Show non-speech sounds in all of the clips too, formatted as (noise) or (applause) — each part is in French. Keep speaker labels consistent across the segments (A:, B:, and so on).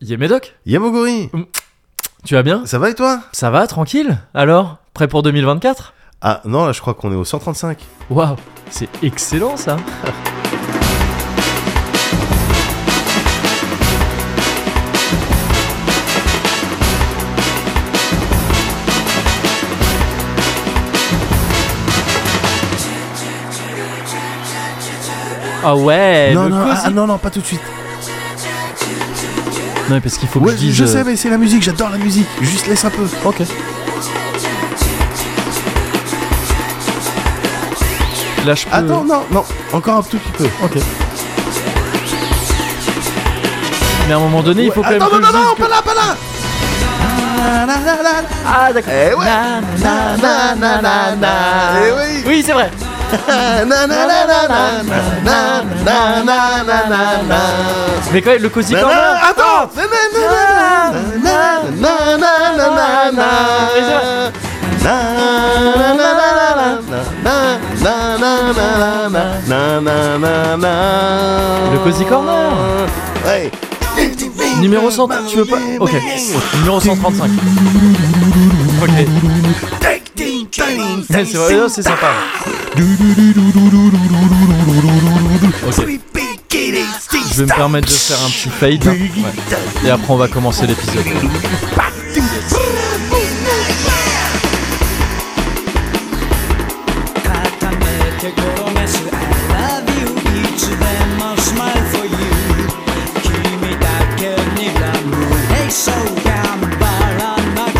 A: Yé Médoc,
B: Yamoguri,
A: tu vas bien
B: ça va et toi
A: Ça va, tranquille Alors Prêt pour 2024
B: Ah non, là je crois qu'on est au 135.
A: Waouh, c'est excellent ça Ah ouais,
B: non,
A: le
B: non,
A: cosy-
B: ah, non, non, pas tout de suite.
A: Non, mais parce qu'il faut que
B: Ouais,
A: je
B: je,
A: dise.
B: je
A: euh,
B: sais, mais c'est la musique, j'adore la musique. Juste laisse un peu.
A: Ok. Là, je peux.
B: Attends, non, non, encore un tout petit peu.
A: Ok. Mais à un moment donné, il faut quand
B: Ouais,
A: même.
B: Attends,
A: que
B: non,
A: je
B: non, non,
A: dise que-
B: pas là, pas là Ah, la, la, la, la.
A: Ah, d'accord.
B: Eh ouais.
A: Na, na, na, na, na, na.
B: Eh oui.
A: Oui, c'est vrai.
B: Ah, na, na, na, na, na, na, na, na, na, na, na.
A: Mais quand même, le cosy
B: Na,
A: quand
B: na,
A: même.
B: Attends Na, na, na, na, na, na, na, na, na. Na, na, na, na, na, na, na, na, na, na, na, na, na.
A: Le Cozy Corner.
B: Ouais.
A: Numéro 100, tu veux pas Ok. Numéro 135. Ok. Mais c'est vrai, non, c'est sympa. Ok. Je vais me permettre de faire un petit fade. hein. Ouais. Et après, on va commencer l'épisode.
C: So down, bar on my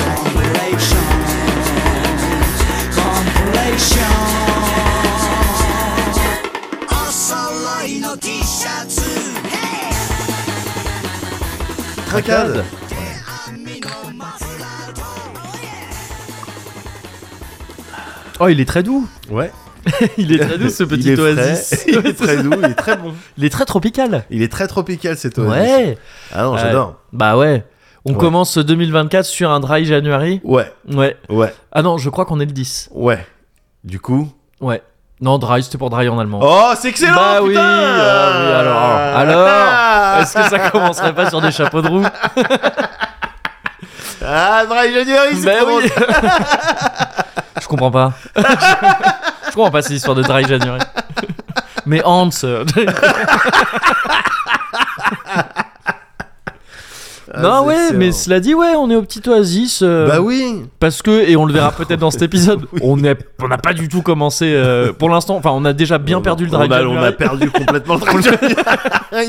C: Compilation, compilation. O solo no T-shirt.
B: Trincade.
A: Oh, il est très doux.
B: Ouais.
A: (laughs) Il est très doux ce
B: Il
A: petit
B: est frais,
A: (laughs) oasis.
B: Il est très doux, il est très bon.
A: Il est très tropical.
B: Il est très tropical cet oasis.
A: Ouais.
B: Ah non,
A: Ouais.
B: j'adore.
A: Bah ouais. On
B: Ouais.
A: commence 2024 sur un dry January.
B: Ouais,
A: Ouais.
B: ouais,
A: Ah non, je crois qu'on est le 10.
B: ouais. Du coup.
A: Ouais. Non, dry, c'était pour dry en allemand.
B: Oh, c'est excellent!
A: Bah oui,
B: putain
A: ah oui, alors, alors, (laughs) Est-ce que ça commencerait pas sur des chapeaux (laughs) de roue
B: (laughs) Ah, Dry January, c'est
A: Bah
B: trop drôle.
A: oui. (laughs) Je comprends (laughs) pas. je comprends pas cette histoire de dry (laughs) January. Mais Hans. euh,
B: Ah,
A: non,
B: c'est
A: ouais,
B: excellent.
A: mais cela dit, ouais, on est au petit oasis. euh,
B: Bah oui!
A: Parce que, et on le
B: (laughs)
A: verra peut-être dans cet épisode, on est- on n'a pas du tout commencé euh, pour l'instant. Enfin, on a déjà bien
B: On-
A: perdu le
B: on
A: Dry
B: a-
A: January.
B: On a perdu complètement le
A: (laughs)
B: Dry January.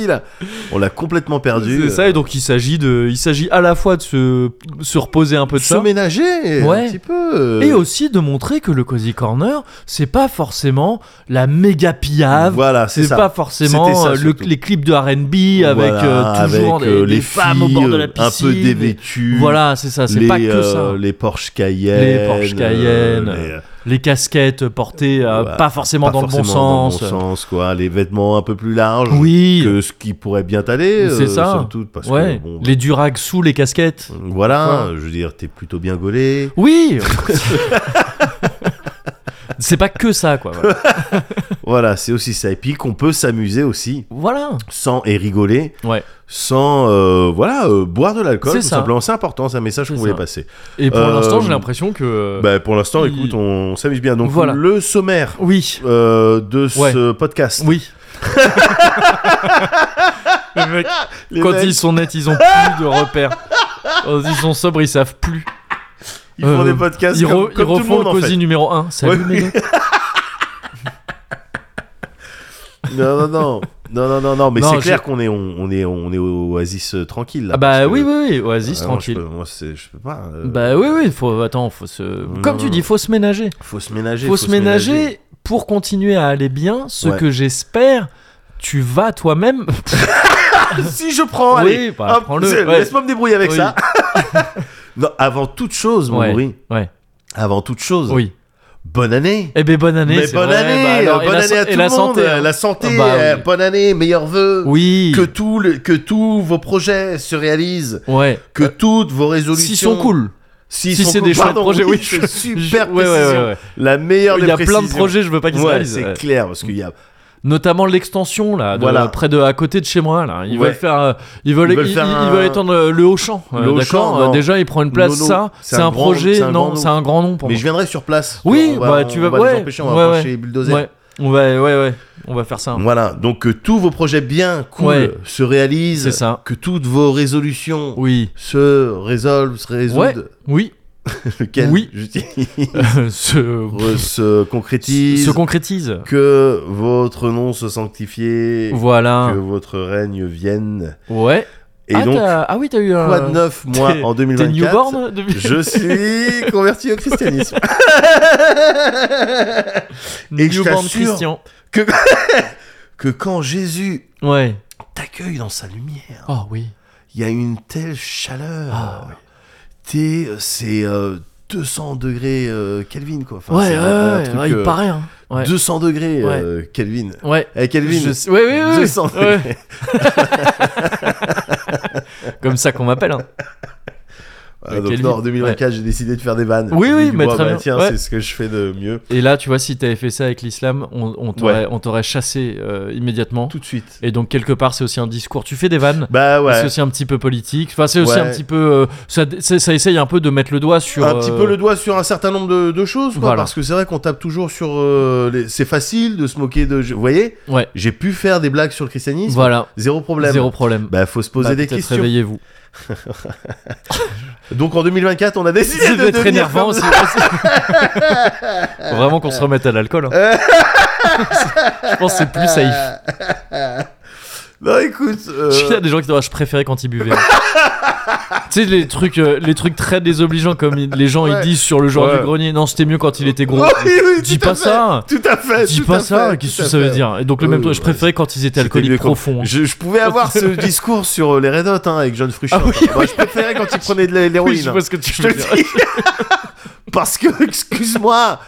B: Il a- On l'a complètement perdu. euh.
A: C'est ça, et donc il s'agit de, il s'agit à la fois de se, se reposer un peu de
B: se
A: ça,
B: ménager
A: Ouais.
B: un petit peu.
A: et aussi de montrer que le cozy corner, c'est pas forcément la méga piave.
B: Voilà, c'est
A: C'est
B: ça.
A: pas forcément
B: C'était ça,
A: euh, le-
B: surtout.
A: les clips de R&B
B: Voilà,
A: avec euh, toujours
B: avec,
A: des-
B: euh,
A: des
B: les
A: femmes au bord de la
B: filles, euh,
A: piscine.
B: Un peu dévêtues.
A: Voilà, c'est ça. C'est
B: les,
A: pas que ça.
B: euh, les Porsche Cayenne.
A: Les Porsche Cayenne,
B: les, euh,
A: les casquettes portées euh,
B: ouais,
A: pas forcément,
B: pas
A: dans,
B: forcément
A: le bon sens.
B: dans le bon sens, quoi. Les vêtements un peu plus larges.
A: oui.
B: Que ce qui pourrait bien t'aller.
A: C'est
B: euh,
A: ça.
B: somme toute, parce que,
A: ouais,
B: bon, bah,
A: les durags sous les casquettes.
B: Voilà, je veux dire, t'es plutôt
A: (laughs)
B: bien gaulé.
A: Oui. c'est pas que ça quoi. Voilà.
B: Voilà, c'est aussi ça. Et puis qu'on peut s'amuser aussi,
A: Voilà.
B: sans et rigoler,
A: Ouais.
B: sans euh, voilà euh, boire de l'alcool.
A: C'est
B: tout
A: ça.
B: simplement, c'est important, c'est un message qu'on
A: C'est
B: voulait
A: ça.
B: passer.
A: Et pour
B: Euh,
A: l'instant, j'ai l'impression que
B: Bah, pour l'instant,
A: il-
B: écoute, on s'amuse bien. Donc
A: Voilà.
B: le sommaire
A: oui.
B: euh, de ce podcast. (laughs)
A: Oui. Les mecs,
B: Les
A: quand
B: mecs,
A: ils sont nets, ils ont plus de repères. Quand ils sont sobres, ils savent plus.
B: ils font
A: euh,
B: des podcasts
A: Ils,
B: comme,
A: re-
B: comme
A: ils
B: tout le
A: refont
B: monde
A: le
B: en
A: cosy
B: fait.
A: numéro 1. Salut
B: Ouais,
A: mes
B: oui.
A: gars.
B: (laughs) Non non non. Non, non, non, non, mais
A: Non,
B: c'est clair
A: j'ai-
B: qu'on est, on, on est, on est au Oasis euh, tranquille. Là,
A: Ah bah
B: parce que-
A: oui, oui, oui, Oasis,
B: Ah non,
A: tranquille.
B: Je peux, moi, c'est- je peux pas. euh,
A: Bah oui, oui, faut, attends, faut se. Comme tu dis, faut se ménager.
B: Faut se ménager.
A: faut se ménager, pour continuer à aller bien, ce
B: Ouais.
A: que j'espère, tu vas toi-même.
B: (laughs) si je prends,
A: Oui,
B: allez,
A: bah,
B: hop,
A: prends-le,
B: c'est-
A: ouais.
B: laisse-moi me débrouiller avec
A: Oui. (laughs)
B: ça. non, avant toute chose, mon
A: Ouais,
B: bourri,
A: ouais.
B: avant toute chose,
A: oui.
B: bonne année.
A: Eh ben bonne année.
B: Mais
A: c'est
B: bonne
A: vrai.
B: année,
A: Bah, alors,
B: euh,
A: et
B: bonne
A: la
B: année
A: sa-
B: à
A: et
B: tout
A: la
B: le monde,
A: santé,
B: euh,
A: hein.
B: la santé,
A: Ah bah oui.
B: euh, bonne année, meilleurs vœux,
A: Oui.
B: que tout le- que tous vos projets se réalisent,
A: Ouais.
B: que toutes vos résolutions,
A: Euh, S'ils sont cool.
B: s'ils
A: si
B: sont
A: c'est
B: cool.
A: des chouettes
B: Pardon,
A: projets, oui.
B: c'est super
A: (laughs) Ouais, ouais, ouais,
B: précision.
A: ouais.
B: la meilleure
A: Il
B: des
A: y a plein de
B: précisions.
A: projets, je veux pas qu'ils se
B: Ouais,
A: réalisent.
B: c'est
A: Ouais.
B: clair parce qu'il y a
A: notamment l'extension là, de-
B: Voilà.
A: près de à côté de chez moi là. Ils
B: Ouais.
A: veulent faire, euh, ils veulent,
B: Ils veulent
A: ils-
B: faire
A: ils-
B: un-
A: ils veulent étendre euh, le Auchan. euh,
B: Le
A: d'accord,
B: Auchan,
A: euh,
B: non.
A: déjà ils prennent une place
B: Non, non,
A: ça.
B: c'est
A: C'est
B: un
A: un,
B: grand-
A: projet,
B: c'est un grand
A: non,
B: nom.
A: c'est un grand nom pour
B: Mais
A: moi.
B: je viendrai sur place.
A: Oui,
B: On va-
A: bah, tu vas-
B: on va
A: ouais,
B: les empêcher, on va
A: ouais,
B: approcher les bulldozers.
A: Ouais, on va, ouais, ouais, on va faire ça.
B: Voilà, donc que tous vos projets bien cool
A: Ouais.
B: se réalisent,
A: C'est ça.
B: que toutes vos résolutions
A: Oui,
B: se résolvent, se
A: ouais,
B: résoudent,
A: oui, (laughs)
B: (laughs) lequel
A: Oui.
B: je dis,
A: se,
B: re- se concrétisent,
A: se concrétise.
B: que votre nom se sanctifie,
A: Voilà.
B: que votre règne vienne.
A: Ouais.
B: Et
A: ah,
B: donc,
A: t'as- ah oui, t'as eu un.
B: quoi de neuf, moi,
A: t'es-
B: en
A: T'es
B: 2024
A: newborn hein depuis.
B: Je suis converti au christianisme. et je
A: (laughs) Newborn
B: t'assure-
A: Christian.
B: que, que quand Jésus
A: Ouais.
B: t'accueille dans sa lumière,
A: Oh oui.
B: il y a une telle chaleur.
A: Ah, ouais.
B: T'es, euh, c'est euh, 200 degrés euh, Kelvin, quoi. Enfin,
A: ouais, ouais,
B: c'est un- un
A: ouais,
B: truc,
A: ouais, il
B: euh,
A: paraît, hein. Ouais.
B: 200 degrés euh, Kelvin.
A: Ouais.
B: Eh, Kelvin,
A: Je sais- Ouais, ouais, ouais, ouais.
B: 200
A: Ouais.
B: degrés.
A: Comme ça qu'on m'appelle. hein.
B: Ah,
A: Ouais,
B: donc,
A: Kelvin.
B: non, en 2024, j'ai décidé de faire des vannes.
A: Oui,
B: Je me
A: oui,
B: suis dit,
A: mais
B: bon,
A: très
B: bah,
A: bien.
B: Tiens,
A: Ouais.
B: c'est ce que je fais de mieux.
A: Et là, tu vois, si t'avais fait ça avec l'islam, on, on t'aurait on t'aurait chassé euh, immédiatement.
B: Tout de suite.
A: Et donc, quelque part, c'est aussi un discours. Tu fais des vannes.
B: Bah
A: mais C'est
B: ouais.
A: aussi un petit peu politique. Enfin, c'est aussi
B: Ouais.
A: un petit peu. euh, ça, c'est- ça essaye un peu de mettre le doigt sur.
B: un petit
A: euh,
B: peu le doigt sur un certain nombre de, de choses, quoi,
A: Voilà.
B: parce que c'est vrai qu'on tape toujours sur. euh, les... C'est facile de se moquer de. je- Vous voyez
A: euh, Ouais.
B: J'ai pu faire des blagues sur le christianisme.
A: Voilà.
B: Zéro problème.
A: Zéro problème.
B: Bah, faut se poser
A: Bah,
B: des
A: peut-être
B: questions.
A: Réveillez-vous.
B: Donc en 2024, on a décidé
A: C'est
B: de
A: d'être
B: devenir
A: énervant.
B: comme-
A: aussi. (laughs) Faut Vraiment qu'on se remette à l'alcool. hein.
B: (laughs)
A: je pense que c'est plus safe.
B: Non, écoute. euh,
A: Il y a des gens qui doivent je préférais quand ils
B: (laughs)
A: buvaient. tu sais les trucs euh, les trucs très désobligeants comme ils- les gens
B: Ouais.
A: ils disent sur le joueur
B: Ouais.
A: du grenier non c'était mieux quand il était gros.
B: (laughs) Oui, oui,
A: Dis
B: tout à
A: pas
B: fait.
A: ça.
B: Tout à fait.
A: Dis
B: tout à
A: pas ça,
B: fait,
A: qu'est-ce
B: tout
A: que
B: à
A: ça veut
B: fait.
A: dire Et donc le
B: Oui,
A: même
B: oui,
A: je
B: ouais,
A: préférais quand ils étaient
B: C'était mieux
A: alcooliques
B: quand-
A: profonds.
B: Je, je pouvais avoir
A: (laughs)
B: ce discours sur euh, les Red Hot hein, avec John Fruchin.
A: Ah oui,
B: Moi, je préférais quand il prenait de
A: (laughs)
B: l'hé-
A: Oui,
B: l'héroïne.
A: je vois ce que tu
B: Je te
A: veux
B: le
A: dire.
B: dis. (laughs) Parce que, excuse-moi,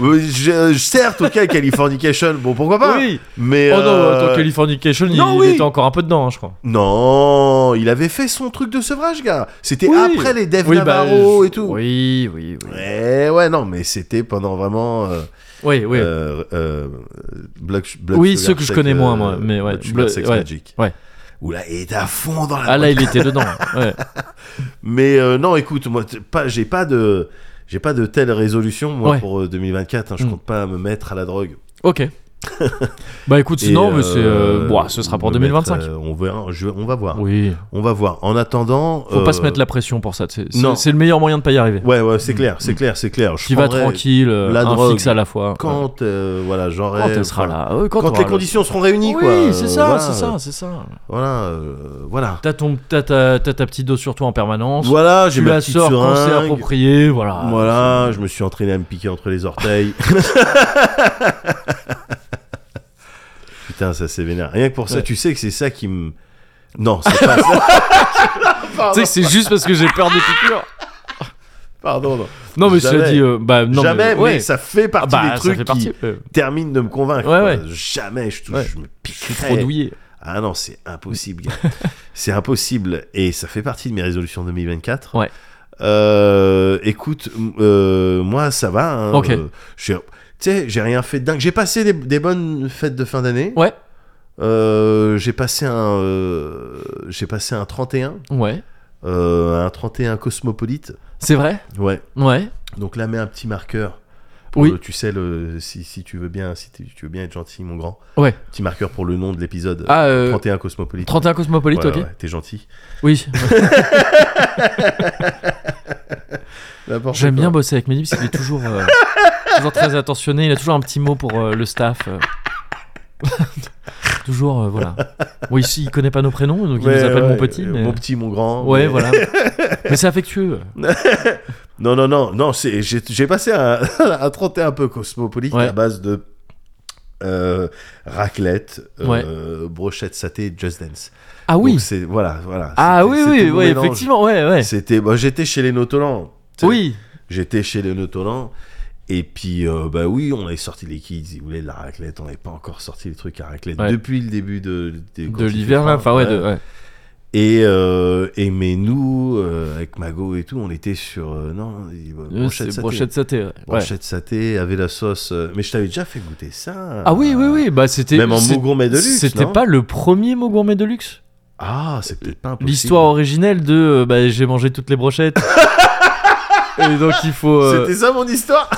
B: euh, je, euh, certes, ok, Californication, bon, pourquoi pas.
A: Oui.
B: Mais.
A: Oh non,
B: euh,
A: attends, Californication, il,
B: non,
A: il
B: oui.
A: était encore un peu dedans, hein, je crois.
B: Non, il avait fait son truc de sevrage, gars. C'était
A: Oui.
B: après les Dev
A: Oui, bah,
B: Navarro
A: je-
B: et tout.
A: Oui, oui, oui.
B: Ouais, ouais, non, mais c'était pendant vraiment. euh,
A: Oui, oui.
B: euh, euh, Blood- Blood
A: Oui,
B: Sugar
A: ceux que je
B: Sex,
A: connais
B: euh,
A: moins, moi, mais ouais.
B: Blood Sugar
A: Blood-
B: Sex
A: ouais,
B: Magic.
A: ouais.
B: Ouh là, il est à fond dans la.
A: Ah là, il était
B: (laughs)
A: dedans. hein. Ouais.
B: Mais euh, non, écoute, moi, t- pas, j'ai pas de, j'ai pas de telle résolution moi
A: Ouais.
B: pour euh, 2024. hein, je
A: Mm.
B: compte pas me mettre à la drogue.
A: Ok. bah écoute,
B: Et,
A: sinon, mais c'est, euh,
B: euh,
A: ouah, ce sera pour
B: me mettre,
A: 2025.
B: euh, on verra, je- on va voir.
A: Oui.
B: On va voir. En attendant,
A: Faut
B: euh,
A: pas se mettre la pression pour ça. C'est
B: non.
A: c'est- c'est le meilleur moyen de pas y arriver.
B: Ouais, ouais, c'est clair, c'est clair, c'est clair. Je
A: Qui va
B: prendrai
A: tranquille, euh,
B: la
A: un
B: drogue.
A: fixe à la fois. Ouais.
B: Quand, euh, voilà, j'aurai.
A: Quand elle sera
B: voilà.
A: là. euh, Quand,
B: Quand
A: t'auras
B: les
A: le-
B: conditions seront réunies,
A: Oui,
B: quoi. euh,
A: c'est ça,
B: voilà,
A: c'est
B: euh,
A: ça, c'est ça.
B: Voilà, euh, voilà.
A: T'as ton, t'as ta, t'as ta petite dose sur toi en permanence.
B: Voilà, j'ai
A: tu
B: ma
A: la
B: petite
A: sors quand c'est
B: seringue.
A: approprié, voilà.
B: Voilà, je me suis entraîné à me piquer entre
A: (laughs)
B: les orteils. Putain, ça c'est vénère. Rien que pour ça,
A: Ouais.
B: tu sais que c'est ça qui me. Non, c'est pas
A: (laughs)
B: ça.
A: Tu sais que c'est juste parce que j'ai peur des piqûres.
B: Pardon, non.
A: Non mais
B: Jamais.
A: cela dit, euh, bah non
B: Jamais, mais,
A: mais, ouais.
B: ça fait
A: Ah
B: partie
A: bah,
B: des
A: ça
B: trucs
A: fait partie.
B: qui
A: euh,
B: terminent de me convaincre.
A: Ouais,
B: quoi. Jamais je touche,
A: Ouais.
B: je me
A: je suis trop
B: piquerai.
A: douillé.
B: Ah non, c'est impossible, gars.
A: (laughs)
B: c'est impossible. Et ça fait partie de mes résolutions 2024.
A: Ouais.
B: Euh, écoute, m- euh, moi, ça va. hein.
A: Ok.
B: Euh, j'ai- tu sais, j'ai rien fait de dingue. J'ai passé des, des bonnes fêtes de fin d'année.
A: Ouais,
B: Euh, j'ai passé un, euh, j'ai passé un 31,
A: ouais.
B: euh, un 31 cosmopolite.
A: C'est vrai
B: Ouais.
A: Ouais.
B: Donc là, mets un petit marqueur. pour
A: Oui.
B: le- tu sais le, si, si tu veux bien, si tu tu veux bien être gentil, mon grand.
A: Ouais.
B: Petit marqueur pour le nom de l'épisode.
A: Ah, euh,
B: 31 cosmopolite.
A: 31 cosmopolite,
B: Ouais,
A: ok.
B: ouais, T'es gentil.
A: Oui,
B: N'importe
A: j'aime
B: quoi.
A: bien bosser avec Mehdi parce qu'il est toujours,
B: (laughs)
A: euh, toujours très attentionné, il a toujours un petit mot pour euh, le staff.
B: (laughs)
A: euh. toujours, euh, voilà. Bon, ici, il connaît pas nos prénoms, donc il
B: Ouais,
A: nous appelle
B: ouais,
A: mon petit.
B: euh,
A: mais-
B: Mon petit, mon grand.
A: Ouais,
B: mais- (laughs)
A: voilà. Mais c'est affectueux.
B: Non, non, non, non, c'est- j'ai j'ai passé (laughs) un, un 31 peu cosmopolite
A: Ouais.
B: à base de euh, raclette, euh, brochette saté, just dance.
A: Ah oui
B: Donc c'est- voilà, voilà.
A: Ah
B: C'était-
A: oui,
B: c'était
A: oui,
B: mon
A: oui,
B: mélange.
A: effectivement, ouais, ouais.
B: C'était, moi, j'étais chez les Nautolans. tu sais.
A: Oui,
B: J'étais chez les Nautolans. Et puis, euh, bah oui, on est sorti les kids, ils voulaient de la raclette, on n'avait pas encore sorti les trucs à raclette
A: Ouais.
B: depuis le début de,
A: de l'hiver, là, enfin ouais, de- ouais.
B: Et, euh, et mais nous, euh, avec Mago et tout, on était sur. euh, non, il dit, bah,
A: Euh,
B: brochette
A: C'est
B: satée.
A: brochette saté. ouais.
B: Brochette satée, avait la sauce. euh, Mais je t'avais déjà fait goûter ça.
A: Ah oui, oui, oui. Bah, c'était.
B: Même en
A: c'est-
B: mot gourmet de luxe.
A: C'était
B: non
A: pas le premier mot gourmet de luxe.
B: Ah, c'est peut-être pas impossible.
A: L'histoire originelle de euh, bah, j'ai mangé toutes les
B: (laughs)
A: brochettes. Et donc il faut. euh,
B: C'était ça mon (laughs) histoire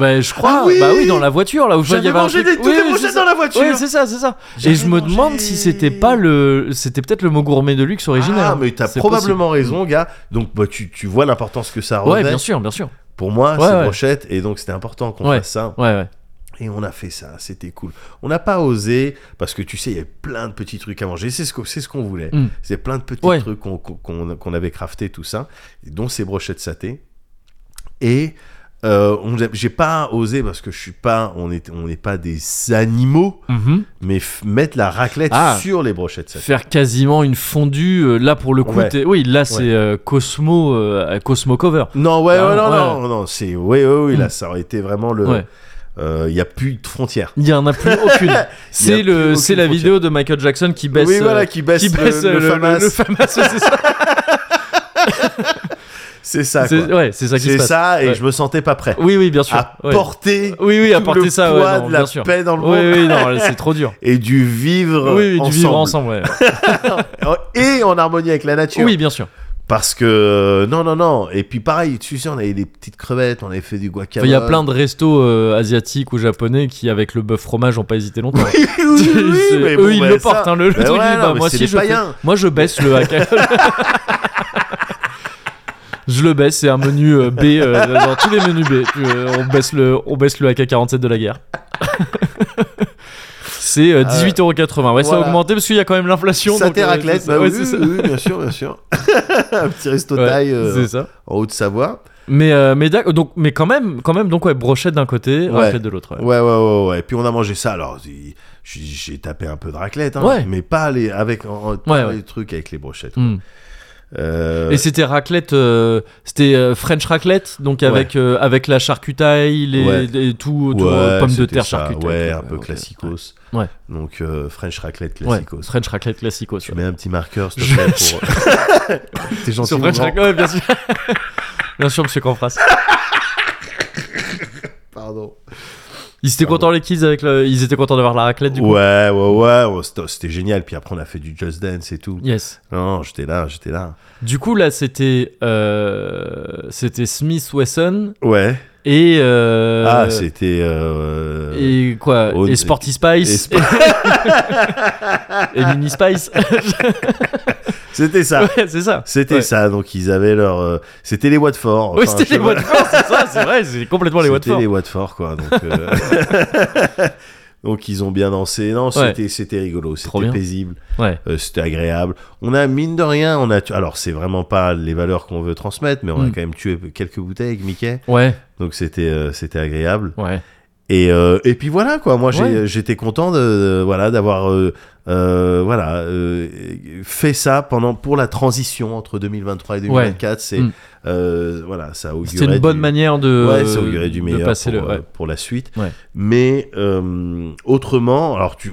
A: bah, je crois.
B: Ah oui
A: bah oui, dans la voiture là où je vois, il y avait
B: J'avais
A: un
B: mangé
A: truc-
B: des, toutes
A: Oui,
B: les
A: oui, c'est
B: brochettes
A: ça.
B: dans la voiture
A: Ouais, c'est ça, c'est ça. Et
B: J'avais
A: je me
B: mangé-
A: demande si c'était pas le. C'était peut-être le mot gourmet de luxe originel.
B: Ah, mais t'as
A: C'est
B: probablement raison, gars. Donc, bah, tu, tu vois l'importance que ça
A: possible.
B: revêt.
A: Ouais, bien sûr, bien sûr.
B: Pour moi,
A: Ouais,
B: c'est
A: ouais.
B: brochette. Et donc, c'était important qu'on
A: Ouais.
B: fasse ça.
A: Ouais, ouais.
B: Et on a fait ça, c'était cool. On n'a pas osé, parce que tu sais, il y avait plein de petits trucs à manger. C'est ce qu'on c'est ce qu'on voulait.
A: Mm.
B: C'est plein de petits
A: Ouais.
B: trucs qu'on qu'on- qu'on avait crafté, tout ça, dont ces brochettes satées. Et euh, on- j'ai pas osé, parce que je suis pas, on est- on n'est pas des animaux,
A: Mhm.
B: mais f- mettre la raclette
A: Ah.
B: sur les brochettes satées.
A: Faire quasiment une fondue. euh, là pour le coup,
B: Ouais.
A: t'es- oui, là c'est
B: Ouais.
A: euh, Cosmo, euh, Cosmo Cover.
B: Non, ouais,
A: Ah,
B: ouais, non,
A: ouais.
B: non, non, c'est, ouais, ouais, ouais, là,
A: Mm.
B: ça aurait été vraiment le, euh, il
A: Ouais.
B: y a plus de frontières.
A: Il y en a plus aucune.
B: (laughs) Il y
A: C'est
B: a plus
A: le,
B: aucune
A: c'est la
B: frontière.
A: vidéo de Michael Jackson qui baisse.
B: oui, voilà,
A: euh,
B: qui baisse,
A: qui baisse
B: le,
A: euh,
B: le FAMAS.
A: le
B: (laughs)
A: famas, ouais, c'est ça.
B: C'est ça,
A: C'est-
B: quoi.
A: ouais, c'est ça qui se
B: C'est
A: passe.
B: ça, et
A: Ouais.
B: je me sentais pas prêt.
A: Oui, oui, bien sûr.
B: à
A: ouais.
B: porter
A: Oui, oui,
B: tout
A: apporter
B: le
A: ça, ouais,
B: poids
A: non,
B: de la
A: bien sûr.
B: paix dans le
A: Oui,
B: monde
A: oui, non, là, c'est trop dur.
B: et du vivre
A: Oui, oui,
B: ensemble,
A: du vivre Euh, ensemble, ouais. (laughs)
B: (laughs) et en harmonie avec la nature.
A: Oui, bien sûr.
B: Parce que euh, non, non, non. Et puis pareil, tu sais, on avait des petites crevettes, on avait fait du
A: Enfin,
B: guacamole.
A: Il y a
B: (laughs)
A: plein de restos euh, asiatiques ou japonais qui, avec le bœuf fromage, ont pas hésité longtemps.
B: oui,
A: (laughs)
B: oui,
A: C'est-
B: oui, mais
A: eux,
B: bon,
A: ils
B: bah,
A: le
B: ça-
A: portent, hein, le, le (laughs)
B: bah
A: truc.
B: ouais,
A: ils disent, bah,
B: non, mais
A: moi,
B: c'est
A: si
B: les
A: je, fais-
B: païens.
A: moi, je baisse le (laughs) haka. Je le baisse, c'est un menu euh, B euh, dans tous les menus B. tu vois, on baisse le, on baisse le AK-47 de la guerre. (laughs) c'est euh, 18,80€. Ouais, ça
B: Voilà.
A: a augmenté parce qu'il y a quand même l'inflation.
B: Ça
A: donc,
B: t'est
A: euh,
B: raclette,
A: c'est
B: bah
A: ça. (laughs) Ouais,
B: oui,
A: c'est ça.
B: oui, bien sûr, bien sûr. (laughs) Un petit resto
A: Ouais,
B: taille euh,
A: c'est ça.
B: en Haute-Savoie.
A: Mais euh, mais d'ac- donc mais quand même quand même donc ouais brochette d'un côté
B: Ouais.
A: raclette de l'autre. ouais.
B: Ouais, ouais, ouais, ouais. Et puis on a mangé ça. Alors, j'ai- j'ai tapé un peu de raclette, hein,
A: Ouais.
B: mais pas les avec en- en-
A: Ouais, ouais.
B: les trucs avec les brochettes.
A: Hmm.
B: Euh,
A: Et c'était raclette, euh, c'était euh, French raclette, donc avec, euh, avec la charcutaille, les,
B: Ouais.
A: les- tout, tout,
B: Ouais,
A: euh, pommes de
B: c'était
A: terre euh,
B: ça,
A: charcutaille.
B: Ouais, un peu
A: ok.
B: classicos.
A: Ouais.
B: Donc euh, French raclette
A: Ouais,
B: classicos.
A: French raclette classico.
B: Tu mets un petit marqueur, s'il te plaît, pour.
A: (laughs)
B: T'es gentil.
A: Sur
B: mon
A: French
B: grand.
A: raclette, ouais, bien sûr. (laughs) bien sûr, monsieur Canfras.
B: Pardon.
A: Ils étaient contents, les kids, avec le... ils étaient contents d'avoir la raclette, Ah, du coup.
B: Ah Ouais, ouais, ouais, ouais, c'était- c'était génial. Puis après, on a fait du Just Dance et tout.
A: Yes.
B: Non, j'étais là, j'étais là.
A: Du coup, là, c'était euh, c'était Smith Wesson
B: Ouais.
A: et. euh,
B: Ah, c'était. euh,
A: Et quoi
B: Oh,
A: Et Sporty Spice
B: et
A: (laughs) et, Mini Spice
B: C'était ça.
A: Ouais, c'est ça.
B: Ah. C'était
A: Ouais.
B: ça. Donc ils avaient leur. euh, C'était les Watford.
A: Oui,
B: Enfin,
A: c'était
B: je-
A: les Watford, c'est ça, c'est vrai, c'est complètement les
B: C'était
A: Watford.
B: les Watford, quoi. Donc,
A: (laughs)
B: euh, donc, ils ont bien dansé. Non, c'était c'était rigolo,
A: Trop
B: c'était
A: bien.
B: paisible,
A: Ouais.
B: euh, c'était agréable. On a mine de rien, on a tu- alors c'est vraiment pas les valeurs qu'on veut transmettre, mais on a
A: Mm.
B: quand même tué quelques bouteilles avec Mickey,
A: Ouais,
B: donc c'était euh, c'était agréable.
A: ouais.
B: Et, euh, et puis voilà quoi, moi j'ai-
A: Ouais.
B: j'étais content de, de- voilà d'avoir euh, euh, voilà euh, fait ça pendant pour la transition entre 2023 et 2024. C'est
A: Mm.
B: euh, voilà ça
A: C'était
B: augurait
A: une bonne
B: du-
A: manière de,
B: ouais, c'est augurer du meilleur
A: de passer
B: pour,
A: le.
B: euh,
A: ouais.
B: pour la suite.
A: Ouais.
B: Mais euh, autrement, alors tu,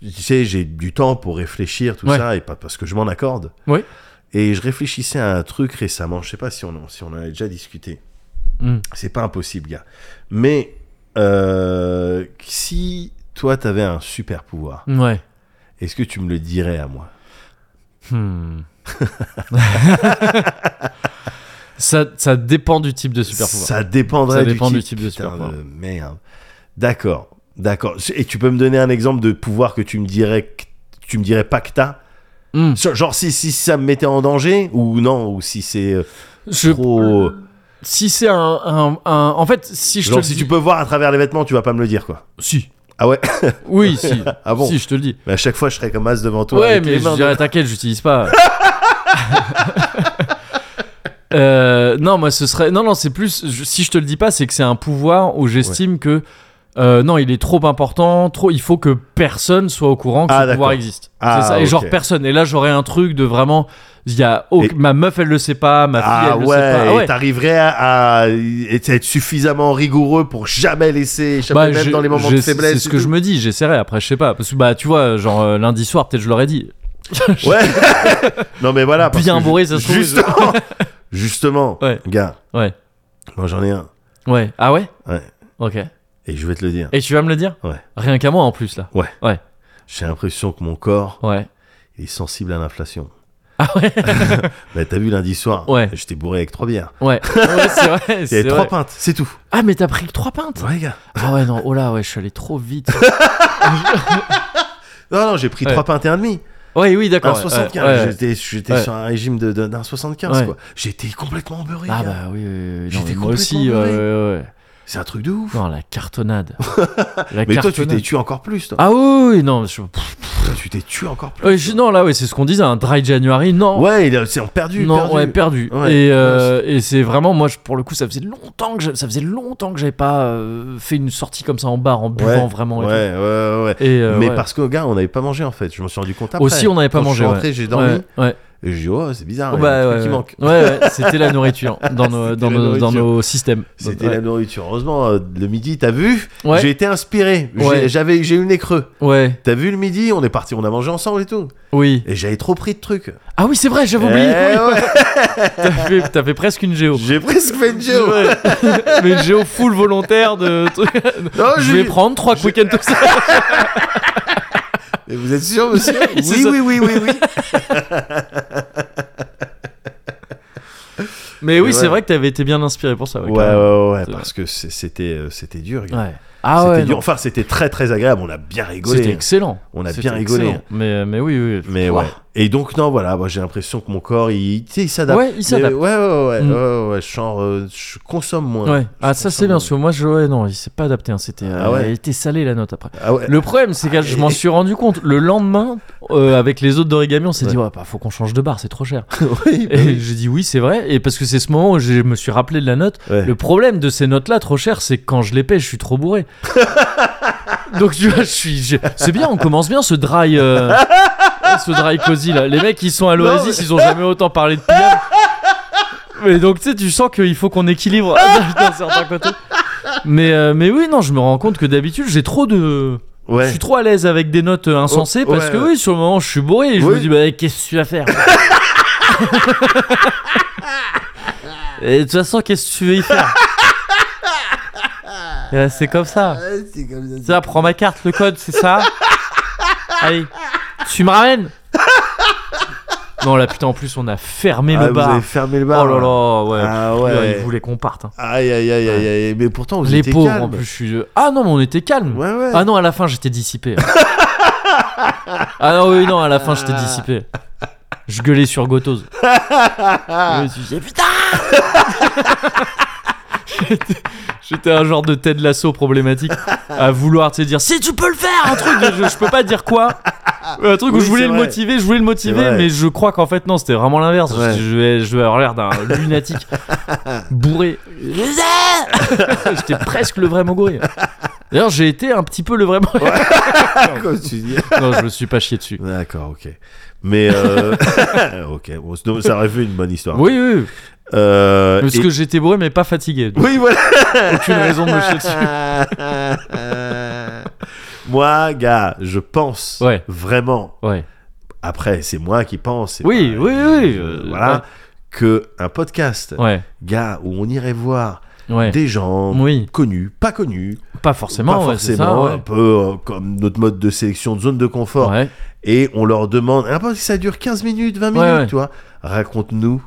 B: tu sais, j'ai du temps pour réfléchir, tout
A: Ouais.
B: ça, et pas parce que je m'en accorde.
A: Ouais.
B: Et je réfléchissais à un truc récemment, je sais pas si on, en- si on en a déjà discuté.
A: Mm.
B: C'est pas impossible, gars. Mais euh, si toi, t'avais un super pouvoir,
A: Ouais.
B: est-ce que tu me le dirais à moi
A: Hmm. (laughs) ça, ça dépend du type de super pouvoir.
B: Ça dépendrait
A: Ça dépend du type de
B: Putain
A: super-pouvoir.
B: de merde. D'accord, d'accord. Et tu peux me donner un exemple de pouvoir que tu me dirais que tu me dirais pas que t'as
A: Hmm.
B: Sur- Genre si, si ça me mettait en danger ou non ou si c'est euh,
A: Je-
B: trop euh,
A: Si c'est un, un- un- En fait, si je te.
B: genre
A: le
B: si
A: dis-
B: tu peux voir à travers les vêtements tu vas pas me le dire quoi.
A: Si.
B: Ah ouais (laughs)
A: Oui, si.
B: Ah bon
A: Si, je te le dis.
B: Mais à chaque fois je serais comme as devant toi.
A: Ouais,
B: avec les
A: mais je
B: mains
A: dirais,
B: (laughs)
A: t'inquiète, j'utilise pas. Euh, non, moi, ce serait. Non, non, c'est plus. je- Si je te le dis pas, c'est que c'est un pouvoir où j'estime que. euh, non, il est trop important, trop. Il faut que personne soit au courant que
B: Ah,
A: ce pouvoir
B: d'accord.
A: existe.
B: Ah,
A: c'est ça. Et genre
B: ok.
A: personne. Et là, j'aurais un truc de vraiment. Il y a. au-
B: Et-
A: Ma meuf, elle le sait pas. Ma fille,
B: Ah
A: elle
B: ouais,
A: le sait pas. Ah
B: et t'arriverais à, à être suffisamment rigoureux pour jamais laisser échapper
A: Bah,
B: même
A: je-
B: dans les moments
A: je-
B: de faiblesse.
A: C'est ce
B: et
A: que
B: tout.
A: je me dis. J'essaierai. Après, je sais pas. Parce que bah, tu vois, genre euh, lundi soir, peut-être je l'aurais dit.
B: Ouais. (laughs) non mais voilà. parce
A: Bien
B: que
A: bourré, ça
B: ju-
A: se trouve. (laughs)
B: Justement. justement.
A: Ouais.
B: Gars,
A: Ouais.
B: moi j'en ai un.
A: Ouais. Ah ouais
B: Ouais.
A: Ok.
B: Et je vais te le dire.
A: Et tu vas me le dire
B: Ouais.
A: Rien qu'à moi en plus là.
B: J'ai l'impression que mon corps
A: Ouais. (laughs)
B: est sensible à l'inflation.
A: Ah
B: (laughs)
A: ouais
B: Bah t'as vu lundi soir.
A: Ouais.
B: J'étais bourré avec trois bières.
A: Ouais. Ouais, c'est vrai.
B: Il y
A: c'est
B: avait trois
A: vrai.
B: pintes, c'est tout.
A: Ah mais t'as pris que trois pintes
B: Ouais gars.
A: Ah ouais non, oh là ouais, je suis allé trop vite. (laughs)
B: Non non, j'ai pris
A: Ouais.
B: trois pintes et un demi.
A: Ouais, oui,
B: Un
A: d'accord. ouais, ouais,
B: 75.
A: ouais.
B: Ah, J'étais, j'étais
A: Ouais.
B: sur un régime de, de- d'un 75
A: Ouais.
B: quoi. J'étais complètement beurré.
A: Ah
B: gars.
A: bah oui, oui, oui, oui. Non,
B: J'étais
A: mais moi aussi,
B: complètement
A: ouais,
B: bourré.
A: ouais, ouais.
B: C'est un truc de ouf.
A: Non, la
B: (laughs)
A: cartonnade. La
B: Mais toi, tu
A: cartonnade.
B: t'es tué encore plus. Toi.
A: Ah oui, oui, non, je- pff,
B: Toi, tu t'es tué encore plus.
A: euh, je- non là ouais, c'est ce qu'on disait, un dry January, non.
B: Ouais, il a- c'est en perdu.
A: non,
B: perdu.
A: ouais, perdu.
B: Ouais,
A: et euh, et c'est vraiment moi je- pour le coup, ça faisait longtemps que je- ça faisait longtemps que j'avais pas euh, fait une sortie comme ça en bar en buvant vraiment. et
B: Ouais,
A: tout.
B: ouais, ouais. ouais.
A: Et, euh,
B: mais
A: ouais.
B: parce que, gars, on n'avait pas mangé en fait. Je m'en suis rendu compte après.
A: aussi on n'avait pas
B: Quand
A: mangé.
B: Je suis
A: ouais.
B: rentré, j'ai dormi.
A: Ouais, ouais.
B: Et j'ai dit, oh, c'est bizarre. il y a
A: Bah,
B: un truc
A: ouais,
B: qui
A: ouais.
B: manque.
A: Ouais, ouais, c'était la
B: (laughs)
A: nourriture dans nos,
B: C'était
A: dans
B: la
A: nos, dans
B: nourriture.
A: nos systèmes.
B: C'était
A: ouais.
B: la nourriture. Heureusement, euh, le midi, t'as vu
A: Ouais.
B: J'ai été inspiré. J'ai-
A: Ouais.
B: J'avais, j'ai eu le nez creux.
A: Ouais,
B: T'as vu le midi On est parti, on a mangé ensemble et tout.
A: oui.
B: Et j'avais trop pris de trucs.
A: Ah oui, c'est vrai, j'avais oublié.
B: Eh
A: oui. (laughs)
B: ouais,
A: T'as fait, t'as fait presque une géo.
B: J'ai presque fait une géo.
A: Ouais. (laughs) Mais une géo full volontaire de trucs.
B: Non,
A: je
B: Oh, j'ai-
A: vais prendre trois quick and tout ça.
B: Mais vous êtes
A: (laughs)
B: sûr, monsieur
A: Oui,
B: oui,
A: ça.
B: oui, oui, oui, oui.
A: Mais oui,
B: Ouais.
A: c'est vrai que t'avais été bien inspiré pour ça. (laughs)
B: Ouais,
A: Ouais,
B: ouais,
A: carrément.
B: ouais, ouais,
A: C'est
B: parce que c'est- c'était, euh, c'était dur. gars.
A: Ouais. Ah
B: c'était
A: ouais.
B: dur.
A: non.
B: Enfin, c'était très, très agréable. On a bien rigolé.
A: C'était excellent.
B: On a
A: C'était
B: bien rigolé. hein.
A: excellent. Mais, euh, mais oui, oui.
B: Mais
A: Ouah.
B: ouais. Et donc, non, voilà, moi j'ai l'impression que mon corps, il, tu sais, il s'adapte.
A: Ouais, il s'adapte.
B: Mais Ouais, ouais, ouais,
A: Mm.
B: ouais, ouais, ouais, genre, euh, je consomme moins.
A: Ouais. Ah,
B: Je
A: ça,
B: consomme
A: c'est bien.
B: moins.
A: Parce que moi, je... ouais, non, il s'est pas adapté. hein. C'était, euh,
B: Ah ouais.
A: Il était salé la note après.
B: Ah ouais.
A: Le problème, c'est que je m'en suis rendu compte. Le lendemain, euh, avec les autres d'origami, on s'est dit,
B: Ouais.
A: ouais, bah, faut qu'on change de bar, c'est trop cher.
B: (laughs) Oui, bah
A: Et
B: oui.
A: j'ai dit, oui, c'est vrai. Et parce que c'est ce moment où je me suis rappelé de la note.
B: Ouais.
A: Le problème de ces notes-là, trop chères, c'est que quand je les paie, je suis trop
B: (laughs)
A: bourré. Donc, tu vois, je suis. je- C'est bien, on commence bien ce dry.
B: (laughs)
A: euh, ce dry cozy, là. Les mecs, ils sont à l'Oasis, ils ont jamais autant parlé de
B: (laughs)
A: pillage. Mais donc, tu sais, tu sens qu'il faut qu'on équilibre (laughs) d'un certain côté. Mais, euh, mais oui, non, je me rends compte que d'habitude, j'ai trop de.
B: Ouais.
A: Je suis trop à l'aise avec des notes euh, insensées
B: Oh,
A: parce
B: ouais,
A: que
B: ouais.
A: oui, sur le moment, je suis bourré et je
B: Oui.
A: me dis, bah, qu'est-ce que tu vas
B: (laughs)
A: faire Et de toute façon, qu'est-ce que tu veux y
B: (laughs)
A: faire Euh, C'est comme ça. Ça, prends ma carte, le code, c'est ça Allez, tu me ramènes Non, là, putain, en plus, on a fermé
B: Ah,
A: le
B: vous
A: bar.
B: avez fermé le bar.
A: oh là là, ouais.
B: Ah
A: putain,
B: ouais.
A: Ils voulaient qu'on parte. hein.
B: Aïe, aïe, aïe, aïe, aïe. Mais pourtant, vous
A: Les
B: étiez
A: pauvres,
B: calme.
A: en plus, je suis. Ah non, mais on était calme.
B: Ouais, ouais.
A: Ah non, à la fin, j'étais
B: (laughs)
A: dissipé. ah non, oui, non, à la fin, j'étais dissipé. Je gueulais sur
B: (laughs)
A: Gotos. je me suis dit, putain J'étais- J'étais un genre de Ted Lasso problématique à vouloir tu sais, dire si tu peux le faire un truc je, je peux pas dire quoi un truc où
B: Oui,
A: je voulais
B: c'est
A: le
B: vrai.
A: motiver je voulais le motiver
B: vrai.
A: mais je crois qu'en fait non c'était vraiment l'inverse
B: Ouais.
A: je, je vais je vais avoir l'air
B: (laughs)
A: d'un lunatique bourré j'étais presque le vrai Moguri d'ailleurs j'ai été un petit peu le vrai Moguri
B: Comme tu dis.
A: non, je me suis pas chié dessus.
B: D'accord, ok. Mais, euh... (laughs) ok, bon, sinon, ça aurait fait une bonne histoire.
A: Oui, oui.
B: Euh,
A: Parce
B: et-
A: que j'étais bourré, mais pas fatigué.
B: (laughs) Oui, voilà.
A: Aucune raison de me chier dessus.
B: (laughs) moi, gars, je pense
A: Ouais.
B: vraiment.
A: Ouais.
B: Après, c'est moi qui pense. c'est
A: Oui,
B: pas-
A: oui, oui, euh,
B: voilà. Que un podcast,
A: Ouais.
B: gars, où on irait voir
A: Ouais.
B: des gens
A: Oui.
B: connus, pas connus,
A: Pas forcément.
B: pas
A: ouais, c'est ça,
B: forcément,
A: ouais.
B: un peu euh, comme notre mode de sélection de zone de confort,
A: Ouais.
B: et on leur demande, un podcast, ça dure 15 minutes, 20 minutes,
A: Ouais, ouais.
B: tu vois, raconte-nous.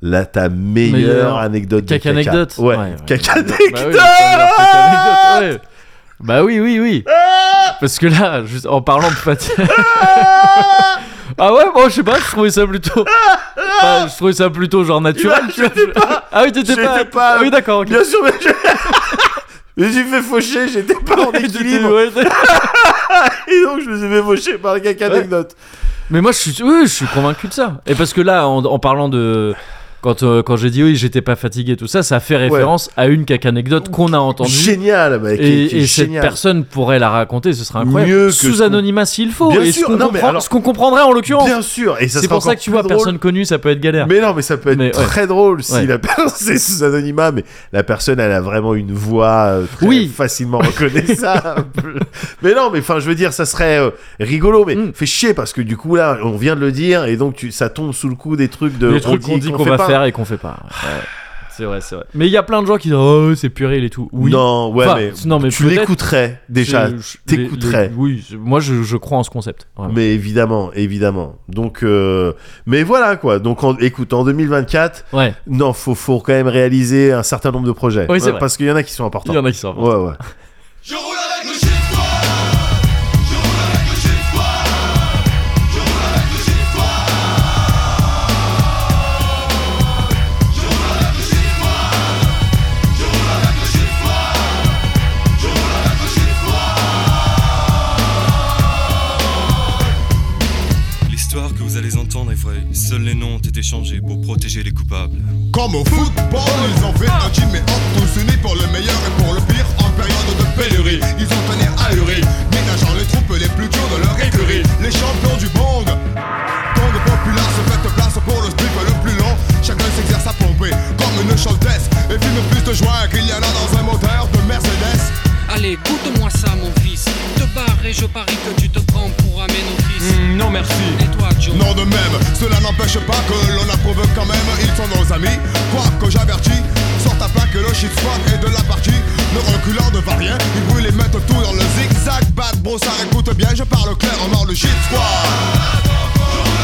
B: Là, ta meilleure,
A: Meilleure
B: anecdote de caca.
A: caca-anecdote.
B: Ouais,
A: Ouais, ouais.
B: caca-anecdote.
A: Bah oui, mais ça me rappelle l'anecdote, ouais. Bah oui, oui, oui.
B: Ah
A: Parce que là, juste en parlant de fatigue. (laughs) ah ouais, moi je sais pas, je trouvais ça plutôt. Enfin, je trouvais ça plutôt genre naturel, tu vois. Ah oui, t'étais
B: Ah J'étais
A: pas.
B: pas-
A: Ah oui, d'accord, ok.
B: Bien sûr, mais je... (laughs) je me suis fait faucher, j'étais
A: (laughs)
B: pas en équilibre.
A: Ouais, t'étais-
B: Et donc, je me suis fait faucher par le caca
A: Ouais.
B: anecdote.
A: Mais moi, je suis, oui, je suis convaincu de ça. Et parce que là, en, en parlant de Quand, euh, quand j'ai dit oui, j'étais pas fatigué, tout ça, ça fait référence à une cac anecdote qu'on a entendue.
B: Génial, mec. qui-
A: Et,
B: qui est
A: et cette
B: génial.
A: personne pourrait la raconter, ce serait incroyable.
B: Mieux que
A: Sous
B: ce qu'on-
A: anonymat s'il faut,
B: Bien
A: et
B: sûr,
A: ce qu'on
B: non, mais
A: comprend-
B: alors-
A: ce qu'on comprendrait en l'occurrence.
B: Bien sûr, et ça
A: C'est
B: sera
A: pour ça
B: encore
A: que tu vois,
B: plus drôle.
A: personne connue, ça peut être galère.
B: Mais non, mais ça peut être
A: Mais ouais.
B: très drôle si
A: Ouais.
B: la personne (laughs) est sous anonymat, mais la personne, elle a vraiment une voix euh, très
A: Oui.
B: facilement reconnaissable. (laughs) mais non, mais enfin, je veux dire, ça serait euh, rigolo, mais
A: Mm.
B: fait chier parce que du coup, là, on vient de le dire, et donc tu, ça tombe sous le coup des trucs de.
A: les trucs qu'on dit qu'on va
B: fait pas.
A: faire et qu'on fait pas. Ouais. C'est vrai, c'est vrai. Mais il y a plein de gens qui disent oh c'est purée et tout. Oui.
B: Non, ouais,
A: Enfin,
B: mais,
A: non, mais
B: tu
A: peut-être-
B: l'écouterais déjà,
A: Je- je-
B: t'écouterais.
A: les- les- Oui, je- moi je, je crois en ce concept. vraiment.
B: Mais évidemment, évidemment. Donc, euh, mais voilà quoi. Donc, en, écoute, en 2024,
A: Ouais.
B: non, faut, faut quand même réaliser un certain nombre de projets.
A: Oui, c'est
B: Ouais,
A: vrai.
B: parce qu'il y en a qui sont importants.
A: Il y en a qui sont
B: Ouais, ouais.
D: Je roule avec le chef froid Je roule avec le chef froid Je roule avec le chef froid Je roule avec le chef froid Je roule avec le chef froid Je roule avec le chef froid L'histoire que vous allez entendre est vraie. Seuls les noms ont été changés pour protéger les coupables.
E: Comme au football, ils ont fait un team et ont tous unis pour le meilleur et pour le pire en période de pénurie. Ils ont tenu ahuri, ménageant les troupes les plus dures de leur écurie. Les champions du monde, tant de populaires se fêtent place pour le strip le plus long. Chacun s'exerce à pomper comme une chaudesse et filme plus de joie qu'il y en a dans un moteur de Mercedes.
F: Allez, goûte-moi ça, mon fils. Te barre et je parie que tu te prends pour un ménophis.
D: Mm, non merci.
F: Et toi, Joe
E: Non de même, cela n'empêche pas que l'on approuve quand même, ils sont nos amis, quoi que j'avertis, sort ta plaque le shit swag et de la partie, ne reculant de rien, ils brûlent et mettent tout dans le zigzag, bad brossard écoute bien, je parle clairement le shit squad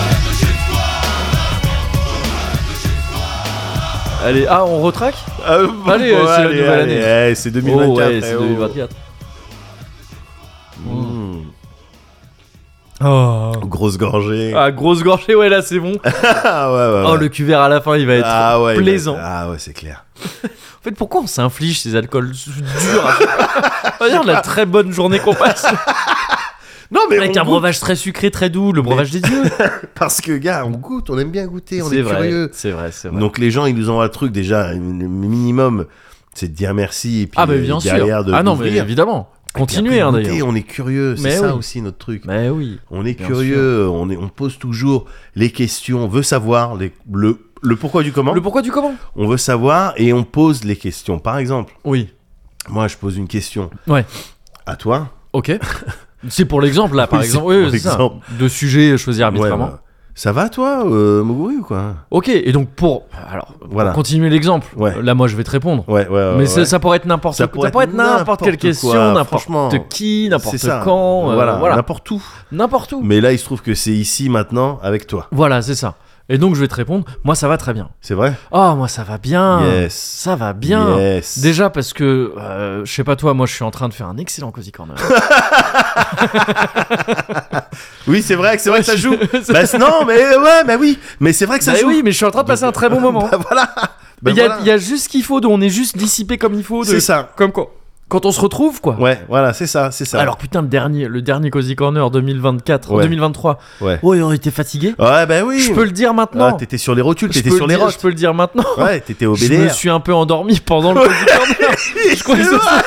A: Allez, ah on retraque
B: Euh,
A: (laughs) Allez, euh, c'est la nouvelle
B: allez,
A: année.
B: allez, c'est 2024.
A: Oh ouais, c'est
B: frérot.
A: 2024. Hmm.
B: Mmh. Hmm.
A: Oh.
B: Grosse gorgée.
A: Ah grosse gorgée, ouais là c'est bon.
B: Ah ouais, ouais,
A: Oh
B: ouais.
A: le cuvert à la fin, il va être
B: Ah ouais, il va-
A: plaisant.
B: Ah ouais, c'est clair.
A: En fait, pourquoi on s'inflige ces alcools durs à- On va dire la très bonne journée qu'on passe
B: Non, mais
A: avec
B: on
A: un
B: goûte,
A: breuvage très sucré, très doux, le breuvage des dieux.
B: parce que, gars, on goûte, on aime bien goûter, (laughs) on est,
A: C'est vrai,
B: curieux.
A: c'est vrai, c'est vrai.
B: Donc les gens, ils nous envoient le truc déjà, le minimum, c'est de dire merci. Et puis,
A: Ah bah
B: euh,
A: bien
B: derrière,
A: sûr.
B: De
A: Ah non, mais
B: d'ouvrir.
A: évidemment.
B: Et puis après,
A: Continuez hein,
B: goûter,
A: d'ailleurs.
B: Bah, On est curieux, c'est
A: Mais
B: ça
A: oui.
B: aussi notre truc.
A: Mais oui.
B: On est
A: Bien
B: curieux, on, est, on pose toujours les questions, on veut savoir les- le, le pourquoi du comment.
A: Le pourquoi du comment
B: On veut savoir et on pose les questions. Par exemple,
A: Oui.
B: moi, je pose une question
A: Ouais.
B: à toi.
A: Ok. (laughs) C'est pour l'exemple là, par
B: Oui, c'est
A: exemple. Oui,
B: pour
A: c'est ça.
B: l'exemple.
A: De sujets choisis arbitrairement.
B: Ouais, bah, ça va toi, euh, Moguri ou quoi
A: Ok. Et donc pour alors pour
B: Voilà.
A: continuer l'exemple.
B: Ouais.
A: Là, moi, je vais te répondre.
B: Ouais, ouais, ouais.
A: Mais
B: Euh, ouais.
A: ça, ça pourrait être n'importe
B: Ça
A: quoi.
B: pourrait
A: ça pourrait
B: être
A: être n'importe quelle
B: n'importe
A: question,
B: quoi, franchement.
A: n'importe qui, n'importe
B: C'est ça.
A: quand, euh,
B: voilà,
A: voilà,
B: n'importe où.
A: n'importe où.
B: Mais là, il se trouve que c'est ici maintenant avec toi.
A: Voilà, c'est ça. Et donc je vais te répondre. Moi, ça va très bien.
B: C'est vrai
A: Oh, moi, ça va bien.
B: Yes.
A: Ça va bien.
B: Yes.
A: Déjà parce que, euh, je sais pas toi, moi je suis en train de faire un excellent Cozy Corner.
B: Oui, c'est vrai que c'est vrai que (laughs)
A: (laughs)
B: ça joue.
A: C'est-
B: bah c'est- non, mais ouais, bah oui. Mais c'est vrai que ça
A: Bah
B: joue.
A: oui, mais je suis en train de passer un très bon moment.
B: (laughs) Bah voilà. Bah
A: il, y a,
B: voilà.
A: il y a juste ce qu'il faut, de- on est juste dissipé comme il faut. de-
B: C'est ça.
A: Comme quoi. Quand on se retrouve, quoi.
B: Ouais, voilà, c'est ça, c'est ça.
A: Alors putain, le dernier, le dernier Cozy Corner 2024,
B: Ouais.
A: 2023.
B: Ouais.
A: Ouais, on était fatigué.
B: Ouais, bah oui.
A: Je peux le dire
B: Ah,
A: maintenant.
B: t'étais sur les rotules,
A: je,
B: t'étais
A: peux
B: sur
A: le
B: les
A: dire, je
B: roches.
A: peux le dire maintenant.
B: Ouais, t'étais au
A: Je me
B: BDR.
A: suis un peu endormi pendant le Cozy Corner. je crois que c'est ça.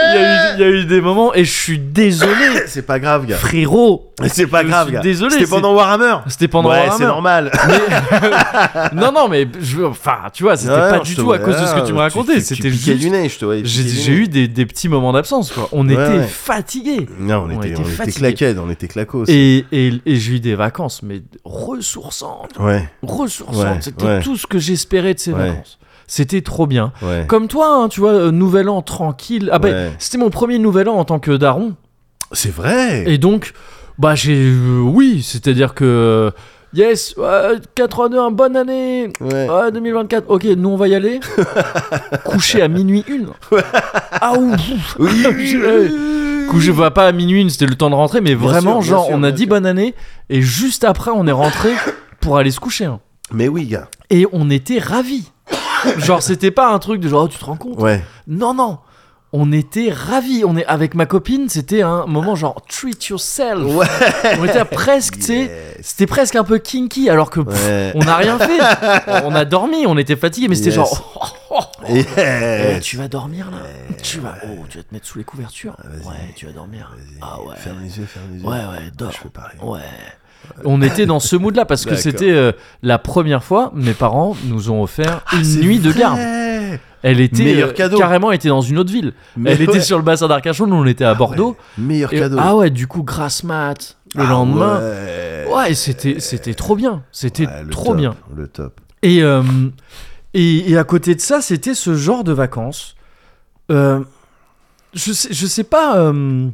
A: Il y, a eu, il y a eu des moments et je suis désolé,
B: (laughs) C'est pas grave, gars.
A: frérot.
B: C'est
A: (laughs)
B: pas
A: Je
B: grave,
A: suis
B: gars.
A: désolé,
B: C'était
A: c'est-
B: pendant Warhammer.
A: C'était pendant
B: ouais,
A: Warhammer.
B: c'est normal.
A: Non, non, mais (laughs) je, enfin, tu vois, (laughs) c'était
B: Ouais,
A: pas
B: non,
A: du
B: je te
A: tout à
B: vois-
A: cause de ce que tu me
B: ah,
A: racontais.
B: tu
A: C'était
B: piquais
A: juste.
B: du nez, je te voyais
A: J'ai
B: piquer du
A: j'ai
B: nez.
A: eu des, des petits moments d'absence, quoi. On
B: Ouais,
A: était
B: ouais.
A: fatigués.
B: Non, on
A: on
B: était,
A: était
B: on était
A: fatigués.
B: claquettes, on était claquos.
A: Et, et- et j'ai eu des vacances, mais ressourçantes.
B: Ouais,
A: Ressourçantes.
B: Ouais,
A: C'était
B: ouais.
A: tout ce que j'espérais de ces
B: Ouais.
A: vacances. C'était trop bien.
B: ouais.
A: Comme toi, hein, tu vois, euh, nouvel an tranquille. Ah bah,
B: Ouais.
A: c'était mon premier nouvel an en tant que daron.
B: C'est vrai.
A: Et donc, bah, j'ai. euh, oui, c'est-à-dire que. Yes, euh, 81, bonne année
B: Ouais.
A: Ah, 2024, ok, nous on va y
B: (laughs)
A: aller. Coucher à minuit une. ah ouf. (laughs)
B: Oui.
A: Coucher, bah, pas à minuit une, c'était le temps de rentrer, mais
B: Bien
A: vraiment,
B: sûr, bien
A: genre,
B: sûr,
A: on a
B: bien
A: dit
B: sûr.
A: bonne année, et juste après, on est rentré pour aller se coucher. hein.
B: Mais oui, gars.
A: Et on était ravis. Genre, c'était pas un truc de genre, oh, tu te rends compte
B: Ouais.
A: Non, non. on était ravis. On est avec ma copine, c'était un moment genre treat yourself.
B: Ouais.
A: On était à presque, tu sais,
B: Yes.
A: c'était presque un peu kinky alors que pff,
B: Ouais.
A: on n'a rien fait. on a dormi, on était fatigué, mais c'était
B: Yes.
A: genre oh, oh, oh. Eh,
B: Yes.
A: tu vas dormir là. Tu vas, oh, tu vas te mettre sous les couvertures. Ouais, tu vas dormir.
B: Ah, Vas-y,
A: Ah ouais.
B: Ferme les yeux, ferme les yeux.
A: Ouais, ouais, dors.
B: Je fais pareil.
A: Ouais. On était dans ce mood là parce que
B: D'accord.
A: c'était euh, la première fois mes parents nous ont offert une nuit de garde.
B: Ouais.
A: Elle était
B: Ah,
A: euh,
B: Meilleur cadeau.
A: carrément elle était dans une autre ville.
B: Mais
A: elle était
B: ouais. Ah
A: sur le bassin d'Arcachon, nous on était à Bordeaux.
B: Meilleur
A: Et-
B: cadeau.
A: ah ouais, du coup grasse mat le
B: Ah
A: lendemain.
B: ouais.
A: Ouais, c'était c'était trop bien, c'était
B: Ouais, le
A: trop
B: top,
A: bien.
B: Le
A: (laughs)
B: top.
A: Et, euh, et, et à côté de ça, c'était ce genre de vacances. Euh, je, sais, je sais pas. euh,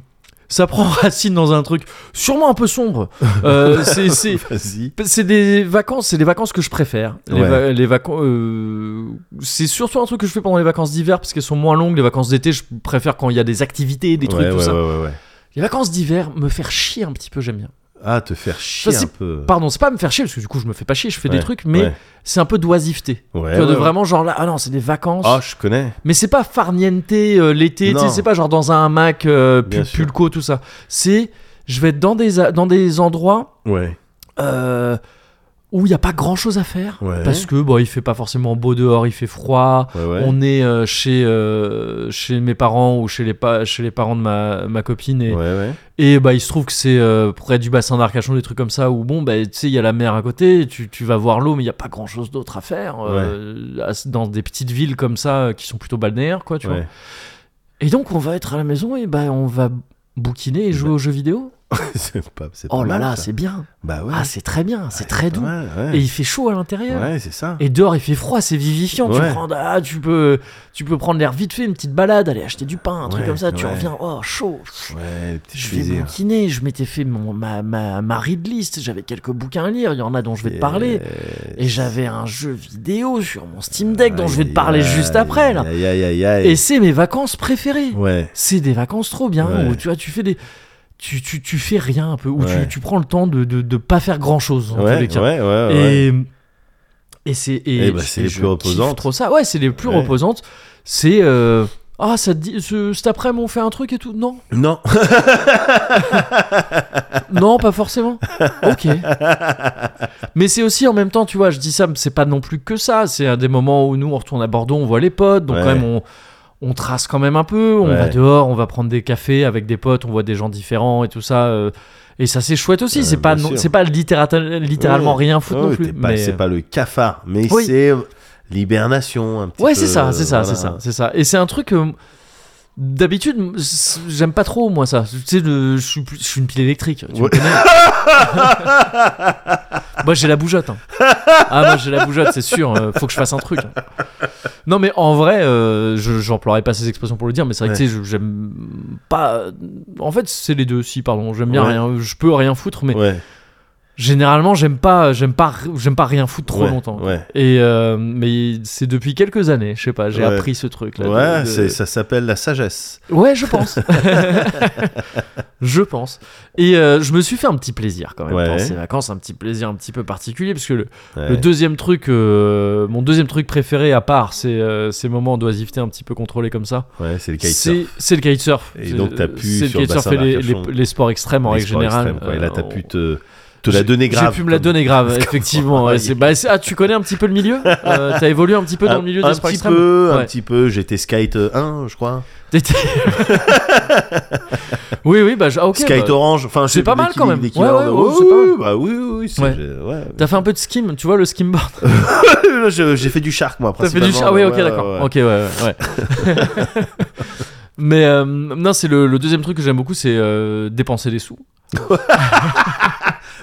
A: ça prend (laughs) racine dans un truc sûrement un peu sombre. Euh, c'est- c'est.
B: Vas-y.
A: C'est des vacances, c'est les vacances que je préfère. Les,
B: Ouais.
A: va- les vacances, euh, c'est surtout un truc que je fais pendant les vacances d'hiver parce qu'elles sont moins longues. Les vacances d'été, je préfère quand il y a des activités, des trucs,
B: ouais,
A: tout
B: ouais,
A: ça.
B: ouais, ouais, ouais.
A: Les vacances d'hiver, me faire chier un petit peu, j'aime bien.
B: Ah, te faire chier
A: Ça,
B: un
A: c'est
B: peu.
A: Pardon, c'est pas me faire chier parce que du coup, je me fais pas chier, je fais des
B: Ouais,
A: trucs, mais
B: ouais.
A: c'est un peu d'oisiveté.
B: Ouais,
A: Tu vois,
B: ouais,
A: de
B: ouais.
A: vraiment genre là, ah non, c'est des vacances.
B: Ah, je connais.
A: Mais c'est pas farniente euh, l'été, tu sais,
B: Non.
A: c'est pas genre dans un hamac, euh, pu-
B: Bien sûr.
A: pulco, tout ça. C'est, je vais être dans des, a- dans des endroits
B: Ouais.
A: euh, où il n'y a pas grand chose à faire.
B: Ouais.
A: Parce que, bon, il fait pas forcément beau dehors, il fait froid.
B: Ouais, ouais.
A: On est euh, chez, euh, chez mes parents ou chez les, pa- chez les parents de ma, ma copine. Et,
B: Ouais, ouais.
A: et bah, il se trouve que c'est euh, près du bassin d'Arcachon, des trucs comme ça, où bon, bah, tu sais, il y a la mer à côté, tu, tu vas voir l'eau, mais il n'y a pas grand chose d'autre à faire. euh, à- dans des petites villes comme ça, euh, qui sont plutôt balnéaires, quoi, tu vois.
B: ouais.
A: Et donc, on va être à la maison et bah, on va bouquiner et jouer aux jeux vidéo.
B: (laughs) c'est pas, bah, c'est pas
A: Oh là
B: mal,
A: là,
B: ça.
A: c'est bien.
B: Bah ouais.
A: Ah, c'est très bien, c'est très
B: pas
A: doux.
B: mal, ouais.
A: Et il hein. fait chaud à l'intérieur.
B: Ouais, c'est ça.
A: Et dehors, il fait froid, c'est vivifiant. Tu,
B: Ouais.
A: prends, ah, tu, peux, tu peux prendre l'air vite fait, une petite balade, aller acheter du pain, un truc
B: Ouais,
A: comme ça. Tu
B: ouais.
A: reviens, oh, chaud.
B: Ouais, hein. le petit
A: Je vais
B: plaisir.
A: bouquiner, je m'étais fait mon, ma, ma, ma read list, j'avais quelques bouquins à lire, il y en a dont je vais te parler. Et j'avais un jeu vidéo sur mon Steam Deck dont je vais te parler juste après. là.
B: Aïe, aïe, aïe, aïe.
A: Et c'est mes vacances préférées.
B: Ouais.
A: C'est des vacances trop bien
B: Ouais.
A: où tu vois, tu fais des. Tu, tu, tu fais rien un peu, où
B: Ouais.
A: tu, tu prends le temps de, de, de pas faire grand chose en tous les
B: Ouais,
A: cas.
B: ouais, ouais, Ah ouais.
A: Et, et c'est et,
B: Eh ben, c'est les
A: je
B: plus
A: kiffe
B: reposantes.
A: Trop ça, ouais, c'est les plus
B: Ouais.
A: reposantes. C'est euh, ah ça te dit ce- cet après-midi on fait un truc et tout. Non,
B: Non.
A: non, pas
B: (laughs)
A: forcément. Ok. Mais c'est aussi en même temps, tu vois, je dis ça, mais c'est pas non plus que ça. C'est un des moments où nous on retourne à Bordeaux, on voit les potes, donc
B: Ouais.
A: quand même on on trace quand même un peu. On
B: Ouais.
A: va dehors, on va prendre des cafés avec des potes, on voit des gens différents et tout ça. euh, et ça c'est chouette aussi.
B: Euh,
A: c'est pas
B: bien
A: non-
B: sûr.
A: c'est pas littéralement littéralement
B: Ouais.
A: rien foutre
B: Ouais,
A: non
B: ouais,
A: plus.
B: t'es pas-
A: mais-
B: C'est pas le cafard, mais
A: Oui.
B: c'est l'hibernation un petit
A: Ouais,
B: peu, euh,
A: c'est ça, c'est ça,
B: voilà.
A: c'est ça, c'est ça. Et c'est un truc. euh, D'habitude, m- c- j'aime pas trop moi ça. Tu sais, le- je suis plus- je suis une pile électrique. Tu me
B: Ouais. (laughs)
A: connais. moi j'ai la bougeotte. hein. Ah moi j'ai la bougeotte, c'est sûr. euh, faut que je fasse un truc. hein. Non mais en vrai, euh, je- j'emploierai pas ces expressions pour le dire, mais c'est vrai que tu sais, je- j'aime pas. En fait, c'est les deux. Si pardon, j'aime bien
B: Ouais.
A: rien. Je peux rien foutre, mais
B: Ouais,
A: généralement j'aime pas, j'aime pas, j'aime pas rien foutre trop
B: ouais,
A: longtemps.
B: Ouais,
A: Et euh, mais c'est depuis quelques années, je sais pas, j'ai
B: Ouais.
A: appris ce truc là.
B: ouais c'est- ça s'appelle la sagesse.
A: Ouais, je
B: (laughs)
A: pense. je pense. Et euh, je me suis fait un petit plaisir quand même
B: Ouais.
A: pendant ces vacances, un petit plaisir un petit peu particulier parce que le,
B: Ouais.
A: le deuxième truc, euh, mon deuxième truc préféré à part ces, euh, ces moments d'oisiveté un petit peu contrôlés comme ça,
B: Ouais, c'est le kitesurf.
A: c'est c'est le kitesurf.
B: Et
A: C'est-
B: donc, t'as pu
A: c'est le
B: sur le
A: kitesurf
B: bassin
A: et les,
B: d'Arcachon.
A: les- les sports extrêmes en règle
B: L'export
A: générale.
B: extrême, quoi. Et là, t'as
A: euh,
B: pu te, te la donner grave.
A: j'ai pu me la
B: comme-
A: donner
B: (laughs)
A: grave,
B: comme-
A: effectivement. ouais, c'est- bah, c'est- ah, tu connais un petit peu le
B: (laughs)
A: milieu Euh, T'as évolué un petit peu dans
B: un,
A: le milieu
B: un
A: des sports
B: petit
A: extrêmes
B: peu,
A: Ouais.
B: un petit peu. J'étais skate euh, 1, je crois.
A: (laughs)
B: (laughs)
A: T'étais- oui, oui, bah, je- ah, ok.
B: skate
A: bah,
B: orange. Enfin,
A: c'est pas mal quand même.
B: l'équivalent
A: Ouais, ouais,
B: de-
A: ouais,
B: Oh,
A: c'est pas mal.
B: bah oui, oui, oui. c'est-
A: Ouais.
B: j'ai-
A: bah, T'as fait un peu de skim, tu vois, le skimboard.
B: (laughs) Là, je- J'ai fait du shark, moi.
A: T'as fait du.
B: principalement.
A: Ah, oui,
B: Ouais,
A: ok,
B: ouais,
A: d'accord.
B: ouais.
A: Ok, ouais, ouais. ouais. (laughs) Mais euh, non, c'est le, le deuxième truc que j'aime beaucoup, c'est euh, dépenser des sous.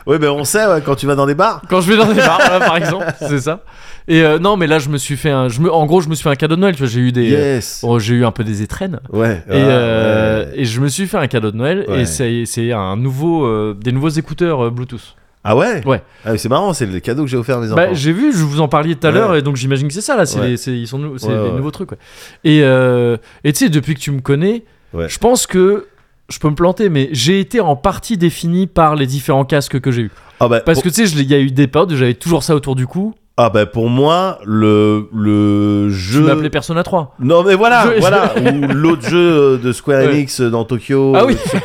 B: Ouais, ben on sait, ouais, quand tu vas dans des bars.
A: Quand je vais dans des bars, (laughs) là, par exemple, c'est ça. Et euh, non, mais là, je me suis fait un. Je me, en gros, je me suis fait un cadeau de Noël, tu vois, j'ai eu des.
B: Yes.
A: oh, j'ai eu un peu des étrennes.
B: Ouais.
A: Et, euh,
B: Ah, ouais.
A: et je me suis fait un cadeau de Noël
B: Ouais.
A: et c'est c'est un nouveau euh, des nouveaux écouteurs euh, Bluetooth.
B: Ah ouais
A: Ouais.
B: Ah, mais c'est marrant, c'est le cadeau que j'ai offert à mes enfants.
A: Bah, j'ai vu, je vous en parlais tout à
B: Ouais.
A: l'heure et donc j'imagine que c'est ça là, c'est
B: Ouais.
A: des- c'est- ils sont nou- c'est
B: Ouais,
A: des
B: ouais.
A: nouveaux trucs. ouais. Et euh, et tu sais depuis que tu me connais,
B: Ouais.
A: je pense que je peux me planter, mais j'ai été en partie défini par les différents casques que j'ai eu.
B: Ah bah,
A: Parce
B: pour-
A: que tu sais, je l'ai- il y a eu des périodes où j'avais toujours ça autour du cou
B: Ah ben pour moi, le, le
A: Tu
B: jeu...
A: m'appelais Persona 3.
B: Non mais voilà,
A: Je- je- (laughs)
B: voilà, ou l'autre jeu euh, de Square
A: Ouais.
B: Enix dans Tokyo,
A: Ah oui.
B: euh, sur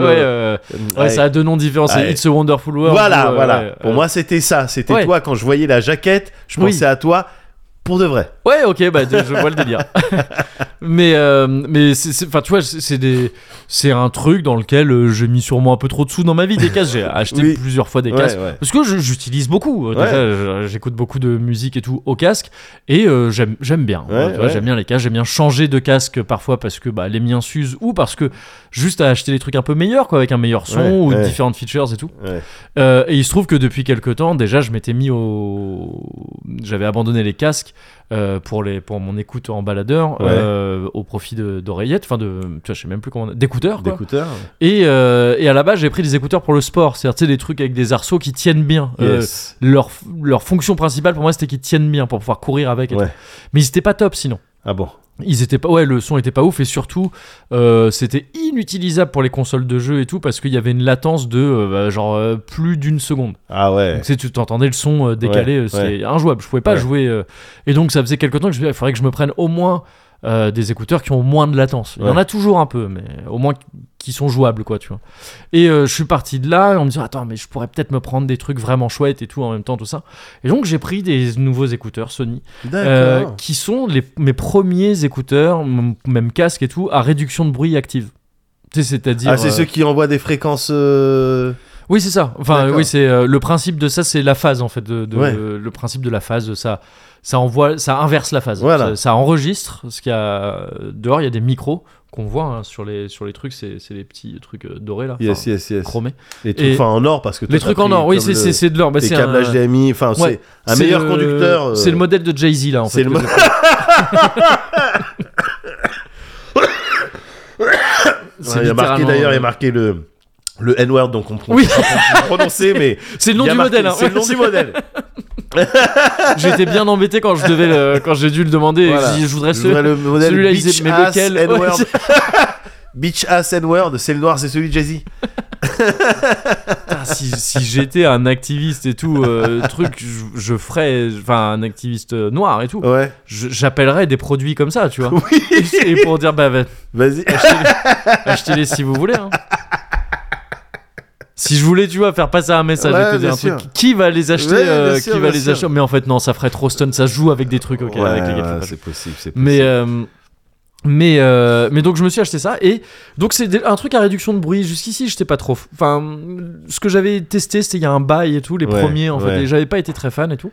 A: (laughs) Ouais, euh, ouais,
B: Ouais.
A: ça a deux noms différents. C'est
B: Ouais.
A: It's a Wonderful World.
B: Voilà,
A: ou, euh,
B: voilà.
A: ouais,
B: pour
A: euh,
B: moi, c'était ça. C'était
A: Ouais.
B: toi, quand je voyais la jaquette, je
A: Oui.
B: pensais à toi pour de vrai.
A: Ouais, ok, bah je je vois le
B: (laughs)
A: délire. mais euh, mais c'est, c'est- enfin tu vois, c'est, c'est des, c'est un truc dans lequel euh, j'ai mis sûrement un peu trop de sous dans ma vie. Des casques,
B: (laughs)
A: j'ai acheté
B: Oui.
A: plusieurs fois des
B: Ouais,
A: casques.
B: ouais.
A: Parce que je- j'utilise beaucoup. euh,
B: Ouais.
A: déjà, je- j'écoute beaucoup de musique et tout au casque et euh, j'aime, j'aime bien.
B: Ouais,
A: Tu vois,
B: ouais.
A: J'aime bien les casques. J'aime bien changer de casque parfois parce que bah, les miens s'usent ou parce que juste à acheter des trucs un peu meilleurs quoi, avec un meilleur son
B: Ouais,
A: ou
B: ouais.
A: différentes features et tout.
B: Ouais.
A: Euh, et il se trouve que depuis quelques temps, déjà, je m'étais mis au. J'avais abandonné les casques euh, pour, les, pour mon écoute en baladeur
B: Ouais.
A: euh, au profit de- d'oreillettes, enfin de. Tu vois, je sais même plus comment. on- D'écouteurs, quoi.
B: D'écouteurs.
A: Et, euh, et à la base, j'ai pris des écouteurs pour le sport, c'est-à-dire tu sais, des trucs avec des arceaux qui tiennent bien. Euh,
B: Yes.
A: leur, leur fonction principale pour moi, c'était qu'ils tiennent bien pour pouvoir courir avec. et
B: Ouais.
A: tout. Mais ils étaient pas top sinon.
B: Ah bon.
A: Ils étaient pas, ouais, le son était pas ouf et surtout euh, c'était inutilisable pour les consoles de jeu et tout parce qu'il y avait une latence de euh, bah, genre euh, plus d'une seconde.
B: Ah ouais.
A: Donc, tu sais, tu t'entendais le son euh, décalé,
B: Ouais,
A: euh, c'était injouable. Je pouvais pas
B: Ouais.
A: jouer. euh, et donc ça faisait quelque temps que je me disais, il faudrait que je me prenne au moins euh, des écouteurs qui ont moins de latence. Il y en
B: Ouais.
A: a toujours un peu, mais au moins qui sont jouables, quoi, tu vois. Et euh, je suis parti de là en me disant, attends, mais je pourrais peut-être me prendre des trucs vraiment chouettes et tout en même temps, tout ça. Et donc j'ai pris des nouveaux écouteurs Sony euh,
B: D'accord.
A: qui sont les, mes premiers écouteurs, mon- même casque et tout, à réduction de bruit active. Tu sais, C'est-à-dire.
B: ah, c'est
A: euh,
B: ceux qui envoient des fréquences. euh,
A: Oui, c'est ça. Enfin,
B: D'accord.
A: oui, c'est euh, le principe de ça, c'est la phase en fait. De, de-
B: Ouais.
A: le principe de la phase, ça, ça envoie, ça inverse la phase.
B: Voilà.
A: Ça, ça enregistre. Ce qu'il y a euh, dehors, il y a des micros qu'on voit hein, sur les sur les trucs. C'est c'est les petits trucs euh, dorés là.
B: Yes,
A: enfin,
B: yes, yes.
A: chromés.
B: Les trucs
A: Et-
B: enfin, en or parce que toi,
A: Les
B: t'as
A: trucs en
B: pris
A: or. Oui,
B: comme
A: c'est
B: le-
A: c'est- c'est de l'or. Bah,
B: les
A: c'est
B: câbles
A: un-
B: HDMI. Enfin,
A: Ouais.
B: c'est un
A: c'est
B: meilleur
A: le-
B: conducteur. euh,
A: C'est le modèle de Jay Z là en fait.
B: c'est le
A: que (laughs)
B: mo-
A: j'ai-
B: Ouais, il y a marqué
A: littéralement,
B: d'ailleurs, il y a
A: euh,
B: marqué le. Le N-word, donc on peut
A: Oui.
B: prononcer, mais.
A: C'est (laughs) le nom
B: il y a
A: du
B: marqué-
A: modèle. hein.
B: C'est le nom du modèle.
A: J'étais bien embêté quand je devais le- quand j'ai dû le demander.
B: Voilà.
A: Je, dis, je voudrais
B: Je
A: ce.
B: voudrais le modèle
A: Celui-là, il
B: Beach
A: disait, mais
B: Ass
A: lequel
B: N-word.
A: Ouais, c'est-
B: (laughs) Beach Ass N-word, c'est le noir, c'est celui de Jay-Z.
A: Putain, si si j'étais un activiste et tout, euh, truc, je, je ferais. Enfin, un activiste euh, noir et tout.
B: Ouais.
A: je- J'appellerais des produits comme ça, tu vois. Et, et pour dire, bah, bah,
B: Vas-y.
A: achetez-les si vous voulez. hein. Si je voulais, tu vois, faire passer un message,
B: Ouais,
A: et te dire
B: bien
A: un truc,
B: sûr.
A: qui va les acheter,
B: Ouais, bien
A: euh,
B: sûr,
A: qui va
B: bien
A: les
B: sûr.
A: acheter. Mais en fait, non, ça ferait trop stun, ça joue avec des trucs, ok,
B: Ouais,
A: avec lesquels
B: ouais,
A: faut pas
B: c'est possible, c'est possible.
A: Mais, euh, mais, euh, mais donc je me suis acheté ça et donc c'est des- un truc à réduction de bruit. Jusqu'ici, j'étais pas trop. f- Enfin, ce que j'avais testé, c'était il y a un bail et tout, les
B: Ouais,
A: premiers en
B: ouais.
A: fait, et j'avais pas été très fan et tout.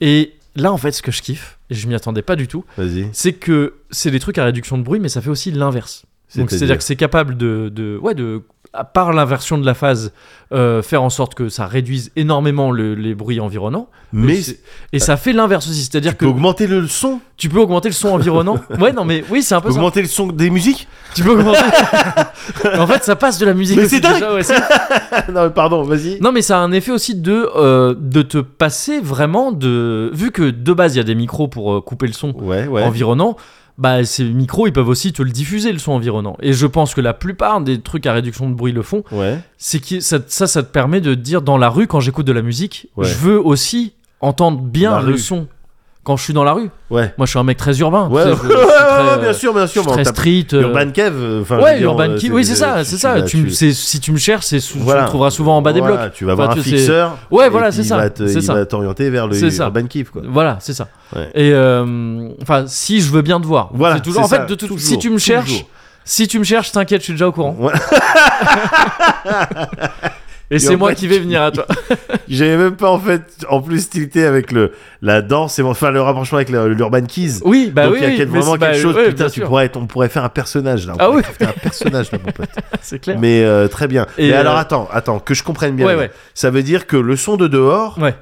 A: Et là, en fait, ce que je kiffe, et je m'y attendais pas du tout,
B: Vas-y.
A: c'est que c'est des trucs à réduction de bruit, mais ça fait aussi l'inverse. Donc c'est-à-dire que c'est capable de, de, ouais, de, à- par l'inversion de la phase, euh, faire en sorte que ça réduise énormément le- les bruits environnants.
B: Mais
A: et, c'est- et ça fait l'inverse aussi, c'est-à-dire
B: tu peux
A: que
B: augmenter le son,
A: tu peux augmenter le son
B: (laughs)
A: environnant. Ouais, non, mais oui, c'est un peu ça.
B: augmenter le son des musiques.
A: Tu peux augmenter. en fait, ça passe de la musique.
B: Mais
A: aussi,
B: c'est dingue
A: déjà, ouais, c'est-
B: (laughs) non, mais pardon, vas-y.
A: non, mais ça a un effet aussi de euh, de te passer vraiment de vu que de base il y a des micros pour euh, couper le son
B: Ouais, ouais.
A: environnant. Bah, ces micros, ils peuvent aussi te le diffuser le son environnant. Et je pense que la plupart des trucs à réduction de bruit le font.
B: Ouais.
A: C'est que ça, ça, ça te permet de te dire dans la rue quand j'écoute de la musique,
B: Ouais.
A: je veux aussi entendre bien
B: La
A: le
B: rue.
A: son quand je suis dans la rue.
B: Ouais.
A: Moi, je suis un mec très urbain. tu
B: Ouais,
A: sais,
B: (laughs) ouais,
A: je- je suis très,
B: ouais, bien
A: euh,
B: sûr, bien
A: je suis
B: sûr. mais on
A: très
B: t'a-
A: street. euh,
B: Urban Cave, euh, enfin. je veux
A: ouais,
B: dire,
A: Urban
B: euh,
A: Key, oui, c'est ça,
B: tu-
A: c'est
B: tu
A: ça.
B: vas-
A: Tu, me- c'est- si tu me cherches, c'est sous-
B: Voilà.
A: tu le trouveras souvent en bas des
B: Voilà,
A: blocs.
B: Tu vas
A: Enfin,
B: voir un
A: tu sais-
B: fixeur.
A: Ouais,
B: et
A: voilà,
B: puis
A: c'est
B: il
A: ça,
B: va te-
A: c'est
B: Il
A: ça.
B: va t'orienter vers le
A: C'est ça.
B: Urban Cave, quoi.
A: Voilà, c'est ça.
B: Ouais.
A: Et euh, enfin, si je veux bien te voir,
B: Voilà,
A: c'est toujours. En
B: c'est
A: fait,
B: ça,
A: de toute- si
B: toujours,
A: tu me cherches,
B: toujours.
A: si tu me cherches, t'inquiète, je suis déjà au courant. (laughs)
B: Ouais.
A: Et c'est
B: Urban
A: moi qui vais
B: Key.
A: venir à
B: (laughs)
A: toi.
B: J'avais même pas en fait, en plus tilté avec le la danse et enfin le rapprochement avec le- l'Urban Keys.
A: Oui, bah
B: Donc
A: oui,
B: il y a
A: oui,
B: quel-
A: mais
B: vraiment
A: c'est- bah,
B: quelque chose.
A: ouais,
B: putain,
A: bien
B: tu
A: sûr.
B: pourrais, être- on pourrait faire un personnage là. on
A: Ah
B: pourrait
A: oui.
B: crafter un personnage là, mon pote.
A: (laughs) C'est (laughs) clair.
B: Mais euh, très bien.
A: Et
B: Et
A: euh,
B: alors attends, attends, que je comprenne bien.
A: Ouais,
B: là.
A: ouais.
B: Ça veut dire que le son de dehors,
A: Ouais.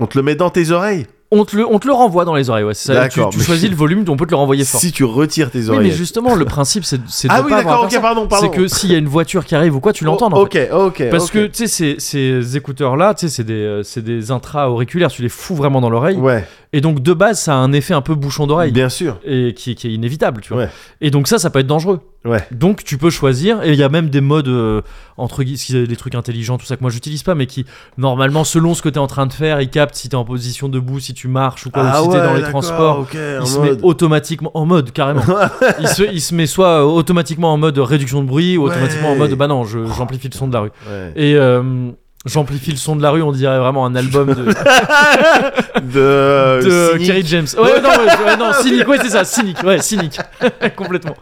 B: on te le met dans tes oreilles.
A: On te le, on te le renvoie dans les oreilles. Ouais, c'est ça. Tu,
B: D'accord,
A: tu
B: mais-
A: choisis le volume, on peut te le renvoyer fort.
B: Si tu retires tes
A: oui,
B: oreilles.
A: mais justement, le principe, c'est
B: (laughs)
A: c'est de
B: ah
A: ne
B: oui,
A: pas avoir à
B: d'accord,
A: faire
B: ok,
A: ça.
B: pardon, pardon. Oh,
A: C'est que s'il y a une voiture qui arrive ou quoi, tu l'entends. en fait.
B: Ok, ok.
A: Parce
B: ok.
A: que tu sais, ces, ces écouteurs-là, tu sais, c'est des, euh, c'est des intra-auriculaires, tu les fous vraiment dans l'oreille.
B: ouais,
A: Et donc, de base, ça a un effet un peu bouchon d'oreille.
B: bien sûr.
A: Et qui, qui est inévitable, tu vois.
B: Ouais.
A: Et donc, ça, ça peut être dangereux.
B: Ouais.
A: Donc tu peux choisir, et il y a même des modes, euh, entre guillemets, des trucs intelligents, tout ça que moi j'utilise pas, mais qui normalement, selon ce que t'es en train de faire, il capte si t'es en position debout, si tu marches ou quoi, ou si t'es dans les
B: Ah d'accord,
A: transports.
B: ok, en
A: Il se
B: mode-
A: met automatiquement en mode
B: (laughs)
A: carrément. il, se, il se met soit euh, automatiquement en mode réduction de bruit ou automatiquement en
B: Ouais.
A: mode bah non, je- j'amplifie le son de la rue.
B: Ouais.
A: Et euh, j'amplifie le son de la rue, on dirait vraiment un (laughs)
B: (laughs)
A: album de,
B: De, euh,
A: de
B: Cynic.
A: Kerry James. Ouais, ouais, non, ouais, ouais,
B: (laughs)
A: non, cynique, ouais, c'est ça, cynique, ouais, cynique, (laughs) complètement.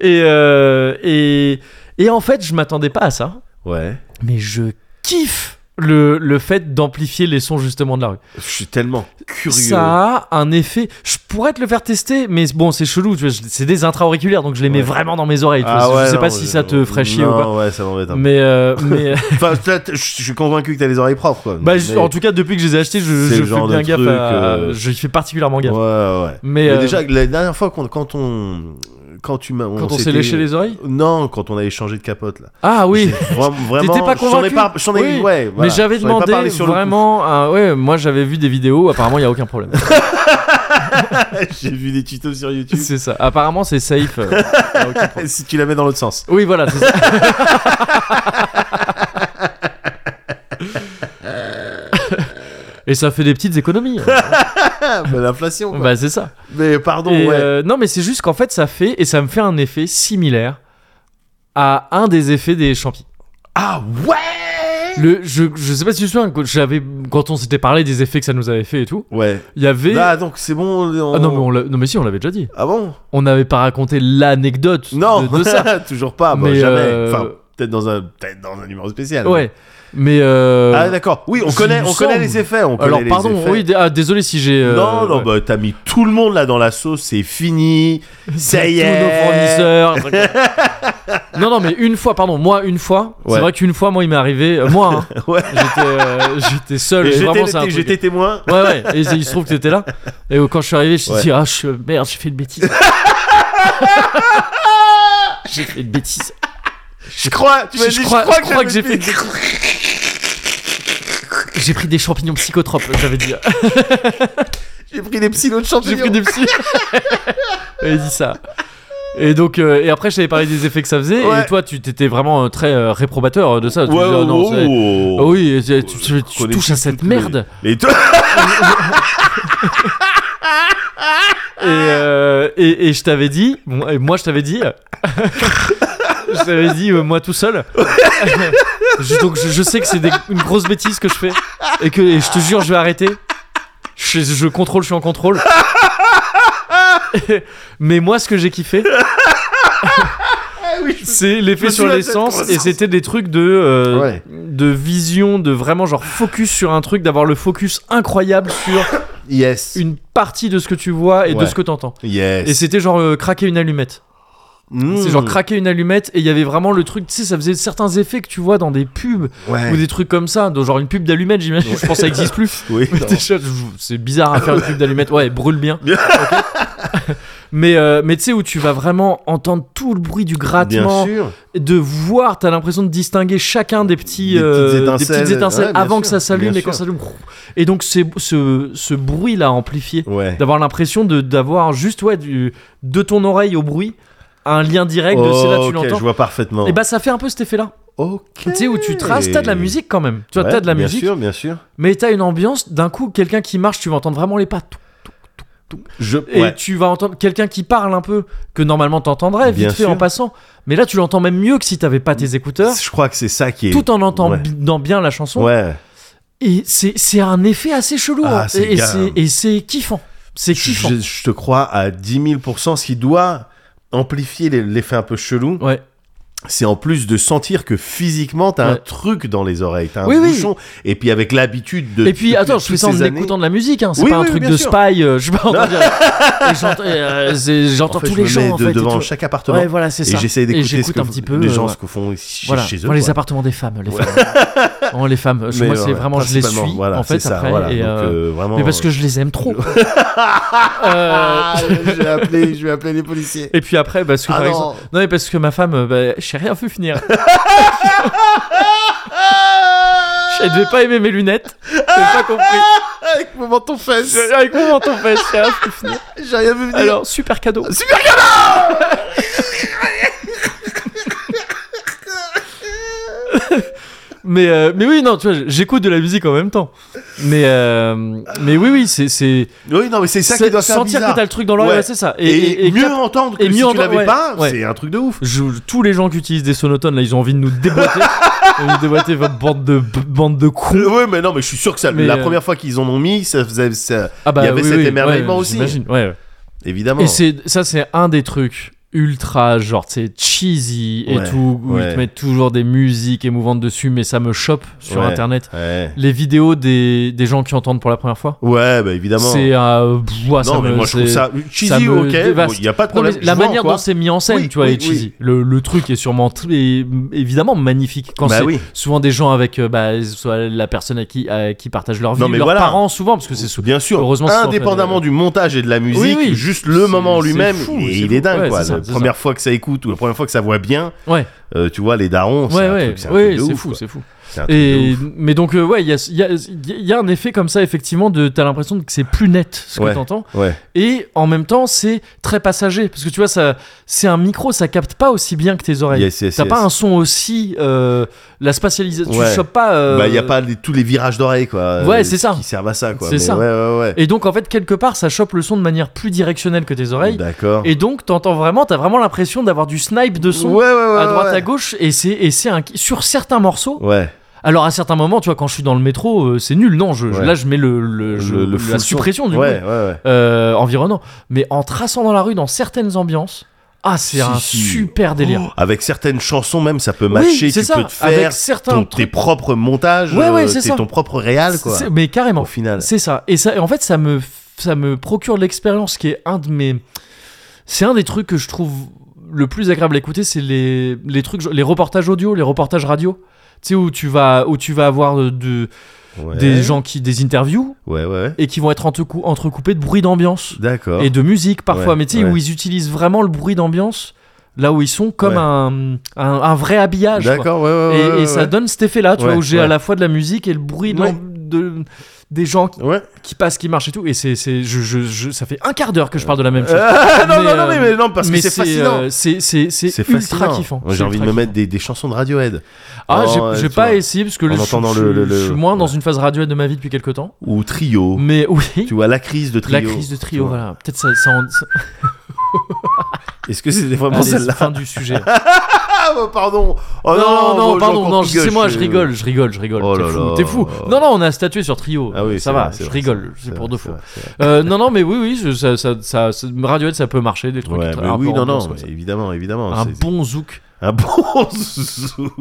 A: Et, euh, et, et en fait, je m'attendais pas à ça,
B: Ouais.
A: mais je kiffe le, le fait d'amplifier les sons justement de la rue.
B: Je suis tellement curieux.
A: Ça a un effet. Je pourrais te le faire tester, mais bon, c'est chelou. tu vois, je- C'est des intra-auriculaires, donc je les mets
B: Ouais.
A: vraiment dans mes oreilles. tu
B: Ah
A: vois,
B: ouais,
A: je sais
B: non,
A: pas si
B: je-
A: ça te ferait chier ou
B: non,
A: pas.
B: ouais, ça m'embête un peu.
A: Mais, euh, mais
B: Enfin, ça, t- je suis convaincu que t'as les oreilles propres, quoi.
A: bah,
B: Mais-
A: je- en tout cas, depuis que je les ai achetés, je,
B: C'est
A: je
B: le genre
A: fais bien
B: de
A: gaffe.
B: truc,
A: à-
B: euh,
A: Je fais particulièrement
B: Ouais,
A: gaffe.
B: ouais.
A: Mais,
B: Mais
A: euh,
B: déjà, la dernière fois, qu'on- quand on. Quand tu m'as.
A: quand on s'est
B: s'était-
A: léché les oreilles
B: Non, quand on avait changé de capote, là. (laughs)
A: Ah oui. (laughs)
B: J'ai Vraiment, vraiment.
A: pas
B: j'en ai
A: convaincu
B: pas- J'en ai.
A: Oui.
B: ouais, voilà.
A: Mais j'avais
B: J'en ai pas
A: demandé
B: parlé sur le coup.
A: vraiment. un- ouais, moi j'avais vu des vidéos. Apparemment, il y a aucun
B: (laughs)
A: problème.
B: J'ai vu des tutos sur YouTube.
A: c'est ça. Apparemment, c'est
B: (laughs)
A: safe. euh, y a aucun problème.
B: Si tu la mets dans l'autre sens.
A: Oui, voilà.
B: (laughs)
A: C'est ça. Et ça fait des petites
B: (laughs)
A: économies.
B: Ah, bah, l'inflation, quoi.
A: bah c'est ça.
B: Mais pardon,
A: Et,
B: ouais.
A: euh, non mais c'est juste qu'en fait ça fait et ça me fait un effet similaire à un des effets des champis.
B: Ah ouais
A: Le, je, je sais pas si tu te souviens quand j'avais quand on s'était parlé des effets que ça nous avait fait et tout.
B: Ouais.
A: Il y avait
B: Ah, donc c'est bon. on-
A: Ah non mais, on l'a- non mais si on l'avait déjà dit.
B: Ah bon
A: On n'avait pas raconté l'anecdote
B: Non,
A: de, de
B: (laughs)
A: ça.
B: toujours pas. Bah,
A: Mais,
B: jamais.
A: euh,
B: Enfin, peut-être dans, un... peut dans un numéro spécial.
A: Ouais. Mais euh,
B: Ah d'accord. Oui, on
A: il
B: connaît,
A: me
B: on connaît
A: semble.
B: les effets. On
A: alors
B: connaît les
A: pardon,
B: effets.
A: oui, d- ah, désolé si j'ai euh,
B: non,
A: (laughs)
B: non,
A: ouais.
B: bah t'as mis tout le monde là dans la sauce, c'est fini. (laughs) Ça y est.
A: Tous nos fournisseurs.
B: (laughs)
A: non, non, mais une fois, pardon, moi, une fois,
B: Ouais.
A: c'est vrai qu'une fois, moi, il m'est arrivé, euh, moi, hein,
B: Ouais.
A: j'étais, euh, j'étais seul,
B: Et
A: et vraiment,
B: j'étais-
A: c'est un
B: J'étais
A: truc-
B: j'étais témoin.
A: Ouais, ouais, et il se trouve que t'étais là. Et euh, quand je suis arrivé, je me suis dit, ah, je- merde, j'ai fait une
B: (laughs)
A: bêtise. j'ai fait une bêtise.
B: Je crois. Tu m'as
A: Je-
B: dit.
A: je crois- je crois que j'ai
B: j'avais
A: fait J'ai pris des champignons psychotropes, j'avais dit.
B: J'ai pris des psylos de
A: J'ai
B: champignons.
A: pris des psy. (laughs) Et dit ça. Et donc, euh, et après, je t'avais parlé des effets que ça faisait,
B: Ouais.
A: et toi, tu t'étais vraiment euh, très euh, réprobateur de ça. Tu
B: Ouais,
A: disais, Ah, non,
B: oh,
A: c'est-
B: oh,
A: Ah
B: oh.
A: oui, tu, tu- tu- tu
B: connais
A: touches à
B: toutes
A: cette
B: les-
A: merde.
B: Et toi
A: Et, euh, et, et je t'avais dit, bon, et moi je t'avais dit, (laughs) je t'avais dit, euh, moi tout seul. (laughs) Je- donc je, je sais que c'est des- une grosse bêtise que je fais. Et que et je te jure, je vais arrêter. Je, je contrôle, je suis en contrôle. (laughs) Mais moi, ce que j'ai
B: (laughs)
A: kiffé, c'est
B: je
A: l'effet
B: me
A: sur
B: souviens
A: les
B: de cette
A: sens. Et
B: conversation.
A: c'était des trucs de, euh,
B: Ouais.
A: de vision, de vraiment genre focus sur un truc, d'avoir le focus incroyable sur
B: (coughs) (laughs) Yes.
A: une partie de ce que tu vois et de
B: Ouais.
A: ce que t'entends.
B: Yes.
A: Et c'était genre euh, craquer une allumette.
B: Mmh.
A: C'est genre craquer une allumette et il y avait vraiment le truc, tu sais, ça faisait certains effets que tu vois dans des pubs
B: Ouais.
A: ou des trucs comme ça, donc genre une pub d'allumette, j'imagine, je pense que ça existe plus.
B: (laughs) Oui.
A: Mais déjà, je- c'est bizarre à faire une pub d'allumette, ouais, elle brûle bien. Ok. (laughs) mais euh, mais tu sais, où tu vas vraiment entendre tout le bruit du
B: Bien
A: grattement,
B: sûr.
A: de voir, t'as l'impression de distinguer chacun des petits
B: Des petites
A: euh,
B: étincelles.
A: petites étincelles
B: Ouais, bien
A: avant que
B: sûr,
A: ça s'allume
B: bien
A: et quand
B: sûr.
A: ça s'allume. Et donc, c'est ce, ce bruit-là amplifié
B: Ouais.
A: d'avoir l'impression de d'avoir juste ouais du de ton oreille au bruit un lien direct de c'est là tu
B: Oh, ok, je
A: l'entends
B: vois parfaitement.
A: et bah ça fait un peu cet effet là
B: ok.
A: tu sais où tu traces t'as de la musique quand même tu vois
B: Ouais,
A: t'as de la
B: bien
A: musique
B: Bien sûr, bien sûr.
A: mais t'as une ambiance d'un coup quelqu'un qui marche tu vas entendre vraiment les pas tout.
B: Je.
A: et
B: ouais.
A: tu vas entendre quelqu'un qui parle un peu que normalement t'entendrais vite
B: Bien
A: fait
B: sûr.
A: en passant mais là tu l'entends même mieux que si t'avais pas tes écouteurs
B: Je crois que c'est ça qui est.
A: tout en entendant
B: Ouais.
A: bi- bien la chanson
B: Ouais.
A: et c'est c'est un effet assez chelou
B: Ah,
A: hein.
B: c'est
A: et et
B: grave.
A: c'est et c'est kiffant c'est
B: Je,
A: kiffant
B: je- je te crois à 10 000 ce qui doit amplifier les- l'effet un peu chelou.
A: ouais
B: C'est en plus de sentir que physiquement t'as un
A: Ouais.
B: truc dans les oreilles, t'as un
A: Oui, oui.
B: bouchon. Et puis avec l'habitude de.
A: Et puis,
B: de-
A: attends,
B: de
A: je
B: toutes
A: fais ça en
B: ces années-
A: écoutant de la musique, hein. c'est
B: Oui,
A: pas un
B: oui,
A: truc
B: bien
A: de
B: sûr.
A: spy, euh, je sais pas, entendre dire. Et j'entends euh, c'est- j'entends
B: En fait,
A: tous
B: je
A: les
B: me
A: gens
B: mets
A: en
B: de-
A: fait. et
B: devant
A: tout.
B: chaque appartement.
A: ouais, voilà, c'est ça.
B: et j'essaie d'écouter ce
A: j'écoute
B: que
A: un petit peu.
B: les
A: euh,
B: gens
A: voilà.
B: ce que font chez,
A: Voilà.
B: chez eux.
A: Moi, les
B: quoi.
A: appartements des femmes, les femmes. Oh, les femmes, je-
B: Mais,
A: moi, c'est
B: ouais,
A: vraiment, je les
B: principalement,
A: suis,
B: voilà,
A: en fait,
B: c'est ça,
A: après.
B: voilà.
A: et,
B: Donc,
A: euh,
B: euh, vraiment,
A: Mais parce que je les aime
B: (laughs)
A: trop. Euh,
B: Ah, je vais appeler, je vais appeler les policiers.
A: Et puis après, parce que
B: Ah
A: par
B: non.
A: exemple. Non, mais parce que ma femme, euh, bah, j'ai rien vu
B: (laughs)
A: finir. Elle devait pas aimer mes lunettes. J'ai pas compris.
B: Ah, Avec mon menton fesse,
A: Avec mon menton fesse, j'ai rien vu finir.
B: j'ai rien vu venir.
A: Alors, super cadeau.
B: Super
A: (laughs) Mais, euh, mais oui, non, tu vois, j'écoute de la musique en même temps. Mais, euh, mais oui, oui, c'est. c'est
B: Oui, non, mais c'est ça qui
A: c'est-
B: doit faire
A: Sentir
B: bizarre.
A: que t'as le truc dans l'oreille,
B: Ouais.
A: ouais, c'est ça.
B: Et, et mieux
A: cap-
B: entendre que
A: et
B: si
A: mieux
B: tu
A: entendre-
B: l'avais
A: ouais,
B: pas,
A: ouais.
B: c'est un truc de ouf.
A: je- tous les gens qui utilisent des sonotones, là, ils ont envie de nous
B: (laughs)
A: déboîter. Ils ont envie de déboîter votre bande de, bande de cons.
B: Ouais, mais non, mais je suis sûr que ça,
A: Euh, Mais,
B: la
A: euh,
B: première fois qu'ils en ont mis, ça faisait. ça-
A: Ah bah,
B: Il y avait
A: oui,
B: cet
A: oui,
B: émerveillement
A: ouais,
B: aussi.
A: j'imagine, ouais, ouais.
B: Évidemment.
A: Et c'est ça, c'est un des trucs ultra genre c'est cheesy et
B: Ouais,
A: tout où ils
B: ouais.
A: te mettent toujours des musiques émouvantes dessus mais ça me chope sur
B: Ouais.
A: internet
B: Ouais.
A: les vidéos des, des gens qui entendent pour la première fois
B: Ouais, bah évidemment.
A: c'est euh, pff, ouah, ça
B: non, mais
A: me-
B: moi je trouve
A: c'est-
B: ça
A: ça
B: cheesy,
A: me
B: ok. Il
A: dévaste.
B: y a pas de
A: Non, mais
B: problème.
A: la
B: je vois
A: manière
B: en quoi.
A: dont c'est mis en scène,
B: Oui,
A: tu vois,
B: oui,
A: est cheesy. Le, le truc est sûrement tr- est- évidemment magnifique quand
B: Bah
A: c'est
B: oui.
A: souvent des gens avec euh, bah, soit la personne à qui, à qui partagent leur vie,
B: Non, mais
A: leurs
B: voilà.
A: parents souvent, parce que c'est sou-
B: Bien sûr,
A: Heureusement, c'est en fait,
B: indépendamment
A: euh,
B: du montage et de la musique,
A: Oui, oui.
B: juste le moment en
A: C'est-
B: lui-même,
A: c'est fou,
B: il est-
A: c'est
B: il est
A: fou.
B: dingue.
A: Ouais,
B: quoi.
A: c'est ça,
B: la
A: c'est
B: première fois que ça écoute ou la première fois que ça voit bien,
A: Ouais,
B: euh, tu vois, les darons, c'est
A: ouais,
B: un
A: ouais,
B: truc- c'est un truc
A: ouais,
B: de
A: c'est
B: ouf,
A: fou,
B: quoi.
A: c'est fou.
B: C'est un Ah, truc de
A: Et,
B: ouf.
A: mais donc, euh, ouais, il y a, il y a- il y a un effet comme ça, effectivement, de t'as l'impression que c'est plus net ce que
B: Ouais.
A: t'entends.
B: Ouais.
A: Et en même temps, c'est très passager. Parce que tu vois, ça, c'est un micro, ça capte pas aussi bien que tes oreilles.
B: Yes, yes,
A: T'as
B: yes.
A: pas un son aussi. euh, la spatialisation.
B: Ouais.
A: Tu chopes pas. euh,
B: Bah, il y a pas les- tous les virages d'oreilles, quoi.
A: Ouais,
B: euh,
A: c'est ça.
B: Qui servent à ça, quoi.
A: C'est
B: Mais
A: ça.
B: Ouais, ouais,
A: Et donc, en fait, quelque part, ça chope le son de manière plus directionnelle que tes
B: ouais.
A: oreilles.
B: D'accord.
A: Et donc, t'entends vraiment, t'as vraiment l'impression d'avoir du snipe de son.
B: ouais, ouais, ouais,
A: à droite,
B: ouais.
A: à gauche, et c'est, et c'est un, sur certains morceaux,
B: Ouais.
A: Alors à certains moments, tu vois, quand je suis dans le métro, euh, c'est nul. Non, je, je-
B: Ouais.
A: là je mets le, le- je-
B: Le- le full
A: la
B: son.
A: suppression du
B: Ouais, ouais,
A: bruit
B: ouais.
A: euh, environnant. Mais en traçant dans la rue, dans certaines ambiances, ah c'est
B: Si,
A: un
B: si.
A: super délire.
B: Oh, Avec certaines chansons, même, ça peut matcher.
A: oui, c'est
B: tu
A: ça.
B: peux te faire
A: Avec certains
B: ton- tes
A: trucs,
B: propres montages.
A: Ouais, ouais,
B: euh,
A: c'est
B: t'es
A: ça.
B: ton propre réal, quoi.
A: c'est- mais
B: Au
A: carrément,
B: final.
A: c'est ça. Et ça, et en fait, ça me, ça me procure de l'expérience, qui est un de mes, c'est un des trucs que je trouve le plus agréable à écouter, c'est les, les trucs, les reportages audio, les reportages radio. Tu sais où tu vas, où tu vas avoir euh, de,
B: Ouais.
A: des gens qui des interviews
B: Ouais, ouais, ouais.
A: et qui vont être entrecou- entrecoupés de bruit d'ambiance
B: D'accord.
A: et de musique parfois,
B: Ouais,
A: mais tu sais,
B: ouais.
A: où ils utilisent vraiment le bruit d'ambiance là où ils sont comme
B: Ouais.
A: un, un, un vrai habillage. quoi.
B: D'accord, ouais,
A: Et,
B: ouais, ouais,
A: et
B: ouais,
A: ça
B: ouais.
A: donne cet effet-là, tu
B: Ouais,
A: vois, où j'ai
B: ouais.
A: à la fois de la musique et le bruit de
B: Ouais.
A: l'am- de- des gens qui, (laughs)
B: Ouais.
A: qui passent, qui marchent et tout. Et c'est, c'est, je, je- je- ça fait un quart d'heure que je parle de la même chose.
B: Ah, (laughs) non,
A: Mais,
B: non, non,
A: euh,
B: mais, mais non, parce
A: mais
B: que c'est fascinant.
A: euh, c'est, c'est, c'est,
B: c'est
A: ultra
B: fascinant.
A: kiffant.
B: Moi,
A: C'est
B: J'ai envie de
A: ultra
B: me
A: kiffant.
B: mettre des, des chansons de Radiohead.
A: Ah,
B: Oh,
A: j'ai,
B: ouais,
A: j'ai
B: tu
A: pas
B: vois.
A: essayé parce que là,
B: En
A: je,
B: entendant
A: je-
B: le-
A: je
B: le- le-
A: suis moins dans
B: ouais.
A: une phase radio de ma vie depuis quelques temps.
B: Ou Trio.
A: Mais (laughs) oui,
B: Tu vois, la crise de Trio.
A: Mm. la crise de
B: Tu
A: trio,
B: vois.
A: voilà. Peut-être ça, ça, en- ça-
B: Est-ce que c'était vraiment
A: allez,
B: celle-là
A: fin du sujet.
B: Ah, bah, pardon. Oh,
A: Ah, non, non, non,
B: bon,
A: pardon,
B: j'en
A: non,
B: continue,
A: c'est moi, je
B: suis-
A: rigole, je rigole, je rigole.
B: Oh
A: t'es
B: là
A: fou,
B: là.
A: t'es fou. Non, non, on a statué sur Trio.
B: Ah oui,
A: ça
B: c'est
A: va,
B: vrai, c'est
A: je
B: vrai,
A: rigole,
B: c'est
A: c'est
B: vrai,
A: pour de
B: c'est
A: faux.
B: vrai, c'est vrai.
A: Euh, non, non, mais oui, oui, je- ça, ça, ça, ça- Radiohead, ça peut marcher, des trucs.
B: Ouais,
A: très-
B: mais
A: un
B: oui,
A: peu
B: non,
A: ambiance
B: non,
A: comme
B: mais
A: ça.
B: évidemment, évidemment.
A: Un
B: c'est-
A: bon zouk.
B: Un Ah, bon (laughs)
A: (laughs)
B: zouk.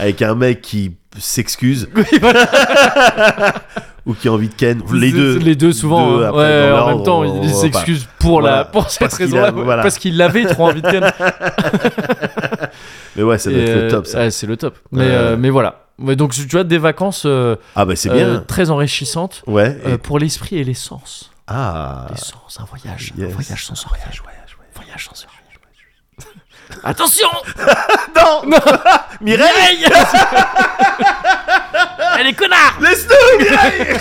B: Avec un mec qui s'excuse. (laughs) Ou qui a envie de Ken. Les deux.
A: Les deux, souvent.
B: Deux,
A: hein.
B: après,
A: ouais, en même
B: dans l'ordre,
A: temps,
B: on-
A: ils
B: on-
A: s'excusent pour, la,
B: voilà,
A: pour cette
B: parce qu'il
A: raison-là.
B: a- voilà.
A: Parce qu'il avait trop envie de ken.
B: Mais ouais, ça doit
A: Et,
B: être le
A: euh,
B: top, ça.
A: ouais, c'est le top. Mais,
B: Ouais.
A: euh, mais voilà. Ouais, Donc, tu vois, des vacances euh,
B: Ah, bah, c'est
A: euh,
B: bien.
A: très enrichissantes
B: Ouais. et-
A: euh, pour l'esprit et les sens.
B: Ah.
A: Les sens, un voyage.
B: yes.
A: Un voyage sensoriel. Voyage, voyage sensoriel. (laughs) Attention
B: (laughs)
A: (laughs)
B: Non, non (laughs) Mireille (laughs)
A: Elle est connard
B: Laisse-nous, Mireille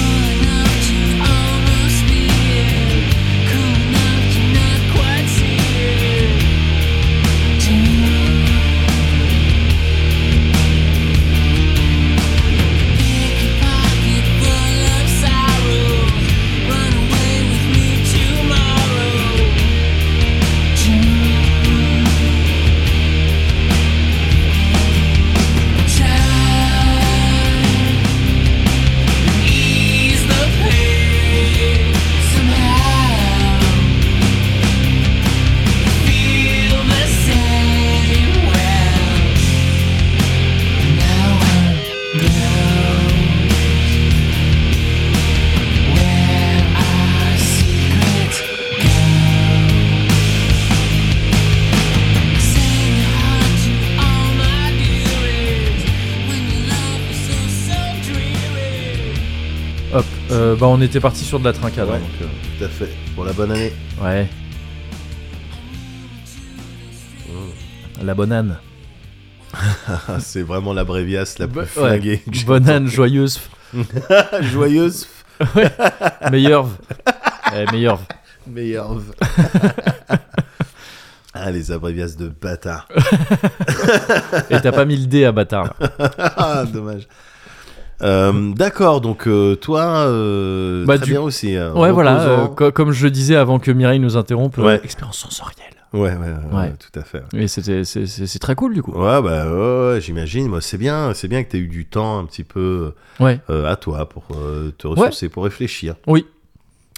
G: Fine
A: Hop, euh, bah on était parti sur de la trincade.
B: Ouais.
A: hein, donc, euh,
B: Tout à fait. Pour la bonne année.
A: ouais.
B: Oh.
A: La banane.
B: Ah, c'est vraiment la bréviasse la plus
A: Bah, (laughs)
B: flinguée. que j'ai
A: Banane joyeuse.
B: entendue. Joyeuse, (laughs)
A: Meilleure. eh, meilleure.
B: meilleure. (laughs) ah, les abréviasses de bâtard.
A: Et t'as pas mis le dé à bâtard.
B: (laughs) Ah, dommage. Euh, D'accord, donc euh, toi, euh,
A: Bah,
B: très
A: du-
B: bien aussi. euh,
A: Ouais, voilà. euh,
B: reposant.
A: co- comme je disais avant que Mireille nous interrompe, euh,
B: Ouais.
A: expérience sensorielle.
B: Ouais, ouais, ouais,
A: Ouais.
B: tout à fait.
A: Et c'était, c'est, c'est- c'est très cool du coup.
B: Ouais, bah ouais, ouais, j'imagine. Moi, c'est bien, c'est bien que tu eu du temps un petit peu
A: Ouais.
B: euh, à toi pour euh, te ressourcer, pour réfléchir.
A: Oui,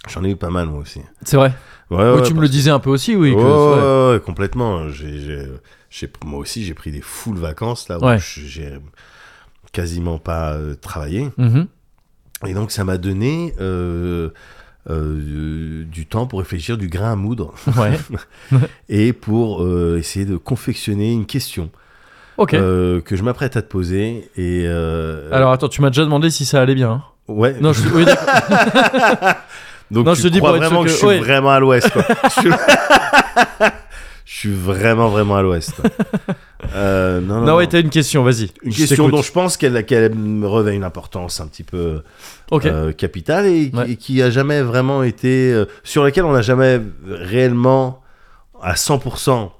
B: J'en ai eu pas mal moi aussi.
A: c'est vrai. Oh,
B: Ouais, Ah ouais,
A: tu me
B: parce-
A: le disais un peu aussi, oui. que-
B: Ouais,
A: ouais.
B: ouais, ouais, complètement. J'ai, j'ai- j'ai- moi aussi, j'ai pris des full vacances là où
A: Ouais.
B: j'ai quasiment pas euh, travaillé.
A: Mhm.
B: Et donc, ça m'a donné euh, euh, du temps pour réfléchir, du grain à moudre,
A: Ouais.
B: (laughs) et pour euh, essayer de confectionner une question
A: Ok.
B: euh, que je m'apprête à te poser. Et euh,
A: Alors attends, tu m'as déjà demandé si ça allait bien. hein.
B: ouais.
A: Non, je suis- oui, d'accord.
B: donc
A: non,
B: tu
A: je te dis
B: crois
A: pour être
B: vraiment
A: sûr que-
B: que, je suis
A: ouais.
B: vraiment à
A: (laughs)
B: l'ouest. quoi. je, suis... (laughs) je suis vraiment, vraiment à l'ouest. Euh, (laughs) non, non,
A: non, ouais,
B: non.
A: t'as une question, vas-y.
B: Une
A: Je
B: question
A: t'écoute.
B: dont je pense qu'elle qu'elle me revêt une importance un petit peu
A: Ok.
B: euh, capitale et, qui-
A: Ouais.
B: et qui a jamais vraiment été. euh, sur laquelle on n'a jamais réellement à 100%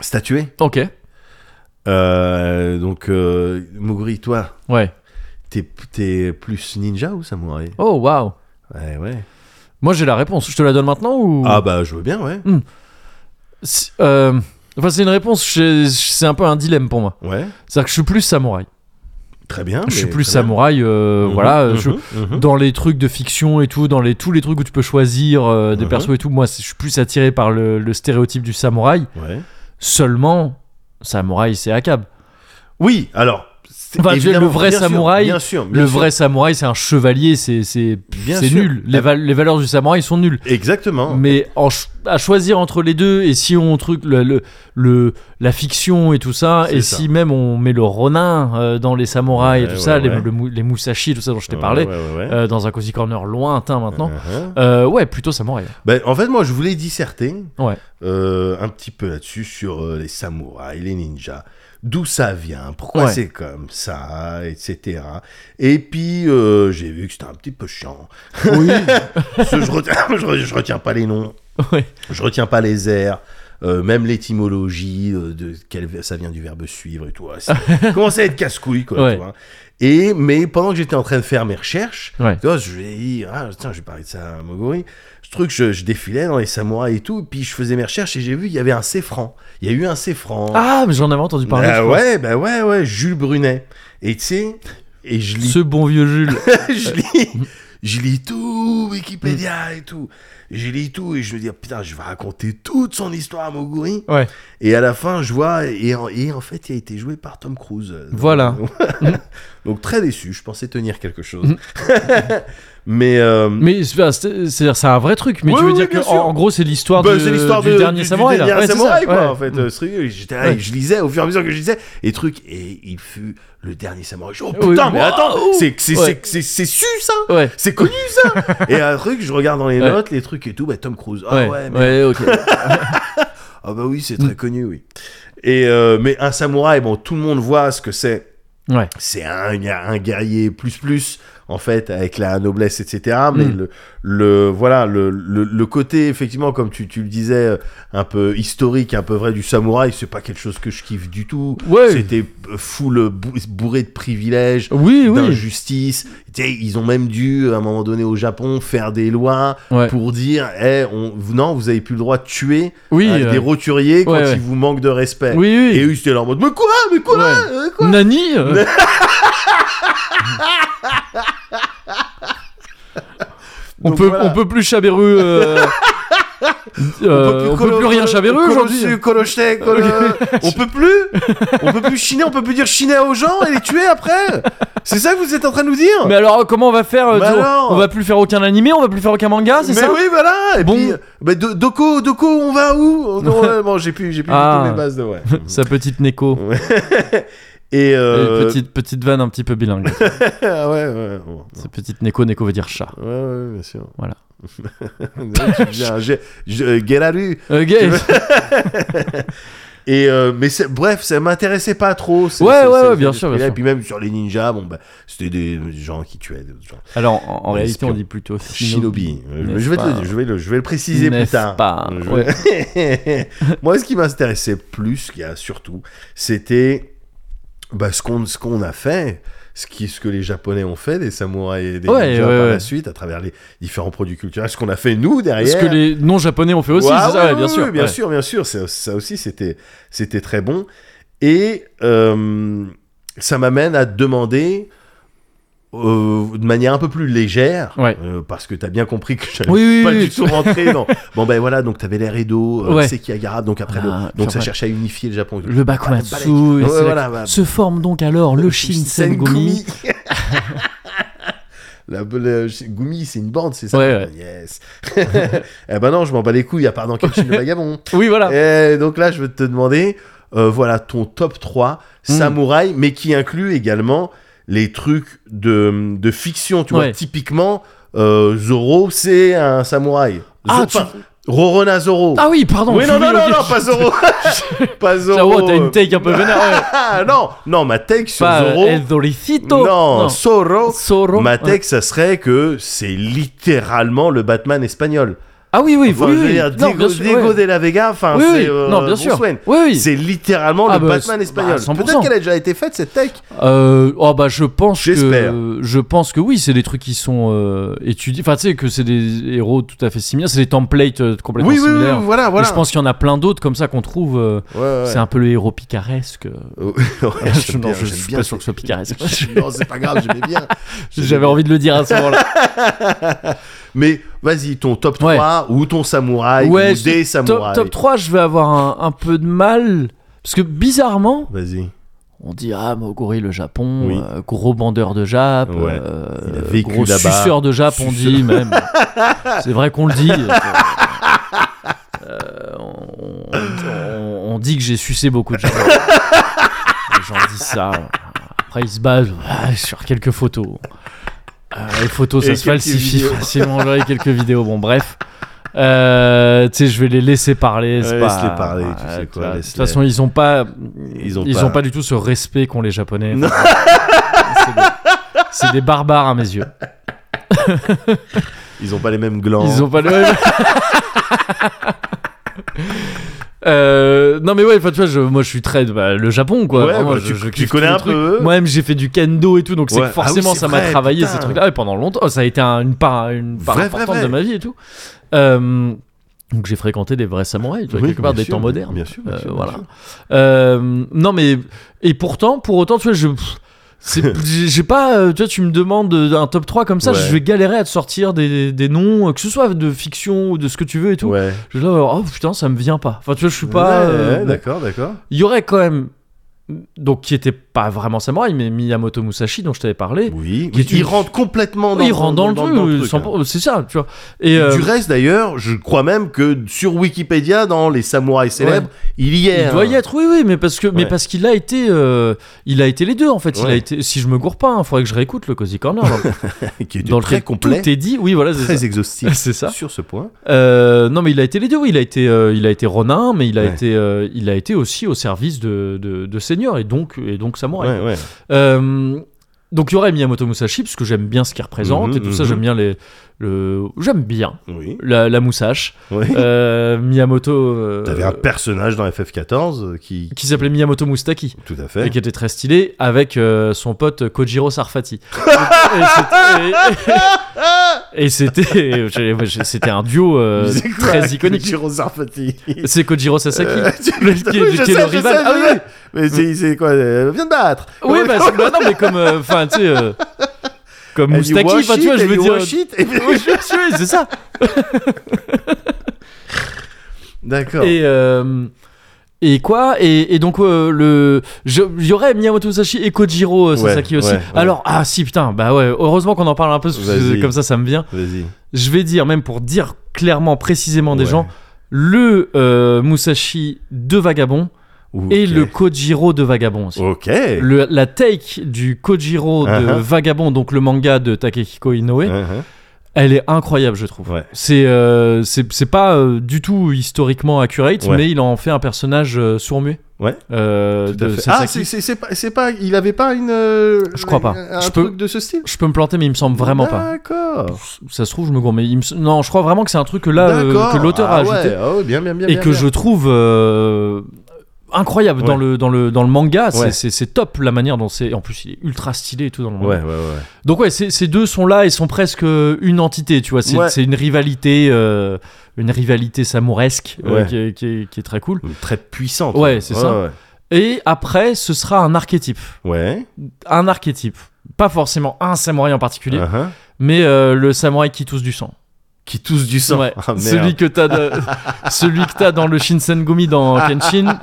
B: statué.
A: Ok.
B: Euh, donc, euh, Muguri, toi,
A: Ouais.
B: t'es t'es plus ninja ou samouraï
A: Oh waouh.
B: Ouais, ouais.
A: Moi j'ai la réponse. Je te la donne maintenant ou
B: Ah, bah, je veux bien, ouais.
A: Si- euh, Enfin, c'est une réponse. je- je- C'est un peu un dilemme pour moi.
B: Ouais,
A: C'est-à-dire que je suis plus samouraï.
B: très bien.
A: je suis
B: Ah, mais
A: plus
B: très bien.
A: samouraï. euh,
B: Mhm,
A: voilà. euh, je-
B: mhm, mhm.
A: Dans les trucs de fiction et tout, dans les tous les trucs où tu peux choisir euh, des
B: Mhm.
A: persos et tout, moi c'est- je suis plus attiré par le, le stéréotype du samouraï.
B: Ouais.
A: Seulement, samouraï c'est Akab.
B: Oui, alors. c'est
A: Enfin, tu sais, le
B: évidemment-
A: vrai
B: bien sûr,
A: samouraï,
B: bien sûr, bien
A: Le
B: sûr.
A: vrai samouraï c'est un chevalier. C'est c'est
B: Bien
A: c'est
B: sûr.
A: nul. Les, val- les valeurs du samouraï sont nulles.
B: Exactement.
A: Mais en ch- à choisir entre les deux, et si on truc le, le, le- la fiction et tout ça,
B: C'est
A: et
B: ça.
A: si même on met le ronin euh, dans les samouraïs et
B: Ouais,
A: tout
B: ouais,
A: ça, les,
B: ouais.
A: le mou- les musashi, tout ça dont je t'ai
B: Ouais,
A: parlé,
B: ouais, ouais, ouais.
A: euh, dans un cozy corner lointain maintenant.
B: Uh-huh.
A: Euh, ouais, plutôt samouraï. (laughs)
B: Ben, en fait, moi, je voulais disserter
A: Ouais.
B: euh, un petit peu là-dessus sur euh, les samouraïs, les ninjas, d'où ça vient, pourquoi
A: Ouais.
B: c'est comme ça, etc. Et puis, euh, j'ai vu que c'était un petit peu chiant. (laughs)
A: Oui.
B: Parce que je, retiens, (laughs) je re- je retiens pas les noms,
A: Ouais.
B: je retiens pas les airs. euh, même l'étymologie, euh, de quel, ça vient du verbe suivre et tout. ouais,
A: (laughs)
B: c'est- Commence à être casse-couille, quoi.
A: Ouais.
B: tu vois. Et, mais pendant que j'étais en train de faire mes recherches,
A: Ouais.
B: tu vois, je lui ai dit, ah, tiens, je vais parler de ça à Mogori. Ce truc, je, je défilais dans les samouraïs et tout, puis je faisais mes recherches et j'ai vu, il y avait un séfran. Il y a eu un séfran.
A: Ah, mais j'en avais entendu parler. je
B: bah,
A: crois.
B: ouais, bah ouais, ouais, Jules Brunet. Et tu sais, et je lis
A: Ce bon vieux
B: (laughs)
A: Jules.
B: je lis, je lis tout, Wikipédia et tout. Je lis tout et je me dis, ah, putain, je vais raconter toute son histoire à Moguri.
A: Ouais.
B: Et à la fin, je vois, et en, et en fait, il a été joué par Tom Cruise. Donc-
A: Voilà.
B: (laughs)
A: Mm.
B: Donc très déçu, je pensais tenir quelque chose. (laughs) Mais. euh,
A: Mais c'est enfin, c'est- c'est- c'est un vrai truc. Mais
B: Oui,
A: tu veux
B: oui,
A: dire
B: bien
A: que
B: sûr.
A: en, en gros c'est l'histoire
B: bah,
A: de-
B: c'est l'histoire
A: du
B: de-
A: dernier samouraï. là.
B: dernier
A: Ouais, c'est
B: samouraï,
A: ça,
B: quoi,
A: ouais. Mm.
B: en fait. Euh, sérieux, j'étais là,
A: Ouais.
B: je lisais, au fur et à mesure que je lisais, les trucs, et il fut le dernier samouraï. Je dis, Oh
A: Oui,
B: putain, mais
A: waouh.
B: attends, c'est c'est-
A: Ouais.
B: c'est- c'est- c'est su ça
A: Ouais.
B: C'est connu ça (laughs) Et un truc, je regarde dans les
A: Ouais.
B: notes, les trucs et tout, bah Tom Cruise. Ah
A: Ouais.
B: ouais, mais-
A: Ouais, Mm. ok.
B: (laughs) ah bah oui, c'est très connu, oui. Et euh, mais un samouraï, bon, tout le monde voit ce que c'est.
A: Ouais.
B: C'est un, un guerrier plus plus en fait avec la noblesse etc. Mais
A: Mm.
B: le, le voilà le, le, le côté effectivement comme tu, tu le disais euh, un peu historique un peu vrai du samouraï c'est pas quelque chose que je kiffe du tout.
A: Ouais.
B: C'était euh, full bou- bourré de privilèges
A: Oui, oui.
B: d'injustice. Tu sais, Ils ont même dû, à un moment donné, au Japon, faire des lois
A: Ouais.
B: pour dire eh, on, vous- non, vous avez plus le droit de tuer
A: Oui.
B: euh, des
A: euh,
B: roturiers quand
A: ouais, ouais.
B: ils vous manquent de respect.
A: Oui, oui.
B: Et eux, ils étaient là en mode mais quoi Mais quoi
A: Ouais.
B: Euh, quoi
A: Nani
B: (laughs)
A: euh, on,
B: Donc
A: peut,
B: voilà.
A: on peut plus Chaberru.
B: (laughs)
A: euh, euh, on peut
B: colo-
A: plus rien
B: colo-
A: Chaberru
B: colo-
A: aujourd'hui.
B: dessus, colo- jeter,
A: (laughs)
B: colo- On peut plus On peut plus chiner, on peut plus dire chiner aux gens et les tuer après C'est ça que vous êtes en train de nous dire
A: Mais alors, euh, comment on va faire euh,
B: Bah
A: disons,
B: alors.
A: On va plus faire aucun animé, on va plus faire aucun manga, c'est
B: Mais
A: ça
B: oui, voilà Et
A: Bon.
B: puis, bah, Do- Doko, Doko, on
A: (laughs)
B: va où Non, ouais, Bon, j'ai plus, j'ai plus du tout
A: Ah.
B: mes bases de... Ouais.
A: Sa petite Neko.
B: Et, euh,
A: Et Petite, petite vanne un petit peu bilingue.
B: ah ouais, ouais, bon.
A: C'est petite Neko, Neko veut dire chat.
B: ouais, ouais, bien sûr. (laughs)
A: Voilà.
B: tu deviens un gé- je- Guélaru.
A: Ok.
B: Tu (laughs) veux- Et euh, mais c'est- bref, ça m'intéressait pas trop. c'est-
A: Ouais,
B: c'est-
A: ouais,
B: c'est-
A: ouais,
B: c'est-
A: bien
B: c'est-
A: sûr,
B: et
A: bien
B: là,
A: sûr.
B: Et puis même sur les ninjas, bon, bah, c'était des gens qui tuaient. des gens.
A: Alors, en, en
B: Ouais,
A: réalité,
B: espion.
A: Bah, on dit plutôt shinobi.
B: Shinobi. Euh, Je vais, te le,
A: N'est-ce
B: dire, je, vais le, je vais le préciser plus
A: N'est-ce
B: tard.
A: pas
B: Je vais- (laughs) Moi, ce qui m'intéressait plus, ce qu'il y a surtout, c'était bah, ce qu'on ce qu'on a fait, ce, qui, ce que les Japonais ont fait, des samouraïs et des
A: Ouais,
B: ninjas
A: ouais,
B: par
A: ouais.
B: la suite, à travers les différents produits culturels, ce qu'on a fait nous derrière.
A: Ce que les non-japonais ont fait aussi,
B: Ouais,
A: c'est ça,
B: ouais,
A: ouais, bien
B: ouais,
A: sûr.
B: ouais, Bien
A: ouais.
B: sûr, bien sûr. Ça, ça aussi, c'était, c'était très bon. Et euh, ça m'amène à te demander euh, de manière un peu plus légère,
A: Ouais.
B: euh, parce que tu as bien compris que je
A: Oui, oui,
B: pas
A: oui,
B: du
A: oui.
B: tout
A: (laughs)
B: rentré dans. Bon, ben voilà, donc tu avais les rideaux, euh,
A: Ouais.
B: c'est qui Agara, donc après le-
A: Ah,
B: Donc
A: enfin,
B: ça
A: ouais.
B: cherchait à unifier le Japon.
A: Le
B: Balek.
A: Bakumatsu. et
B: Ouais,
A: c'est la-
B: voilà, bah,
A: Se forme donc alors
B: Euh,
A: le Shinsengumi. (laughs)
B: La, le Shin- Gumi, c'est une bande, c'est ça
A: Ouais, ouais.
B: Yes. (laughs) eh ben non, je m'en bats les couilles, à part dans Kenshin le vagabond.
A: Oui, voilà.
B: Et donc là, je veux te demander, euh, voilà, ton top 3
A: Mm.
B: samouraï, mais qui inclut également les trucs de, de fiction. Tu vois,
A: Ouais.
B: typiquement, euh, Zoro, c'est un samouraï.
A: Ah,
B: Zo-
A: tu-
B: enfin, Rorona Zoro.
A: Ah oui, pardon.
B: oui,
A: je
B: non,
A: voulais-
B: non, non,
A: ok.
B: non,
A: (laughs)
B: pas Zoro. pas Zoro.
A: Ah ouais, t'as une take un peu vénère. ouais.
B: Ah, (laughs) non, non, ma take sur
A: Pas
B: Zoro.
A: euh, El Doricito.
B: Non, Zoro.
A: Soro.
B: Ma
A: ouais.
B: take, ça serait que c'est littéralement le Batman espagnol.
A: Ah oui, oui,
B: Enfin,
A: oui.
B: je veux
A: oui.
B: dire,
A: Non,
B: Diego,
A: bien sûr,
B: Diego
A: ouais.
B: de la Vega, enfin,
A: Oui, oui.
B: c'est euh,
A: non, bien
B: Bruce
A: sûr.
B: Wayne.
A: Oui, oui.
B: C'est littéralement
A: Ah
B: le
A: bah,
B: Batman
A: c'est-
B: espagnol.
A: bah, 100%.
B: Peut-être qu'elle a déjà été faite cette tech.
A: Euh, oh bah je pense
B: J'espère.
A: que je pense que oui, c'est des trucs qui sont euh, étudiés. Enfin, tu sais que c'est des héros tout à fait similaires, c'est des templates euh, complètement
B: Oui, oui, oui,
A: similaires.
B: voilà,
A: Et
B: voilà.
A: je pense qu'il y en a plein d'autres comme ça qu'on trouve. euh,
B: Ouais, ouais. (laughs)
A: C'est un peu le héros picaresque.
B: Ouais,
A: (laughs) je
B: j'aime
A: non,
B: bien,
A: je
B: j'aime
A: suis
B: bien
A: pas
B: cette-
A: sûr que ce soit
B: (laughs)
A: picaresque. (laughs)
B: non, c'est pas grave, j'aimais bien.
A: J'avais envie de le dire à ce moment-là.
B: (laughs) Mais vas-y, ton top
A: Ouais.
B: 3 ou ton samouraï
A: ouais,
B: ou des
A: top, top
B: samouraïs.
A: 3, je vais avoir un, un peu de mal. Parce que bizarrement,
B: Vas-y.
A: on dit Ah, Moguri, le Japon,
B: Oui.
A: euh, gros bandeur de Jap,
B: Ouais.
A: euh,
B: Il a vécu
A: gros
B: là-bas.
A: suceur de Jap, on
B: Suceur.
A: dit
B: (laughs)
A: même. C'est vrai qu'on le dit. Euh, on, on- on dit que j'ai sucé beaucoup de gens. Les gens disent ça. Après, ils se basent ah, sur quelques photos. Euh, les photos, ça
B: Et
A: se
B: quelques
A: falsifie
B: vidéos.
A: facilement. J'aurai quelques vidéos. Bon, bref. Euh, tu sais, je vais les laisser parler. c'est
B: Ouais,
A: pas-
B: laisse-les parler, tu sais quoi,
A: vois, De
B: laisse-les.
A: toute façon, ils ont pas,
B: Ils ont
A: ils
B: pas-
A: ont pas du tout ce respect qu'ont les Japonais.
B: Non.
A: C'est des- C'est des barbares à mes yeux.
B: Ils ont pas les mêmes glands.
A: Ils ont pas le. (laughs) ouais, ouais. Euh, non mais ouais, enfin, tu vois, je- moi je suis très bah, le Japon quoi.
B: Ouais,
A: Vraiment,
B: bah,
A: je-
B: tu-
A: je
B: tu
A: kiffe
B: connais
A: tous les
B: un
A: trucs.
B: peu.
A: Moi-même j'ai fait du kendo et tout, donc c'est
B: Ouais.
A: que forcément
B: Ah oui, c'est
A: ça m'a
B: vrai,
A: travaillé
B: putain.
A: ces trucs-là Ouais, pendant longtemps. Oh, ça a été un- une part, une part
B: Vrai, vrai,
A: importante
B: vrai.
A: de ma vie et tout. Euh, donc j'ai fréquenté des vrais samouraïs, tu vois,
B: Oui,
A: quelque part
B: bien
A: des
B: sûr,
A: temps
B: bien-
A: modernes.
B: Bien sûr, bien
A: Euh,
B: sûr, bien
A: voilà.
B: sûr.
A: Euh, non mais et pourtant, pour autant, tu vois, je pff, c'est- j'ai j'ai pas, euh, tu vois, tu me demandes euh, un top 3 comme ça,
B: Ouais.
A: je vais galérer à te sortir des, des noms, euh, que ce soit de fiction ou de ce que tu veux et tout.
B: Ouais.
A: Je suis là, oh putain, ça me vient pas. Enfin, tu vois, je suis pas.
B: Ouais,
A: euh,
B: ouais, d'accord, d'accord.
A: Il y aurait quand même, donc qui était pas vraiment samouraï, mais Miyamoto Musashi dont je t'avais parlé.
B: Oui.
A: Qui est
B: Ils
A: une-
B: rentrent complètement dans
A: il rentre dans, le euh, truc, sans-
B: hein.
A: c'est ça, tu vois. Et euh,
B: Du reste, d'ailleurs, je crois même que sur Wikipédia, dans les samouraïs célèbres, il y est.
A: Il doit y
B: hein.
A: être, oui, oui, mais parce que, mais
B: Ouais.
A: parce qu'il a été, euh, il a été les deux en fait. Il a
B: Ouais.
A: été, si je me gourre pas, il faudrait que je réécoute le Cozy
B: (laughs)
A: Corner. Dans,
B: (laughs) Qui est
A: dans
B: très
A: lequel
B: complet,
A: Tout est dit, oui, voilà, c'est
B: très
A: ça. (laughs)
B: exhaustif.
A: C'est ça.
B: Sur ce point.
A: Euh, non, mais il a été les deux. Oui, il a été, euh, il a été Ronin, mais il a
B: Ouais.
A: été, euh, il a été aussi au service de, de, de Seigneur et donc, et donc samouraï.
B: ouais.
A: Euh, donc il y aurait Miyamoto Musashi parce que j'aime bien ce qu'il représente
B: Mhm,
A: et tout ça.
B: mhm.
A: J'aime bien les, le, j'aime bien
B: Oui.
A: la, la moustache.
B: oui.
A: Euh, Miyamoto. euh,
B: T'avais un personnage dans FF14 euh, qui.
A: qui s'appelait Miyamoto Mustaki.
B: Tout à fait.
A: et qui était très stylé avec euh, son pote Kojiro
B: (laughs)
A: Sarfati. et c'était et c'était- (laughs) c'était un duo euh,
B: (laughs) C'est quoi,
A: très iconique.
B: Kojiro Sarfati.
A: (laughs) C'est Kojiro Sasaki, (laughs)
B: Euh, (laughs) tu-
A: le- qui, est-
B: je
A: qui est le
B: sais, je
A: rival.
B: sais,
A: ah
B: je
A: oui,
B: sais. Mais c'est c'est quoi euh, Viens te battre (laughs)
A: oui, bah, c'est- bah, non, mais comme, euh, enfin, tu sais, euh, comme
B: And you
A: Moustaki,
B: wash
A: enfin, tu vois,
B: it,
A: je
B: and
A: veux
B: you
A: dire. (laughs)
B: wash it, et puis- (laughs)
A: Oui, je- je- c'est ça.
B: D'accord.
A: Et euh, et quoi et, et donc euh, le je- il y aurait Miyamoto Musashi et Kojiro euh,
B: Ouais,
A: Sasaki aussi.
B: ouais, ouais.
A: Alors ah si putain bah ouais heureusement qu'on en parle un peu parce que
B: Vas-y.
A: comme ça ça me vient.
B: Vas-y.
A: je vais dire, même pour dire clairement, précisément des
B: Ouais.
A: gens, le euh, Musashi de Vagabond,
B: Ok.
A: et le Kojiro de Vagabond aussi.
B: Ok.
A: Le- la take du Kojiro de
B: Uh-huh.
A: Vagabond, donc le manga de Takehiko Inoue,
B: Uh-huh.
A: elle est incroyable, je trouve.
B: Ouais.
A: C'est euh, c'est c'est pas euh, du tout historiquement accurate,
B: Ouais.
A: mais il en fait un personnage euh, sourd-muet.
B: Ouais.
A: euh,
B: Tout
A: de
B: à fait.
A: Sasaki.
B: Ah, c'est- c'est c'est pas, c'est pas, il avait pas une. euh,
A: Je crois pas.
B: Un
A: Je
B: truc
A: peux-
B: de ce style.
A: Je peux me planter, mais il me semble vraiment pas.
B: D'accord.
A: Ça se trouve, je me gourme. mais il me s- Non, je crois vraiment que c'est un truc que là euh,
B: D'accord.
A: que l'auteur a
B: Ah
A: ajouté
B: ouais, ah ouais, bien, bien, bien.
A: et
B: bien,
A: que
B: bien.
A: je trouve euh, incroyable dans
B: Ouais.
A: le dans le dans le manga. C'est-
B: Ouais.
A: C'est c'est top la manière dont c'est. En plus, il est ultra stylé et tout dans le manga.
B: Ouais, ouais, ouais.
A: Donc ouais, ces ces deux sont là et sont presque euh, une entité, tu vois. C'est
B: Ouais.
A: c'est une rivalité, euh, une rivalité samouresque euh,
B: Ouais.
A: qui, est, qui est- qui est très cool.
B: Mais Très puissante.
A: Ouais, c'est ça.
B: Ouais.
A: Et après, ce sera un archétype,
B: Ouais.
A: un archétype, pas forcément un samouraï en particulier,
B: Uh-huh.
A: mais euh, le samouraï qui tousse du sang.
B: Qui tousse du sang.
A: Ouais.
B: (laughs) Ah, merde.
A: celui que t'as,
B: (laughs)
A: de- celui que t'as dans le Shinsengumi dans Kenshin.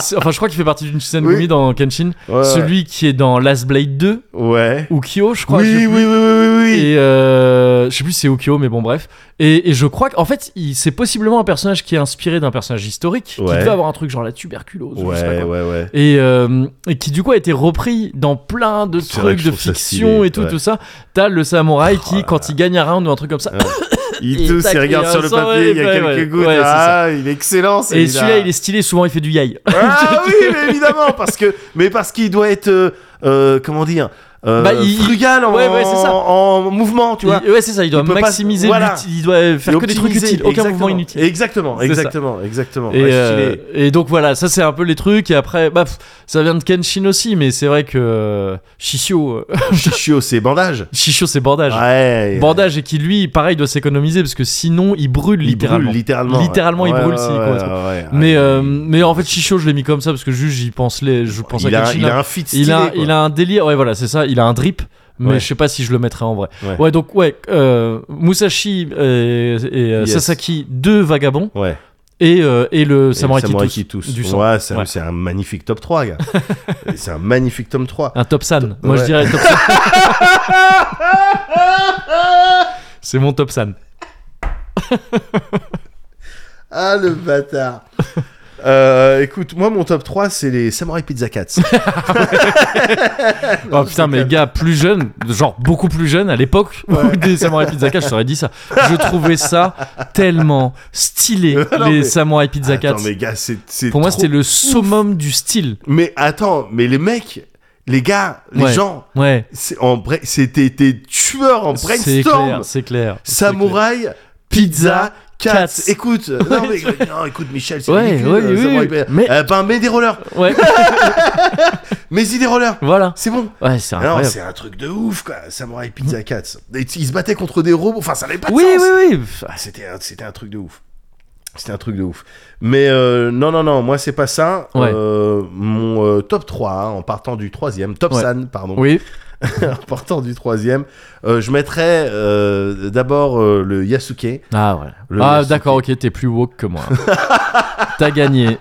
A: C'est- Enfin, je crois qu'il fait partie du Shinsengumi
B: Oui.
A: dans Kenshin.
B: Ouais,
A: Celui qui est dans Last Blade 2
B: Ouais.
A: ou Kyo, je crois. je sais
B: Oui, oui,
A: plus.
B: oui, oui, oui, oui.
A: Et euh, je sais plus si c'est Ukyo, mais bon, bref. Et, et je crois qu'en fait, il- c'est possiblement un personnage qui est inspiré d'un personnage historique,
B: Ouais.
A: qui devait avoir un truc genre la tuberculose. ou je sais pas
B: Ouais, ouais,
A: quoi.
B: ouais.
A: Et, euh, et qui du coup a été repris dans plein de
B: C'est vrai
A: trucs
B: que je
A: de
B: trouve ça
A: fiction
B: stylé,
A: et tout,
B: ouais. Oh
A: tout ça. T'as le samouraï qui,
B: là Ah,
A: quand il gagne un round ou un truc comme ça,
B: Ouais. Il
A: Et
B: tousse,
A: tac,
B: il regarde
A: et
B: sur le
A: ça,
B: papier,
A: ouais,
B: il y a
A: ouais,
B: quelques
A: ouais.
B: gouttes.
A: Ouais, c'est ça.
B: ah, il est excellent.
A: et celui-là il est stylé, souvent il fait du yai. (laughs)
B: Ah oui, mais évidemment, parce que, mais parce qu'il doit être, euh, euh, comment dire, euh,
A: Bah, il-
B: frugal en,
A: ouais, ouais, c'est ça.
B: en mouvement, (laughs) tu vois.
A: Il- ouais, c'est ça, il doit
B: il peut pas-
A: maximiser,
B: voilà.
A: l'uti- il doit faire
B: Et
A: que des trucs
B: optimiser,
A: utiles, aucun mouvement
B: exactement.
A: inutile.
B: Exactement,
A: C'est
B: exactement, exactement.
A: Et,
B: Ouais,
A: euh,
B: stylé.
A: et donc voilà, ça c'est un peu les trucs. Et après, bah, pff, ça vient de Kenshin aussi, mais c'est vrai que euh, Shishio, euh,
B: Chichio, c'est bandage.
A: Shishio c'est bandage.
B: Ouais.
A: Bandage et qui lui, pareil, doit s'économiser parce que sinon il brûle
B: Il
A: littéralement.
B: brûle, littéralement.
A: Littéralement, il
B: Ouais,
A: brûle
B: ouais,
A: s'il
B: ouais,
A: correspond.
B: ouais, ouais.
A: mais,
B: Ah,
A: euh, mais en fait, Shishio, je l'ai mis comme ça parce que juste j'y pense, les, je pense
B: il,
A: à
B: a,
A: Kenshin.
B: il a un fit stylé.
A: il, a,
B: quoi.
A: il a un délire, ouais, voilà, c'est ça, il a un drip. Mais
B: Ouais.
A: je sais pas si je le mettrais en vrai.
B: Ouais.
A: donc ouais, euh, Musashi et, et, euh,
B: Yes.
A: Sasaki, deux vagabonds,
B: Ouais.
A: et, euh, et le
B: Et
A: samouraï,
B: le
A: qui, tousse,
B: qui tousse.
A: du sang.
B: Ouais, c'est un-
A: Ouais.
B: c'est un magnifique top 3,
A: (laughs)
B: gars. c'est un magnifique top 3.
A: Un top san. Moi je
B: ouais.
A: dirais top san.
B: (laughs)
A: C'est mon top san.
B: Ah le bâtard. (laughs) Euh, écoute, moi mon top 3 c'est les Samurai Pizza Cats.
A: Oh putain, mais gars, plus jeune, genre beaucoup plus jeune à l'époque où (laughs) des samouraï pizza 4, je t'aurais dit ça. Je trouvais ça tellement stylé,
B: (laughs) Non,
A: les
B: mais-
A: samouraï pizza 4.
B: attends mais gars, c'est c'est
A: Pour moi,
B: trop-
A: c'était le summum du style.
B: Mais attends, mais les mecs, les gars, les
A: Ouais.
B: gens,
A: Ouais.
B: c'est en bra- c'était des tueurs en
A: C'est clair,
B: brainstorm.
A: c'est clair. c'est
B: Samouraï
A: Pizza
B: Pizza Cats.
A: Cats. (laughs)
B: Écoute, non mais non, écoute Michel, c'est
A: Ouais,
B: ridicule.
A: ouais,
B: euh,
A: oui,
B: Samurai
A: oui,
B: Pizza-
A: mais-
B: Euh, ben mets des rollers,
A: clair. Ouais, (laughs)
B: mets-y des rollers.
A: voilà.
B: C'est bon.
A: Ouais, c'est
B: Non,
A: incroyable.
B: c'est un truc de ouf quoi, Samurai Pizza Cats. Et Ils se battaient contre des robots, enfin ça n'avait pas de
A: Oui,
B: sens.
A: oui, oui. Pff,
B: Ah, c'était un, c'était un truc de ouf. C'était un truc de ouf. Mais euh, non, non, non, moi c'est pas ça.
A: Ouais.
B: Euh, mon euh, top 3, hein, en partant du troisième, top
A: Ouais.
B: San, pardon,
A: Oui,
B: (laughs) en partant du troisième, euh, je mettrais euh, d'abord euh, le Yasuke.
A: Ah ouais.
B: Le
A: ah
B: Yasuke.
A: d'accord, ok, t'es plus woke que moi. (laughs) T'as gagné.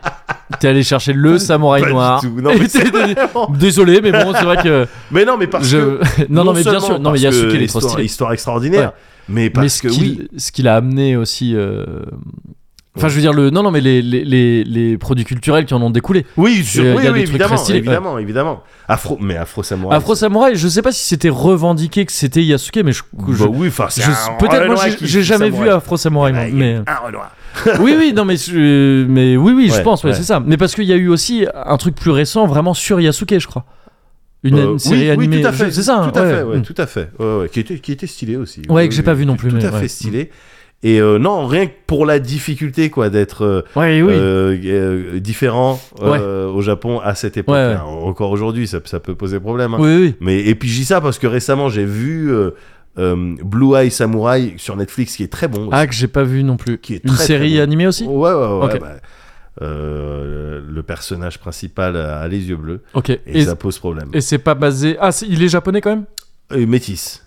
A: T'es allé chercher le samouraï
B: Pas du
A: noir.
B: tout. Non, mais
A: Et
B: c'est
A: (laughs) t'es- t'es-
B: vraiment-
A: Désolé, mais bon, c'est vrai que
B: Mais non, mais parce
A: je.
B: que.
A: (laughs) non, non, mais bien
B: seulement
A: sûr. Non, mais
B: parce
A: Yasuke,
B: que
A: il est trop
B: histoire,
A: stylé.
B: histoire extraordinaire.
A: Ouais.
B: Mais
A: Mais
B: parce
A: ce
B: que
A: qu'il
B: oui.
A: ce qu'il a amené aussi. euh, Enfin, je veux dire, le... non, non, mais les, les, les, les produits culturels qui en ont découlé.
B: Oui, sur-
A: il y a
B: oui,
A: des trucs
B: oui,
A: très
B: évidemment,
A: stylés, ouais.
B: évidemment, évidemment. Afro, mais Afro Samurai.
A: Afro Samouraï, je sais pas si c'était revendiqué que c'était Yasuke, mais je.
B: c'est-
A: je-
B: Bah oui, enfin, c'est
A: je-
B: un
A: Peut-être moi
B: Renoir
A: j'ai-
B: qui-
A: j'ai jamais vu
B: Samouraï.
A: Afro Samouraï, moi,
B: Ah, il y a
A: mais
B: Un Renoir.
A: oui oui non mais je- mais oui oui je
B: Ouais,
A: pense ouais,
B: ouais.
A: c'est ça. Mais parce qu'il y a eu aussi un truc plus récent vraiment sur Yasuke je crois. Une,
B: Euh,
A: une série
B: oui,
A: animée.
B: Oui, tout à fait.
A: je- c'est ça.
B: Tout à
A: ouais.
B: fait, ouais,
A: Mm.
B: tout à fait. Ouais, ouais, qui était, qui était stylé aussi.
A: Ouais,
B: Oui,
A: que j'ai
B: oui,
A: pas vu non plus,
B: Tout
A: mais
B: à
A: ouais. Mm.
B: fait stylé. Et euh, non, rien que pour la difficulté, quoi, d'être euh,
A: Ouais, oui.
B: euh, euh, différent euh, au Japon à cette époque.
A: Ouais, ouais.
B: Encore aujourd'hui, ça, ça peut poser problème. hein.
A: oui oui.
B: Mais et puis je dis ça parce que récemment, j'ai vu euh, euh, Blue Eye Samurai sur Netflix, qui est très bon. aussi.
A: Ah que j'ai pas vu non plus.
B: Qui est
A: Une
B: très, très
A: série
B: bon.
A: animée aussi.
B: Ouais, ouais, ouais.
A: Ok.
B: bah, euh, le personnage principal a les yeux bleus
A: Ok.
B: et,
A: Et,
B: ça pose problème.
A: et c'est pas basé. Ah c'est- il est japonais quand même.
B: Et métis.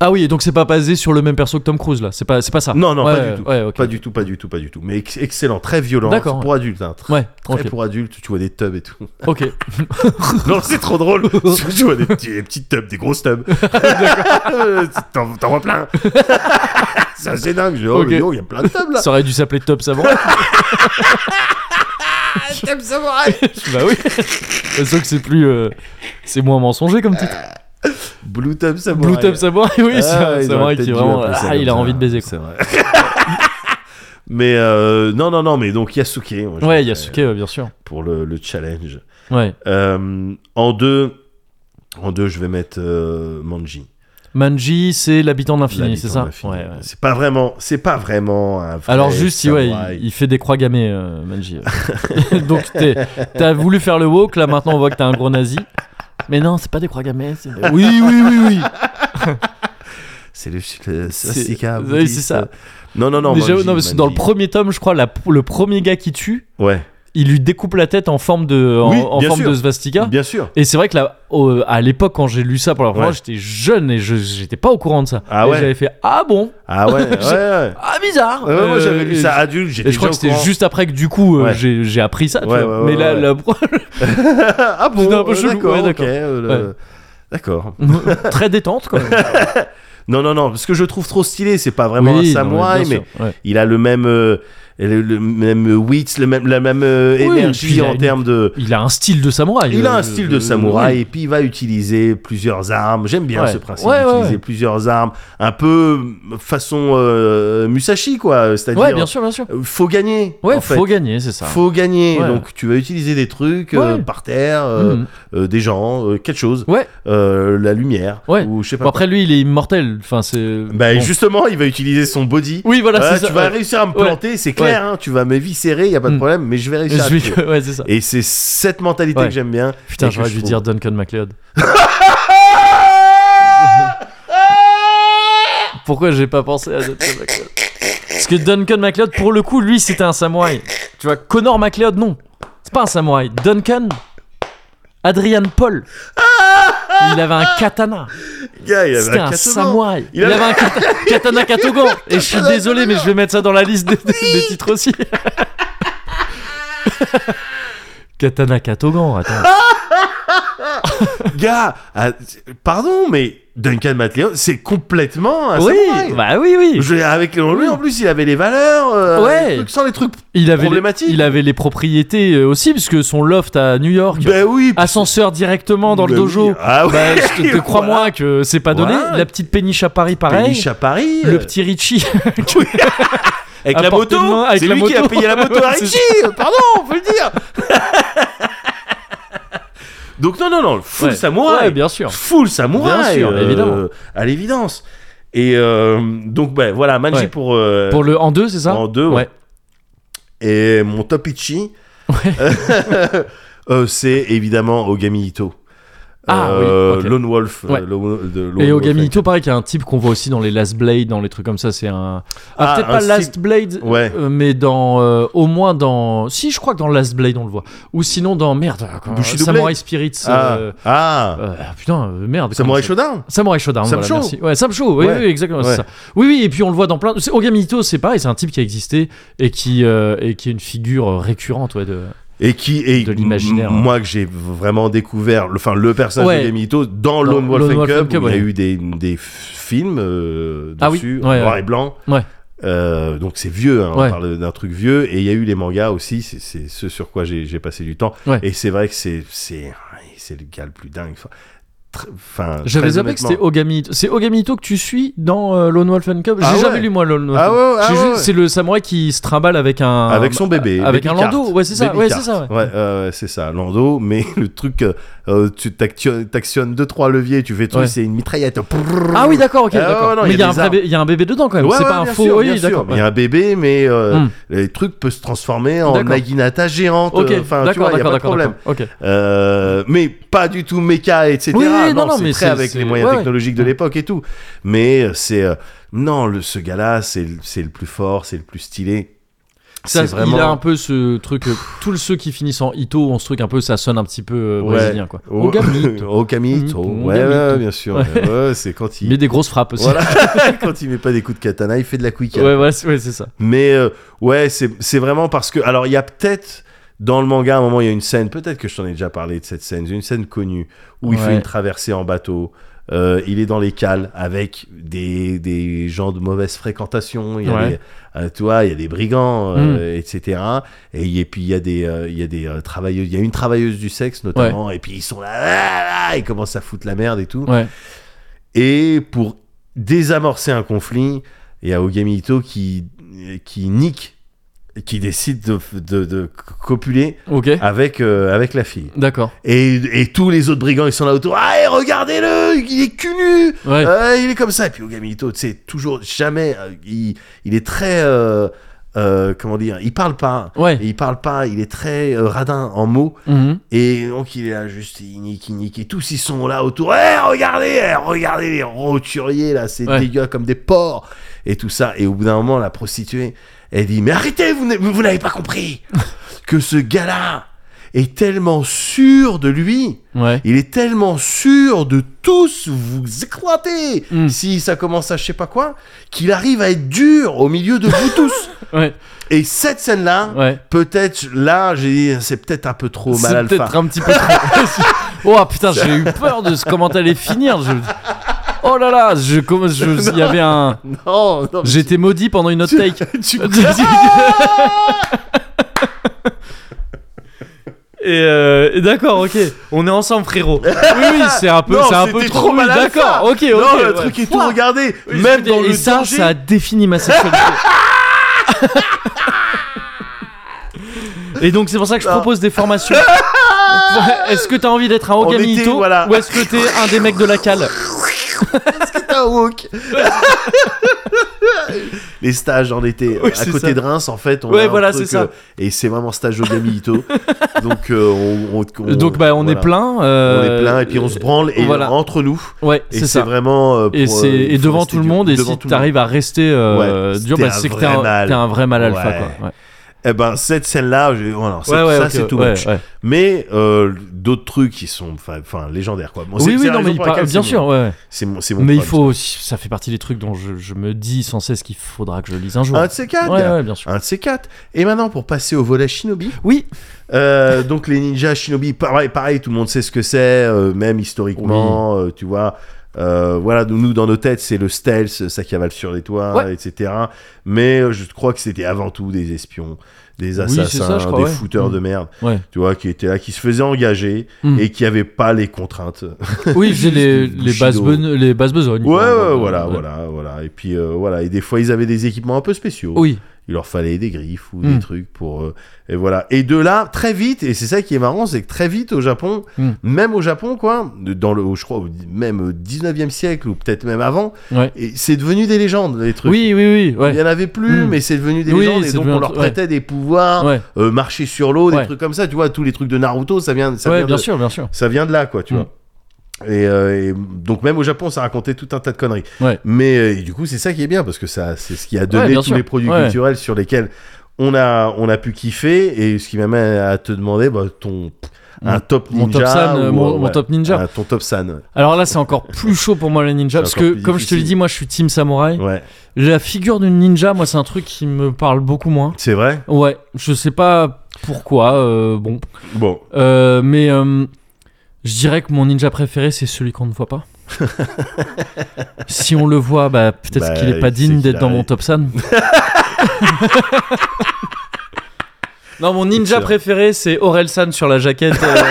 A: Ah oui et donc c'est pas basé sur le même perso que Tom Cruise là. C'est pas c'est pas ça.
B: Non, non,
A: Ouais,
B: pas
A: ouais,
B: du tout.
A: ouais, ok.
B: Pas du tout, pas du tout, pas du tout. Mais ex- excellent, très violent.
A: D'accord,
B: c'est Pour adultes, hein, très,
A: Ouais.
B: très
A: Ok.
B: pour adultes, tu vois des tubs et
A: (laughs)
B: tout. (laughs)
A: Ok.
B: non, c'est
A: (laughs)
B: trop drôle. tu vois des, petits- des petits tubs, des grosses tubs. Euh, T'en t'en vois
A: (laughs)
B: plein. Ça, c'est dingue. Je dis, oh,
A: Ok.
B: (laughs) mais non, il y a plein de tubs là.
A: Ça aurait dû s'appeler Top Savant.
G: Thème samouraï
A: bah oui. Sauf que c'est plus. euh, c'est moins mensonger comme titre.
B: Blue Tom Samurai.
A: Blue Top Samurai, oui, c'est
B: Euh, Ah,
A: un
B: ils auraient
A: samouraï qui
B: peut-être dû
A: vraiment.
B: appeler ça
A: Ah, il a
B: comme ça.
A: envie de baiser quoi.
B: C'est vrai. (laughs) mais euh, non, non, non, mais donc Yasuke. moi, je
A: Ouais,
B: dirais,
A: Yasuke, euh, bien sûr.
B: Pour le, le challenge.
A: Ouais.
B: Euh, en deux. En deux, je vais mettre euh, Manji.
A: Manji, c'est euh, l'habitant de l'infini, c'est
B: L'habitant
A: ça
B: d'infini.
A: Ouais, ouais.
B: C'est pas vraiment, c'est pas vraiment un vrai
A: Alors juste si ouais,
B: samouraï.
A: il, il fait des croix gammées, euh, Manji. (laughs) Donc t'es- t'as voulu faire le woke, là maintenant on voit que t'es un gros nazi. Mais non, c'est pas des croix gammées. c'est- Oui, oui, oui, oui.
B: C'est le, le
A: (laughs) C'est-
B: swastika.
A: oui,
B: bouddhiste.
A: c'est ça.
B: euh, Non, non, non.
A: Déjà,
B: Manji,
A: non, parce que dans le
B: Manji.
A: premier tome, je crois, la- le premier gars qui tue,
B: Ouais,
A: il lui découpe la tête en forme de, en,
B: Oui,
A: en
B: bien
A: forme
B: sûr.
A: de svastika.
B: bien sûr.
A: Et c'est vrai que là, au- à l'époque, quand j'ai lu ça pour la première
B: Ouais.
A: fois, j'étais jeune et je j'étais pas au courant de ça.
B: Ah
A: Et
B: ouais.
A: J'avais fait ah bon, (laughs)
B: Ah ouais, ouais, ouais.
A: ah bizarre.
B: Ouais, ouais, moi
A: Euh,
B: j'avais lu
A: et
B: ça adulte,
A: Et
B: j'étais
A: je crois que
B: déjà au
A: c'était
B: courant.
A: juste après que du coup euh,
B: Ouais.
A: j'ai j'ai appris ça. tu
B: Ouais,
A: vois.
B: ouais,
A: Mais
B: ouais,
A: là,
B: ouais. (laughs) ah bon
A: C'était un peu
B: euh,
A: chelou,
B: D'accord,
A: ouais,
B: ok.
A: d'accord.
B: euh, D'accord. (laughs)
A: la- très détente quand même.
B: Non, non, non, parce que je le trouve trop stylé, c'est pas vraiment
A: Oui,
B: un
A: non,
B: samouraï,
A: bien
B: mais,
A: sûr, ouais.
B: il a le même. euh, le, le même wits, le même, la même euh,
A: Oui, et puis
B: énergie
A: il a
B: en
A: une-
B: termes de.
A: il a un style de samouraï.
B: Il a
A: euh,
B: un style
A: euh,
B: de samouraï
A: oui.
B: et puis il va utiliser plusieurs armes. J'aime bien
A: Ouais.
B: ce principe
A: Ouais, ouais,
B: d'utiliser
A: ouais.
B: plusieurs armes, un peu façon euh, Musashi quoi. C'est-à-dire,
A: Ouais, bien sûr, bien sûr.
B: euh, faut gagner.
A: Ouais,
B: en fait.
A: faut gagner, c'est ça.
B: Faut gagner.
A: Ouais.
B: Donc tu vas utiliser des trucs euh,
A: Ouais.
B: par terre, euh,
A: Mhm.
B: euh, des gens, euh, quelque chose,
A: Ouais.
B: Euh, la lumière
A: Ouais.
B: ou je sais pas.
A: Bon, après lui, il est immortel. Enfin, c'est.
B: quoi. bah
A: bon.
B: justement, il va utiliser son body.
A: Oui, voilà,
B: Ah,
A: c'est ça.
B: tu vas
A: ouais.
B: réussir à me
A: Ouais.
B: planter, c'est clair. hein, tu vas m'éviscérer, y a pas de
A: Mm.
B: problème, mais je vais réussir. à
A: Je
B: te
A: (laughs) suis- ouais, c'est ça.
B: Et c'est cette mentalité
A: Ouais.
B: que j'aime bien. et
A: Putain,
B: que
A: j'aurais
B: je
A: dû
B: trouve-
A: dire Duncan
B: (laughs)
A: MacLeod. Pourquoi j'ai pas pensé à Duncan MacLeod Parce que Duncan MacLeod, pour le coup, lui, c'était un samouraï. Tu vois, Connor MacLeod, non. C'est pas un samouraï. Duncan, Adrian Paul. Il avait un katana.
B: Gars, il avait
A: C'était un
B: katagan.
A: samouraï.
B: Il
A: Il,
B: avait-
A: avait un kata- katana
B: (laughs)
A: Katogan. Et je suis désolé, mais je vais mettre ça dans la liste des, des- des titres aussi. (laughs) katana Katogan, attends.
B: Gars, ah, pardon, mais Duncan MacLeod, c'est complètement un
A: oui,
B: samouraï.
A: bah oui, oui.
B: Ah, Je l'ai- avec lui, en plus, il avait les valeurs, euh,
A: Ouais.
B: les trucs sans les trucs.
A: Il avait,
B: Problématique.
A: les, il avait les propriétés euh, aussi, puisque son loft à New York,
B: Ben oui.
A: ascenseur directement dans le
B: ben
A: dojo.
B: oui. Ah ouais. (laughs)
A: Bah, je te, te
B: Voilà.
A: crois-moi que c'est pas donné.
B: Voilà.
A: La petite péniche à Paris, pareil.
B: Péniche à Paris. euh.
A: Le
B: (laughs)
A: petit Richie.
B: Avec
A: à
B: la
A: portée
B: moto,
A: de main, avec
B: c'est
A: la
B: lui qui a
A: moto.
B: payé
A: (laughs)
B: la moto à
A: Ouais, c'est
B: Richie, euh, pardon, on peut le dire. (laughs) Donc non, non, non, full
A: Ouais.
B: samouraï, Euh,
A: Ouais, bah, bien sûr.
B: full samouraï, euh,
A: Bien sûr, évidemment.
B: à l'évidence. Et euh, donc ben voilà, Manji
A: Ouais.
B: pour, euh,
A: Pour le en deux, c'est ça
B: en deux, ouais.
A: Ouais.
B: Et mon top Ichi, euh, (laughs) c'est évidemment Ogami Ito.
A: Ah, oui, ok.
B: Lone Wolf. euh,
A: Ouais.
B: Lone- de Lone
A: Et
B: Wolf
A: Ogami
B: and-
A: Ito, pareil, qui est un type qu'on voit aussi dans les Last Blade, dans les trucs comme ça. C'est un. Ah,
B: Ah,
A: peut-être
B: un
A: pas
B: style-
A: Last Blade,
B: Ouais.
A: euh, mais dans. euh, au moins dans. Si, je crois que dans Last Blade, on le voit. Ou sinon dans. Merde, euh, comment-
B: Bushido
A: Samurai Spirits.
B: Ah,
A: euh,
B: ah.
A: euh, putain, euh, merde.
B: Samurai
A: comment ça-
B: Shodown.
A: Samurai Shodown,
B: Sam
A: voilà,
B: Show.
A: merci. Ouais, Sam Show, oui,
B: Ouais.
A: oui, exactement,
B: Ouais.
A: c'est ça. Oui, oui, et puis on le voit dans plein... c'est- Ogami Ito, c'est pareil, c'est un type qui a existé et qui, euh, et qui est une figure euh, récurrente, ouais, de...
B: et qui et
A: De l'imaginaire,
B: m-
A: hein.
B: moi que j'ai vraiment découvert le- enfin le personnage
A: Ouais.
B: de Gamito
A: Dans
B: dans Lone Wolf
A: Lone
B: and
A: Wolf
B: Cub
A: and Cub,
B: où il y a
A: ouais.
B: eu des, des films euh,
A: Ah oui,
B: dessus
A: ouais,
B: noir
A: ouais.
B: et blanc
A: Ouais.
B: Euh, donc c'est vieux hein, on
A: Ouais.
B: parle d'un truc vieux et il y a eu les mangas aussi c'est- c'est ce sur quoi j'ai j'ai passé du temps
A: Ouais.
B: et c'est vrai que c'est c'est c'est le gars le plus dingue enfin, tr- enfin
A: J'avais
B: très
A: zappé que
B: honnêtement.
A: c'était Ogami Ito. C'est Ogami Ito que tu suis dans euh, Lone Wolf and Cub. J'ai
B: Ah ouais.
A: jamais lu, moi, Lone Wolf
B: ah
A: and-
B: ouais, ah
A: J'ai
B: ouais.
A: juste- C'est le samouraï qui se trimballe avec un...
B: avec son bébé
A: hein, euh, Avec
B: Baby
A: un Lando,
B: Cart.
A: ouais, c'est ça,
B: Baby
A: ouais,
B: Cart.
A: c'est ça, ouais.
B: euh, c'est ça Lando mais (laughs) le truc euh, euh, tu t'actionnes t'actionnes deux trois leviers tu fais tout
A: Ouais.
B: c'est une mitraillette
A: Ah oui, d'accord, ok,
B: Ah ouais,
A: d'accord.
B: ouais, non,
A: mais il
B: il y a
A: y, a
B: des
A: un vrai
B: arbres.
A: bé- il y a un bébé dedans, quand même.
B: Ouais,
A: c'est
B: ouais,
A: pas un
B: bien
A: faux...
B: sûr, bien
A: oui,
B: sûr.
A: d'accord.
B: Il y a un bébé, mais euh,
A: Hmm.
B: les trucs peuvent se transformer en
A: D'accord.
B: Naginata géante.
A: Ok,
B: euh, Enfin, tu
A: d'accord,
B: vois, il y
A: d'accord,
B: a pas de
A: d'accord.
B: problème.
A: d'accord. Ok.
B: Euh, mais pas du tout méca, etc.
A: Oui, oui,
B: non,
A: non, non,
B: c'est
A: mais
B: très
A: c'est-
B: avec les
A: c'est-
B: moyens
A: ouais, Hmm.
B: technologiques de
A: ouais.
B: l'époque et tout. Mais euh, c'est euh, non, le, ce gars-là, c'est le- c'est le plus fort, c'est le plus stylé.
A: Ça,
B: C'est vraiment.
A: Il a un peu ce truc, euh, tous ceux qui finissent en Ito ont ce truc un peu, ça sonne un petit peu euh,
B: Ouais.
A: brésilien quoi.
B: (laughs)
A: (laughs)
B: Oh,
A: Ogami Ito.
B: Ogami Ito.
A: Ogami
B: Ouais,
A: Ito.
B: ouais, bien sûr. ouais, ouais, c'est quand
A: Il met
B: il.
A: des grosses frappes aussi.
B: Voilà,
A: (laughs)
B: (laughs) quand il met pas des coups de katana, il fait de la quick.
A: Ouais, ouais, c'est ouais, c'est ça.
B: Mais euh, ouais, c'est c'est vraiment parce que. Alors, il y a peut-être. Dans le manga, à un moment, il y a une scène, peut-être que je t'en ai déjà parlé de cette scène, une scène connue, où il fait
A: Ouais.
B: une traversée en bateau Euh, il est dans les cales avec des, des gens de mauvaise fréquentation. Il y a
A: Ouais. Hmm.
B: des, euh, tu vois, il y a des brigands, euh, etc. Et, et puis il y a des, euh, il y a des euh, travailleuses. Il y a une travailleuse du sexe notamment. Et puis ils sont là, là, là, ils commencent à foutre la merde et tout.
A: Ouais.
B: Et pour désamorcer un conflit, il y a Ogamito qui, qui nique, qui décide de, de, de copuler
A: Ok.
B: avec, euh, avec la fille.
A: D'accord.
B: Et, et tous les autres brigands, ils sont là autour. Ah, regardez-le, il est cul nu,
A: Ouais.
B: Euh, il est comme ça. Et puis Ogamito, tu sais, toujours, jamais, euh, il, il est très. euh, euh, comment dire Il parle pas.
A: Ouais.
B: Il parle pas, il est très euh, radin en mots.
A: Mhm.
B: Et donc il est là juste, il nique, il nique, et tous ils sont là autour. Eh, regardez, eh, regardez les roturiers là, c'est
A: Ouais.
B: dégueu comme des porcs et tout ça. Et au bout d'un moment, la prostituée, elle dit mais arrêtez, vous n'avez- vous n'avez pas compris que ce gars-là est tellement sûr de lui.
A: Ouais.
B: Il est tellement sûr de tous vous éclater
A: Mm.
B: si ça commence à je sais pas quoi qu'il arrive à être dur au milieu
A: (laughs)
B: de vous tous.
A: Ouais.
B: Et cette scène-là,
A: Ouais.
B: peut-être là, j'ai dit c'est peut-être un peu trop mal
A: C'est
B: alpha.
A: peut-être un petit peu
B: (laughs)
A: trop. oh ah, putain, j'ai eu peur de ce comment t'allais finir. Je- Oh là là, je comme
B: (laughs)
A: je- il y avait un Oh,
B: Non, non, mais
A: j'étais maudit pendant une autre take.
B: (laughs)
A: (laughs)
B: tu-
A: Et, euh, et d'accord, ok. On est ensemble, frérot. Oui, oui, c'est un peu,
B: Non,
A: c'est un peu
B: c'était
A: trop.
B: trop
A: oui,
B: mal à
A: d'accord,
B: faire.
A: ok, (laughs) ok.
B: non, le
A: ouais.
B: truc est tout
A: Ouah.
B: regardé,
A: Oui,
B: même
A: je veux
B: dans
A: dire,
B: le
A: Et ça,
B: danger.
A: ça a défini ma
B: (laughs)
A: sexualité. Et donc c'est pour ça que je propose des
B: (laughs)
A: formations. Est-ce que t'as envie d'être un
B: On
A: Ogamito
B: était, voilà.
A: ou est-ce que t'es un des mecs de la cale
B: T'as un wok. Les stages en été
A: Oui,
B: à
A: c'est
B: côté
A: ça.
B: de Reims, en fait, on
A: Ouais,
B: a un
A: voilà,
B: truc,
A: c'est ça.
B: euh, et c'est vraiment
A: (laughs)
B: stage au gamito. donc euh, on, on- on-
A: Donc bah on
B: voilà.
A: est plein.
B: On
A: euh,
B: est plein et puis on se branle et
A: voilà.
B: entre nous.
A: Ouais,
B: Et
A: c'est
B: c'est
A: ça.
B: vraiment. euh,
A: Et,
B: pour,
A: c'est-
B: euh,
A: et
B: il faut
A: devant
B: rester
A: tout le
B: dur.
A: monde, et
B: Devant
A: si
B: tout le
A: t'arrives à rester euh,
B: Ouais,
A: dur,
B: t'es
A: bah,
B: un
A: c'est que t'es
B: vrai
A: un,
B: mâle.
A: t'es un vrai mal alpha.
B: Ouais.
A: Quoi. Ouais.
B: monde. Eh ben, cette scène-là, je- oh non, c'est-
A: Ouais, ouais,
B: ça
A: ok,
B: c'est tout.
A: ouais,
B: much.
A: ouais.
B: Mais euh, d'autres trucs qui sont enfin- enfin légendaires quoi. Bon, c'est-
A: Oui,
B: c'est
A: oui,
B: la
A: non,
B: raison
A: mais il
B: pour
A: par-
B: laquelle
A: bien
B: c'est
A: sûr,
B: mon-
A: ouais. ouais.
B: C'est mon, c'est mon
A: Mais il
B: problème.
A: faut, ça fait partie des trucs dont je, je me dis sans cesse qu'il faudra que je lise un jour.
B: Un de ces quatre.
A: ouais,
B: gars.
A: ouais, bien sûr.
B: Un de ces quatre. Et maintenant, pour passer au volet shinobi.
A: Oui,
B: euh, donc les ninjas shinobi, pareil, pareil, tout le monde sait ce que c'est, euh, même historiquement, euh, tu vois. Euh, voilà, nous, nous, dans nos têtes, c'est le stealth, ça qui avale sur les toits,
A: Ouais.
B: etc. Mais euh, je crois que c'était avant tout des espions, des
A: Oui, c'est
B: assassins,
A: ça, je crois,
B: des
A: ouais.
B: fouteurs de merde, (laughs)
A: ouais.
B: tu vois, qui étaient là, qui se faisaient engager
A: Mm.
B: et qui avaient pas les contraintes.
A: Oui, j'ai les,
B: Juste
A: les, bases
B: Bushido.
A: ben- les bases besognes.
B: Ouais, ouais,
A: quoi. euh,
B: voilà,
A: Ouais.
B: voilà, voilà. Et puis euh, voilà, et des fois ils avaient des équipements un peu spéciaux.
A: Oui,
B: Il leur fallait des griffes ou
A: Mm.
B: des trucs pour. euh, et voilà. Et de là, très vite, et c'est ça qui est marrant, c'est que très vite au Japon,
A: Mm.
B: même au Japon, quoi, dans le, au- je crois, au- même au 19e siècle ou peut-être même avant,
A: ouais.
B: et c'est devenu des légendes, les trucs.
A: oui, oui, oui,
B: Il
A: ouais.
B: n'y en avait plus,
A: Mm.
B: mais c'est devenu des
A: Oui,
B: légendes, et
A: c'est
B: donc
A: devenu
B: on
A: un
B: leur
A: truc- ouais.
B: prêtait des pouvoirs,
A: Ouais,
B: euh, marcher sur l'eau, des
A: Ouais.
B: trucs comme ça, tu vois, tous les trucs de Naruto, ça vient, ça
A: ouais,
B: vient
A: bien
B: de,
A: sûr, bien sûr.
B: ça vient de là, quoi, tu
A: Mm.
B: vois. Et, euh, et donc même au Japon, ça racontait tout un tas de conneries.
A: Ouais.
B: Mais euh, et du coup, c'est ça qui est bien parce que ça, c'est ce qui a
A: Ouais,
B: donné
A: bien
B: tous
A: sûr.
B: les produits
A: Ouais.
B: culturels sur lesquels on a, on a pu kiffer. Et ce qui m'amène à te demander, bah, ton un
A: Mon-
B: top ninja,
A: Mon top, san, euh,
B: ou,
A: mon,
B: ouais,
A: mon top ninja.
B: un- ton top san,
A: Alors là, c'est encore plus chaud pour moi, les ninjas.
B: C'est
A: Parce
B: encore
A: que,
B: plus
A: comme je te l'ai
B: difficile.
A: dit, moi, je suis team samouraï.
B: ouais,
A: La figure d'une ninja, moi, c'est un truc qui me parle beaucoup moins.
B: c'est vrai.
A: Ouais, je sais pas pourquoi. euh, bon.
B: Bon,
A: Euh, mais euh, je dirais que mon ninja préféré, c'est celui qu'on ne voit
B: (laughs)
A: pas. si on le voit, bah, peut-être
B: Bah,
A: qu'il est pas
B: il sait
A: digne
B: qu'il
A: d'être dans
B: arrive.
A: mon top
B: (laughs)
A: san. non, mon ninja
B: Excellent.
A: préféré, c'est Aurel San sur la jaquette.
B: (laughs)
A: euh,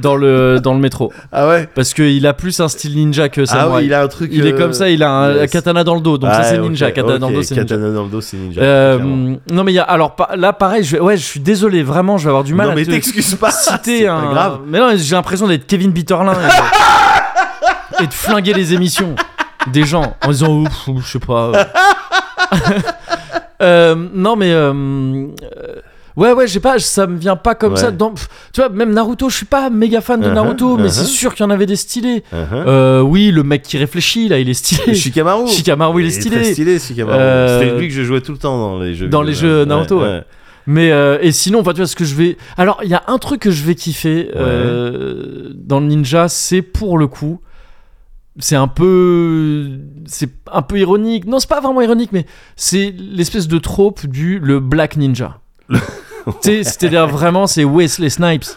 A: Dans le, dans le métro.
B: ah ouais,
A: Parce qu'il a plus un style ninja que
B: ah
A: samouraï.
B: oui, il a un truc.
A: il est
B: euh,
A: comme ça, il a un
B: yes.
A: katana dans le dos. Donc ça,
B: Ah,
A: c'est
B: ok,
A: ninja. Katana dans le
B: ok,
A: dos, c'est ninja.
B: katana dans le dos, c'est ninja.
A: Euh,
B: clairement.
A: non, mais il y a. Alors pa- là, pareil, je, vais- ouais, je suis désolé, vraiment, je vais avoir du mal
B: non
A: à
B: mais
A: te-
B: t'excuses pas,
A: citer
B: c'est
A: un.
B: pas
A: (laughs)
B: grave.
A: Mais non, j'ai l'impression d'être Kevin Bitterlin et de... et de flinguer les émissions des gens en disant ouf, ouf, je sais pas. euh. (laughs) Euh, non, mais. euh, euh, Ouais ouais j'ai pas ça me vient pas comme
B: Ouais.
A: ça dans, pff, tu vois même Naruto je suis pas méga fan de
B: Uh-huh,
A: Naruto mais
B: uh-huh.
A: c'est sûr qu'il y en avait des stylés
B: Uh-huh.
A: Euh, oui le mec qui réfléchit là il est stylé
B: Shikamaru.
A: Shikamaru il est
B: très
A: stylé
B: stylé Shikamaru.
A: Euh,
B: C'était lui que je jouais tout le temps dans les jeux.
A: dans
B: vidéo,
A: les jeux
B: ouais.
A: Naruto, ouais. Mais euh, et sinon, enfin, tu vois ce que je vais. Alors, il y a un truc que je vais kiffer euh, dans le ninja, c'est pour le coup, c'est un peu, c'est un peu ironique. Non, c'est pas vraiment ironique, mais c'est l'espèce de trope du le black ninja. (laughs) Tu sais, C'est-à-dire vraiment, c'est Wesley Snipes.
B: (laughs)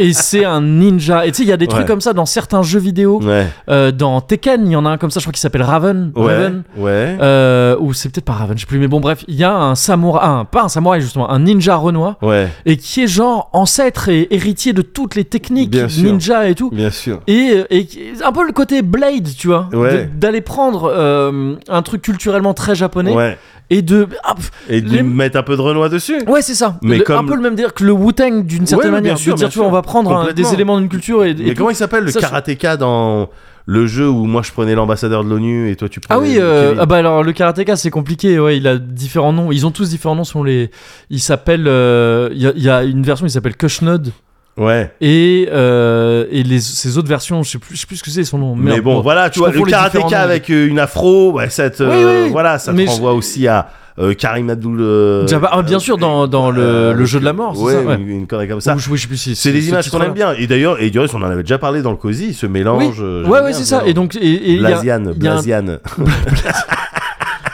A: Et c'est un ninja. Et tu sais, il y a des
B: Ouais.
A: trucs comme ça dans certains jeux vidéo.
B: Ouais.
A: Euh, dans Tekken, il y en a un comme ça, je crois qu'il s'appelle Raven.
B: Ouais.
A: Raven.
B: Ouais.
A: Euh, ou c'est peut-être pas Raven, je sais plus, mais bon, bref, il y a un samouraï, un- pas un samouraï justement, un ninja renois,
B: Ouais.
A: et qui est genre ancêtre et héritier de toutes les techniques
B: Bien sûr.
A: ninja et tout.
B: Bien sûr.
A: Et, et qui- un peu le côté Blade, tu vois,
B: Ouais.
A: de- d'aller prendre euh, un truc culturellement très japonais
B: Ouais.
A: et de. ah, pff,
B: Et de
A: Les-
B: mettre un peu de Renoir dessus.
A: ouais, c'est ça.
B: Mais
A: Le- Un
B: comme-
A: peu le même dire que le Wu-Tang d'une certaine
B: Ouais, ouais, bien
A: manière.
B: sûr,
A: de dire,
B: bien
A: tu vois,
B: sûr.
A: on va prendre un-
B: Complètement.
A: des éléments d'une culture et. et
B: Mais
A: tout.
B: comment il s'appelle le
A: Ça, je-
B: karatéka dans le jeu où moi je prenais l'ambassadeur de l'ONU et toi tu prenais
A: Ah oui, euh,
B: Kevin
A: ah bah alors le karatéka c'est compliqué, ouais, il a différents noms, ils ont tous différents noms selon les... Il s'appelle... euh, Il y a- il y, a une version qui s'appelle Kushnod,
B: Ouais.
A: et, euh, et les, ces autres versions, je sais plus, je sais plus ce que c'est son nom.
B: Mais
A: Merde,
B: bon, voilà,
A: je
B: tu vois, le
A: confonds les différents
B: karatéka
A: noms.
B: avec euh, une afro, ouais, cette, euh,
A: Oui, oui.
B: voilà, ça
A: Mais
B: te
A: je-
B: renvoie aussi à euh, Karim Abdul. euh,
A: Jabba- ah, bien sûr, dans, dans le,
B: euh,
A: le jeu de la mort, c'est
B: ouais,
A: ça ouais.
B: Une, une connerie comme ça.
A: Ou je- oui, je sais plus si
B: C'est des
A: ce
B: images qu'on
A: titre-là.
B: aime bien. Et d'ailleurs, et d'ailleurs, on en avait déjà parlé dans le cosy, ce
A: Oui,
B: mélange. euh,
A: ouais,
B: j'aime
A: ouais,
B: bien,
A: c'est ça.
B: bien.
A: Et donc, et, et il y a-
B: Blasiane,
A: il y a un-
B: Blasiane.
A: (laughs)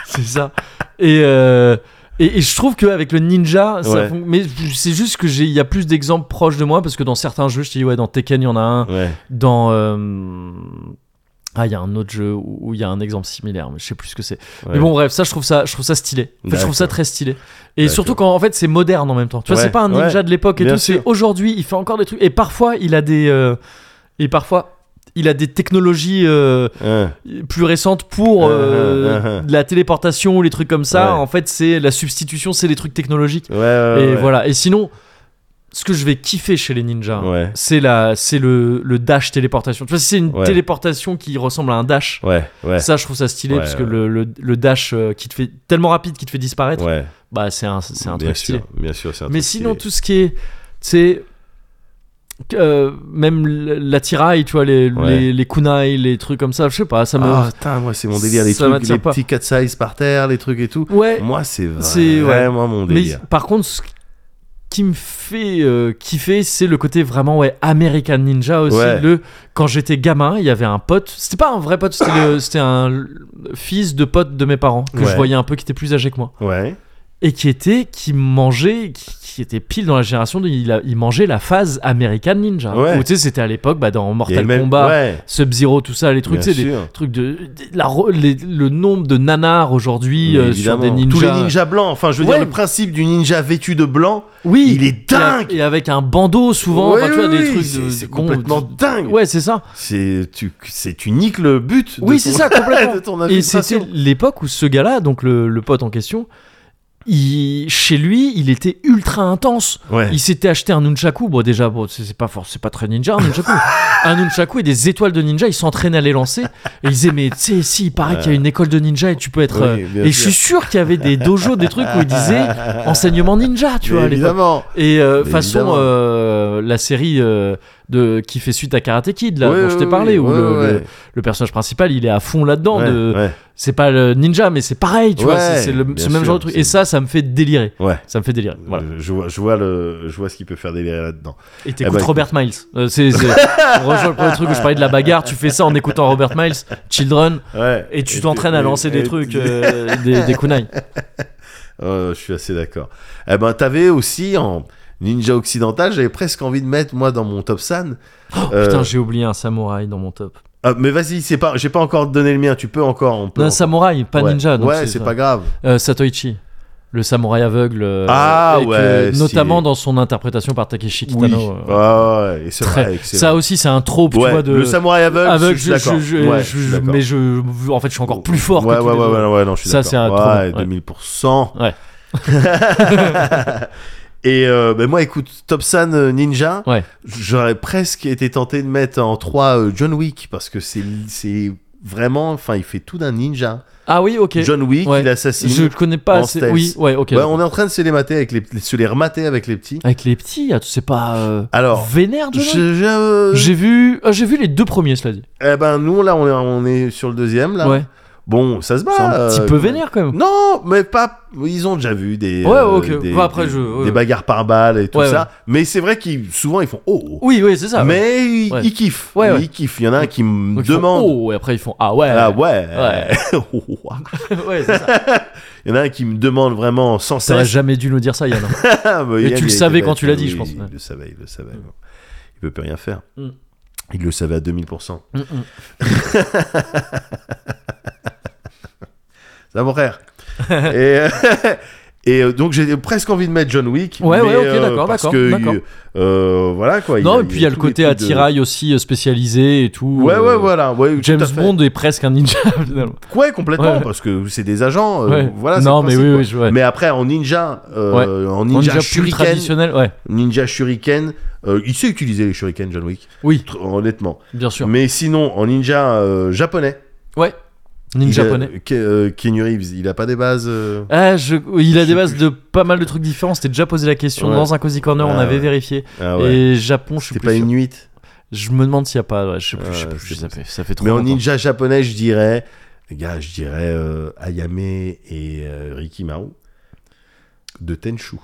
A: C'est ça. Et, euh, et, et je trouve qu'avec le ninja, ça
B: Ouais.
A: fon- mais c'est juste que j'ai, il y a plus d'exemples proches de moi parce que dans certains jeux, je te dis ouais, dans Tekken, il y en a un.
B: Ouais.
A: Dans euh, ah, il y a un autre jeu où où il y a un exemple similaire, mais je sais plus ce que c'est.
B: Ouais.
A: Mais bon, bref, ça, je trouve ça, je trouve ça stylé. En fait, je trouve ça
B: D'accord.
A: très stylé. Et
B: D'accord.
A: surtout quand en fait, c'est moderne en même temps. Tu vois,
B: Ouais,
A: c'est pas un ninja
B: ouais.
A: de l'époque et
B: Bien
A: tout. C'est
B: sûr.
A: aujourd'hui, il fait encore des trucs. Et parfois, il a des euh, et parfois, il a des technologies. euh,
B: Hein.
A: plus récente pour euh,
B: Uh-huh, uh-huh.
A: de la téléportation ou les trucs comme ça.
B: Ouais.
A: En fait, c'est la substitution, c'est des trucs technologiques.
B: Ouais, ouais,
A: et
B: ouais.
A: voilà. Et sinon, ce que je vais kiffer chez les ninjas,
B: Ouais.
A: c'est la, c'est le, le dash téléportation. Tu vois, si c'est une
B: Ouais.
A: téléportation qui ressemble à un dash.
B: Ouais, ouais.
A: Ça, je trouve ça stylé
B: Ouais,
A: parce que
B: ouais.
A: le, le, le dash euh, qui te fait tellement rapide qui te fait disparaître,
B: Ouais.
A: bah c'est un, c'est un
B: bien
A: truc stylé.
B: sûr, bien sûr, c'est un
A: Mais
B: truc
A: sinon,
B: stylé.
A: tout ce qui est. Tu sais. euh, même l- l'attirail, tu vois, les,
B: Ouais.
A: les, les kunai, les trucs comme ça, je sais pas, ça me.
B: Ah, putain, moi, c'est mon délire. Les
A: Ça
B: trucs,
A: m'attire
B: les
A: pas.
B: petits cut size par terre, les trucs et tout.
A: ouais,
B: Moi, c'est
A: C'est- ouais.
B: vraiment mon
A: Mais
B: délire.
A: par contre, ce qui me fait euh, kiffer, c'est le côté vraiment ouais American Ninja aussi.
B: Ouais.
A: Le quand j'étais gamin, il y avait un pote. C'était pas un vrai pote, c'était le- c'était un l- fils de pote de mes parents que
B: Ouais.
A: je voyais un peu qui était plus âgé que moi
B: Ouais.
A: et qui était qui mangeait qui, qui était pile dans la génération de, il, a- il mangeait la phase American Ninja.
B: Ouais.
A: Où, tu sais, c'était à l'époque bah, dans
B: Il y a
A: Mortal
B: le même-
A: Kombat, euh,
B: Ouais.
A: Sub-Zero, tout ça, les trucs,
B: Bien
A: tu sais, des
B: sûr.
A: trucs de, de- la re- les- le nombre de nanars aujourd'hui
B: Mais
A: euh, sur
B: évidemment.
A: des ninjas.
B: Tous les ninjas blancs. Enfin, je veux
A: Ouais.
B: dire, le principe du ninja vêtu de blanc,
A: Oui.
B: Il est
A: Et a-
B: dingue.
A: Et, avec un bandeau souvent,
B: Ouais,
A: enfin, tu vois,
B: oui,
A: des
B: oui,
A: trucs
B: c'est-
A: de-
B: c'est
A: bon,
B: complètement
A: tu-
B: dingue.
A: Ouais, c'est ça.
B: c'est tu, c'est tu niques le but. de
A: Oui, c'est
B: ton- (laughs)
A: ça, complètement.
B: de ton
A: Et c'était
B: infiltration.
A: l'époque où ce gars-là, donc le, le pote en question, il, chez lui, il était ultra intense.
B: Ouais.
A: Il s'était acheté un nunchaku. Bon, déjà, bon, c'est c'est pas fort, c'est pas très ninja, un
B: (laughs)
A: nunchaku. un nunchaku et des étoiles de ninja. Il s'entraînait à les lancer. Et il disait, mais tu sais, si, il paraît qu'il y a une école de ninja et tu peux être.
B: Oui,
A: euh,
B: bien
A: et je
B: sûr.
A: suis sûr qu'il y avait des dojos, des trucs où il
B: (laughs)
A: disait enseignement ninja, tu
B: Mais
A: vois, à l'époque.
B: évidemment.
A: Et euh,
B: Mais
A: façon
B: évidemment.
A: euh, la série euh, de qui fait suite à Karate Kid là
B: Ouais,
A: dont je t'ai
B: ouais,
A: parlé
B: ouais,
A: où le,
B: ouais,
A: le-
B: ouais.
A: le personnage principal il est à fond là-dedans
B: Ouais,
A: de
B: ouais.
A: c'est pas le ninja mais c'est pareil tu vois
B: Ouais,
A: c'est c'est le,
B: bien
A: ce même
B: sûr,
A: genre de truc
B: c'est-
A: et ça ça me fait délirer
B: Ouais.
A: ça me fait délirer voilà
B: Je, je vois, je vois le, je vois ce qu'il peut faire délirer là-dedans.
A: et t'écoutes
B: bah,
A: Robert Miles Euh, c'est c'est- on rejoint le premier truc où je parlais de la bagarre tu fais ça en écoutant Robert Miles Children
B: Ouais.
A: et tu t'entraînes à lancer
B: et-
A: des trucs
B: (laughs)
A: euh, des, des kunai
B: Euh, je suis assez d'accord. Eh ben, t'avais aussi en ninja occidental, j'avais presque envie de mettre moi dans mon top san. Euh,
A: Oh, putain j'ai oublié un samouraï dans mon top
B: ah, mais vas-y, c'est pas, j'ai pas encore donné le mien. Tu peux encore, on peut.
A: un
B: encore.
A: samouraï pas
B: Ouais.
A: ninja donc
B: Ouais, c'est pas grave.
A: Euh, Satoichi, le samouraï aveugle. euh,
B: Ah
A: et que,
B: ouais, si.
A: Notamment dans son interprétation par Takeshi Kitano. euh,
B: Ouais, ouais, et c'est
A: très-
B: vrai, excellent.
A: ça aussi, c'est un trope, tu
B: Ouais,
A: vois, de.
B: le samouraï aveugle,
A: aveugle,
B: je suis d'accord.
A: je-
B: Ouais,
A: je-
B: je suis
A: je-
B: d'accord. Oh.
A: mais je, en fait, je suis encore plus fort.
B: ouais,
A: que tous
B: ouais,
A: les
B: ouais,
A: autres.
B: ouais, ouais, non, je suis
A: Ça,
B: d'accord.
A: c'est un
B: ouais,
A: trop bon, ouais.
B: 2000%.
A: Ouais.
B: (laughs) Et euh, ben moi, écoute, Top San euh, Ninja,
A: Ouais.
B: j'aurais presque été tenté de mettre en 3 John Wick parce que c'est c'est vraiment, enfin, il fait tout d'un ninja.
A: Ah oui, ok.
B: John Wick,
A: Ouais.
B: il assassine.
A: je connais pas
B: en
A: assez.
B: stealth.
A: Oui, ouais, ok.
B: Ouais, on est en train de se les mater avec les, se les remater avec les petits.
A: Avec les petits, ah, tu sais pas. euh,
B: Alors,
A: Vénère,
B: Je,
A: John Wick
B: je- euh,
A: J'ai vu, ah, j'ai vu les deux premiers, cela dit.
B: eh ben nous là, on est, on est sur le deuxième là.
A: Ouais.
B: Bon, ça se bat.
A: C'est un petit
B: euh,
A: peu vénère quand même.
B: Non, mais pas. Ils ont déjà vu des. euh,
A: Ouais, ok.
B: des,
A: Enfin, après,
B: des-
A: je- ouais,
B: des
A: ouais.
B: bagarres par balles et tout
A: Ouais,
B: ça.
A: ouais.
B: Mais c'est vrai qu'ils souvent ils font oh. oh.
A: Oui, oui, c'est ça. ouais.
B: mais ils,
A: Ouais.
B: ils kiffent.
A: Ouais, ouais.
B: Ils kiffent. Il y en a un qui me
A: Donc, ils font
B: demande.
A: Oh, et après ils font Ah ouais. (laughs)
B: Ah ouais.
A: Ouais, c'est ça.
B: (laughs) Il y en a un qui me demande vraiment sans
A: T'aurais
B: cesse.
A: jamais dû nous dire ça, Yann.
B: Ah, bah,
A: Mais
B: Yann,
A: tu le
B: il
A: savais
B: était
A: quand tu l'as dit,
B: oui,
A: je pense.
B: Il
A: Ouais.
B: le savait, il le savait. bon. Il peut plus rien faire.
A: Mm.
B: Il le savait à 2000%.
A: Mm, mm.
B: (laughs) Ça,
A: (laughs)
B: mon frère. et, euh, et, (laughs) euh, donc, j'ai presque envie de mettre John Wick.
A: Ouais,
B: mais,
A: ouais, ok,
B: euh,
A: d'accord,
B: parce
A: d'accord,
B: que,
A: d'accord.
B: euh, voilà, quoi.
A: Non, et puis il y a le
B: tous
A: côté
B: les trucs de-
A: attirail aussi euh, spécialisé et tout.
B: Ouais, ouais,
A: euh,
B: voilà. ouais, tout à
A: James
B: fait.
A: Bond est presque un ninja (laughs) finalement.
B: Ouais, complètement,
A: Ouais.
B: parce que c'est des agents. euh,
A: Ouais.
B: Voilà, c'est
A: non,
B: le
A: mais
B: principe,
A: oui,
B: quoi.
A: oui, je- ouais.
B: Mais après, en ninja, euh, en
A: En ninja
B: ninja,
A: plus
B: shuriken,
A: traditionnel, ouais.
B: ninja shuriken, euh, il sait utiliser les shurikens, John Wick,
A: Oui,
B: tr- honnêtement.
A: bien sûr.
B: Mais sinon, en ninja euh, japonais,
A: Ouais. Ninja
B: il a-
A: japonais.
B: Ke- euh, Keanu Reeves, il a pas des bases. euh,
A: Ah, je- il
B: Je
A: a
B: sais
A: des bases de pas mal de trucs différents. C'était déjà posé la question
B: Ouais.
A: dans un cozy corner, on
B: Ah
A: avait
B: ouais.
A: vérifié.
B: Ah ouais.
A: Et Japon, je suis
B: C'était
A: plus
B: pas Euh,
A: sûr.
B: Inuit.
A: Je me demande s'il y a pas. ouais, je sais plus. je sais
B: Ouais,
A: plus,
B: c'est
A: ça, fait, ça fait trop.
B: Mais en
A: longtemps.
B: ninja japonais, je dirais, les gars, je dirais euh, Ayame et euh, Ricky Maru de Tenchu.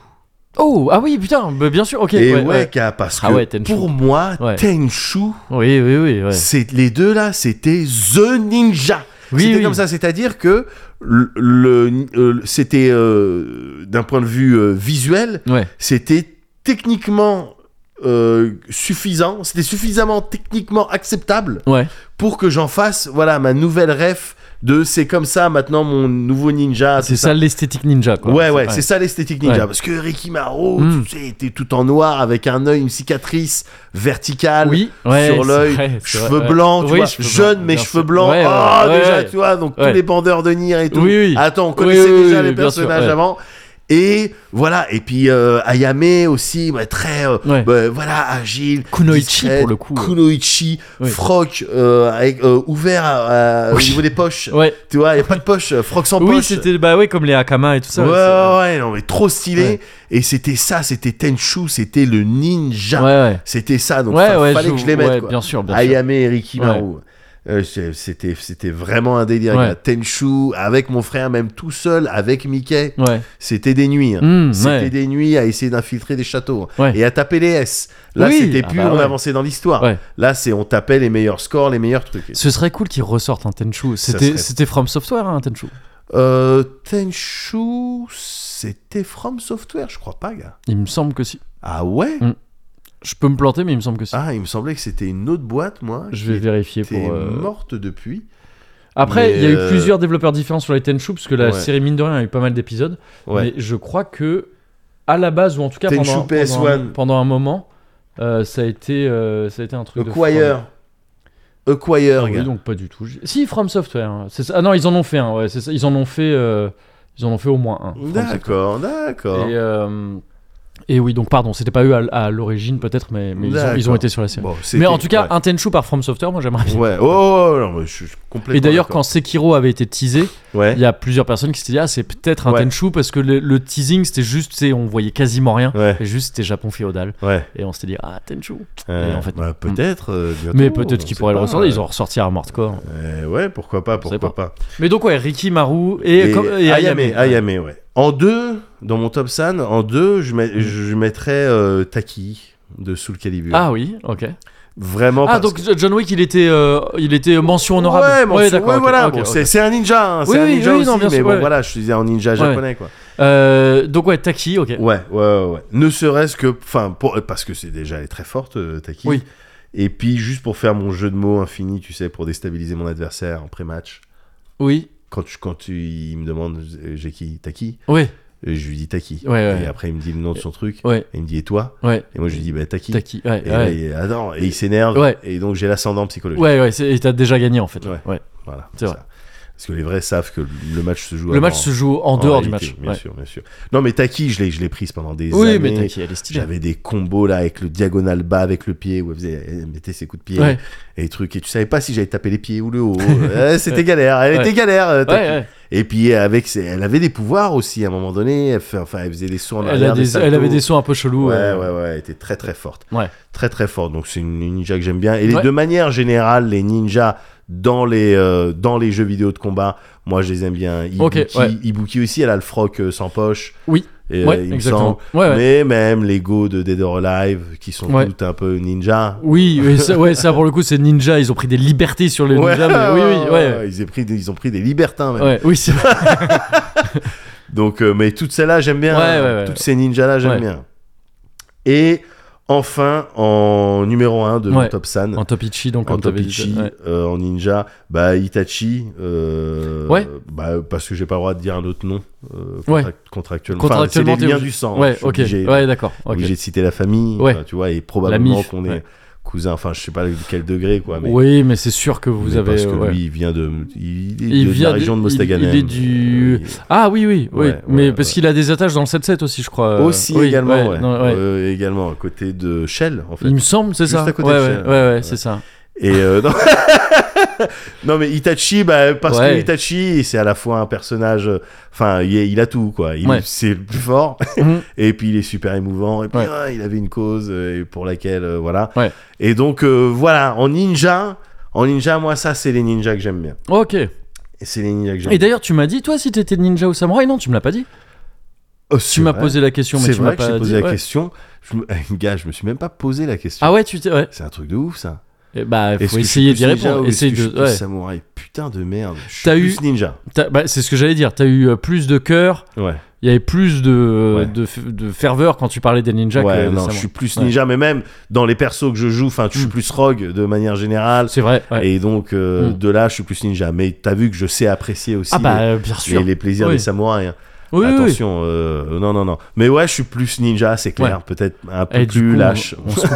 A: Oh ah oui putain, bah, bien sûr. Ok.
B: et
A: ouais,
B: ouais,
A: ouais.
B: gars, parce que
A: Ah ouais, Tenchu.
B: pour moi,
A: Ouais.
B: Tenchu,
A: Oui oui oui. ouais.
B: c'est les deux là, c'était The Ninja.
A: Oui,
B: c'était
A: oui.
B: comme ça, c'est-à-dire que le, le- euh, c'était euh, d'un point de vue euh, visuel,
A: Ouais.
B: c'était techniquement euh, suffisant, c'était suffisamment techniquement acceptable
A: Ouais.
B: pour que j'en fasse voilà ma nouvelle ref de c'est comme ça maintenant mon nouveau ninja.
A: C'est ça l'esthétique ninja quoi.
B: Ouais, ouais, c'est ça l'esthétique ninja.
A: Ouais.
B: Parce que Ricky Maro,
A: Mm.
B: tu sais, était tout en noir avec un œil, une cicatrice verticale
A: Oui. ouais,
B: sur
A: c'est
B: l'œil,
A: vrai, c'est
B: cheveux
A: vrai, ouais.
B: blancs, tu
A: Oui,
B: vois,
A: cheveux
B: jeune
A: blancs,
B: mais
A: bien
B: cheveux
A: sûr.
B: blancs.
A: Ouais,
B: oh,
A: ouais,
B: déjà,
A: ouais.
B: tu vois, donc
A: Ouais.
B: tous les bandeurs de Nier et tout.
A: Oui, oui.
B: Attends, on
A: Oui,
B: connaissait
A: oui,
B: déjà
A: oui,
B: les
A: bien sûr,
B: personnages
A: ouais.
B: avant. Et voilà, et puis euh, Ayame aussi, bah, très euh,
A: Ouais.
B: bah, voilà, agile.
A: Kunoichi,
B: discret,
A: pour le coup.
B: Kunoichi,
A: Oui.
B: froc euh, avec, euh, ouvert à- à- au
A: Oui.
B: niveau des poches.
A: Ouais.
B: Tu vois, il a pas de poche, euh, froc sans
A: Oui,
B: poche.
A: c'était bah ouais comme les Akama et tout ça.
B: ouais,
A: ouais,
B: ouais, ouais, non, mais trop stylé.
A: Ouais.
B: Et c'était ça, c'était Tenchu, c'était le
A: c'est-
B: ninja.
A: hein. Ouais ouais.
B: C'était ça, donc
A: ouais,
B: fa-
A: ouais,
B: fallait que je les mette.
A: ouais,
B: quoi.
A: Bien sûr, bien sûr.
B: Ayame et Ricky
A: Ouais.
B: Maru. Euh, c'est- c'était c'était vraiment un délire
A: Ouais.
B: gars. Tenchu avec mon frère même tout seul avec Mickey
A: Ouais.
B: c'était des nuits hein.
A: Mm,
B: c'était
A: ouais.
B: des nuits à essayer d'infiltrer des châteaux hein.
A: Ouais.
B: et à taper les S là
A: Oui.
B: c'était
A: Ah
B: plus
A: bah
B: on
A: ouais.
B: avançait dans l'histoire
A: Ouais.
B: là c'est on tapait les meilleurs scores les meilleurs trucs
A: Ce serait cool qu'ils ressortent un Tenchu.
B: Ça
A: C'était
B: serait-
A: c'était From Software hein, un Tenchu.
B: Euh, Tenchu c'était From Software je crois pas gars
A: Il me semble que si.
B: ah ouais
A: Hmm. Je peux me planter, mais il me semble que si.
B: ah il me semblait que c'était une autre boîte moi
A: Je vais
B: qui
A: vérifier
B: était
A: pour. euh,
B: morte depuis
A: Après,
B: Mais,
A: il y a eu
B: euh,
A: plusieurs développeurs différents sur les Tenchu parce que la
B: Ouais.
A: série mine de rien a eu pas mal d'épisodes.
B: ouais
A: Mais je crois que à la base ou en tout cas
B: Tenchu
A: pendant,
B: PS1.
A: pendant un- pendant un moment, euh, ça a été euh, ça a été un truc. de
B: Acquire Acquire
A: From- Ah oui,
B: gars.
A: donc pas du tout. J'ai- Si From Software. hein, c'est ça. Ah non, ils en ont fait un. Ouais, c'est ça. Ils en ont fait. euh, Ils en ont fait au moins un. From Software.
B: D'accord, d'accord.
A: Et, euh, et oui, donc pardon, c'était pas eux à, à l'origine peut-être, mais, mais ils, ont,
B: D'accord.
A: ils ont été sur la série.
B: Bon,
A: euh, mais
B: c'était-
A: en tout cas,
B: ouais.
A: un Tenchu par From Software, moi j'aimerais bien.
B: Ouais, oh, oh, non, mais je suis complètement.
A: Et d'ailleurs, quand
B: d'accord.
A: Sekiro avait été teasé,
B: Ouais.
A: il y a plusieurs personnes qui s'étaient dit Ah, c'est peut-être un
B: Ouais.
A: Tenchu parce que le, le teasing c'était juste, tu sais, on voyait quasiment rien.
B: Ouais,
A: Et juste, c'était Japon féodal.
B: ouais.
A: Et on s'était dit Ah, Tenchu.
B: euh,
A: en fait, hmm.
B: bah, peut-être. euh, bientôt,
A: Mais
B: on
A: peut-être qu'ils
B: sait
A: pourraient le
B: pas,
A: ressortir,
B: euh,
A: ils ont ressorti Armored Core.
B: euh, ouais, pourquoi pas,
A: sait
B: pourquoi pas.
A: Mais donc, ouais, Ricky Maru et, comme- et
B: Ayame,
A: Ayame.
B: Ayame, ouais. En deux, dans mon top San, en deux, je,
A: Hmm.
B: mets- je mettrais euh, Taki de Soul Calibur.
A: Ah oui, ok.
B: Vraiment.
A: Ah,
B: parce
A: donc
B: que-
A: John Wick, il était, euh, il était mention honorable.
B: Ouais, mention-
A: d'accord,
B: ouais,
A: ok,
B: voilà.
A: ok,
B: bon,
A: ok.
B: c'est- C'est un ninja, hein, c'est
A: Oui,
B: un
A: oui,
B: ninja
A: oui,
B: aussi,
A: non, bien
B: mais
A: sûr,
B: bon,
A: ouais.
B: voilà, je te disais un ninja japonais, quoi.
A: Euh, donc ouais, Taki, ok.
B: Ouais, ouais, ouais, ouais. Ne serait-ce que, enfin, pour- euh, parce que c'est déjà elle est très forte, euh, Taki.
A: Oui.
B: Et puis juste pour faire mon jeu de mots infini, tu sais, pour déstabiliser mon adversaire en pré-match.
A: Oui,
B: Quand tu, quand tu- il me demande euh, j'ai qui Taki,
A: oui,
B: et je lui dis Taki.
A: Ouais, ouais. Euh,
B: Et après il me dit le nom de son truc.
A: ouais,
B: Et il me dit et toi
A: ouais.
B: Et moi je lui dis bah Taki.
A: Taki, ouais,
B: Et là,
A: ouais.
B: il- attends, et il s'énerve.
A: Ouais.
B: Et donc j'ai l'ascendant psychologique.
A: Ouais, ouais, c'est- et t'as déjà gagné en fait.
B: Ouais.
A: Ouais.
B: Voilà.
A: C'est vrai.
B: ça. Parce que les vrais savent que le match se joue.
A: Le match
B: avant-
A: se joue en, dehors du
B: réalité,
A: match.
B: Bien
A: ouais.
B: sûr, bien sûr. Non mais Taki, je l'ai, je l'ai prise pendant des
A: Oui,
B: années.
A: mais Taki, elle est stylée.
B: J'avais des combos là avec le diagonal bas avec le pied où elle, faisait, elle mettait ses coups de pied
A: Ouais.
B: et les trucs et tu savais pas si j'allais taper les pieds ou
A: (laughs)
B: le haut. Euh, C'était galère, elle
A: Ouais.
B: était galère. euh,
A: Ouais,
B: Taki.
A: ouais.
B: Et puis avec ses- elle avait des pouvoirs aussi à un moment donné. Elle, fait- enfin, elle faisait des sauts en
A: Elle, a
B: arrière,
A: des-
B: saltos.
A: elle avait des sons un peu chelous.
B: Ouais,
A: euh,
B: ouais, ouais, elle était très très forte.
A: Ouais.
B: Très très forte. Donc c'est une ninja que j'aime bien. Et les
A: Ouais.
B: de manière générale, les ninjas dans les, euh, dans les jeux vidéo de combat. Moi, je les aime bien. Ibuki,
A: Ok, ouais.
B: Ibuki aussi, elle a le froc euh, sans poche.
A: Oui.
B: Et,
A: ouais,
B: euh, il me
A: exactement.
B: semble.
A: Ouais, ouais.
B: Mais même les go de Dead or Alive, qui sont
A: Ouais.
B: toutes un peu ninja.
A: Oui, oui, ça, ouais, ça pour le coup, c'est ninja. Ils ont pris des libertés sur les ninjas. mais oui, oui, ouais.
B: Ils, ont pris des, ils ont pris des libertins, même.
A: Ouais, oui, c'est
B: Donc, euh, mais toutes celles-là, j'aime bien.
A: Ouais, ouais, ouais.
B: Toutes ces ninjas-là, j'aime
A: Ouais.
B: bien. Et enfin, en numéro 1 de mon
A: Ouais.
B: top San,
A: en Topichi, donc
B: en
A: comme t'avais dit.
B: Topichi,
A: Ouais.
B: euh, en ninja, bah Itachi, euh,
A: Ouais.
B: bah, parce que j'ai pas le droit de dire un autre nom euh,
A: Ouais.
B: contract- contractuellement. Enfin,
A: Contractuellement,
B: c'est
A: t'es
B: les liens
A: obligé-
B: du sang. je
A: Ouais,
B: suis
A: ok.
B: obligé,
A: Ouais, d'accord. ok.
B: obligé de citer la famille,
A: Ouais.
B: enfin, tu vois, et probablement
A: mif,
B: qu'on est
A: ouais.
B: cousin. Enfin, je sais pas quel degré, quoi. Ah, Mais,
A: Oui, mais c'est sûr que vous
B: mais
A: avez.
B: parce que
A: ouais.
B: lui, il vient de, il, est
A: Il
B: de
A: vient
B: la
A: de-
B: région de,
A: il-
B: Mostaganem. Euh,
A: il est du-
B: Il-
A: Ah oui, oui, oui.
B: Ouais,
A: mais
B: ouais,
A: parce
B: ouais.
A: qu'il a des attaches dans le 7-7 aussi, je crois. euh,
B: Aussi
A: oui,
B: également, ouais.
A: non, ouais.
B: Euh, également à côté de Shell en fait.
A: Il me semble, c'est
B: Juste
A: ça.
B: à côté
A: ouais,
B: de
A: ouais,
B: chez-
A: ouais, ouais, c'est ça.
B: Et euh, (laughs) non... Non, mais Itachi, bah, parce que
A: Ouais.
B: Itachi, c'est à la fois un personnage, euh, enfin il, est- il a tout quoi. Il
A: Ouais.
B: c'est le plus fort
A: Mhm.
B: et puis il est super émouvant et puis
A: Ouais.
B: ah, il avait une cause euh, et pour laquelle euh, voilà.
A: Ouais.
B: Et donc euh, voilà en ninja, en ninja moi ça c'est les ninjas que j'aime bien.
A: Ok.
B: Et c'est les ninjas que j'aime.
A: Et d'ailleurs, tu m'as dit, toi, si t'étais ninja ou samouraï Non, tu me l'as pas dit.
B: Oh,
A: Tu
B: c'est
A: m'as
B: vrai.
A: posé la question, mais
B: C'est
A: tu m'as
B: vrai que
A: pas
B: j'ai posé
A: dit.
B: la
A: ouais.
B: question. Je me... (laughs) Gars, je me suis même pas posé la question.
A: Ah ouais, tu t'es. Ouais.
B: C'est un truc de ouf ça.
A: Eh Bah,
B: Est-ce
A: faut
B: que je
A: essayer
B: suis
A: d'y
B: plus ninja
A: répondre.
B: ou est-ce
A: Essaye
B: que je suis
A: de.
B: plus
A: ouais.
B: Samouraï, putain de merde. Je suis
A: T'as
B: plus
A: eu-
B: ninja.
A: T'as- bah, c'est ce que j'allais dire. T'as eu euh, plus de cœur.
B: Ouais.
A: Il y avait plus de, euh,
B: Ouais.
A: de, f- de ferveur quand tu parlais des ninjas
B: ouais,
A: que des
B: non, je
A: samouraïs.
B: suis plus
A: euh, Ouais.
B: ninja, mais même dans les persos que je joue, enfin, je suis plus rogue de manière générale.
A: C'est vrai. ouais.
B: Et donc, euh,
A: Mm.
B: de là, je suis plus ninja. Mais t'as vu que je sais apprécier aussi
A: Ah bah,
B: les-
A: euh, bien
B: les,
A: sûr.
B: les plaisirs
A: Oui.
B: des samouraïs. hein.
A: Oui, oui, oui.
B: Attention, euh, non, non, non. Mais ouais, je suis plus ninja, c'est clair.
A: Ouais.
B: Peut-être un peu
A: Et du
B: plus
A: coup, on-
B: lâche.
A: on se-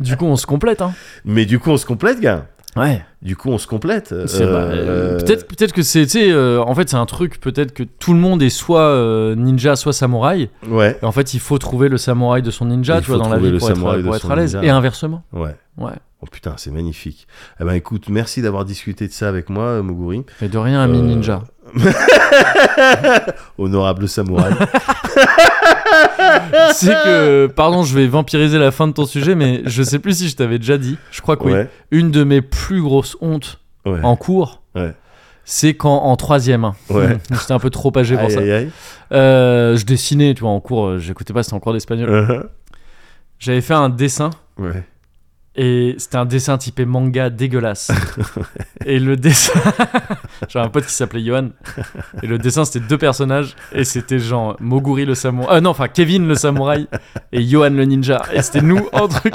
A: Du coup, on se complète. Hein.
B: Mais du coup, on se complète, gars.
A: Ouais.
B: Du coup, on se complète.
A: C'est
B: Euh,
A: pas- euh, Peut-être peut-être que c'est, tu sais, euh, en fait, c'est un truc, peut-être que tout le monde est soit euh, ninja, soit samouraï.
B: Ouais,
A: Et en fait, il faut trouver le samouraï de son ninja,
B: Il
A: tu vois,
B: faut
A: dans la
B: trouver
A: vie
B: le
A: pour être,
B: samouraï de
A: pour être
B: son
A: à l'aise.
B: ninja.
A: Et inversement.
B: ouais.
A: Ouais.
B: Oh putain, c'est magnifique. Eh ben écoute, merci d'avoir discuté de ça avec moi, euh, Moguri.
A: Mais de rien, ami
B: Euh,
A: ninja.
B: Honorable samouraï.
A: C'est que, pardon, je vais vampiriser la fin de ton sujet, mais je sais plus si je t'avais déjà dit. Je crois que (laughs) oui.
B: ouais.
A: Une de mes plus grosses hontes
B: Ouais.
A: en cours,
B: Ouais.
A: c'est quand en troisième. hein.
B: Ouais.
A: (laughs) J'étais un peu trop âgé pour
B: Aïe,
A: ça.
B: aïe, aïe.
A: Euh, je dessinais, tu vois, en cours, euh, j'écoutais pas, c'était en cours d'espagnol.
B: Uh-huh.
A: J'avais fait un dessin
B: Ouais.
A: et c'était un dessin typé manga dégueulasse. et le dessin. (laughs) J'avais un pote qui s'appelait Johan. Et le dessin, c'était deux personnages. Et c'était genre Moguri le samouraï. Ah non, enfin Kevin le samouraï et Johan le ninja. Et c'était nous en truc.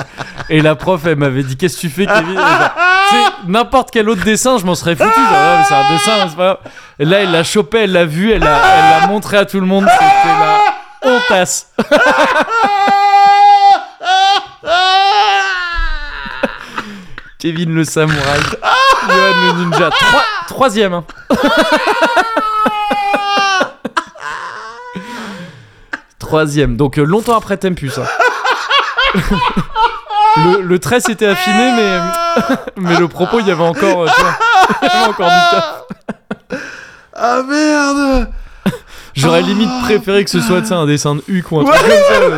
A: Et la prof, elle m'avait dit Qu'est-ce que tu fais, Kevin Et genre, Tu sais, N'importe quel autre dessin, je m'en serais foutu. Genre, Ah, mais c'est un dessin, c'est pas grave. Et là, elle l'a chopé, elle l'a vu, elle l'a elle l'a montré à tout le monde. C'était la hontasse. Kevin le samouraï. Johan le ninja. Trois- troisième. hein. troisième. Donc euh, longtemps après Tempus. hein. le, le trait s'était affiné, mais, (laughs) mais le propos, il y avait encore, euh, tu vois, il y avait encore du taf.
B: Ah merde
A: J'aurais limite préféré que ce soit tu sais, un dessin de Huck ou un truc comme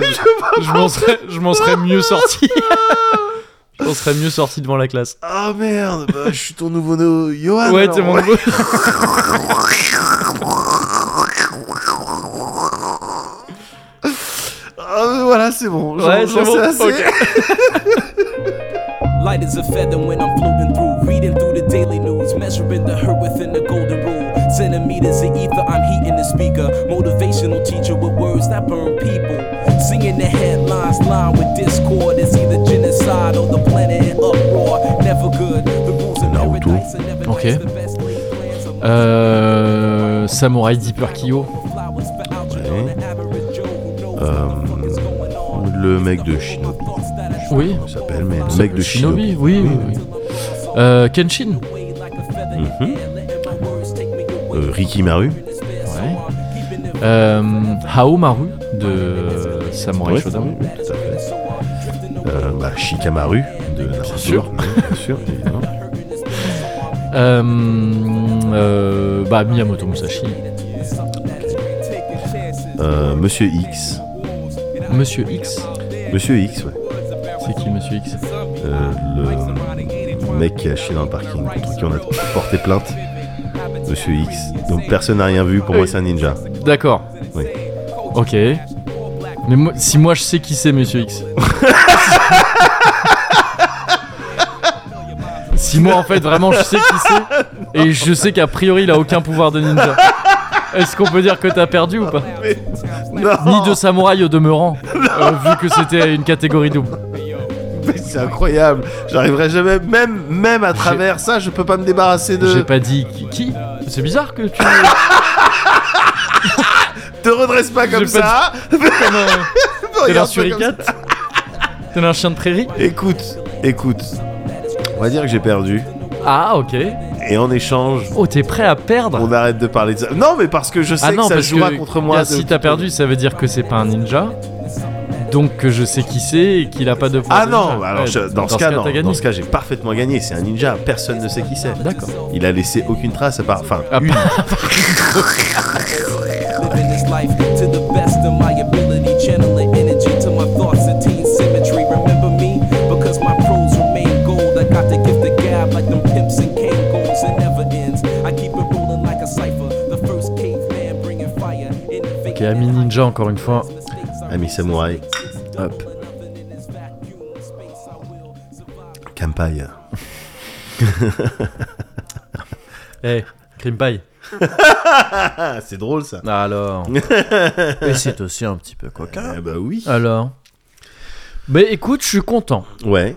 A: ça. Je- Je m'en serais, je m'en serais mieux
B: (laughs)
A: sorti. je m'en serais mieux sorti devant la classe.
B: Ah merde Bah, Je suis ton nouveau no- Johan
A: Ouais,
B: Ah, alors.
A: t'es mon nouveau.
B: Ah, mais voilà, c'est bon. J'en-
A: Ouais,
B: j'en
A: c'est bon.
B: sais assez.
A: ok.
G: Light as a feather when I'm floating through, reading through the daily news, measuring the hurt within the golden rule. Centimeters of ether, I'm heating the speaker. Motivational teacher with words that burn people. Seeing the headlines lined with discord, it's either genocide or the planet in uproar. Never good. The rules are never
B: Naruto.
G: nice and never
A: Ok.
G: nice. The best laid plans are-
A: Euh, Samouraï d'Hyper Kyo.
G: Ouais.
B: Euh, Le mec de Shinobi.
A: Oui.
B: Il s'appelle, mais le mec de Shinobi.
A: Shinobi, oui, oui, oui. Euh, Kenshin.
B: mhm. Euh, Ricky Maru.
A: Ouais. Euh, Haomaru de Samurai
B: Ouais,
A: Shodown.
B: oui, tout à fait. Euh, bah, Shikamaru de Naruto.
A: sûr.
B: Bien sûr, évidemment.
A: Euh, euh, bah Miyamoto Musashi.
B: Euh, Monsieur X.
A: Monsieur X.
B: Monsieur X, ouais.
A: C'est qui Monsieur X
B: Euh, le... mec qui a chié dans le parking contre qui on a porté plainte, Monsieur X. Donc personne n'a rien vu, pour moi c'est un ninja.
A: D'accord.
B: Oui.
A: Ok. Mais moi- si moi je sais qui c'est, Monsieur
B: (laughs)
A: X. si moi en fait vraiment je sais qui c'est et je sais qu'a priori il a aucun pouvoir de ninja. Est-ce qu'on peut dire que t'as perdu ou pas Ni de samouraï au demeurant, euh, vu que c'était une catégorie double.
B: Mais c'est incroyable. J'arriverai jamais, même, même à travers ça, je peux pas me débarrasser de.
A: J'ai pas dit qui. qui C'est bizarre que tu.
B: Te redresse pas comme
A: J'ai
B: ça.
A: pas comme un- T'es un
B: (laughs) Regarde-toi comme ça.
A: suricate T'es un chien de prairie
B: Écoute, écoute. On va dire que j'ai perdu.
A: Ah, ok.
B: Et en échange,
A: Oh, t'es prêt à perdre
B: on arrête de parler de ça. Non, mais parce que je sais
A: Ah non,
B: que ça
A: parce
B: jouera
A: que
B: contre moi.
A: gars,
B: de-
A: si t'as perdu, ça veut dire que c'est pas un ninja. Donc que je sais qui c'est et qu'il a pas de pouvoir
B: Ah
A: de
B: non,
A: ninja.
B: bah alors
A: Ouais,
B: je- dans, ce cas, non.
A: t'as gagné.
B: Dans ce cas, j'ai parfaitement gagné. C'est un ninja. Personne ne sait qui c'est.
A: D'accord.
B: Il a laissé aucune trace à part. Enfin,
A: Ah,
B: une.
G: Living this life to the best of my ability, channeling energy to my thoughts and teen symmetry. Remember me because my pros remain gold. I got the gift of gab like them pimps and cane goals. It never ends. I keep it rolling like a cipher. The first caveman bringing fire.
A: Ok, ami ninja encore une fois.
B: Ami samouraï. Hop. Kampai.
A: Eh, crime pie.
B: Ah, c'est drôle ça.
A: (laughs) Alors. et c'est aussi un petit peu coquin.
B: Ah bah oui.
A: Alors. Mais écoute, je suis content.
B: Ouais.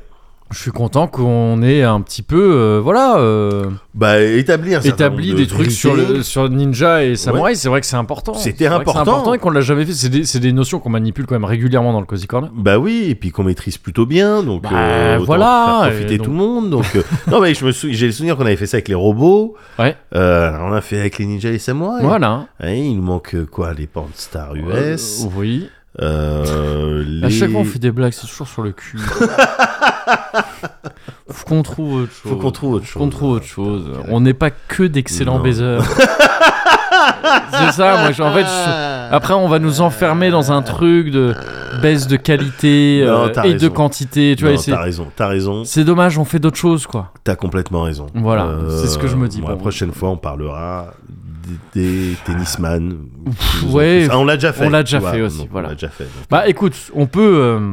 A: Je suis content qu'on ait un petit peu, euh, voilà, euh,
B: Bah établi un certain
A: établi
B: nombre
A: des
B: de
A: trucs sur,
B: vérités.
A: le, sur Ninja et Samurai. C'est vrai que c'est important.
B: C'était
A: C'est vrai que c'est
B: important.
A: et qu'on l'a jamais fait. C'est des, c'est des notions qu'on manipule quand même régulièrement dans le Cozy Corner.
B: Bah oui, et puis qu'on maîtrise plutôt bien, donc
A: Bah,
B: euh, autant
A: voilà,
B: faire
A: et
B: profiter
A: donc-
B: tout le monde. Donc euh, (laughs) non mais je me sou- j'ai le souvenir qu'on avait fait ça avec les robots.
A: Ouais.
B: Euh, on a fait avec les ninjas et les samouraïs.
A: Voilà.
B: Ouais, il nous manque euh, quoi Les Star US.
A: Euh, oui.
B: euh,
A: À
B: les-
A: chaque fois, on fait des blagues, c'est toujours sur le
B: (laughs)
A: cul. Faut qu'on trouve autre chose.
B: Faut qu'on trouve autre
A: Faut
B: chose.
A: qu'on trouve autre chose.
B: ok,
A: On n'est pas que d'excellents
B: Non. (laughs)
A: baiseurs. c'est ça, moi, je- en fait, je- après, on va nous enfermer dans un truc de baisse de qualité
B: Non,
A: euh,
B: t'as
A: et de
B: raison.
A: quantité. Tu
B: Non,
A: vois, et c'est,
B: t'as raison, t'as raison,
A: c'est dommage, on fait d'autres choses, quoi.
B: t'as complètement raison. Euh,
A: Voilà, c'est ce que je me dis,
B: bon,
A: bon.
B: la prochaine fois, on parlera des, des tennisman.
A: ouais,
B: Ah, on l'a déjà fait.
A: l'a déjà
B: tu vois,
A: fait aussi,
B: donc,
A: voilà.
B: On l'a déjà fait. donc.
A: Bah écoute, on peut. euh,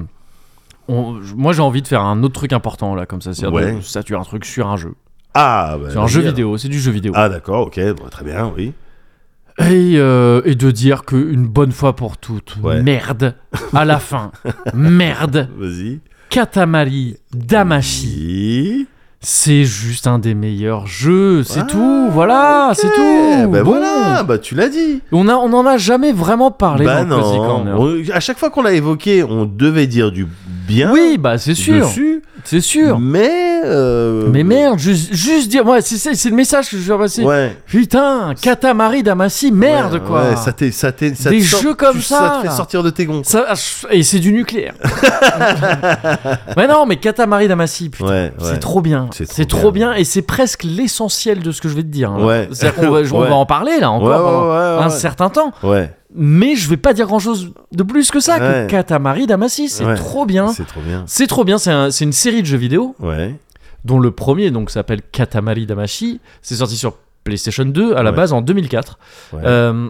A: on- moi, j'ai envie de faire un autre truc important, là, comme ça. C'est
B: Ouais.
A: de statuer un truc sur un jeu.
B: ah, bah,
A: Sur un jeu
B: bien.
A: vidéo, c'est du jeu vidéo.
B: Ah d'accord, ok, bon, très bien, oui.
A: Et, euh, et de dire qu'une bonne fois pour toutes,
B: Ouais.
A: merde, à la
B: (laughs)
A: fin, merde,
B: Vas-y.
A: Katamari Damashi,
B: Oui.
A: c'est juste un des meilleurs jeux, c'est
B: Ah,
A: tout, voilà, c'est tout.
B: Bah
A: Bon.
B: voilà, bah tu l'as dit.
A: On, a, on en a jamais vraiment parlé
B: bah
A: dans le Cozy Corner.
B: non. On- à chaque fois qu'on l'a évoqué, on devait dire du bien.
A: Oui, bah c'est sûr,
B: Dessus,
A: c'est sûr.
B: mais. euh,
A: Mais merde, juste, juste dire, ouais, c'est- c'est c'est le message que je veux passer.
B: Ouais.
A: Putain, Katamari Damacy, merde
B: Ouais,
A: quoi.
B: ouais, ça t'est- ça t'est- ça
A: Des
B: te sort-
A: jeux comme
B: tu-
A: ça.
B: Ça te fait sortir de tes gonds.
A: Ça- ah, et c'est du
B: (laughs)
A: nucléaire. mais non, mais Katamari Damacy, putain.
B: Ouais, ouais.
A: C'est trop bien.
B: C'est trop
A: C'est trop, bien. et c'est presque l'essentiel de ce que je vais te dire. hein.
B: Ouais.
A: C'est-à-dire
B: (laughs)
A: qu'on va, on
B: Ouais.
A: va en parler là encore
B: Ouais, ouais,
A: pendant
B: ouais, ouais,
A: un
B: ouais.
A: certain temps.
B: Ouais,
A: Mais je vais pas dire grand-chose de plus que ça.
B: Ouais.
A: Que Katamari Damacy, c'est
B: Ouais.
A: trop bien.
B: c'est trop bien.
A: C'est trop bien. C'est un- c'est une série de jeux vidéo
B: Ouais.
A: dont le premier donc s'appelle Katamari Damacy. C'est sorti sur PlayStation 2 à la
B: Ouais.
A: base en 2004.
B: Ouais.
A: Euh,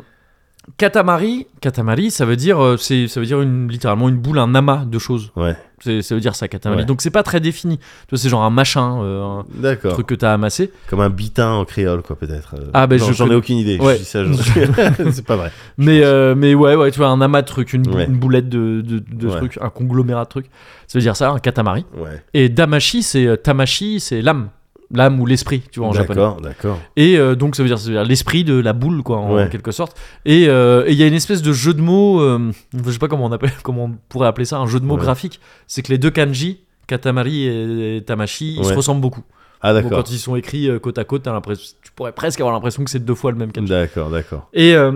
A: Katamari, Katamari, ça veut dire, euh, c'est, ça veut dire une, littéralement une boule, un amas de choses.
B: Ouais.
A: C'est- ça veut dire ça, Katamari.
B: Ouais.
A: Donc c'est pas très défini. Tu vois, c'est genre un machin, euh, un
B: D'accord.
A: truc que t'as amassé.
B: Comme un bitin en créole, quoi, peut-être. Euh,
A: Ah, ben,
B: non,
A: je
B: j'en ai
A: connais-
B: aucune idée.
A: Ouais.
B: Je dis ça, j'en suis- (laughs) c'est pas vrai.
A: Mais, euh, mais ouais, ouais, tu vois, un amas de trucs, une, bou-
B: Ouais.
A: une boulette de, de, de
B: Ouais.
A: trucs, un conglomérat de trucs. Ça veut dire ça, un katamari.
B: Ouais.
A: Et damashi, c'est euh, tamashi, c'est l'âme. L'âme ou l'esprit, tu vois, en japonais.
B: D'accord, d'accord.
A: Et euh, donc, ça veut dire, ça veut dire l'esprit de la boule, quoi, en
B: Ouais.
A: quelque sorte. Et euh, et il y a une espèce de jeu de mots, euh, je sais pas comment on, appelle, (laughs) comment on pourrait appeler ça, un jeu de mots
B: Ouais.
A: graphique. C'est que les deux kanji, katamari et tamashi, ils se
B: Ouais.
A: ressemblent beaucoup.
B: Ah,
A: Donc,
B: d'accord.
A: quand ils sont écrits euh, côte à côte, t'as l'impression- tu pourrais presque avoir l'impression que c'est deux fois le même kanji.
B: D'accord, d'accord.
A: Et euh,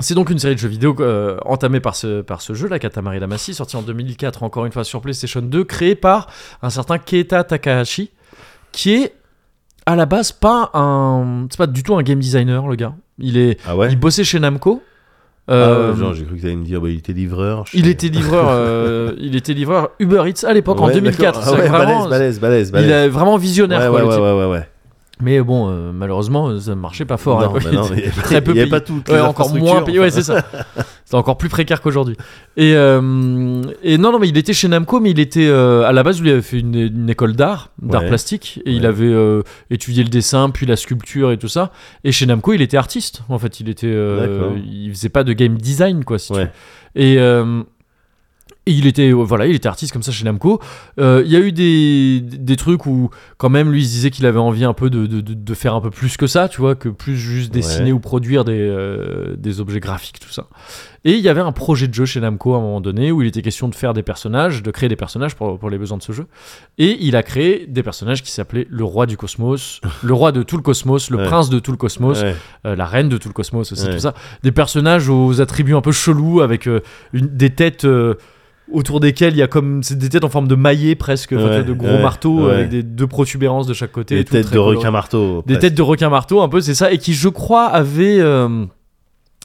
A: c'est donc une série de jeux vidéo euh, entamée par ce, par ce jeu, la Katamari Damacy, sorti en 2004, encore une fois sur PlayStation 2, créé par un certain Keita Takahashi, qui est à la base pas un. C'est pas du tout un game designer, le gars. Il, est,
B: Ah ouais
A: il bossait chez Namco. Euh,
B: Ah ouais, genre, j'ai cru que t'allais me dire, bah, il était livreur. je
A: il
B: sais.
A: était livreur,
B: (laughs)
A: euh, il était livreur Uber Eats à l'époque en
B: Ouais,
A: 2004.
B: d'accord.
A: C'est
B: Ah ouais,
A: vraiment,
B: balèze, balèze, balèze,
A: il
B: balèze.
A: est vraiment visionnaire.
B: Ouais,
A: quoi,
B: ouais,
A: le
B: ouais,
A: type.
B: ouais, ouais, ouais.
A: Mais bon, euh, malheureusement, euh, ça marchait pas fort.
B: Non,
A: hein.
B: bah non, mais il y avait-
A: très peu
B: il y
A: payé.
B: avait pas toutes les
A: Ouais, encore moins
B: infrastructures,
A: payé. Ouais, c'est ça.
B: (laughs)
A: C'était encore plus précaire qu'aujourd'hui. Et, euh, et non, non, mais il était chez Namco, mais il était euh, à la base, lui, il avait fait une, une école d'art, d'art
B: Ouais.
A: plastique, et il
B: Ouais.
A: avait euh, étudié le dessin, puis la sculpture et tout ça. Et chez Namco, il était artiste. En fait, il était, euh,
B: D'accord.
A: il faisait pas de game design, quoi, si tu
B: Ouais.
A: veux. Et euh, et il était, euh, voilà, il était artiste comme ça chez Namco. Euh, Il y a eu des, des trucs où, quand même, lui, il se disait qu'il avait envie un peu de, de- de- de faire un peu plus que ça, tu vois, que plus juste dessiner
B: Ouais.
A: ou produire des, euh, des objets graphiques, tout ça. Et il y avait un projet de jeu chez Namco à un moment donné où il était question de faire des personnages, de créer des personnages pour, pour les besoins de ce jeu. Et il a créé des personnages qui s'appelaient le roi du cosmos, le roi de tout le cosmos, le
B: Ouais.
A: prince de tout le cosmos,
B: Ouais.
A: euh, la reine de tout le cosmos aussi,
B: Ouais.
A: tout ça. Des personnages aux attributs un peu chelous, avec euh, une, des têtes euh, autour desquelles il y a comme. C'est des têtes en forme de maillet presque, enfin,
B: Ouais,
A: tu vois, de gros
B: ouais,
A: marteaux,
B: ouais.
A: avec des deux protubérances de chaque côté. et
B: Des
A: tout,
B: têtes
A: très
B: de
A: coloré.
B: requin marteau.
A: Des têtes de requin-marteau, un peu, c'est ça, et qui, je crois, avait. euh,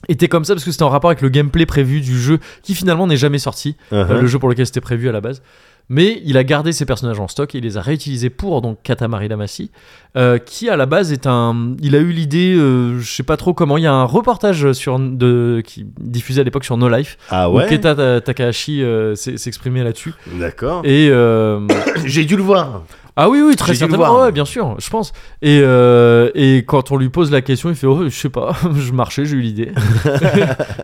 A: été comme ça parce que c'était en rapport avec le gameplay prévu du jeu qui finalement n'est jamais sorti
B: Uh-huh.
A: euh, le jeu pour lequel c'était prévu à la base. Mais il a gardé ses personnages en stock et il les a réutilisés pour donc Katamari Damacy, euh, qui à la base est un. Il a eu l'idée, euh, je sais pas trop comment. Il y a un reportage sur de qui diffusé à l'époque sur No Life
B: Ah
A: où
B: ouais
A: Keta Ta- Takahashi euh, s'est- s'exprimait là-dessus.
B: D'accord.
A: Et euh,
B: J'ai dû le voir.
A: ah oui oui très
B: J'ai dû le
A: certainement
B: voir.
A: ouais, bien sûr je pense. Et euh, et quand on lui pose la question il fait oh, je sais pas (laughs) je marchais j'ai eu
B: (laughs)
A: l'idée.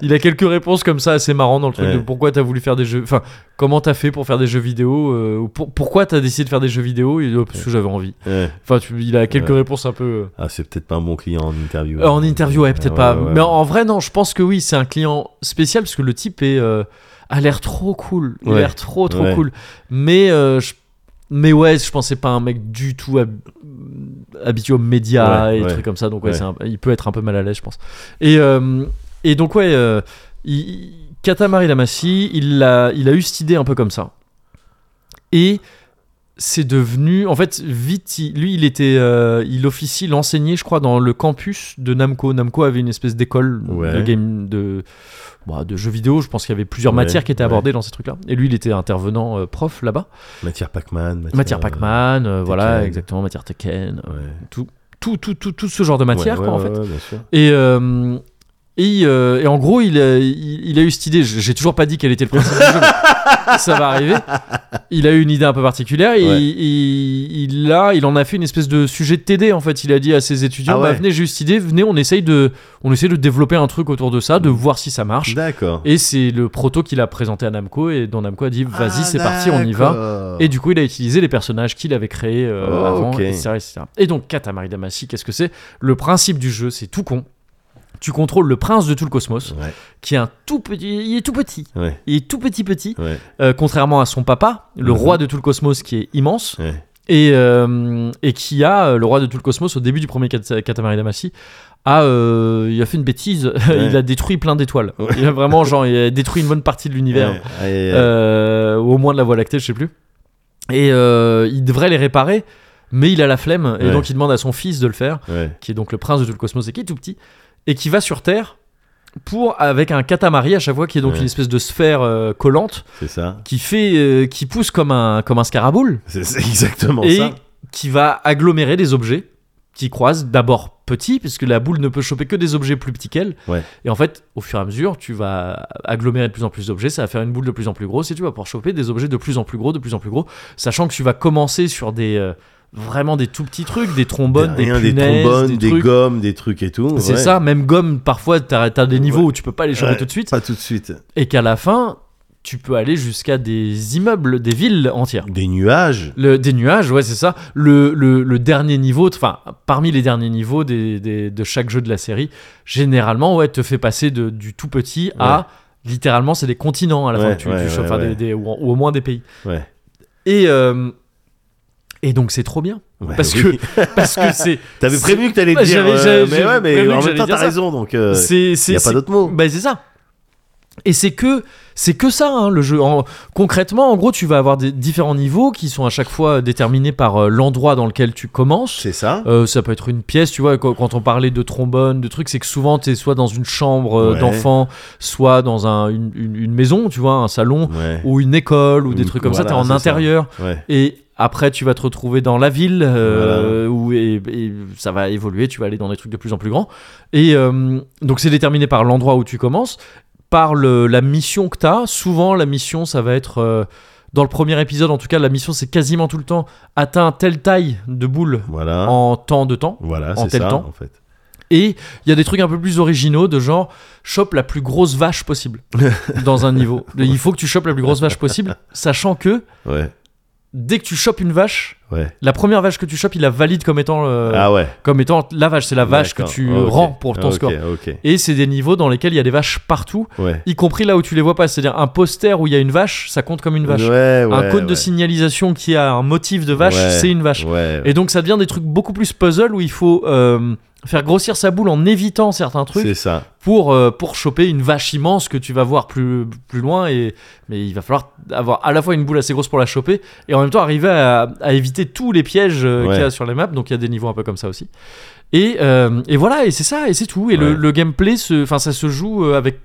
A: il a quelques réponses comme ça assez marrantes dans le truc
B: Ouais.
A: de pourquoi t'as voulu faire des jeux, enfin comment t'as fait pour faire des jeux vidéo, euh, ou pour- pourquoi t'as décidé de faire des jeux vidéo, il dit, oh, parce que j'avais envie.
B: Ouais.
A: Enfin, tu- il a quelques
B: Ouais.
A: réponses un peu.
B: Ah, c'est peut-être pas un bon client en interview.
A: Euh, en interview, ouais, peut-être
B: Ouais,
A: pas.
B: ouais, ouais.
A: Mais en, en vrai, non, je pense que oui, c'est un client spécial parce que le type est, euh, a l'air trop cool. Il a
B: Ouais.
A: l'air trop, trop
B: Ouais.
A: cool. Mais, euh, je- mais ouais, je pensais pas un mec du tout hab- habitué aux médias
B: Ouais,
A: et
B: ouais.
A: trucs comme ça. Donc, ouais,
B: Ouais.
A: c'est un- il peut être un peu mal à l'aise, je pense. Et, euh, et donc, ouais, euh, il- Katamari Damacy, il a, il a eu cette idée un peu comme ça. Et c'est devenu en fait vite il- lui il était euh, il officie il enseignait je crois dans le campus de Namco Namco avait une espèce d'école de
B: Ouais.
A: game de bah, de jeux vidéo je pense qu'il y avait plusieurs
B: Ouais,
A: matières qui étaient
B: ouais.
A: abordées dans ces trucs là et lui il était intervenant euh, prof là-bas
B: Matière Pac-Man.
A: matière Pac-Man euh, voilà
B: Tekken.
A: exactement matière Tekken
B: Ouais.
A: tout tout tout tout ce genre de matière
B: Ouais,
A: quoi, en
B: ouais,
A: fait
B: ouais, bien sûr.
A: et, euh, et, euh, et en gros, il a, il, il a eu cette idée. J'ai j'ai toujours pas dit quel était le principe du jeu. mais Ça va arriver. Il a eu une idée un peu particulière. Et
B: Ouais.
A: il, il a, il en a fait une espèce de sujet de TD en fait. Il a dit à ses étudiants
B: Ah
A: bah,
B: ouais.
A: Venez, j'ai eu cette idée. Venez, on essaye de, on essaye de développer un truc autour de ça,
B: Mmh.
A: de voir si ça marche.
B: D'accord.
A: Et c'est le proto qu'il a présenté à Namco et dont Namco a dit Vas-y,
B: Ah,
A: c'est parti, on y va. Et du coup, il a utilisé les personnages qu'il avait créés euh,
B: Oh,
A: avant,
B: ok.
A: etc., etc.. Et donc, Katamari Damacy, qu'est-ce que c'est Le principe du jeu, c'est tout con. Tu contrôles le prince de tout le cosmos,
B: Ouais,
A: qui est un tout petit. Il est tout petit.
B: ouais,
A: Il est tout petit petit,
B: ouais.
A: euh, contrairement à son papa, le
B: Mhm.
A: roi de tout le cosmos, qui est immense.
B: ouais.
A: Et, euh, et qui a, euh, le roi de tout le cosmos, au début du premier Kat- Katamari Damacy, a, euh, il a fait une bêtise. (laughs) il a détruit plein d'étoiles.
B: Ouais.
A: Il a vraiment, genre, il a détruit une bonne partie de l'univers.
B: Ouais, ouais, ouais.
A: Euh, ou au moins de la Voie lactée, je sais plus. Et euh, il devrait les réparer, mais il a la flemme, et
B: Ouais.
A: donc il demande à son fils de le faire,
B: Ouais.
A: qui est donc le prince de tout le cosmos et qui est tout petit, et qui va sur Terre pour avec un katamari à chaque fois, qui est donc
B: Ouais.
A: une espèce de sphère euh, collante
B: C'est ça.
A: qui fait, euh, qui pousse comme un comme un scaraboule
B: C'est c'est exactement
A: et
B: ça.
A: qui va agglomérer des objets qui croisent d'abord petits, puisque la boule ne peut choper que des objets plus petits qu'elle.
B: Ouais.
A: Et en fait, au fur et à mesure, tu vas agglomérer de plus en plus d'objets, ça va faire une boule de plus en plus grosse, et tu vas pouvoir choper des objets de plus en plus gros, de plus en plus gros, sachant que tu vas commencer sur des euh, vraiment des tout petits trucs, des trombones, des,
B: Rien, des
A: punaises,
B: trombones, des,
A: trucs.
B: gommes, des trucs et tout.
A: C'est
B: ouais.
A: ça, même gomme, parfois, t'as as des niveaux où tu peux pas les choper
B: Ouais.
A: tout de suite,
B: Pas tout de suite.
A: et qu'à la fin, tu peux aller jusqu'à des immeubles, des villes entières.
B: Des nuages.
A: Le- des nuages, ouais, c'est ça. Le, le- le dernier niveau, enfin, parmi les derniers niveaux des- des- de chaque jeu de la série, généralement, ouais, te fait passer de- du tout petit à littéralement, c'est des continents à la fin
B: Ouais,
A: que tu,
B: ouais,
A: tu chopes,
B: ouais,
A: enfin, des-
B: ouais.
A: des- ou, ou au moins des pays.
B: Ouais.
A: Et, euh, et donc, c'est trop bien.
B: Ouais,
A: Parce
B: Bah oui.
A: Parce que
B: (laughs)
A: c'est.
B: T'avais
A: c'est-
B: prévenu que t'allais le
A: J'avais-
B: dire. euh,
A: j'avais-
B: mais
A: j'avais
B: ouais, mais
A: prévenu que
B: en
A: j'allais
B: même temps,
A: dire
B: t'as
A: ça.
B: raison. Donc, il
A: c'est- c'est-
B: n'y a
A: c'est-
B: pas d'autre mot.
A: bah, c'est ça. Et c'est que C'est que ça, hein, le jeu. En- concrètement, en gros, tu vas avoir des différents niveaux qui sont à chaque fois déterminés par euh, l'endroit dans lequel tu commences.
B: C'est ça
A: Euh, ça peut être une pièce, tu vois, quand quand on parlait de trombone, de trucs, c'est que souvent t'es soit dans une chambre euh,
B: Ouais.
A: d'enfant, soit dans un- une, une- une maison, tu vois, un salon,
B: Ouais.
A: ou une école, ou des
B: Une-
A: trucs comme ça,
B: voilà,
A: t'es en
B: c'est ça.
A: intérieur.
B: Ouais.
A: Et après, tu vas te retrouver dans la ville euh, où et, et ça va évoluer. Tu vas aller dans des trucs de plus en plus grands. Et euh, donc, c'est déterminé par l'endroit où tu commences, par le- la mission que tu as. Souvent, la mission, ça va être. euh, dans le premier épisode, en tout cas, la mission, c'est quasiment tout le temps atteint telle taille de boule
B: Voilà.
A: en temps de temps.
B: Voilà,
A: en
B: c'est
A: tel
B: ça,
A: temps.
B: en fait.
A: Et il y a des trucs un peu plus originaux de genre chope la plus grosse vache
B: (laughs)
A: possible dans un niveau. Il faut que tu chopes la plus grosse vache possible, sachant que
B: Ouais,
A: dès que tu chopes une vache,
B: ouais.
A: la première vache que tu chopes, il la valide comme étant, euh,
B: ah ouais.
A: comme étant la vache. C'est la vache que
B: D'accord. Ah,
A: tu
B: Ok.
A: rends pour ton
B: Ok,
A: score.
B: Ok,
A: Et c'est des niveaux dans lesquels il y a des vaches partout,
B: ouais.
A: y compris là où tu les vois pas. C'est-à-dire un poster où il y a une vache, ça compte comme une vache.
B: Ouais, ouais,
A: un code de
B: ouais.
A: signalisation qui a un motif de vache,
B: Ouais,
A: c'est une vache.
B: Ouais, ouais.
A: Et donc ça devient des trucs beaucoup plus puzzle où il faut euh, faire grossir sa boule en évitant certains trucs
B: c'est ça.
A: pour, euh, pour choper une vache immense que tu vas voir plus, plus loin. Et, mais il va falloir avoir à la fois une boule assez grosse pour la choper et en même temps arriver à, à éviter tous les pièges euh,
B: Ouais.
A: qu'il y a sur les maps. Donc il y a des niveaux un peu comme ça aussi. Et, euh, et voilà, et c'est ça, et c'est tout. Et le,
B: Ouais.
A: le gameplay, se- enfin ça se joue euh, avec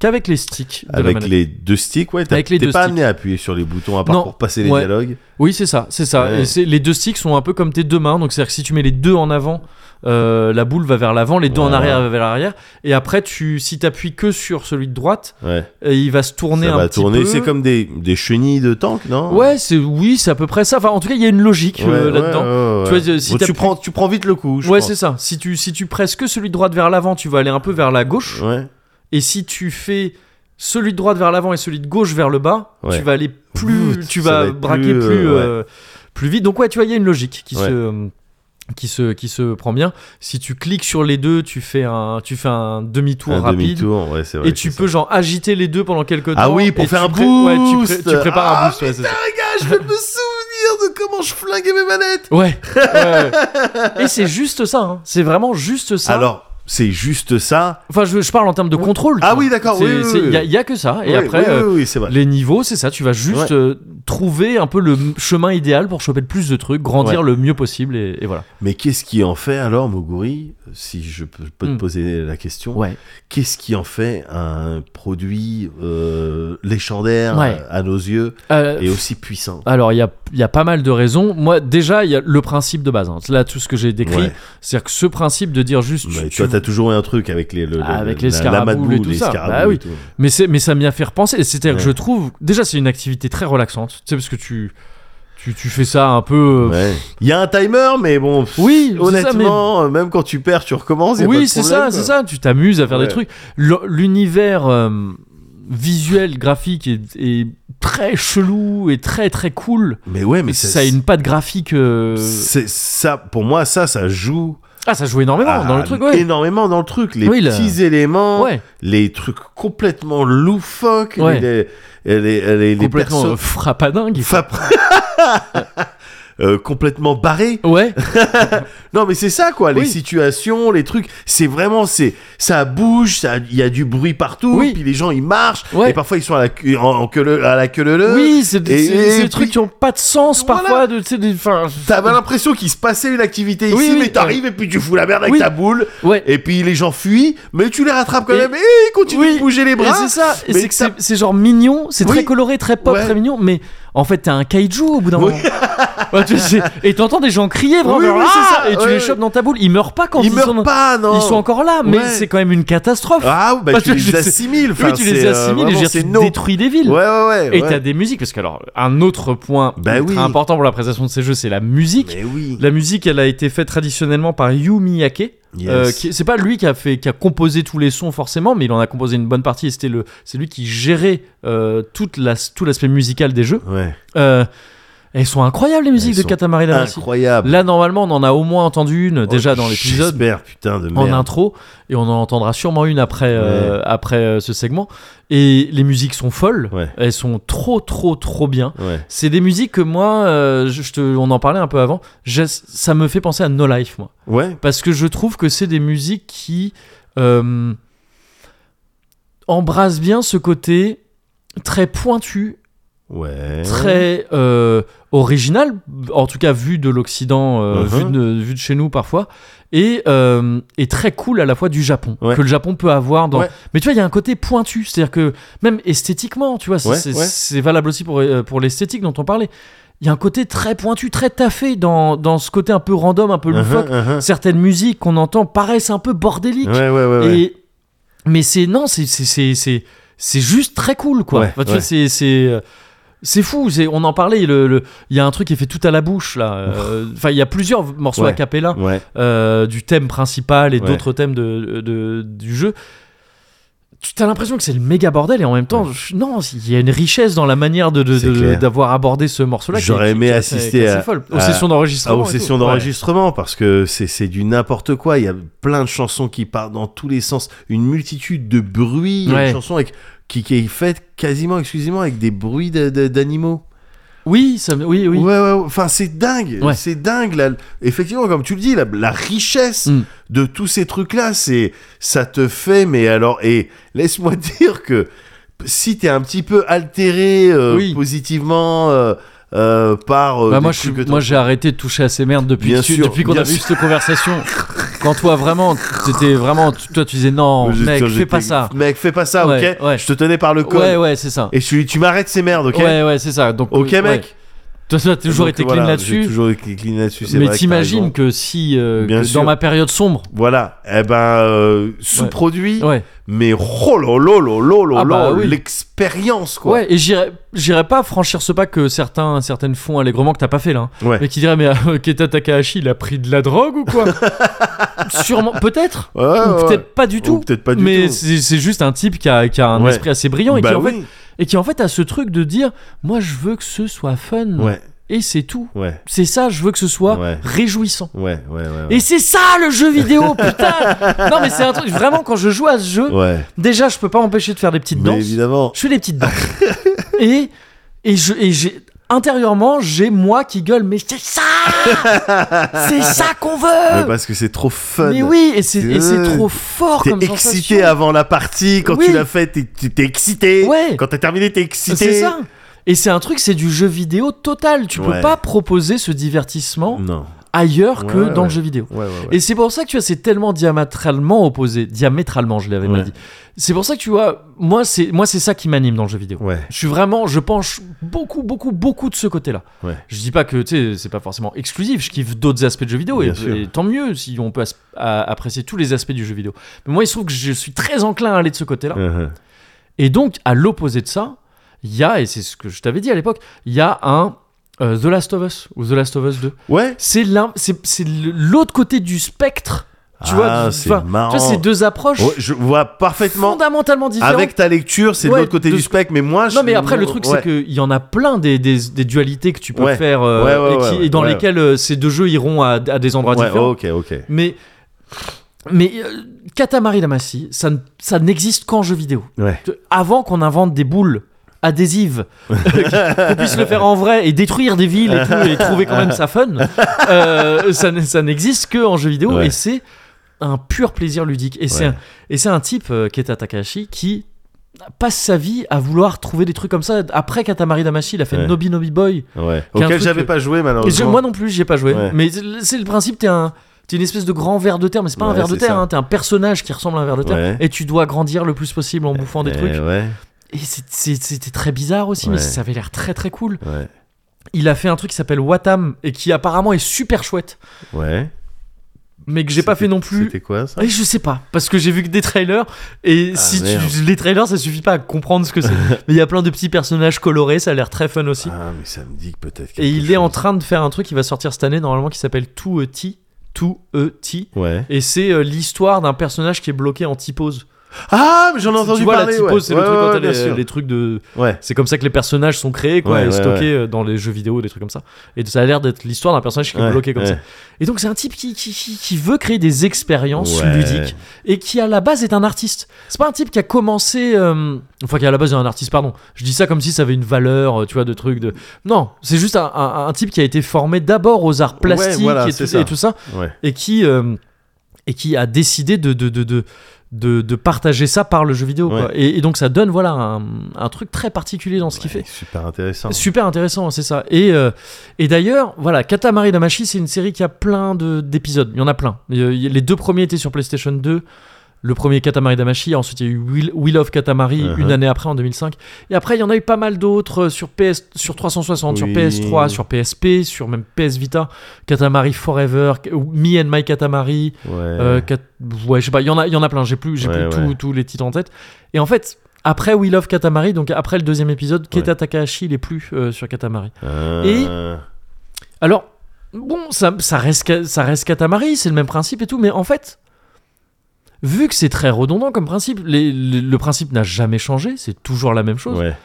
A: qu'avec les sticks de la
B: Avec
A: manette.
B: les deux sticks, ouais. t'as-
A: Avec les
B: T'es
A: deux
B: pas
A: sticks.
B: amené à appuyer sur les boutons à part
A: Non,
B: pour passer les
A: ouais.
B: dialogues.
A: Oui, c'est ça, c'est ça.
B: Ouais.
A: Et c'est- les deux sticks sont un peu comme tes deux mains, donc c'est-à-dire que si tu mets les deux en avant, euh, la boule va vers l'avant, les deux en
B: Voilà.
A: arrière va vers l'arrière, et après tu, si t'appuies que sur celui de droite,
B: Ouais.
A: euh, il va se tourner
B: ça
A: un
B: va
A: petit
B: tourner.
A: peu.
B: C'est comme des, des chenilles de tank, non
A: Ouais, c'est oui, c'est à peu près ça. Enfin, en tout cas, il y a une logique
B: Ouais,
A: euh,
B: ouais,
A: là-dedans.
B: ouais,
A: Tu vois,
B: ouais.
A: si
B: Bon, tu,
A: t'appuies-
B: prends, tu prends vite le coup. je
A: Ouais,
B: pense.
A: c'est ça. Si tu si tu presses que celui de droite vers l'avant, tu vas aller un peu vers la gauche,
B: Ouais.
A: et si tu fais celui de droite vers l'avant et celui de gauche vers le bas,
B: Ouais.
A: tu vas aller plus,
B: Ouh,
A: tu
B: ça
A: vas
B: va être
A: braquer
B: plus,
A: plus,
B: euh,
A: euh, plus vite. Donc ouais, tu vois, il y a une logique qui
B: Ouais.
A: se qui se qui se prend bien. Si tu cliques sur les deux, tu fais un tu fais un demi-tour
B: Un
A: rapide.
B: demi-tour, ouais, c'est vrai.
A: et
B: que
A: tu
B: c'est
A: peux
B: ça.
A: genre agiter les deux pendant quelques temps.
B: Ah oui, pour
A: et
B: faire
A: tu
B: un
A: pré- ouais, tu pré-
B: boost.
A: tu, prépares
B: Ah,
A: un boost. Ouais, c'est ça.
B: Ah, je vais me souvenir de comment je flinguais mes manettes.
A: Ouais, ouais, ouais. Et c'est juste ça. hein. C'est vraiment juste ça.
B: Alors, c'est juste ça.
A: enfin, je, je parle en termes de contrôle. tu
B: Ah
A: vois.
B: oui, d'accord,
A: C'est-
B: oui, oui,
A: c'est-
B: oui.
A: Il y a- il y, a que ça. Et
B: Oui,
A: après.
B: oui,
A: euh,
B: oui, oui, c'est vrai.
A: Les niveaux, c'est ça. Tu vas juste
B: Ouais.
A: euh, trouver un peu le m- chemin idéal pour choper le plus de trucs, grandir le mieux possible et, et voilà.
B: Mais qu'est-ce qui en fait alors, Moguri, si je peux, je peux
A: Hmm.
B: te poser la question,
A: Ouais.
B: qu'est-ce qui en fait un produit euh, légendaire
A: Ouais.
B: à nos yeux et aussi puissant
A: Euh, alors, il y a, il y a pas mal de raisons. Moi, déjà, il y a le principe de base. hein. Là, tout ce que j'ai décrit,
B: Ouais.
A: c'est-à-dire que ce principe de dire juste. tu-
B: Mais
A: tu-
B: toi, t'as toujours eu un truc avec les, le, le-
A: Ah, Avec
B: le-
A: les
B: la-
A: scaraboules
B: l'amas de boue,
A: et tout
B: les
A: ça.
B: scaraboules
A: Bah
B: et
A: oui.
B: tout.
A: mais, c'est- mais ça m'y a fait repenser. C'est-à-dire que
B: Ouais.
A: je trouve. Déjà, c'est une activité très relaxante. Tu sais, parce que tu, tu, tu fais ça un peu. euh,
B: Ouais. Il y a un timer, mais bon, pff,
A: Oui, c'est ça, mais-
B: honnêtement, euh, même quand tu perds, tu recommences. y a pas
A: Oui,
B: de
A: c'est ça,
B: problème,
A: c'est
B: quoi.
A: ça. Tu t'amuses à faire
B: Ouais.
A: des trucs. Le- L'univers euh, visuel, graphique est, est très chelou et très très cool.
B: Mais ouais, mais
A: Mais
B: c'est-
A: ça a une patte graphique. euh,
B: c'est ça. Pour moi, ça, ça joue
A: Ah, ça joue énormément
B: à-
A: dans le truc, ouais.
B: énormément dans le truc. Les
A: Oui, là.
B: petits éléments,
A: Ouais,
B: les trucs complètement loufoques,
A: Ouais.
B: les, les, les, les, les
A: complètement euh,
B: persos
A: frappadingue.
B: Fap- (laughs) Euh, complètement barrés.
A: Ouais,
B: Non, mais c'est ça, quoi. Les
A: Oui.
B: situations, les trucs. C'est vraiment, c'est ça bouge, ça, il y a du bruit partout.
A: Oui.
B: Puis les gens ils marchent.
A: Ouais.
B: Et parfois ils sont à la, queue- en, en queue leu- à la queue leu leu.
A: oui, c'est des,
B: Euh, et-
A: c'est- c'est
B: et
A: des
B: puis-
A: trucs qui ont pas de sens
B: Voilà.
A: parfois. De, tu sais, des- enfin,
B: T'avais l'impression qu'il se passait une activité
A: Oui,
B: ici,
A: oui,
B: mais t'arrives et puis tu fous la merde avec
A: Oui.
B: ta boule.
A: ouais.
B: Et puis les gens fuient, mais tu les rattrapes quand
A: Et-
B: même. Et ils continuent
A: Oui.
B: de bouger les
A: Et
B: bras.
A: c'est ça, et
B: mais
A: c'est que
B: ça-
A: c'est- c'est genre mignon, c'est
B: Oui.
A: très coloré, très pop,
B: Ouais.
A: très mignon, mais en fait t'es un kaiju au bout d'un
B: Oui.
A: moment. Ouais, tu sais, et t'entends des gens crier vraiment,
B: Oui,
A: genre,
B: oui, c'est
A: Ah
B: ça,
A: et tu
B: ouais,
A: les
B: ouais.
A: chopes dans ta boule, ils meurent pas quand ils,
B: ils meurent
A: sont...
B: pas, non.
A: Ils sont encore là, mais
B: Ouais.
A: c'est quand même une catastrophe.
B: Ah, bah
A: Parce
B: tu
A: que je
B: les
A: sais-
B: assimiles. enfin,
A: oui, tu les
B: c'est, euh,
A: assimiles et
B: vraiment,
A: je veux dire,
B: c'est
A: tu
B: no.
A: détruis des villes.
B: Ouais, ouais, ouais.
A: Et
B: ouais.
A: t'as des musiques, parce que alors, un autre point
B: Bah
A: ultra
B: oui.
A: important pour la présentation de ces jeux, c'est la musique.
B: Mais oui.
A: La musique, elle a été faite traditionnellement par Yu Miyake.
B: Yes.
A: Euh, qui- c'est pas lui qui a fait, qui a composé tous les sons forcément, mais il en a composé une bonne partie. Et c'était le, c'est lui qui gérait euh, toute la, tout l'aspect musical des jeux.
B: Ouais.
A: Euh, elles sont incroyables les musiques
B: Elles
A: de
B: sont
A: Katamari Damacy.
B: Incroyable.
A: Là normalement, on en a au moins entendu une déjà
B: Oh,
A: dans l'épisode
B: J'espère, putain de
A: en
B: merde.
A: intro, et on en entendra sûrement une après euh, après euh, ce segment. Et les musiques sont folles.
B: Ouais.
A: Elles sont trop trop trop bien.
B: Ouais.
A: C'est des musiques que moi, euh, je je te, on en parlait un peu avant. Je- ça me fait penser à No Life moi
B: Ouais.
A: parce que je trouve que c'est des musiques qui euh, embrassent bien ce côté très pointu,
B: Eh Ouais.
A: très euh, original, en tout cas vu de l'Occident, euh,
B: Mhm.
A: vu, de, vu de chez nous parfois, et, euh, et très cool à la fois du Japon,
B: Ouais.
A: que le Japon peut avoir dans...
B: Ouais.
A: Mais tu vois, il y a un côté pointu, c'est-à-dire que même esthétiquement, tu vois, c'est
B: Ouais,
A: c'est-
B: ouais.
A: c'est valable aussi pour, euh, pour l'esthétique dont on parlait, il y a un côté très pointu, très taffé dans, dans ce côté un peu random, un peu
B: Mhm,
A: loufoque.
B: mhm.
A: Certaines musiques qu'on entend paraissent un peu bordéliques.
B: Ouais, ouais, ouais. ouais.
A: Et mais c'est non, c'est c'est c'est c'est c'est juste très cool quoi.
B: Ouais,
A: Enfin, tu
B: ouais.
A: vois, c'est c'est euh, c'est fou, c'est, on en parlait, le- le- il y a un truc qui est fait tout à la bouche là. Euh, Enfin, il y a plusieurs morceaux
B: Ouais.
A: a cappella
B: Ouais.
A: euh, du thème principal et
B: Ouais.
A: d'autres thèmes de, de- du jeu. Tu as l'impression que c'est le méga bordel et en même temps, je- non, il y a une richesse dans la manière de, de-
B: C'est
A: de-
B: clair.
A: d'avoir abordé ce morceau-là. qui-
B: J'aurais
A: qui-
B: aimé
A: qui-
B: assister
A: qui est assez
B: à-
A: folle. aux
B: à-
A: sessions
B: Ah,
A: d'enregistrement.
B: aux
A: et tout.
B: sessions
A: Ouais.
B: d'enregistrement, parce que c'est c'est du n'importe quoi. Il y a plein de chansons qui partent dans tous les sens, une multitude de bruits. Il y a
A: Ouais.
B: Une chanson avec, qui, qui est faite quasiment exclusivement avec des bruits de- de- d'animaux.
A: Oui, ça, me- oui, oui.
B: Ouais, ouais, ouais. Enfin, c'est dingue.
A: Ouais.
B: C'est dingue. la- Effectivement, comme tu le dis, la, la richesse
A: Mm.
B: de tous ces trucs-là, c'est ça te fait. Mais alors, et laisse-moi (laughs) dire que si t'es un petit peu altéré euh,
A: Oui.
B: positivement euh, euh, par euh,
A: Bah,
B: des
A: moi, je suis-
B: trucs que t'as-
A: moi, j'ai arrêté de toucher à ces merdes depuis,
B: Bien
A: que tu-
B: sûr,
A: depuis qu'on
B: bien
A: a eu
B: sûr.
A: cette
B: (laughs)
A: conversation. Quand toi vraiment, t'étais vraiment, tu- toi tu disais non,
B: Je-
A: mec,
B: je-
A: fais pas
B: je-
A: ça.
B: Mec, fais pas ça,
A: Ouais,
B: ok
A: ouais.
B: Je te tenais par le col.
A: Ouais, ouais, c'est ça.
B: Et je suis, tu m'arrêtes ces merdes, ok
A: Ouais, ouais, c'est ça. Donc, euh,
B: Ok,
A: ouais.
B: mec
A: Toi, tu as toujours
B: Donc,
A: été clean
B: voilà, J'ai
A: là-dessus.
B: toujours été clean là-dessus, c'est
A: Mais
B: vrai que t'as raison.
A: t'imagines que si, euh,
B: Bien
A: que
B: sûr.
A: dans ma période sombre,
B: Voilà, eh ben, euh, sous-produit,
A: ouais,
B: mais oh là là là là là
A: Ah bah
B: là,
A: oui.
B: l'expérience quoi.
A: ouais, et j'irais, j'irais pas franchir ce pas que certains, certaines font allègrement que t'as pas fait là. hein.
B: Ouais.
A: Et qui dirait mais euh, Keta Takahashi, il a pris de la drogue ou quoi
B: (laughs)
A: Sûrement, peut-être,
B: Ouais, ouais,
A: ou
B: ouais.
A: peut-être pas du
B: Ou
A: tout.
B: peut-être pas du
A: mais
B: tout.
A: c'est c'est juste un type qui a, qui a un
B: Ouais.
A: esprit assez brillant et,
B: bah
A: qui, en fait,
B: oui.
A: et qui en fait a ce truc de dire moi je veux que ce soit fun
B: Ouais,
A: et c'est tout
B: ouais,
A: c'est ça je veux que ce soit
B: Ouais.
A: réjouissant
B: ouais, ouais, ouais. ouais.
A: et c'est ça le jeu vidéo putain non mais c'est un truc vraiment quand je joue à ce jeu
B: ouais.
A: déjà je peux pas m'empêcher de faire des petites
B: Mais
A: danses
B: évidemment.
A: je fais des
B: (laughs)
A: petites danses et et je et j'ai intérieurement j'ai moi qui gueule mais c'est
B: (laughs)
A: ça c'est ça qu'on
B: Mais
A: veut
B: parce que c'est trop fun.
A: mais oui et c'est et c'est
B: Euh,
A: trop fort
B: T'es
A: comme
B: excité
A: sensation.
B: avant la partie, quand
A: Oui.
B: tu l'as fait, t'es- t'es t'es excité.
A: Ouais.
B: Quand t'as terminé, t'es excité.
A: C'est ça. Et c'est un truc, c'est du jeu vidéo total. Tu
B: Ouais.
A: peux pas proposer ce divertissement
B: Non.
A: ailleurs que
B: Ouais, ouais,
A: dans
B: ouais.
A: le jeu vidéo.
B: Ouais, ouais, ouais.
A: Et c'est pour ça que tu vois, c'est tellement diamétralement opposé, diamétralement, je l'avais
B: Ouais.
A: mal dit. C'est pour ça que tu vois, moi c'est moi c'est ça qui m'anime dans le jeu vidéo.
B: Ouais.
A: Je suis vraiment, je penche beaucoup, beaucoup, beaucoup de ce côté-là.
B: Ouais.
A: Je dis pas que tu sais, c'est pas forcément exclusif. Je kiffe d'autres aspects de jeux vidéo et,
B: Bien sûr.
A: et tant mieux si on peut as- à- apprécier tous les aspects du jeu vidéo. Mais moi, il se trouve que je suis très enclin à aller de ce côté-là.
B: Uh-huh.
A: Et donc, à l'opposé de ça, il y a, et c'est ce que je t'avais dit à l'époque, il y a un euh, The Last of Us ou The Last of Us 2.
B: Ouais.
A: C'est l'un- c'est c'est l'autre côté du spectre. Tu
B: Ah,
A: vois, du-
B: c'est
A: enfin,
B: marrant.
A: Tu vois, c'est deux approches
B: Ouais, Je vois parfaitement.
A: fondamentalement différentes.
B: Avec ta lecture, c'est
A: Ouais,
B: de l'autre côté
A: de-
B: du spectre, mais moi, je.
A: Non mais après le truc
B: Ouais.
A: c'est qu'il y en a plein des, des, des dualités que tu peux
B: Ouais.
A: faire euh,
B: Ouais, ouais,
A: et, qui-
B: ouais,
A: et dans
B: ouais.
A: lesquelles euh, ces deux jeux iront à, à des endroits
B: Ouais,
A: différents.
B: ok, ok.
A: Mais mais euh, Katamari Damacy, ça ne- ça n'existe qu'en jeu vidéo.
B: Ouais.
A: Tu- avant qu'on invente des boules adhésives, (laughs) qu'on puisse le faire en vrai et détruire des villes et tout, et trouver quand même ça fun, euh, ça, n- ça n'existe que en jeu vidéo
B: Ouais.
A: et c'est un pur plaisir ludique. Et c'est un, et c'est un type euh, qui est à Takahashi qui passe sa vie à vouloir trouver des trucs comme ça. Après Katamari Damacy, il a fait
B: Ouais.
A: Nobi Nobi Boy.
B: Ouais.
A: Qu'il y a un
B: Auquel
A: truc
B: j'avais
A: que-
B: pas joué,
A: Et je-
B: malheureusement.
A: moi non plus, j'y ai pas joué.
B: Ouais.
A: Mais c'est le principe, t'es un. T'es une espèce de grand ver de terre, mais c'est pas un
B: Ouais,
A: ver de
B: c'est
A: terre,
B: ça.
A: hein, t'es un personnage qui ressemble à un ver de terre,
B: Ouais.
A: et tu dois grandir le plus possible en bouffant des
B: Eh
A: trucs.
B: Ouais,
A: Et c'est- c'est- c'était très bizarre aussi, mais
B: Ouais.
A: ça avait l'air très très cool.
B: ouais,
A: Il a fait un truc qui s'appelle Watam, et qui apparemment est super chouette,
B: ouais.
A: mais que j'ai pas
B: C'était-
A: fait non plus.
B: C'était quoi ça
A: Et je sais pas, parce que j'ai vu que des trailers, et
B: Ah,
A: si tu-
B: merde.
A: les trailers ça suffit pas à comprendre ce
B: (laughs)
A: que c'est. mais il y a plein de petits personnages colorés, ça a l'air très fun aussi.
B: Ah, mais ça me dit que peut-être.
A: et
B: quelque
A: il est en
B: chose.
A: train de faire un truc qui va sortir cette année normalement qui s'appelle Tout E.T. Tout E.T.
B: Ouais.
A: Et c'est euh, l'histoire d'un personnage qui est bloqué en typose.
B: Ah, mais j'en ai entendu
A: tu vois,
B: parler.
A: la typose,
B: ouais.
A: c'est
B: Ouais,
A: le truc
B: ouais,
A: quand
B: ouais,
A: t'as
B: bien
A: les,
B: sûr.
A: les trucs de.
B: Ouais.
A: C'est comme ça que les personnages sont créés, quoi,
B: Ouais,
A: et
B: ouais,
A: stockés euh, dans les jeux vidéo, des trucs comme ça. Et ça a l'air d'être l'histoire d'un personnage qui est
B: Ouais,
A: bloqué comme
B: ouais.
A: ça. Et donc, c'est un type qui, qui, qui- qui veut créer des expériences
B: Ouais.
A: ludiques et qui, à la base, est un artiste. C'est pas un type qui a commencé. euh, Enfin, qui, à la base, est un artiste, pardon. Je dis ça comme si ça avait une valeur, euh, tu vois, de trucs. De... Non, c'est juste un, un- un type qui a été formé d'abord aux arts plastiques
B: voilà,
A: et,
B: c'est
A: tout,
B: ça.
A: et tout ça
B: Ouais.
A: et qui euh, et qui a décidé de de, de, de de, de partager ça par le jeu vidéo.
B: Ouais.
A: quoi. Et, et donc ça donne voilà un, un truc très particulier dans ce qu'il fait.
B: Super intéressant.
A: Super intéressant, c'est ça. Et, euh, et d'ailleurs, voilà, Katamari Damashi, c'est une série qui a plein de- d'épisodes. Il y en a plein. Il y a- il y a- Les deux premiers étaient sur PlayStation 2. Le premier Katamari Damashi, ensuite il y a eu Will, Will of Katamari
B: Uh-huh.
A: une année après en 2005. Et après il y en a eu pas mal d'autres euh, sur PS, sur 360, sur
B: Oui.
A: PS3, sur PSP, sur même PS Vita, Katamari Forever, K- Me and My Katamari,
B: Ouais.
A: euh, Kat- ouais, je sais pas, il y en a, il y en a plein. J'ai plus, j'ai
B: Ouais,
A: plus
B: ouais.
A: tous- tous les titres en tête. Et en fait, après We Love Katamari, donc après le deuxième épisode, Keta Takahashi, il est plus euh, sur Katamari.
B: Euh,
A: Alors, bon, ça, ça reste, Ka- ça reste Katamari, c'est le même principe et tout, mais en fait, vu que c'est très redondant comme principe, les- les- le principe n'a jamais changé, c'est toujours la même chose.
B: Ouais.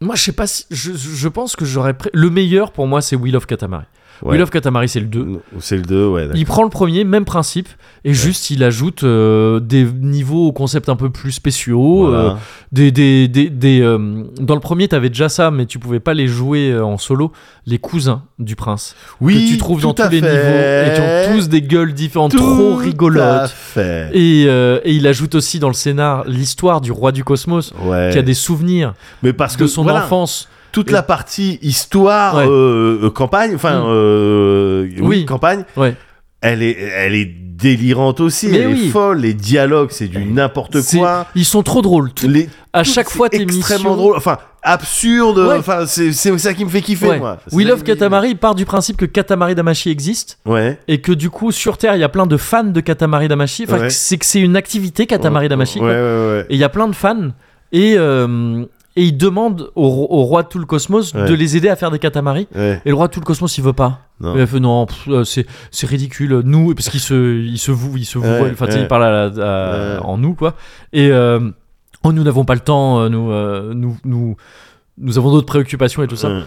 A: Moi, je sais pas si, je, je pense que j'aurais pré- le meilleur pour moi, c'est We Love Katamari.
B: ouais.
A: We Love Katamari, c'est le 2.
B: C'est le 2, ouais.
A: Il prend le premier, même principe, et juste il ajoute euh, des niveaux aux concepts un peu plus spéciaux. euh,
B: Voilà.
A: des, des, des, des, euh, dans le premier, t'avais déjà ça, mais tu pouvais pas les jouer euh, en solo. Les cousins du prince,
B: oui,
A: que tu trouves dans
B: tout à
A: tous les
B: fait.
A: niveaux, et qui ont tous des gueules différentes,
B: Tout
A: trop
B: à
A: rigolotes.
B: fait.
A: Et, euh, et il ajoute aussi dans le scénar l'histoire du roi du cosmos,
B: Ouais.
A: qui a des souvenirs
B: Mais parce que
A: de son
B: voilà,
A: enfance.
B: toute
A: Et-
B: la partie histoire,
A: Ouais.
B: euh, euh, campagne, enfin,
A: Mm.
B: euh, oui,
A: Oui.
B: campagne,
A: Ouais.
B: elle est, elle est délirante aussi,
A: Mais
B: elle est
A: oui.
B: folle, les dialogues, c'est du n'importe
A: C'est-
B: quoi.
A: Ils sont trop drôles. Tout-
B: Les,
A: à
B: tout,
A: chaque
B: c'est
A: fois, tes
B: extrêmement
A: missions-
B: drôle, enfin, absurde,
A: Ouais.
B: enfin, c'est c'est ça qui me fait kiffer,
A: Ouais.
B: moi.
A: We
B: C'est-
A: Love Katamari part du principe que Katamari Damashi existe.
B: Ouais.
A: et que du coup sur Terre il y a plein de fans de Katamari Damashi. Enfin,
B: Ouais.
A: c'est que c'est une activité Katamari Damashi.
B: Ouais,
A: quoi.
B: ouais, ouais.
A: Et il y a plein de fans et euh, et ils demandent au, ro- au roi de tout le cosmos
B: Ouais.
A: de les aider à faire des Katamari.
B: Ouais.
A: Et le roi de tout le cosmos il veut pas.
B: Non.
A: Il a fait, non, pff, euh, c'est c'est ridicule. Nous parce qu'il se il se voue il se voue.
B: Ouais,
A: enfin tu sais,
B: ouais.
A: il parle à la- à-
B: Ouais.
A: en nous quoi. Et euh, oh nous n'avons pas le temps. euh, Nous euh, nous nous nous avons d'autres préoccupations et tout ça.
B: Ouais.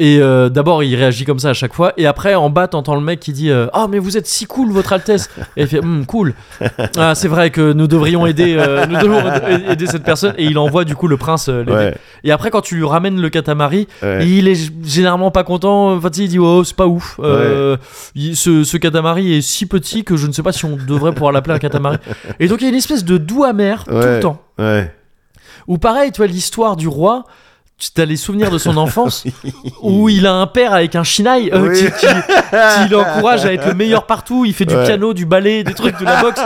A: Et euh, d'abord, il réagit comme ça à chaque fois. Et après, en bas, t'entends le mec qui dit euh, Ah, mais vous êtes si cool, Votre Altesse Et il fait Hum,
B: (laughs)
A: Cool. Ah, c'est vrai que nous devrions aider, euh, nous devons aider- aider cette personne. Et il envoie du coup le prince euh, l'aider.
B: Ouais,
A: Et après, quand tu lui ramènes le katamari,
B: ouais.
A: il est g- généralement pas content. Enfin, tu sais, il dit Oh, c'est pas ouf. Euh, il- ce, ce katamari est si petit que je ne sais pas si on devrait pouvoir l'appeler un katamari. Et donc, il y a une espèce de doux amer tout
B: Ouais.
A: le temps.
B: Ouais.
A: Ou pareil, tu vois, l'histoire du roi, tu as les souvenirs de son
B: (laughs)
A: enfance, où il a un père avec un shinaï euh,
B: Oui.
A: qui, qui- qui l'encourage à être le meilleur partout, il fait du
B: Ouais.
A: piano, du ballet, des trucs, de la boxe.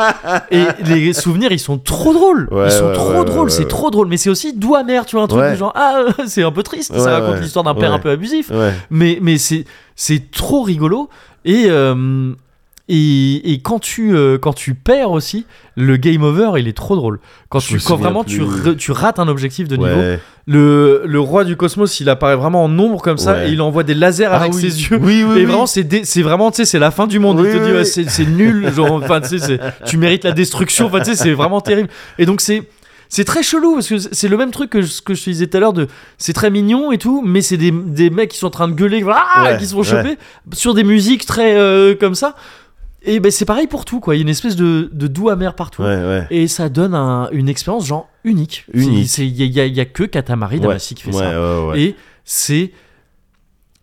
A: Et les souvenirs, ils sont trop drôles.
B: Ouais,
A: ils sont
B: ouais,
A: trop
B: ouais,
A: drôles,
B: ouais,
A: c'est
B: ouais.
A: trop drôle. Mais c'est aussi doux amer, tu vois, un truc
B: Ouais.
A: du genre, ah, euh, c'est un peu triste,
B: Ouais,
A: ça raconte
B: ouais.
A: l'histoire d'un père
B: Ouais.
A: un peu abusif.
B: Ouais.
A: Mais, mais c'est, c'est trop rigolo. Et, euh, et, et quand, tu, euh, quand tu perds aussi, le game over, il est trop drôle. Quand,
B: Je
A: tu,
B: me
A: quand
B: souviens
A: vraiment tu,
B: plus.
A: re- tu rates un objectif de niveau,
B: Ouais.
A: le, le roi du cosmos, il apparaît vraiment en ombre comme ça
B: Ouais.
A: et il envoie des lasers
B: Ah
A: avec
B: oui.
A: ses yeux.
B: Oui, oui,
A: et
B: oui.
A: vraiment, c'est, dé- c'est vraiment, tu sais, c'est la fin du monde.
B: Oui,
A: il te
B: oui,
A: dit, ouais,
B: oui.
A: c'est, c'est nul, genre, enfin, tu sais, c'est- tu mérites la destruction, enfin, tu sais, c'est vraiment terrible. Et donc, c'est, c'est très chelou parce que c'est c'est le même truc que je- ce que je te disais tout à l'heure de c'est très mignon et tout, mais c'est des, des mecs qui sont en train de gueuler, ah,
B: Ouais,
A: qui se font choper sur des musiques très euh, comme ça. Et ben, c'est pareil pour tout, quoi. Il y a une espèce de, de doux amer partout.
B: Ouais, ouais.
A: Et ça donne un- une expérience genre unique.
B: Unique.
A: C'est- c'est- Il n'y a, il y a que Katamari
B: Ouais,
A: Damacy qui fait
B: ouais,
A: ça.
B: ouais, ouais.
A: Et c'est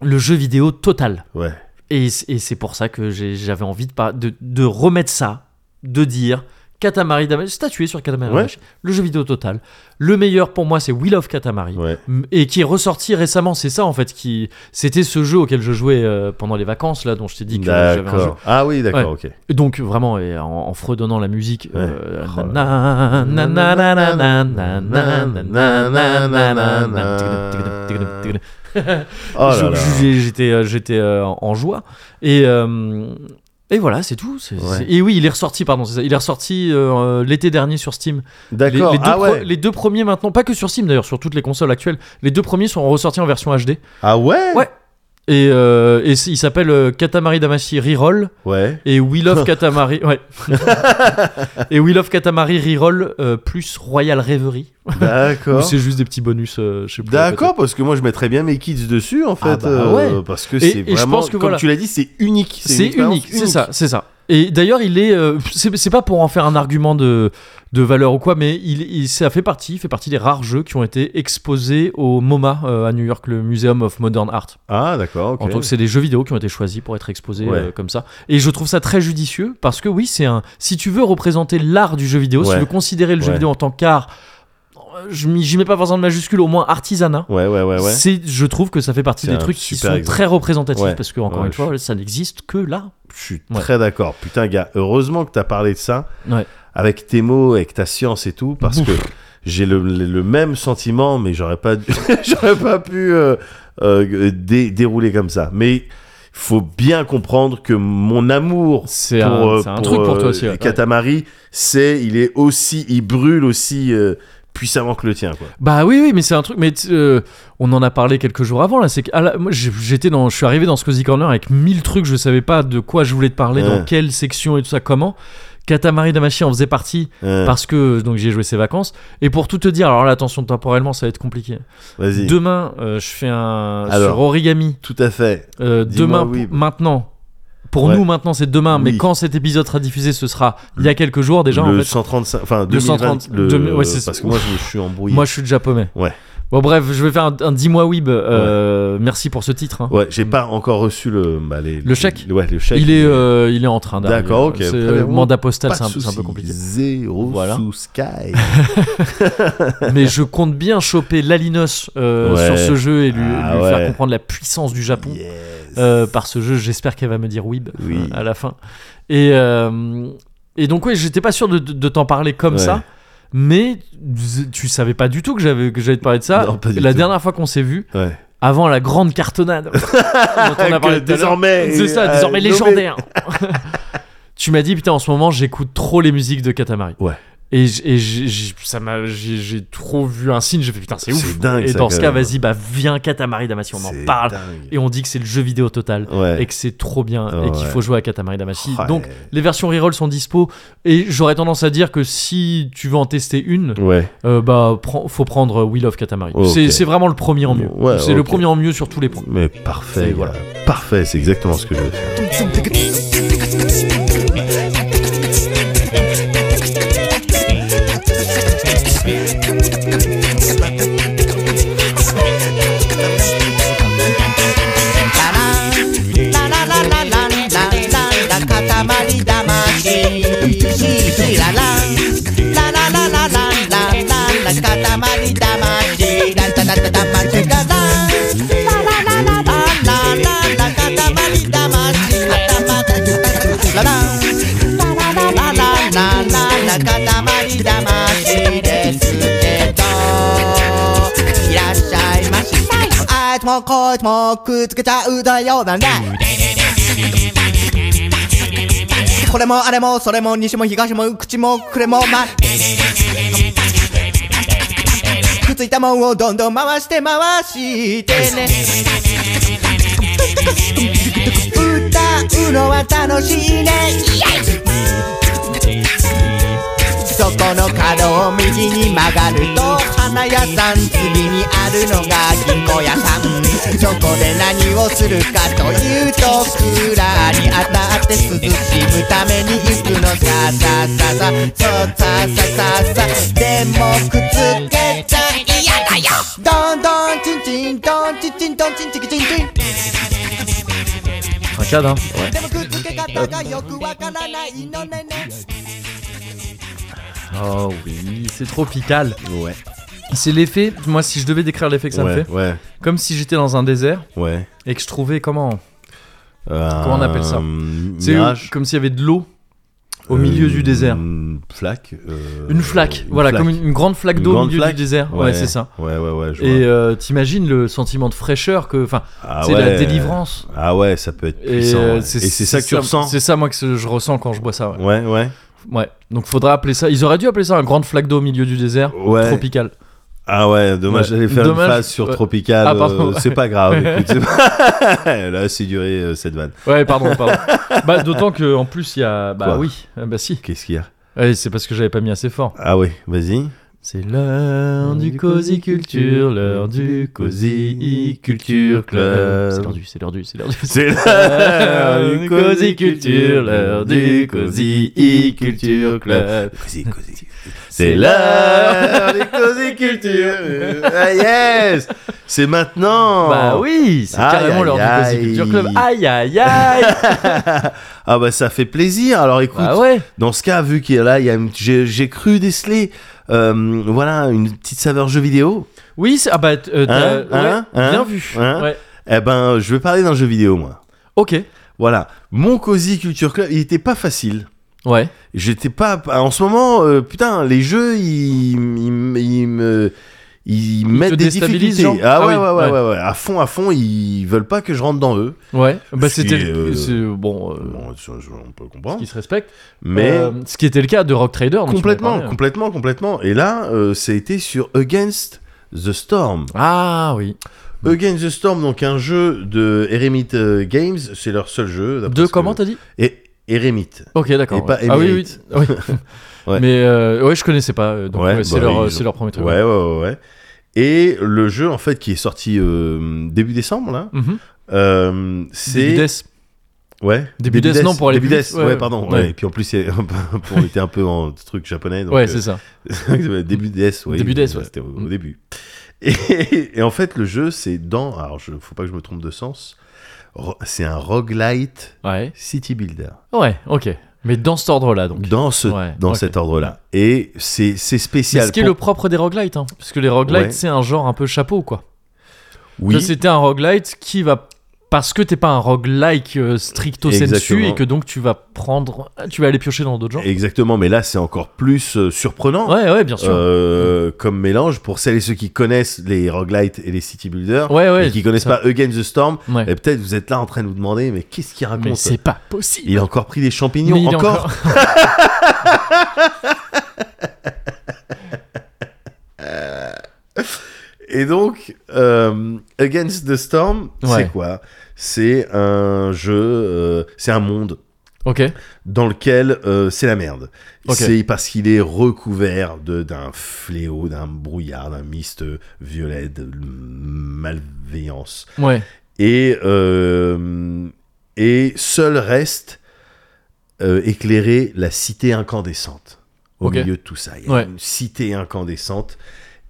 A: le jeu vidéo total.
B: Ouais.
A: Et, c- et c'est pour ça que j'ai- j'avais envie de, pas- de, de remettre ça, de dire Katamari Damacy, statué sur Katamari
B: Ouais.
A: Damacy, le jeu vidéo total. Le meilleur pour moi, c'est Will of Katamari.
B: Ouais.
A: M- Et qui est ressorti récemment, c'est ça en fait. qui C'était ce jeu auquel je jouais euh, pendant les vacances, là, dont je t'ai dit que j'avais un jeu.
B: D'accord. Ah oui, d'accord, ok.
A: Et Donc vraiment, et en, en fredonnant la musique.
B: Ouais.
A: euh,
B: Oh
A: na- na- na- na- na- na- na- na- na- na- na- na- na-
B: Oh là
A: Je-
B: là.
A: j'ai- J'étais, euh, j'étais euh, en joie. Et euh, et voilà, c'est tout. C'est-
B: Ouais.
A: c'est- Et oui, il est ressorti, pardon, c'est ça. Il est ressorti euh, l'été dernier sur Steam. Les,
B: D'accord.
A: les deux
B: ah
A: pre-
B: ouais.
A: les deux premiers maintenant, pas que sur Steam d'ailleurs, sur toutes les consoles actuelles, les deux premiers sont ressortis en version HD.
B: Ah ouais.
A: Ouais. Et, euh, et c'est- il s'appelle euh, Katamari Damacy Reroll.
B: Ouais.
A: Et We
B: (laughs)
A: Love Katamari. Ouais. et We Love Katamari Reroll euh, plus Royal Reverie. Ou
B: D'accord.
A: c'est juste des petits bonus, euh, je sais plus.
B: D'accord, parce que moi je mettrais bien mes kids dessus en fait,
A: bah
B: euh,
A: ouais.
B: parce que
A: Et-
B: c'est
A: et je
B: vraiment,
A: pense que
B: comme
A: voilà.
B: tu l'as dit, c'est unique.
A: C'est
B: une expérience
A: unique, c'est ça, c'est ça. Et d'ailleurs, il est. euh, c'est c'est pas pour en faire un argument de, de valeur ou quoi, mais il, il- ça fait partie, il fait partie des rares jeux qui ont été exposés au MoMA euh, à New York, le Museum of Modern Art.
B: Ah, d'accord, ok.
A: En tant que c'est des jeux vidéo qui ont été choisis pour être exposés
B: Ouais.
A: euh, comme ça. Et je trouve ça très judicieux parce que oui, c'est un. Si tu veux représenter l'art du jeu vidéo, si
B: Ouais.
A: tu veux considérer le jeu
B: Ouais.
A: vidéo en tant qu'art, euh, je m'y- j'y mets pas forcément de majuscule, au moins artisanat.
B: Ouais, ouais, Ah ouais, ouais.
A: C'est, je trouve que ça fait partie
B: C'est
A: des
B: un
A: trucs qui sont
B: super
A: très représentatifs
B: Ouais.
A: parce que encore
B: Ouais,
A: une
B: je
A: fois, ça n'existe que là.
B: Je suis
A: Ouais.
B: très d'accord. Putain, gars, heureusement que t'as parlé de ça.
A: Ouais.
B: Avec tes mots, avec ta science et tout, parce que j'ai le, le- le même sentiment, mais j'aurais pas, dû- (laughs) j'aurais pas pu euh, euh, dé- dérouler comme ça. Mais faut bien comprendre que mon amour
A: C'est
B: pour,
A: un,
B: euh,
A: c'est un truc pour
B: euh,
A: toi aussi. ouais.
B: Katamari, c'est, il est aussi, il brûle aussi euh, puissamment que le tien, quoi.
A: Bah oui, oui, mais c'est un truc. Mais t- euh, on en a parlé quelques jours avant là. C'est que à la- moi, j'ai- j'étais dans, je suis arrivé dans ce cozy corner avec mille trucs. Je savais pas de quoi je voulais te parler,
B: Ouais.
A: dans quelle section et tout ça, comment. Katamari Damacy en faisait partie
B: Hein,
A: parce que donc j'ai joué ses vacances. Et pour tout te dire, alors là, attention temporellement, ça va être compliqué.
B: vas-y.
A: Demain, euh, je fais un
B: Alors.
A: sur origami.
B: Tout à fait.
A: Euh,
B: Dis-moi
A: demain,
B: oui.
A: pour- maintenant. Pour
B: Ouais.
A: nous maintenant c'est demain, mais
B: Oui.
A: quand cet épisode sera diffusé, ce sera il y a quelques jours déjà. en
B: le
A: fait.
B: 135, enfin
A: 230,
B: 230, le,
A: deux- ouais, c'est-
B: parce que moi je me suis embrouillé.
A: Moi, je suis japonais.
B: Ouais.
A: Bon, bref, je vais faire un, un 10 mois Weeb. euh, Merci pour ce titre. hein.
B: Ouais, j'ai pas encore reçu le, bah, les-
A: Le chèque
B: Ouais, le chèque.
A: Il, est, euh, il est en train d'arriver.
B: D'accord, ok,
A: C'est
B: très
A: euh,
B: bien.
A: mandat postal,
B: Pas
A: c'est un,
B: de
A: c'est un peu
B: souci.
A: compliqué.
B: Zéro
A: Voilà.
B: sous
A: (laughs)
B: Sky.
A: Mais je compte bien choper l'Alinos euh,
B: Ouais.
A: sur ce jeu et lui,
B: Ah
A: lui faire
B: ouais.
A: comprendre la puissance du Japon.
B: Yes.
A: euh, par ce jeu, j'espère qu'elle va me dire Weeb
B: Oui.
A: euh, à la fin. Et, euh, et donc, oui, j'étais pas sûr de, de- de t'en parler comme
B: Ouais.
A: ça, mais tu savais pas du tout que j'avais que j'allais te parler de ça.
B: Non, pas du
A: la
B: tout.
A: dernière fois qu'on s'est vu,
B: Ouais.
A: avant la grande
B: (laughs)
A: cartonnade dont on a parlé
B: Que
A: tout à l'heure.
B: désormais
A: c'est
B: est,
A: ça
B: euh,
A: désormais
B: nommé.
A: légendaire (laughs) tu m'as dit putain en ce moment j'écoute trop les musiques de Katamari
B: Ouais.
A: et, j- et j'ai- j'ai- ça m'a j'ai j'ai trop vu un signe j'ai fait putain c'est ouf
B: C'est dingue,
A: et
B: ça,
A: dans ce
B: quand
A: cas
B: même.
A: vas-y bah viens Katamari Damacy on en
B: C'est
A: parle
B: dingue.
A: et on dit que c'est le jeu vidéo total
B: Ouais.
A: et que c'est trop bien et
B: Ouais.
A: qu'il faut jouer à Katamari Damacy
B: Ouais.
A: donc les versions reroll sont dispo et j'aurais tendance à dire que si tu veux en tester une
B: Ouais.
A: euh, bah prends- faut prendre Will of Katamari
B: Ok.
A: c'est c'est vraiment le premier en mieux
B: Ouais,
A: c'est le
B: ok.
A: premier en mieux sur tous les points
B: Mais parfait,
A: C'est-
B: voilà. Parfait, c'est exactement ce que je veux faire.
H: あいつもこいつもくっつけちゃうだよなんだこれもあれもそれも西も東も口もくれもまくっついたもんをどんどん回して回してね歌うのは楽しいねそこの角を右に曲がると花屋さん次にあるのが銀行屋さんそこで何をするかというとクーラーに当たって涼しむために行くのささささそうささささでもくっつけちゃ嫌だよどんどんチンチンどんチンチンどんチンチキチンチン
A: un cadre hein.
H: でもくっつけ方がよくわからないのねね
A: Oh oui, c'est tropical.
B: Ouais.
A: C'est l'effet, moi si je devais décrire l'effet que ça me
B: ouais,
A: fait,
B: ouais,
A: comme si j'étais dans un désert
B: ouais.
A: et que je trouvais comment
B: Comment
A: on appelle ça C'est
B: Euh, Mirage.
A: comme s'il y avait de l'eau au milieu
B: Euh,
A: du désert.
B: Une flaque. euh,
A: Une flaque, voilà,
B: flaque.
A: comme une, une grande flaque
B: Une
A: d'eau au
B: grande
A: milieu
B: flaque
A: du désert. Ouais, c'est ça.
B: Ouais, ouais, ouais. je
A: Et
B: vois.
A: euh, t'imagines le sentiment de fraîcheur que, enfin,
B: Ah
A: c'est la
B: ouais.
A: délivrance.
B: Ah ouais, ça peut être
A: Et
B: puissant.
A: euh,
B: ouais. Et c'est ça que tu ressens.
A: C'est ça moi que ce- je ressens quand je bois ça. Ouais.
B: Ouais, ouais.
A: Ouais. Donc faudra appeler ça. Ils auraient dû appeler ça un grande flaque d'eau au milieu du désert
B: Ouais.
A: tropical.
B: Ah ouais, dommage
A: Ouais.
B: j'allais faire
A: Dommage,
B: une phase sur
A: ouais.
B: Tropical.
A: Ah, pardon.
B: euh, c'est pas grave.
A: (laughs)
B: écoute, c'est pas- (laughs) Là, c'est duré euh, cette vanne.
A: Ouais, pardon, pardon. (laughs) bah d'autant que en plus il y a bah
B: Quoi
A: oui, Ah, bah si.
B: Qu'est-ce qu'il y a
A: Ouais, c'est parce que j'avais pas mis assez fort.
B: Ah ouais, vas-y.
A: C'est l'heure du Cozy Culture, l'heure du Cozy Culture Club. C'est l'heure du, c'est l'heure du, c'est l'heure du. (laughs)
B: C'est
A: l'heure Euh, du Cozy Culture, l'heure du Cozy Culture Club.
B: C'est l'heure du
A: (laughs)
B: Cozy Culture. Ah, yes C'est maintenant
A: Bah oui, c'est
B: Aïe,
A: carrément
B: aïe,
A: l'heure du Cozy
B: aïe.
A: Culture Club. Aïe aïe aïe
B: Ah bah ça fait plaisir. Alors
A: (laughs)
B: écoute,
A: Bah ouais
B: dans ce cas, vu qu'il y a là, il y a une- j'ai j'ai cru déceler euh, voilà, une petite saveur jeu vidéo.
A: Oui, c'est- ah bah, t- euh, t'as-
B: Hein, hein,
A: ouais,
B: hein,
A: bien vu.
B: hein.
A: Ouais.
B: Eh ben, je vais parler d'un jeu vidéo, moi.
A: Ok,
B: Voilà. Mon Cozy Culture Club, il était pas facile.
A: ouais.
B: J'étais pas. En ce moment, euh, putain, les jeux, ils, ils- ils me. Ils mettent des
A: déstabilisent,
B: difficultés.
A: genre
B: Ah,
A: Ah
B: ouais,
A: oui,
B: ouais, ouais,
A: ouais.
B: ouais, ouais. À fond, à fond, ils veulent pas que je rentre dans eux.
A: Ouais, bah
B: Ce qui
A: c'était
B: est, euh,
A: c'est- bon, euh,
B: Bon, je- je- on peut comprendre.
A: qui se respecte.
B: Mais.
A: Euh, ce qui était le cas de Rock Trader. dont tu
B: complètement,
A: m'avais parlé. hein.
B: complètement, complètement. Et là, euh, ça a été sur Against the Storm.
A: Ah oui.
B: Against the Storm, donc un jeu de Eremit euh, Games, c'est leur seul jeu. d'après
A: De
B: ce que-
A: comment t'as dit
B: Et Eremit.
A: Ok, d'accord.
B: Et pas
A: ouais. ah oui, oui.
B: émérite.
A: oui.
B: (laughs) Ouais.
A: Mais euh, ouais, je connaissais pas. euh, Donc
B: Ouais,
A: ouais, c'est
B: bah
A: leur,
B: oui, ils
A: c'est
B: ont-
A: leur premier
B: Ouais,
A: truc.
B: ouais, ouais, ouais. Et le jeu, en fait, qui est sorti euh, début décembre, là,
A: Mhm.
B: euh, c'est.
A: Début Death.
B: Ouais.
A: Début death, non, pour aller
B: Début
A: plus
B: death,
A: vite,
B: ouais,
A: ouais, ouais.
B: pardon.
A: Ouais.
B: ouais. Et puis en plus, c'est- (laughs) on était un peu en truc japonais. donc,
A: ouais,
B: euh,
A: c'est ça.
B: (laughs) début DS, oui.
A: Début DS, ouais.
B: C'était au, au
A: Mm.
B: début. (laughs) Et, et en fait, le jeu, c'est dans. Alors, je, faut pas que je me trompe de sens. Ro- C'est un roguelite
A: Ouais.
B: city builder.
A: Ouais, ok. Mais dans cet ordre-là, donc.
B: Dans, ce,
A: ouais,
B: dans
A: ok.
B: cet ordre-là. Et c'est c'est
A: C'est
B: spécial.
A: ce qui est le
B: Pour-
A: propre des roguelites, hein, parce que les roguelites,
B: Ouais.
A: c'est un genre un peu chapeau, quoi. Là,
B: Oui,
A: c'était un roguelite qui va parce que t'es pas un roguelike euh, stricto sensu
B: Exactement.
A: et que donc tu vas prendre, tu vas aller piocher dans d'autres genres.
B: exactement. Mais là, c'est encore plus euh, surprenant.
A: Ouais, ouais, bien sûr.
B: euh, comme mélange pour celles et ceux qui connaissent les roguelites et les city builders
A: ouais, ouais.
B: et qui connaissent pas Against the Storm
A: Ouais.
B: et peut-être vous êtes là en train de vous demander mais qu'est-ce qu'il
A: Mais
B: Eh ben, raconte
A: c'est pas possible.
B: il a encore pris des champignons
A: Mais il est
B: encore (laughs) Et donc, euh, Against the Storm,
A: Ouais.
B: c'est quoi C'est un jeu, euh, c'est un monde
A: ok.
B: dans lequel euh, c'est la merde.
A: Ok.
B: C'est parce qu'il est recouvert de- d'un fléau, d'un brouillard, d'un mist euh, violet, de malveillance.
A: Ouais.
B: Et, euh, et seul reste euh, éclairer la cité incandescente. Au
A: Ok.
B: milieu de tout ça, il y a
A: Ouais.
B: une cité incandescente.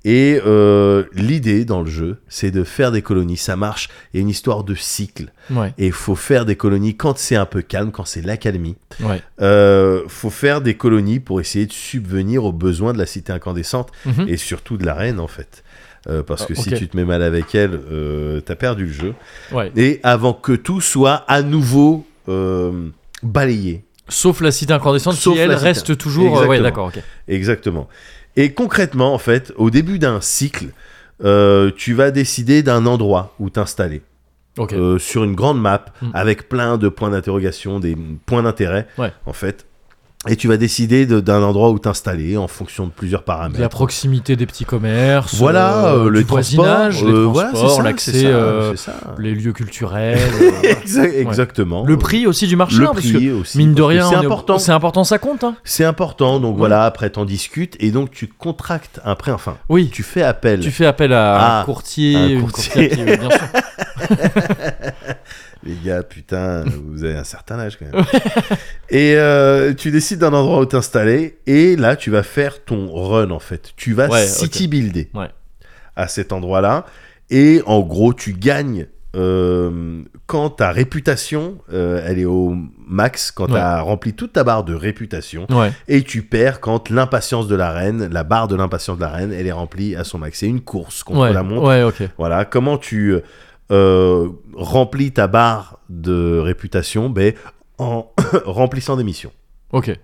B: Et euh, l'idée dans le jeu, c'est de faire des colonies. Ça marche. Il y a une histoire de cycle.
A: Ouais.
B: Et il faut faire des colonies quand c'est un peu calme, quand c'est l'accalmie.
A: Ouais.
B: Euh, faut faire des colonies pour essayer de subvenir aux besoins de la cité incandescente
A: Mhm.
B: et surtout de la reine en fait. Euh, parce
A: Ah,
B: que
A: ok.
B: si tu te mets mal avec elle, euh, t'as perdu le jeu.
A: Ouais.
B: Et avant que tout soit à nouveau euh, balayé.
A: Sauf la cité incandescente
B: Sauf
A: qui elle
B: la cité.
A: reste toujours. euh, Ouais,
B: Exactement.
A: d'accord. Ok.
B: Exactement. Et concrètement, en fait, au début d'un cycle, euh, tu vas décider d'un endroit où t'installer.
A: Ok.
B: Euh, sur une grande map
A: Mm.
B: avec plein de points d'interrogation, des points d'intérêt
A: Ouais.
B: en fait. Et tu vas décider de- d'un endroit où t'installer en fonction de plusieurs paramètres.
A: la proximité des petits commerces.
B: voilà,
A: euh,
B: euh, le
A: du voisinage,
B: transport,
A: les
B: euh, voilà, c'est
A: transports,
B: ça, c'est
A: l'accès,
B: ça,
A: euh,
B: c'est ça. (laughs)
A: les lieux culturels, euh,
B: Exa- Exactement.
A: le prix aussi du marché.
B: Le
A: hein, parce que,
B: prix aussi.
A: mine de
B: parce que
A: rien,
B: c'est
A: on est-
B: important.
A: C'est important, ça compte. hein.
B: C'est important. Donc
A: Ouais.
B: voilà, après t'en discutes et donc tu contractes un prêt. Enfin,
A: Oui.
B: tu fais appel.
A: Tu fais appel à
B: Ah,
A: un courtier,
B: un
A: une courtière
B: courtier.
A: qui- euh, bien sûr.
B: (laughs) Les
A: (laughs)
B: gars, putain, vous avez un certain âge quand même. et euh, tu décides d'un endroit où t'installer et là tu vas faire ton run en fait. Tu vas
A: Ouais,
B: city builder
A: Ouais.
B: à cet endroit-là et en gros tu gagnes euh, quand ta réputation euh, elle est au max, quand
A: Ouais.
B: tu as rempli toute ta barre de réputation
A: Ouais.
B: et tu perds quand l'impatience de la reine, la barre de l'impatience de la reine, elle est remplie à son max. C'est une course contre
A: Ouais.
B: la montre.
A: Ouais. Ok.
B: Voilà, comment tu euh, remplis ta barre de réputation ben, en (coughs) remplissant des missions.
A: Ok. Ouais.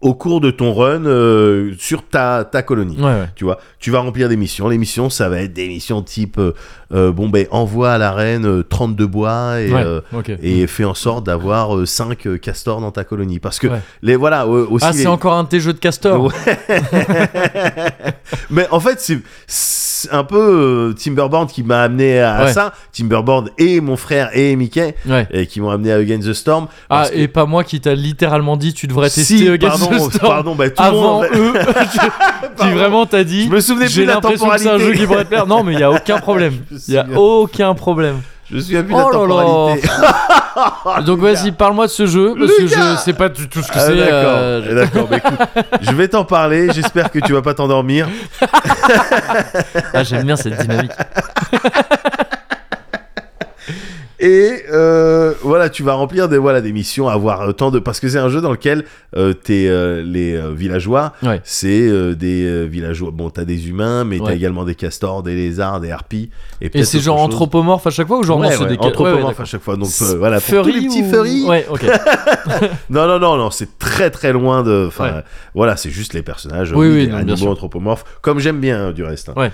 B: Au cours de ton run euh, sur ta, ta colonie.
A: Ouais.
B: Tu vois, tu vas remplir des missions. Les missions, ça va être des missions type euh, euh, bon, ben, envoie à la reine euh, 32 bois et,
A: ouais.
B: euh,
A: ok.
B: et fais en sorte d'avoir 5 castors dans ta colonie. Parce que,
A: Ouais.
B: les voilà, euh, aussi.
A: Ah, c'est
B: les-
A: encore un de tes jeux de castor.
B: Ouais. Mais en fait, c'est- c'est un peu euh, Timberborn qui m'a amené à
A: Ouais.
B: ça. Timberborn et mon frère et Mickey,
A: Ouais.
B: et qui m'ont amené à Against the Storm.
A: Ah,
B: Parce que-
A: et pas moi qui t'a littéralement dit tu devrais tester
B: si,
A: Against
B: pardon,
A: the Storm
B: (laughs) pardon, bah, tout le
A: avant
B: monde. (laughs)
A: eux. (laughs) qui vraiment t'a dit.
B: Je me souvenais plus
A: J'ai
B: de la
A: l'impression que c'est un jeu
B: temporalité.
A: qui pourrait te plaire. Non, mais il y
B: (laughs)
A: a aucun problème.
B: Je me
A: Il y a
B: souviens.
A: aucun problème.
B: Je me souviens plus de la
A: Oh là là.
B: temporalité.
A: Donc vas-y, parle-moi de ce jeu parce que je sais pas du tout ce que
B: Oh, Ah,
A: c'est.
B: d'accord,
A: euh, je-
B: d'accord. bah, écoute, je vais
A: (laughs)
B: t'en parler. J'espère que tu vas pas t'endormir.
A: Ah, j'aime bien cette
B: (laughs)
A: dynamique.
B: Et euh, voilà, tu vas remplir des voilà des missions, avoir euh, tant de parce que c'est un jeu dans lequel euh, t'es euh, les euh, villageois,
A: Ouais.
B: c'est euh, des euh, villageois. Bon, t'as des humains, mais
A: Ouais.
B: t'as également des castors, des lézards, des harpies.
A: Et
B: peut-être
A: c'est
B: autre
A: genre
B: chose.
A: anthropomorphe à chaque fois ou genre non,
B: Ouais,
A: c'est
B: ouais,
A: des ca- ouais, ouais,
B: anthropomorphe
A: d'accord.
B: à chaque fois. Donc euh, voilà, pour tous
A: Furry
B: les petits
A: ou-
B: furries.
A: Ouais, ok.
B: Non, non, non, non, c'est très très loin de. Enfin,
A: Ouais.
B: euh, voilà, c'est juste les personnages,
A: Oui,
B: oui,
A: oui,
B: des
A: non, bien
B: animaux
A: sûr.
B: anthropomorphes, comme j'aime bien hein, du reste. hein.
A: Ouais.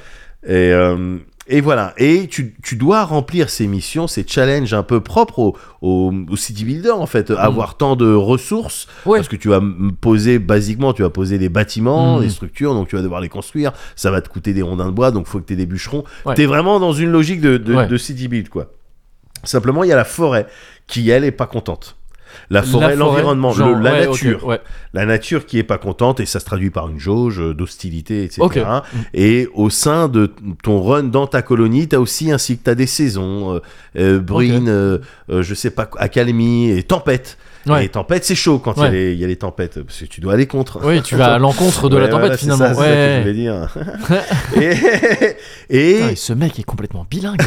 B: Et, euh, et voilà. Et tu, tu dois remplir ces missions, ces challenges un peu propres au, au, au city builder en fait, avoir tant de ressources
A: Mm. Ouais.
B: parce que tu vas m- poser basiquement, tu vas poser des bâtiments,
A: Mm.
B: des structures, donc tu vas devoir les construire. Ça va te coûter des rondins de bois, donc faut que tu aies des bûcherons.
A: Ouais.
B: T'es vraiment dans une logique de, de,
A: Ouais.
B: de city build quoi. Simplement, il y a la forêt qui elle est pas contente. La forêt, l'environnement, le-
A: genre,
B: la
A: ouais, ok,
B: nature
A: ouais.
B: la nature qui est pas contente et ça se traduit par une jauge euh, d'hostilité etc
A: Ok. Mm.
B: et au sein de t- ton run dans ta colonie t'as aussi ainsi que t'as des saisons euh, euh, bruine euh, euh, je sais pas quoi, accalmie et tempête
A: Ouais.
B: et tempête c'est chaud quand il y a
A: Ouais.
B: les- il y, a les tempêtes parce que tu dois aller contre
A: Oui, tu vas à l'encontre de
B: Ouais,
A: la tempête
B: voilà, c'est
A: finalement.
B: ça, c'est ça que je voulais
A: ouais.
B: dire.
A: (laughs)
B: et,
A: Putain,
B: et,
A: Ah, et ce mec est complètement
B: (laughs)
A: bilingue.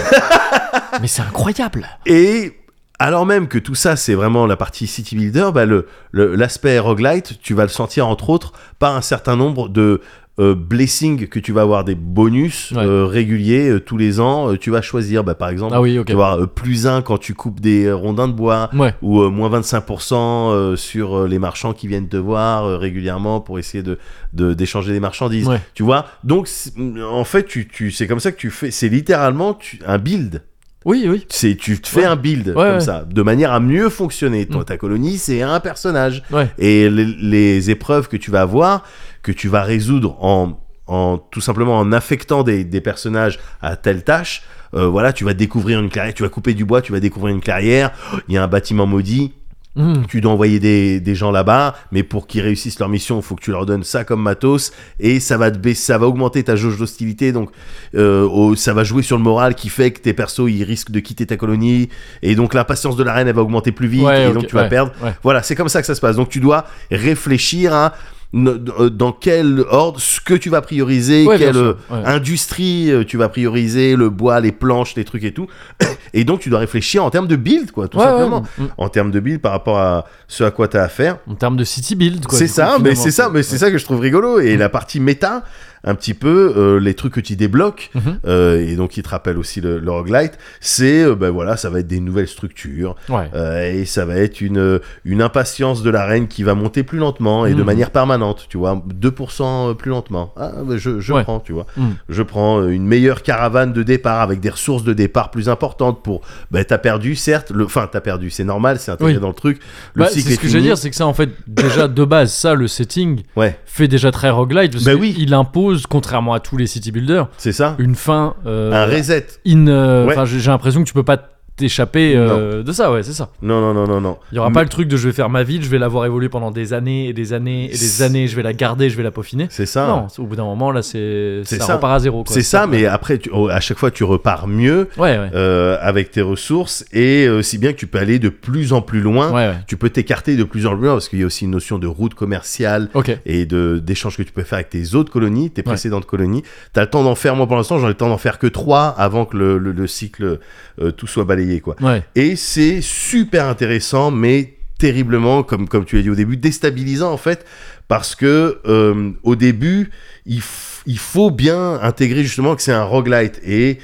A: Mais c'est incroyable.
B: Et alors même que tout ça, c'est vraiment la partie city builder, bah le- le- l'aspect roguelite, tu vas le sentir entre autres par un certain nombre de euh, blessings que tu vas avoir, des bonus
A: Ouais.
B: euh, réguliers euh, tous les ans. euh, tu vas choisir, bah, par exemple,
A: Ah oui, ok.
B: tu vas avoir euh, plus 1 quand tu coupes des euh, rondins de bois
A: Ouais.
B: ou euh, moins 25% euh, sur euh, les marchands qui viennent te voir euh, régulièrement pour essayer de de- d'échanger des marchandises.
A: Ouais.
B: Tu vois Donc, c'est- en fait, tu, tu, c'est comme ça que tu fais. C'est littéralement tu- un build
A: Oui, oui.
B: c'est tu te fais
A: Ouais.
B: un build
A: Ouais,
B: comme
A: ouais.
B: ça de manière à mieux fonctionner Toi,
A: Mm.
B: ta colonie c'est un personnage
A: Ouais.
B: et les, les épreuves que tu vas avoir que tu vas résoudre en, en tout simplement en affectant des, des personnages à telle tâche euh, voilà tu vas découvrir une clairière tu vas couper du bois tu vas découvrir une clairière il y a un bâtiment maudit
A: Hmm.
B: tu dois envoyer des, des gens là-bas, mais pour qu'ils réussissent leur mission, il faut que tu leur donnes ça comme matos, et ça va, te baisser, ça va augmenter ta jauge d'hostilité, donc euh, au- ça va jouer sur le moral qui fait que tes persos, ils risquent de quitter ta colonie, et donc l'impatience de la reine, elle va augmenter plus vite,
A: Ouais,
B: et
A: ok,
B: donc tu vas
A: ouais,
B: perdre.
A: ouais.
B: Voilà, c'est comme ça que ça se passe. Donc tu dois réfléchir à n- euh, dans quel ordre ce que tu vas prioriser,
A: Ouais, bien
B: quelle
A: sûr,
B: euh,
A: ouais.
B: industrie euh, tu vas prioriser, le bois, les planches, les trucs et tout. (coughs) Et donc tu dois réfléchir en termes de build, quoi, tout
A: Ouais, ouais,
B: simplement
A: mm, mm.
B: en termes de build par rapport à ce à quoi tu as affaire.
A: En termes de city build, quoi.
B: C'est
A: du coup,
B: ça, mais
A: finalement,
B: c'est ça, mais c'est ça que je trouve rigolo.
A: Mhm.
B: Et la partie méta, un petit peu, euh, les trucs que tu débloques,
A: Mhm.
B: euh, et donc qui te rappellent aussi le, le roguelite, c'est, euh, ben voilà, ça va être des nouvelles structures,
A: Ouais.
B: euh, et ça va être une, une impatience de la reine qui va monter plus lentement et de
A: Mhm.
B: manière permanente, tu vois, 2% plus lentement. Ah, ben je, je
A: Ouais.
B: prends, tu vois.
A: Mhm.
B: Je prends euh, une meilleure caravane de départ avec des ressources de départ plus importantes pour. Ben, t'as perdu, certes, le... enfin, t'as perdu, c'est normal, c'est intégré
A: Oui.
B: dans le truc. Le
A: Bah, c'est
B: cycle
A: ce
B: est
A: que j'allais
B: fini.
A: dire, c'est que ça, en fait, déjà de base, ça, le setting
B: Ouais,
A: fait déjà très roguelite parce
B: Bah
A: que
B: oui.
A: il impose, contrairement à tous les city builders,
B: c'est ça.
A: une fin. euh,
B: Un reset.
A: in. euh,
B: Ouais.
A: Enfin, j'ai j'ai l'impression que tu peux pas t'échapper euh, de ça, ouais, c'est ça.
B: Non, non, non, non, non.
A: Il y aura
B: Mais-
A: pas le truc de je vais faire ma ville, je vais l'avoir évolué pendant des années et des années et des
B: C'est-
A: années, je vais la garder, je vais la peaufiner.
B: C'est ça.
A: Non, au bout d'un moment, là, c'est
B: C'est
A: ça,
B: ça.
A: repart à zéro. quoi.
B: C'est ça, mais après, tu- oh, à chaque fois, tu repars mieux
A: Ouais, ouais.
B: euh, avec tes ressources et euh, si bien que tu peux aller de plus en plus loin.
A: Ouais, ouais.
B: Tu peux t'écarter de plus en plus loin parce qu'il y a aussi une notion de route commerciale
A: Ok.
B: et de d'échanges que tu peux faire avec tes autres colonies, tes
A: Ouais.
B: précédentes colonies. T'as le temps d'en faire, moi pour l'instant, j'en ai le temps d'en faire que trois avant que le, le- le cycle euh, tout soit balayé, quoi.
A: Ouais.
B: Et c'est super intéressant, mais terriblement, comme, comme tu l'as dit au début, déstabilisant en fait, parce que euh, au début, il, f- il faut bien intégrer justement que c'est un roguelite. Et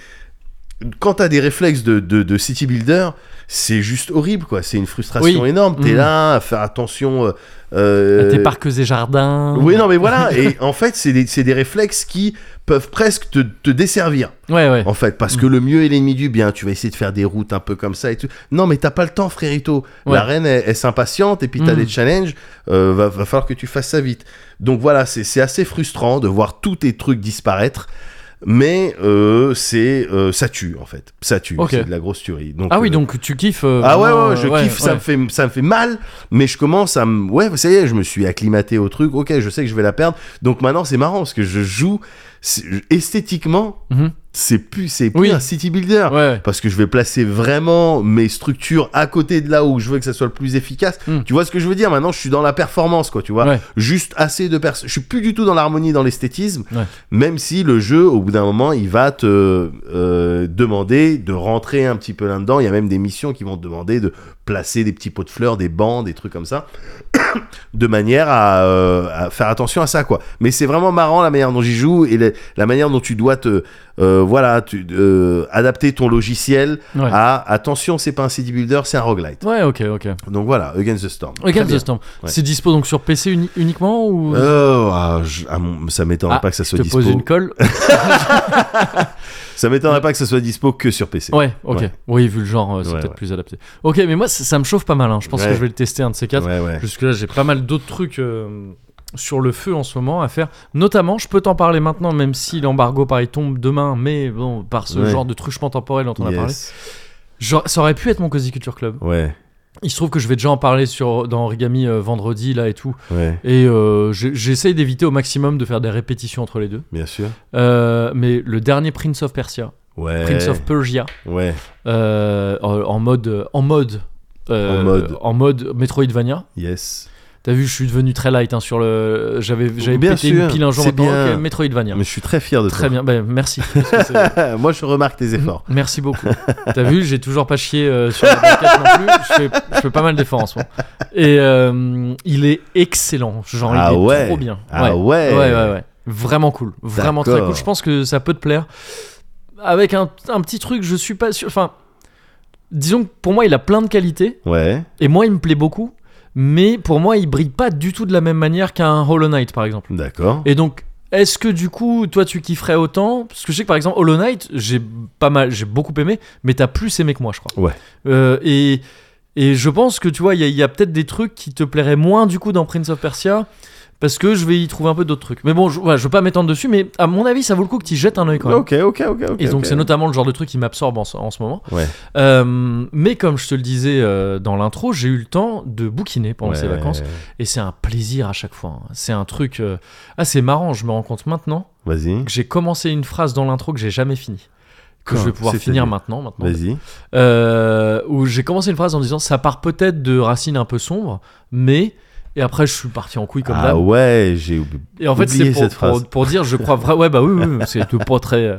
B: quand t'as des réflexes de, de, de city builder, c'est juste horrible, quoi. C'est une frustration
A: Oui.
B: énorme. T'es
A: Mhm.
B: là à faire attention. euh, euh,
A: Tes parcs et jardins.
B: Oui, non, mais voilà. et en fait, c'est des, c'est des réflexes qui peuvent presque te, te desservir
A: Ouais, ouais. Mm.
B: en fait, parce que le mieux est l'ennemi du bien. Tu vas essayer de faire des routes un peu comme ça et tout. Non, mais t'as pas le temps, frérito.
A: Ouais.
B: La reine, elle, elle s'impatiente et puis t'as
A: Mm.
B: des challenges. euh, va, va falloir que tu fasses ça vite. Donc voilà, c'est c'est assez frustrant de voir tous tes trucs disparaître. mais euh, c'est euh, ça tue en fait, ça tue,
A: Ok.
B: c'est de la grosse tuerie. Donc,
A: Ah oui,
B: euh,
A: donc tu kiffes. euh,
B: ah ouais,
A: vraiment,
B: ouais, je
A: euh,
B: kiffe, ça
A: ouais.
B: me fait, ça me fait mal, mais je commence à me, ouais, ça y est, je me suis acclimaté au truc. Ok, je sais que je vais la perdre, donc maintenant c'est marrant parce que je joue c'est- esthétiquement,
A: Mhm.
B: c'est plus, c'est plus
A: Oui.
B: un city builder.
A: Ouais.
B: Parce que je vais placer vraiment mes structures à côté de là où je veux que ça soit le plus efficace.
A: Mm.
B: Tu vois ce que je veux dire Maintenant, je suis dans la performance, quoi. Tu vois,
A: Ouais.
B: juste assez de personnes. Je suis plus du tout dans l'harmonie, dans l'esthétisme.
A: Ouais.
B: Même si le jeu, au bout d'un moment, il va te euh, demander de rentrer un petit peu là-dedans. Il y a même des missions qui vont te demander de placer des petits pots de fleurs, des bancs, des trucs comme ça, (coughs) de manière à, euh, à faire attention à ça, quoi. Mais c'est vraiment marrant la manière dont j'y joue et la- la manière dont tu dois te, euh, voilà, tu, euh, adapter ton logiciel
A: Ouais.
B: à attention, c'est pas un city builder, c'est un roguelite.
A: Ouais, ok, ok.
B: Donc voilà, Against the Storm. Très
A: Against
B: bien.
A: the Storm.
B: Ouais.
A: C'est dispo donc sur PC uni- uniquement ou
B: Euh, ah, je- ah, mon- ça m'étonnerait
A: Ah,
B: pas que ça
A: Je
B: soit
A: te
B: dispo.
A: pose une
B: (laughs)
A: colle.
B: Ça m'étonnerait pas que ça soit dispo que sur PC.
A: Ouais, ok.
B: Ouais.
A: Oui, vu le genre, euh, c'est
B: Ouais,
A: peut-être
B: ouais.
A: plus adapté. Ok, mais moi, ça, ça me chauffe pas mal. hein. Je pense
B: Ouais.
A: que je vais le tester un de ces quatre.
B: ouais, ouais.
A: Jusque-là, j'ai pas mal d'autres trucs euh, sur le feu en ce moment à faire. Notamment, je peux t'en parler maintenant, même si l'embargo, pareil, tombe demain, mais bon, par ce
B: Ouais.
A: genre de truchement temporel dont on a parlé.
B: Yes.
A: Genre, ça aurait pu être mon Cozy Culture Club.
B: Ouais,
A: Il se trouve que je vais déjà en parler sur, dans Origami euh, vendredi, là et tout.
B: ouais,
A: Et euh, j'ai- j'essaye d'éviter au maximum de faire des répétitions entre les deux.
B: bien sûr.
A: Euh, mais le dernier Prince of Persia,
B: Ouais.
A: Prince of Persia,
B: Ouais,
A: euh, en en mode. En mode. euh,
B: En mode.
A: en mode Metroidvania.
B: yes.
A: T'as vu, je suis devenu très light hein, sur le. J'avais, j'avais
B: Bien
A: pété
B: sûr,
A: une pile un jour.
B: c'est
A: maintenant,
B: bien.
A: ok, Metroidvania.
B: Mais je suis très fier de
A: Très
B: toi.
A: bien, ben,
B: (laughs)
A: merci. parce que c'est-
B: Moi, je remarque tes efforts.
A: Merci
B: (laughs)
A: beaucoup. T'as vu, j'ai toujours pas chié euh, sur la banquette non plus. Je fais, je fais pas mal d'efforts en ce moment. Et euh, il est excellent. Genre,
B: Ah
A: il est
B: ouais.
A: trop bien.
B: Ah
A: ouais.
B: ouais.
A: Ouais, ouais, ouais. Vraiment cool. Vraiment très
B: D'accord.
A: cool. Je pense que ça peut te plaire. Avec un, un petit truc, je suis pas sûr. Enfin, disons que pour moi, il a plein de qualités.
B: Ouais.
A: Et moi, il me plaît beaucoup. Mais pour moi, il brille pas du tout de la même manière qu'un Hollow Knight, par exemple.
B: D'accord.
A: Et donc, est-ce que du coup, toi, tu kifferais autant Parce que je sais que par exemple, Hollow Knight, j'ai pas mal, j'ai beaucoup aimé, mais t'as plus aimé que moi, je crois.
B: Ouais.
A: Euh, et et je pense que tu vois, il y a, il y a peut-être des trucs qui te plairaient moins du coup dans Prince of Persia. Parce que je vais y trouver un peu d'autres trucs. Mais bon, je, voilà, je veux pas m'étendre dessus, mais à mon avis, ça vaut le coup que tu jettes un oeil quand même.
B: Ok, ok, ok, ok.
A: Et donc
B: ok.
A: c'est notamment le genre de truc qui m'absorbe en, ce- en ce moment.
B: Ouais.
A: Euh, mais comme je te le disais euh, dans l'intro, j'ai eu le temps de bouquiner pendant ces
B: Ouais.
A: vacances. Et c'est un plaisir à chaque fois. hein. C'est un truc euh, assez marrant, je me rends compte maintenant
B: Vas-y.
A: que j'ai commencé une phrase dans l'intro que j'ai jamais finie. Que je vais
B: Quoi
A: pouvoir
B: C'est-à-dire
A: finir maintenant, maintenant
B: Vas-y.
A: Euh, où j'ai commencé une phrase en disant ça part peut-être de racines un peu sombres, mais et après je suis parti en couille comme
B: Ah
A: d'hab.
B: ouais, j'ai oublié.
A: Et en fait,
B: Oubliez
A: c'est pour,
B: cette phrase.
A: pour, pour dire, je crois vraiment. Ouais, bah oui, oui, oui, c'est tout pas très. euh,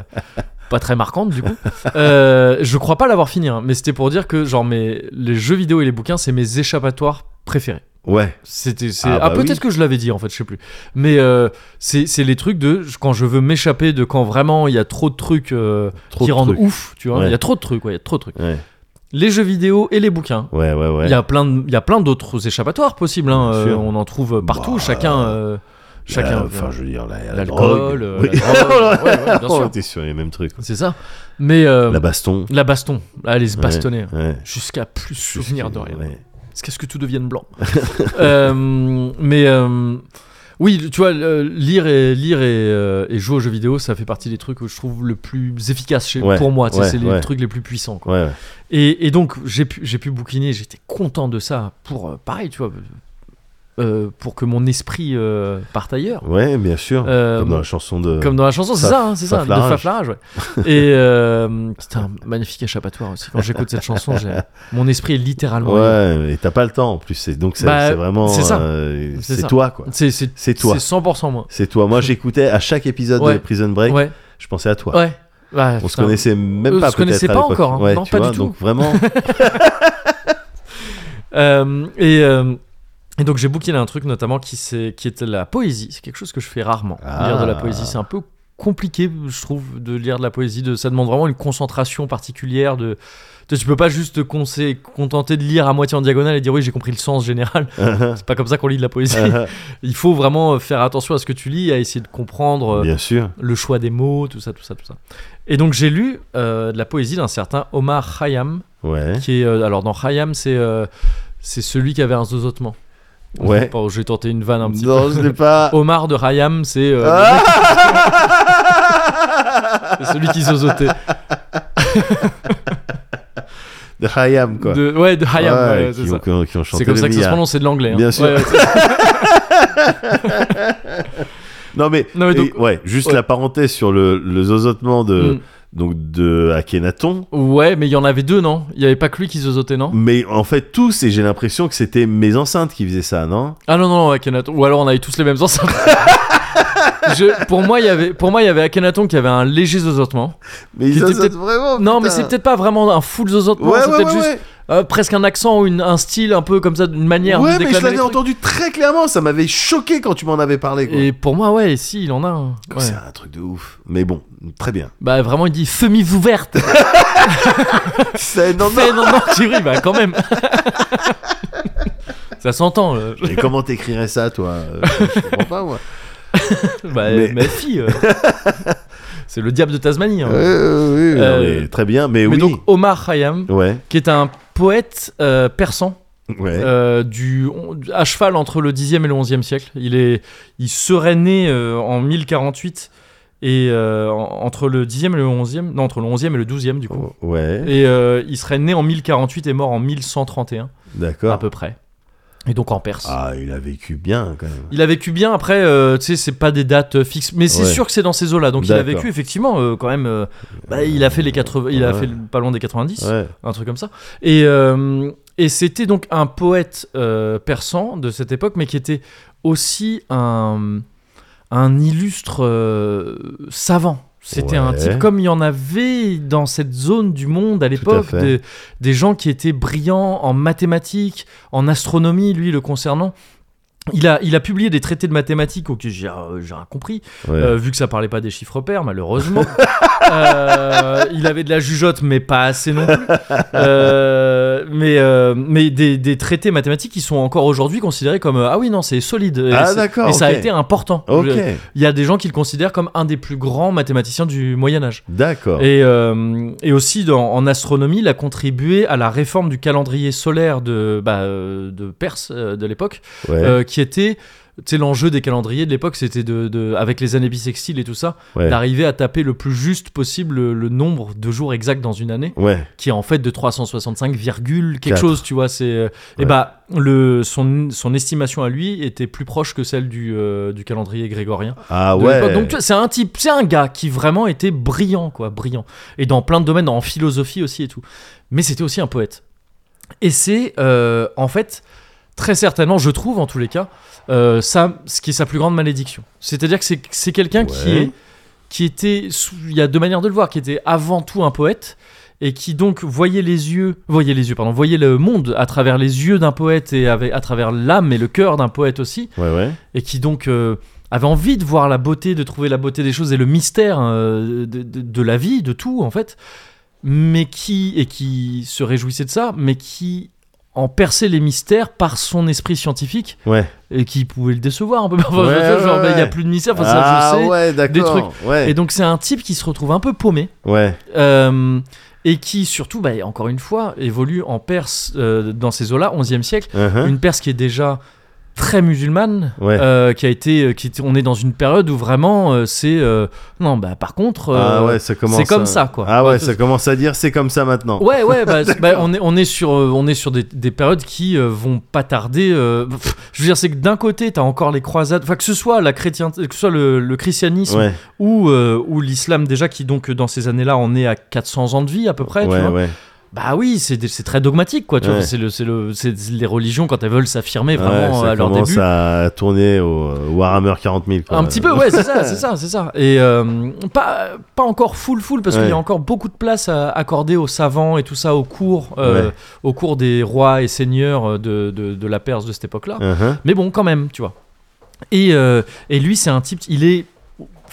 A: Pas très marquante du coup. Euh, je crois pas l'avoir fini, hein, mais c'était pour dire que genre mes, les jeux vidéo et les bouquins, c'est mes échappatoires préférés.
B: Ouais.
A: C'était, c'est...
B: Ah
A: Ah,
B: bah
A: peut-être
B: oui.
A: que je l'avais dit en fait, je sais plus. Mais euh, c'est, c'est les trucs de quand je veux m'échapper de quand vraiment il y a trop de trucs euh,
B: Trop
A: qui
B: de
A: rendent
B: trucs.
A: ouf, tu vois. Il
B: Ouais.
A: y a trop de trucs, ouais, il y a trop de trucs.
B: Ouais.
A: Les jeux vidéo et les bouquins.
B: Ouais, ouais,
A: Il
B: ouais.
A: y a plein, de- il y a plein d'autres échappatoires possibles. hein,
B: Bien
A: euh,
B: sûr.
A: on en trouve partout.
B: Bah,
A: chacun, euh, chacun.
B: Euh, Enfin, je veux dire, la, la
A: L'alcool,
B: drogue.
A: euh,
B: Oui.
A: la
B: (laughs)
A: drogue, ouais, ouais, bien
B: On
A: sûr.
B: était sur les mêmes trucs. quoi.
A: C'est ça. Mais euh,
B: La baston.
A: la baston, allez se bastonner.
B: Ouais.
A: Jusqu'à plus souvenir de rien.
B: Ouais.
A: Jusqu'à ce que tout devienne blanc. (laughs) Euh, mais euh, oui, tu vois, le- lire et, lire et, euh, et jouer aux jeux vidéo, ça fait partie des trucs où je trouve le plus efficace chez-
B: Ouais,
A: pour moi. tu sais,
B: ouais,
A: c'est les
B: ouais.
A: trucs les plus puissants. quoi.
B: Ouais, ouais.
A: Et, et donc, j'ai pu, j'ai pu bouquiner, j'étais content de ça pour, euh, pareil, tu vois, euh, pour que mon esprit euh, parte ailleurs.
B: Ouais, bien sûr.
A: Euh,
B: Comme dans la chanson de.
A: Comme dans la chanson, c'est
B: Faf-
A: ça, hein, c'est ça, de
B: Faflarage.
A: Faflarage. ouais. Et
B: (laughs)
A: euh, c'était un magnifique échappatoire aussi. Quand j'écoute cette chanson, j'ai- mon esprit est littéralement. libre.
B: Ouais, et t'as pas le temps en plus. c'est- Donc, c'est
A: Bah,
B: c'est vraiment.
A: c'est ça.
B: euh,
A: C'est
B: C'est
A: ça.
B: toi, quoi.
A: C'est, c'est,
B: C'est toi.
A: C'est 100% moi.
B: C'est
A: (laughs)
B: toi. Moi, j'écoutais à chaque épisode
A: Ouais.
B: de Prison Break,
A: Ouais,
B: je pensais à toi.
A: ouais. Bah,
B: On se
A: putain.
B: connaissait même
A: Eux
B: pas.
A: se connaissaient
B: peut-être, à
A: pas
B: l'époque.
A: encore, hein.
B: Ouais,
A: Non,
B: tu
A: pas
B: vois,
A: du (laughs)
B: Donc vraiment.
A: Euh, et, euh, et donc j'ai bouquiné un truc notamment qui, s'est- qui était la poésie. C'est quelque chose que je fais rarement.
B: Ah.
A: Lire de la poésie, c'est un peu compliqué, je trouve, de lire de la poésie. De, ça demande vraiment une concentration particulière. De, tu, sais, tu peux pas juste te con- contenter de lire à moitié en diagonale et dire oui, j'ai compris le sens
B: (laughs)
A: général. c'est pas comme ça qu'on lit de la poésie. Il faut vraiment euh, faire attention à ce que tu lis, à essayer de comprendre euh,
B: Bien sûr.
A: le choix des mots, tout ça, tout ça, tout ça. Et donc j'ai lu euh, de la poésie d'un certain Omar Khayyam,
B: Ouais.
A: qui est euh, alors dans Khayyam c'est euh, c'est celui qui avait un zozotement
B: Ouais.
A: Bon, j'ai tenté une vanne un petit Oh.
B: Non,
A: peu
B: je n'ai pas.
A: Omar de Khayyam c'est euh, C'est celui qui (laughs) zozotait.
B: De Hayam, quoi.
A: De, ouais, de Hayam,
B: Ouais,
A: ouais, c'est
B: qui, ont,
A: ça.
B: qui ont- qui ont
A: C'est
B: chanté
A: comme
B: le
A: ça que ça se
B: Mia.
A: prononce, c'est de l'anglais. hein.
B: Bien sûr.
A: Ouais, ouais,
B: Non mais,
A: Non, mais donc-
B: et- ouais, juste
A: ouais.
B: la parenthèse sur le, le zozotement de
A: Mm.
B: donc de Akhenaton.
A: Ouais, mais il y en avait deux, non Il y avait pas que lui qui zozotait, non
B: Mais en fait tous et j'ai l'impression que c'était mes enceintes qui faisaient ça, non
A: Ah non, non, Akhenaton. Ou alors on avait tous les mêmes enceintes. (laughs) Je- pour moi, il y avait, pour moi, il y avait Akhenaton qui avait un léger zozotement.
B: Mais ils
A: C'était
B: zozotent
A: peut-être-
B: vraiment.
A: Non, mais
B: Oh, putain.
A: c'est peut-être pas vraiment un full zozotement.
B: Ouais,
A: c'est
B: ouais,
A: peut-être
B: ouais,
A: juste
B: ouais.
A: euh, presque un accent ou une- un style un peu comme ça, d'une manière.
B: Ouais,
A: de
B: mais je
A: déclamer
B: l'avais
A: les trucs.
B: entendu très clairement. Ça m'avait choqué quand tu m'en avais parlé. quoi.
A: Et pour moi, ouais, si, il en a un. Ouais.
B: C'est un truc de ouf. Mais bon,
A: (laughs)
B: très bien.
A: Bah vraiment, il dit femi
B: (laughs)
A: ouverte.
B: C'est non, non.
A: Mais non, non, tu ris, bah quand même. (laughs) ça s'entend. euh. (laughs)
B: Mais comment t'écrirais ça, toi Euh, Je comprends pas, moi.
A: Bah,
B: Mais-
A: ma fille.
B: (laughs)
A: euh. C'est le diable de Tasmanie. hein.
B: Ouais, ouais, ouais, non,
A: Euh,
B: mais très bien, mais,
A: Mais
B: oui.
A: donc Omar Khayyam,
B: Ouais,
A: qui est un poète euh, persan
B: ouais.
A: euh, du on- à cheval entre le 10e et le 11e siècle. Il est il serait né euh, en 1048 et euh, en- entre le 10e et le 11e, non entre le 11e et le 12e du
B: Oh.
A: coup.
B: Ouais,
A: Et euh, il serait né en 1048 et mort en 1131 à
B: d'accord.
A: peu près. Et donc en Perse.
B: Ah, il a vécu bien quand même.
A: Il a vécu bien après, euh, tu sais, c'est pas des dates euh, fixes, mais c'est
B: Ouais.
A: sûr que c'est dans ces eaux-là. Donc il a
B: D'accord.
A: vécu effectivement euh, quand même. euh, bah, il a fait les 80, il a
B: ouais.
A: fait le- pas loin des 90,
B: Ouais,
A: un truc comme ça. Et euh, et c'était donc un poète euh, persan de cette époque, mais qui était aussi un un illustre euh, savant. C'était un
B: Ouais.
A: type comme il y en avait dans cette zone du monde à l'époque,
B: fait.
A: des, des gens qui étaient brillants en mathématiques, en astronomie, lui le concernant. Il a, il a publié des traités de mathématiques auxquels j'ai euh, j'ai rien compris,
B: ouais.
A: euh, vu que ça parlait pas des chiffres pairs, malheureusement. (laughs) Euh, il avait de la jugeote, mais pas assez non plus. Euh, mais euh, mais des, des traités mathématiques qui sont encore aujourd'hui considérés comme euh, ah oui non c'est solide. Et
B: Ah,
A: c'est-
B: d'accord,
A: Et ça a
B: ok.
A: été important.
B: ok,
A: Je- Il y a des gens qui le considèrent comme un des plus grands mathématiciens du Moyen Âge.
B: d'accord.
A: Et, euh, et aussi dans- en astronomie, il a contribué à la réforme du calendrier solaire de, bah, euh, de Perse euh, de l'époque,
B: Ouais,
A: euh, qui était, tu sais, l'enjeu des calendriers de l'époque, c'était de, de- avec les années bissextiles et tout ça,
B: ouais.
A: d'arriver à taper le plus juste possible le, le nombre de jours exacts dans une année,
B: Ouais,
A: qui est en fait de 365, virgule quelque
B: Quatre.
A: chose, tu vois. C'est, euh, Et
B: Ouais.
A: bah, le, son, son estimation à lui était plus proche que celle du, euh, du calendrier grégorien
B: ah
A: de l'époque.
B: ouais.
A: Donc tu vois, c'est un type, c'est un gars qui vraiment était brillant, quoi, brillant. Et dans plein de domaines, en philosophie aussi et tout. Mais c'était aussi un poète. Et c'est, euh, en fait, très certainement, je trouve en tous les cas, euh, ça, ce qui est sa plus grande malédiction. C'est-à-dire que c'est- c'est quelqu'un qui
B: Ouais.
A: est, qui était, sous- il y a deux manières de le voir, qui était avant tout un poète et qui donc voyait les yeux, voyait les yeux, pardon, voyait le monde à travers les yeux d'un poète et avec- à travers l'âme et le cœur d'un poète aussi
B: Ouais, ouais.
A: et qui donc euh, avait envie de voir la beauté, de trouver la beauté des choses et le mystère euh, de, de- de la vie, de tout en fait, mais qui et qui se réjouissait de ça, mais qui en perçait les mystères par son esprit scientifique
B: Ouais.
A: et qui pouvait le décevoir un peu. Enfin,
B: Ouais,
A: je veux dire,
B: ouais,
A: genre, bah, il y a
B: ouais.
A: plus de (laughs) mystère, enfin,
B: ah
A: ça je sais.
B: ouais, d'accord. Ouais.
A: Et donc c'est un type qui se retrouve un peu paumé.
B: ouais.
A: euh, et qui surtout, bah, encore une fois, évolue en Perse euh, dans ces eaux-là, 11e siècle,
B: uh-huh.
A: une Perse qui est déjà très musulmane,
B: Ouais.
A: euh, qui a été, qui était- on est dans une période où vraiment euh, c'est euh, non bah par contre
B: ah
A: euh,
B: ouais, ça commence.
A: c'est comme
B: à-
A: ça, quoi.
B: Ah ouais,
A: Ouais,
B: ça
A: tout-
B: commence à dire c'est comme ça maintenant.
A: ouais ouais
B: (laughs)
A: bah, c'est- bah, on est on est sur euh, on est sur des, des périodes qui euh, vont pas tarder. euh, pff, je veux dire c'est que d'un côté t'as encore les croisades, enfin que ce soit la chrétienté, que ce soit le, le christianisme
B: Ouais,
A: ou euh, ou l'islam déjà qui donc dans ces années-là on est à 400 ans de vie à peu près. tu
B: ouais,
A: vois.
B: ouais.
A: Bah oui c'est des- c'est très dogmatique quoi. tu vois,
B: Ouais.
A: C'est le c'est le c'est les religions quand elles veulent s'affirmer
B: Ouais,
A: vraiment
B: ça
A: à leur
B: commence
A: début.
B: à tourner au Warhammer 40 000. quoi.
A: Un petit peu, ouais, c'est ça,
B: (laughs)
A: c'est ça, c'est ça. Et euh, pas, pas encore full, full, parce qu'il
B: Ouais.
A: y a encore beaucoup de place à accorder aux savants et tout ça, aux cours, euh,
B: Ouais.
A: aux cours des rois et seigneurs euh, de, de, de la Perse de cette époque-là.
B: Uh-huh.
A: Mais bon, quand même, tu vois. Et, euh, et lui, c'est un type, il est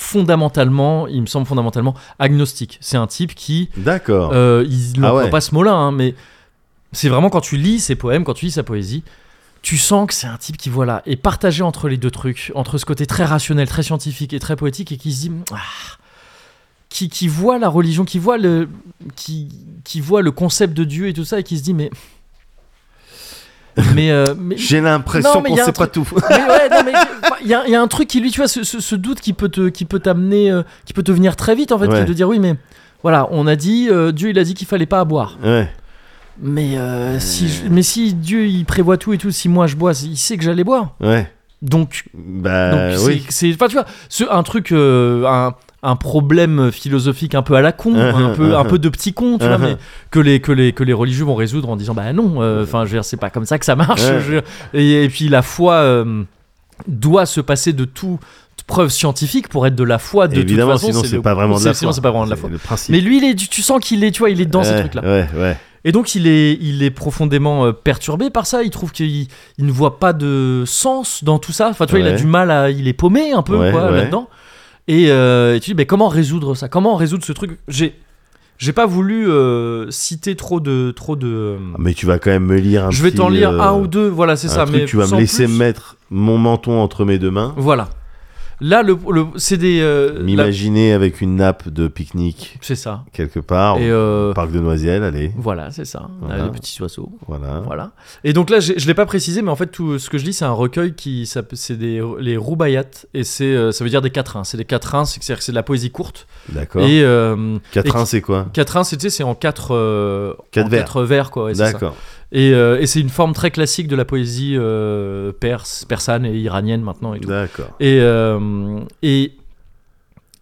A: fondamentalement, il me semble fondamentalement agnostique. C'est un type qui,
B: D'accord.
A: euh, il n'emploie
B: Ah ouais.
A: pas ce mot-là, hein, mais c'est vraiment quand tu lis ses poèmes, quand tu lis sa poésie, tu sens que c'est un type qui, voilà, est partagé entre les deux trucs, entre ce côté très rationnel, très scientifique et très poétique, et qui se dit. Ah qui, qui voit la religion, qui voit, le, qui, qui voit le concept de Dieu et tout ça, et qui se dit, mais. mais, euh,
B: (laughs)
A: mais-
B: J'ai
A: Non,
B: l'impression
A: mais
B: qu'on
A: y a un
B: sait pas tout. (laughs)
A: mais ouais, non, mais il y, a- y a un truc qui lui, tu vois, ce, ce- ce doute qui peut te, qui peut t'amener, euh, qui peut te venir très vite en fait, qui
B: Ouais.
A: est de dire oui, mais voilà, on a dit, euh, Dieu il a dit qu'il fallait pas boire,
B: Ouais.
A: mais euh, si, je- mais si Dieu il prévoit tout et tout, si moi je bois, il sait que j'allais boire,
B: Ouais.
A: donc, donc
B: Bah
A: c'est-
B: oui.
A: c'est, enfin tu vois, ce, un truc, euh, un, un problème philosophique un peu à la con,
B: Uh-huh,
A: un peu, un
B: uh-huh.
A: peu de petit con, tu vois,
B: Uh-huh.
A: mais que les, que les, que les religieux vont résoudre en disant bah non, euh, enfin je veux dire c'est pas comme ça que ça marche.
B: Ouais.
A: je veux dire. et, et puis la foi euh, doit se passer de toute preuve scientifique pour être de la foi de
B: Évidemment,
A: toute façon.
B: sinon c'est
A: le-
B: pas vraiment de la
A: c'est- sinon,
B: foi.
A: c'est pas vraiment de la foi.
B: le principe.
A: Mais lui, il est, tu, tu sens qu'il est, tu vois, il est dans ces
B: Ouais,
A: trucs-là.
B: Ouais, ouais.
A: Et donc il est, il est profondément euh, perturbé par ça. Il trouve qu'il il ne voit pas de sens dans tout ça. Enfin, tu vois, il
B: Ouais.
A: a du mal à, il est paumé un peu
B: Ouais,
A: quoi,
B: ouais.
A: là-dedans. Et, euh, et tu dis, mais comment résoudre ça Comment résoudre ce truc J'ai, j'ai pas voulu euh, citer trop de, trop de.
B: Ah, Mais tu vas quand même me lire un
A: je vais
B: petit,
A: t'en lire
B: euh,
A: un ou deux. Voilà, c'est
B: un
A: ça.
B: truc,
A: mais
B: tu vas
A: sans
B: me laisser
A: plus.
B: mettre mon menton entre mes deux mains,
A: Voilà. Là, le, le- c'est des. euh, la-
B: m'imaginer avec une nappe de pique-nique
A: C'est ça.
B: quelque part,
A: Et
B: au
A: euh,
B: parc de Noisiel, allez,
A: voilà, c'est ça.
B: Voilà.
A: Les petits oiseaux.
B: voilà.
A: Voilà. Et donc là, j'ai- je l'ai pas précisé, mais en fait, tout ce que je dis, c'est un recueil qui, ça peut- c'est des les roubayat et c'est, euh, ça veut dire des quatrains. C'est des quatrains, c'est c'est-à-dire que c'est de la poésie courte.
B: D'accord.
A: Et euh,
B: Quatrain, c'est quoi
A: quatrains, c'est tu sais, c'est en quatre, euh,
B: Quatre
A: en
B: vers.
A: quatre vers, quoi. ouais, c'est ça.
B: D'accord.
A: Et, euh, et c'est une forme très classique de la poésie euh, perse, persane et iranienne maintenant et tout.
B: D'accord.
A: Et euh, et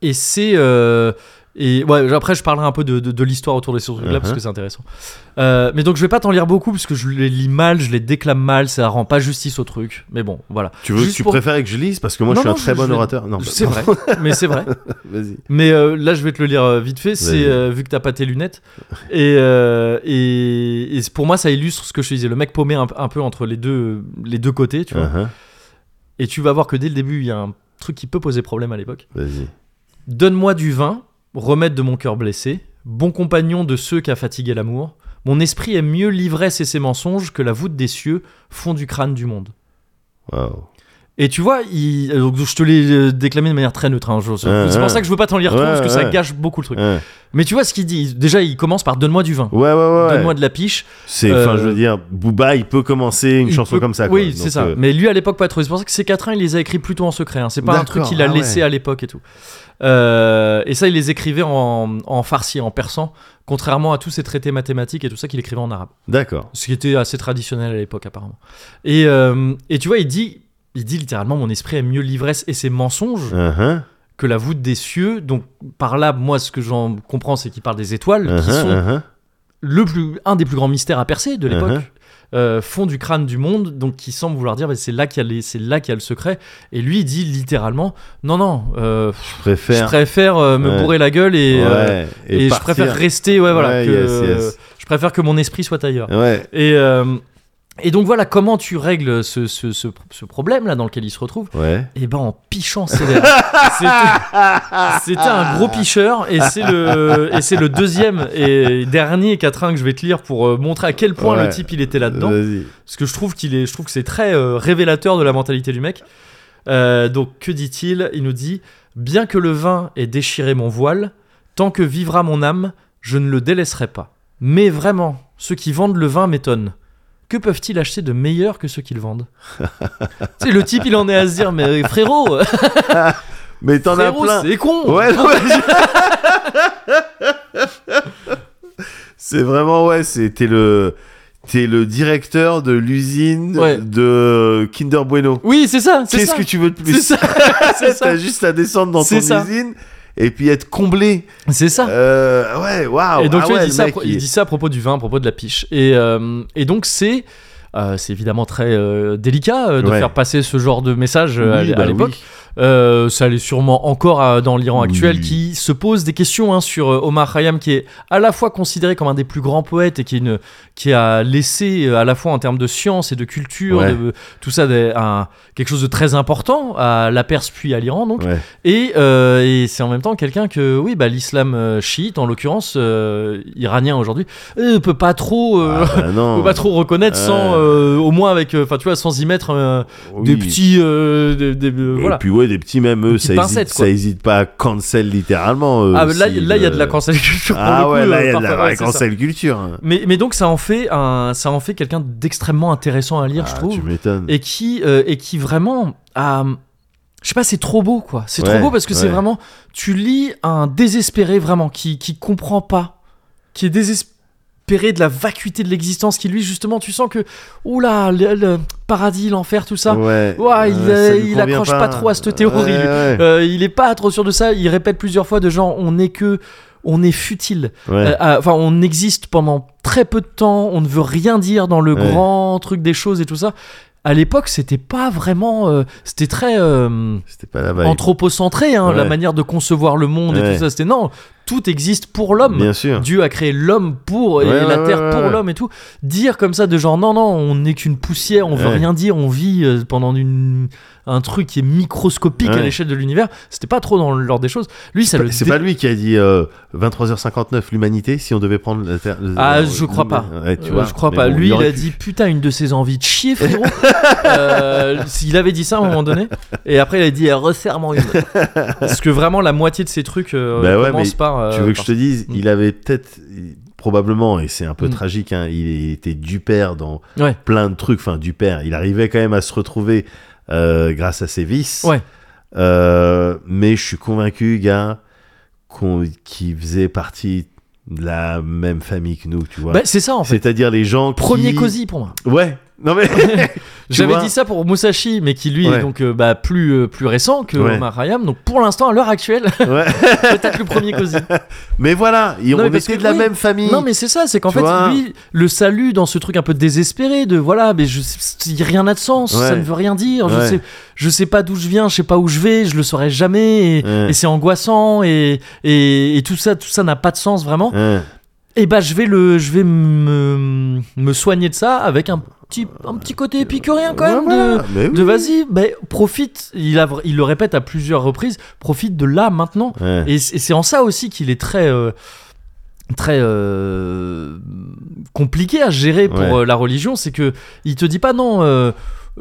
A: et c'est euh, et ouais, après je parlerai un peu de, de- de l'histoire autour de ces trucs-là parce
B: Uh-huh.
A: que c'est intéressant. Euh, mais donc je vais pas t'en lire beaucoup parce que je les lis mal, je les déclame mal, ça rend pas justice au truc. Mais bon, voilà.
B: Tu veux
A: Juste
B: que tu
A: pour-
B: préfères que je lise parce que moi
A: Non,
B: je suis
A: non,
B: un très
A: je-
B: bon
A: je-
B: orateur. Non,
A: C'est
B: pardon.
A: vrai, mais c'est vrai.
B: (laughs) Vas-y.
A: Mais euh, là, je vais te le lire euh, vite fait.
B: Vas-y.
A: C'est euh, vu que t'as pas tes lunettes et, euh, et, et pour moi, ça illustre ce que je te disais. Le mec paumé un, un peu entre les deux les deux côtés, tu vois.
B: Uh-huh.
A: Et tu vas voir que dès le début, il y a un truc qui peut poser problème à l'époque.
B: Vas-y.
A: Donne-moi du vin, remède de mon cœur blessé, bon compagnon de ceux qu'a fatigué l'amour. Mon esprit aime mieux l'ivresse et ses mensonges que la voûte des cieux, fond du crâne du monde.
B: Waouh.
A: Et tu vois, il- donc je te l'ai euh, déclamé de manière très neutre. hein, je-
B: Ouais,
A: c'est
B: ouais.
A: pour ça que je veux pas t'en lire trop
B: Ouais,
A: parce que ça
B: ouais.
A: gâche beaucoup le truc.
B: Hein.
A: Mais tu vois ce qu'il dit. Déjà, il commence par donne-moi du vin,
B: Ouais, ouais, ouais.
A: donne-moi
B: ouais.
A: de la piche.
B: C'est,
A: Euh,
B: enfin, je veux dire, Booba, il peut commencer une
A: Il
B: chanson
A: peut-
B: comme ça. quoi.
A: Oui,
B: Donc,
A: c'est ça.
B: euh,
A: Mais lui à l'époque pas trop. C'est pour ça que ces quatrains, il les a écrits plutôt en secret. hein. C'est pas un truc
B: D'accord,
A: qu'il a
B: ah ouais.
A: laissé à l'époque et tout. Euh, et ça, il les écrivait en, en farsi, en persan, contrairement à tous ces traités mathématiques et tout ça qu'il écrivait en arabe,
B: D'accord.
A: ce qui était assez traditionnel à l'époque apparemment. Et, euh, et tu vois, il dit, il dit littéralement, mon esprit aime mieux l'ivresse et ses mensonges
B: Uh-huh,
A: que la voûte des cieux. Donc par là, moi, ce que j'en comprends, c'est qu'il parle des étoiles, qui
B: uh-huh,
A: sont
B: uh-huh.
A: le plus, un des plus grands mystères à percer de l'époque.
B: Uh-huh.
A: Euh, fond du crâne du monde, donc qui semble vouloir dire bah, c'est là qu'il y, a les- c'est là qu'il y a le secret. Et lui, il dit littéralement Non, non, euh,
B: Je
A: je
B: préfère.
A: préfère euh, me
B: Ouais.
A: bourrer la gueule et, euh,
B: ouais,
A: et, je
B: partir.
A: préfère rester, ouais, voilà,
B: Ouais,
A: que,
B: yes, yes.
A: je préfère que mon esprit soit ailleurs.
B: Ouais.
A: Et, euh, et donc voilà comment tu règles ce, ce, ce, ce problème-là dans lequel il se retrouve.
B: Ouais.
A: Et ben en pichant sévère. C'était- C'était un gros picheur et c'est le et c'est le deuxième et dernier quatrain que je vais te lire pour euh, montrer à quel point
B: Ouais. Euh,
A: le type il était là-dedans.
B: Vas-y.
A: Parce que je trouve qu'il est je trouve que c'est très euh, révélateur de la mentalité du mec. Euh, donc que dit-il Il nous dit bien que le vin ait déchiré mon voile, tant que vivra mon âme, je ne le délaisserai pas. Mais vraiment, ceux qui vendent le vin m'étonnent. Que peuvent-ils acheter de meilleur que ceux qu'ils vendent (laughs) Tu sais, le type, il en est à se dire, mais frérot,
B: Mais (laughs) t'en as
A: Frérot,
B: plein.
A: c'est con
B: Ouais, non, mais- (laughs) c'est vraiment ouais, c'est t'es le t'es le directeur de l'usine
A: Ouais.
B: de Kinder Bueno.
A: Oui, c'est ça, c'est
B: Qu'est-ce
A: ça.
B: que tu veux de plus
A: C'est ça,
B: (laughs)
A: c'est ça.
B: T'as juste à descendre dans ton
A: C'est ça.
B: usine et puis être comblé.
A: C'est ça.
B: Euh, ouais, waouh.
A: et donc
B: ah
A: tu vois,
B: ouais,
A: il,
B: le
A: dit ça, à
B: mec,
A: pro- il dit ça à propos du vin, à propos de la piche. Et, euh, et donc c'est euh, c'est évidemment très euh, délicat euh, de
B: Ouais.
A: faire passer ce genre de message euh, à
B: Oui,
A: l'é- à,
B: bah
A: l'époque.
B: oui.
A: Euh, ça l'est sûrement encore euh, dans l'Iran
B: Oui.
A: actuel qui se pose des questions hein, sur euh, Omar Khayyam qui est à la fois considéré comme un des plus grands poètes et qui, est une- qui a laissé euh, à la fois en termes de science et de culture,
B: Ouais.
A: de- euh, tout ça, des- un- quelque chose de très important à la Perse puis à l'Iran. Donc
B: Ouais.
A: et, euh, et c'est en même temps quelqu'un que, oui, bah, l'islam euh, chiite, en l'occurrence, euh, iranien aujourd'hui, euh, peut pas trop. euh, (laughs)
B: Ah, bah non.
A: peut pas trop reconnaître sans
B: Euh.
A: euh, au moins avec euh, enfin tu vois sans y mettre euh,
B: Oui.
A: des petits euh, des- des- euh,
B: Et
A: voilà
B: puis ouais, jouer des petits mêmes eux,
A: petites
B: ça hésite,
A: pincettes, quoi.
B: ça hésite pas à cancel littéralement. eux,
A: Ah, mais là,
B: s'ils,
A: là, il y a de la
B: euh,
A: cancel culture. pour
B: Ah
A: le coup,
B: ouais, là
A: euh,
B: il y a de
A: parfois,
B: la
A: ouais, c'est
B: vraie
A: ça.
B: cancel culture. hein.
A: Mais, mais donc ça en fait un, ça en fait quelqu'un d'extrêmement intéressant à lire, je
B: Ah,
A: trouve,
B: Tu m'étonnes.
A: et qui, euh, et qui vraiment a, je sais pas, c'est trop beau quoi. C'est
B: Ouais,
A: trop beau parce que c'est
B: ouais.
A: vraiment, tu lis un désespéré vraiment qui qui comprend pas, qui est désespéré de la vacuité de l'existence, qui lui justement, tu sens que, oula, le, le paradis, l'enfer, tout ça.
B: Ouais,
A: Ouah, il,
B: ouais, ça lui
A: il
B: convient
A: accroche pas trop à cette théorie,
B: Ouais,
A: lui.
B: ouais,
A: Euh, il est pas trop sûr de ça. Il répète plusieurs fois de genre, on est que, on est futile.
B: ouais.
A: Euh, euh, Enfin, on existe pendant très peu de temps, on ne veut rien dire dans le
B: Ouais.
A: grand truc des choses et tout ça. À l'époque, c'était pas vraiment. euh, c'était très euh,
B: C'était pas la vibe.
A: anthropocentré, hein,
B: Bah, Ouais.
A: la manière de concevoir le monde et
B: Ouais.
A: tout ça. C'était non, tout existe pour l'homme.
B: Bien sûr.
A: Dieu a créé l'homme pour et
B: Ouais,
A: la
B: ouais,
A: terre
B: ouais,
A: pour
B: ouais.
A: l'homme et tout. Dire comme ça de genre non non, on n'est qu'une poussière, on veut
B: Ouais.
A: rien dire, on vit euh, pendant une un truc qui est microscopique à
B: Ouais.
A: l'échelle de l'univers. C'était pas trop dans l'ordre des choses. Lui, ça
B: C'est
A: le
B: pas- C'est
A: dé-
B: pas lui qui a dit euh, 23h59 l'humanité si on devait prendre la Terre.
A: Ah,
B: euh,
A: je crois pas.
B: Ouais, tu
A: Euh,
B: vois.
A: je crois
B: Mais
A: pas.
B: bon,
A: Lui,
B: y
A: il,
B: aurait
A: a
B: pu.
A: dit putain une de ses envies de
B: (laughs)
A: chier, frérot. Euh, il avait dit ça à un moment donné, et après il a dit euh, resserre-moi une. Parce que vraiment la moitié de ces trucs euh,
B: Bah ouais,
A: commencent
B: mais
A: par. euh,
B: Tu veux que je
A: par-
B: te dise,
A: Mm.
B: il avait peut-être, il- probablement, et c'est un peu
A: Mm.
B: tragique, hein, il était du père dans
A: Ouais.
B: plein de trucs, enfin du père. Il arrivait quand même à se retrouver euh, grâce à ses vices.
A: Ouais.
B: Euh, mais je suis convaincu, gars, qu'on- qu'il faisait partie de la même famille que nous, tu vois.
A: Bah, c'est ça en fait.
B: C'est-à-dire les gens
A: Premier
B: qui...
A: cosy pour moi.
B: Ouais. Non mais. (laughs)
A: (laughs)
B: Tu
A: J'avais
B: vois
A: dit ça pour Musashi, mais qui lui est
B: Ouais.
A: donc euh, bah, plus euh, plus récent que
B: Ouais.
A: Omar Hayam. Donc pour l'instant, à l'heure actuelle, (laughs)
B: Ouais.
A: peut-être le premier
B: (laughs)
A: cosy.
B: Mais voilà, ils-
A: Non, mais
B: on
A: parce
B: était
A: que
B: de la
A: oui.
B: même famille.
A: Non mais c'est ça, c'est qu'en
B: Mm. Tu
A: fait
B: vois
A: lui le salut dans ce truc un peu désespéré de voilà mais je il- rien n'a de sens, ça
B: Ouais.
A: ne veut rien dire, je
B: Ouais.
A: sais je sais pas d'où je viens, je sais pas où je vais, je le saurai jamais et,
B: Ouais.
A: et c'est angoissant et, et et tout ça tout ça n'a pas de sens vraiment.
B: Hein.
A: Et bah je vais le je vais me me soigner de ça avec un petit un petit côté épicurien quand même
B: Ouais,
A: de-
B: voilà. Mais oui.
A: de vas-y, mais profite, il, a, il le répète à plusieurs reprises, profite de là maintenant,
B: Ouais.
A: et c- et c'est en ça aussi qu'il est très euh, très euh, compliqué à gérer pour
B: Ouais.
A: euh, la religion, c'est que il te dit pas non. euh,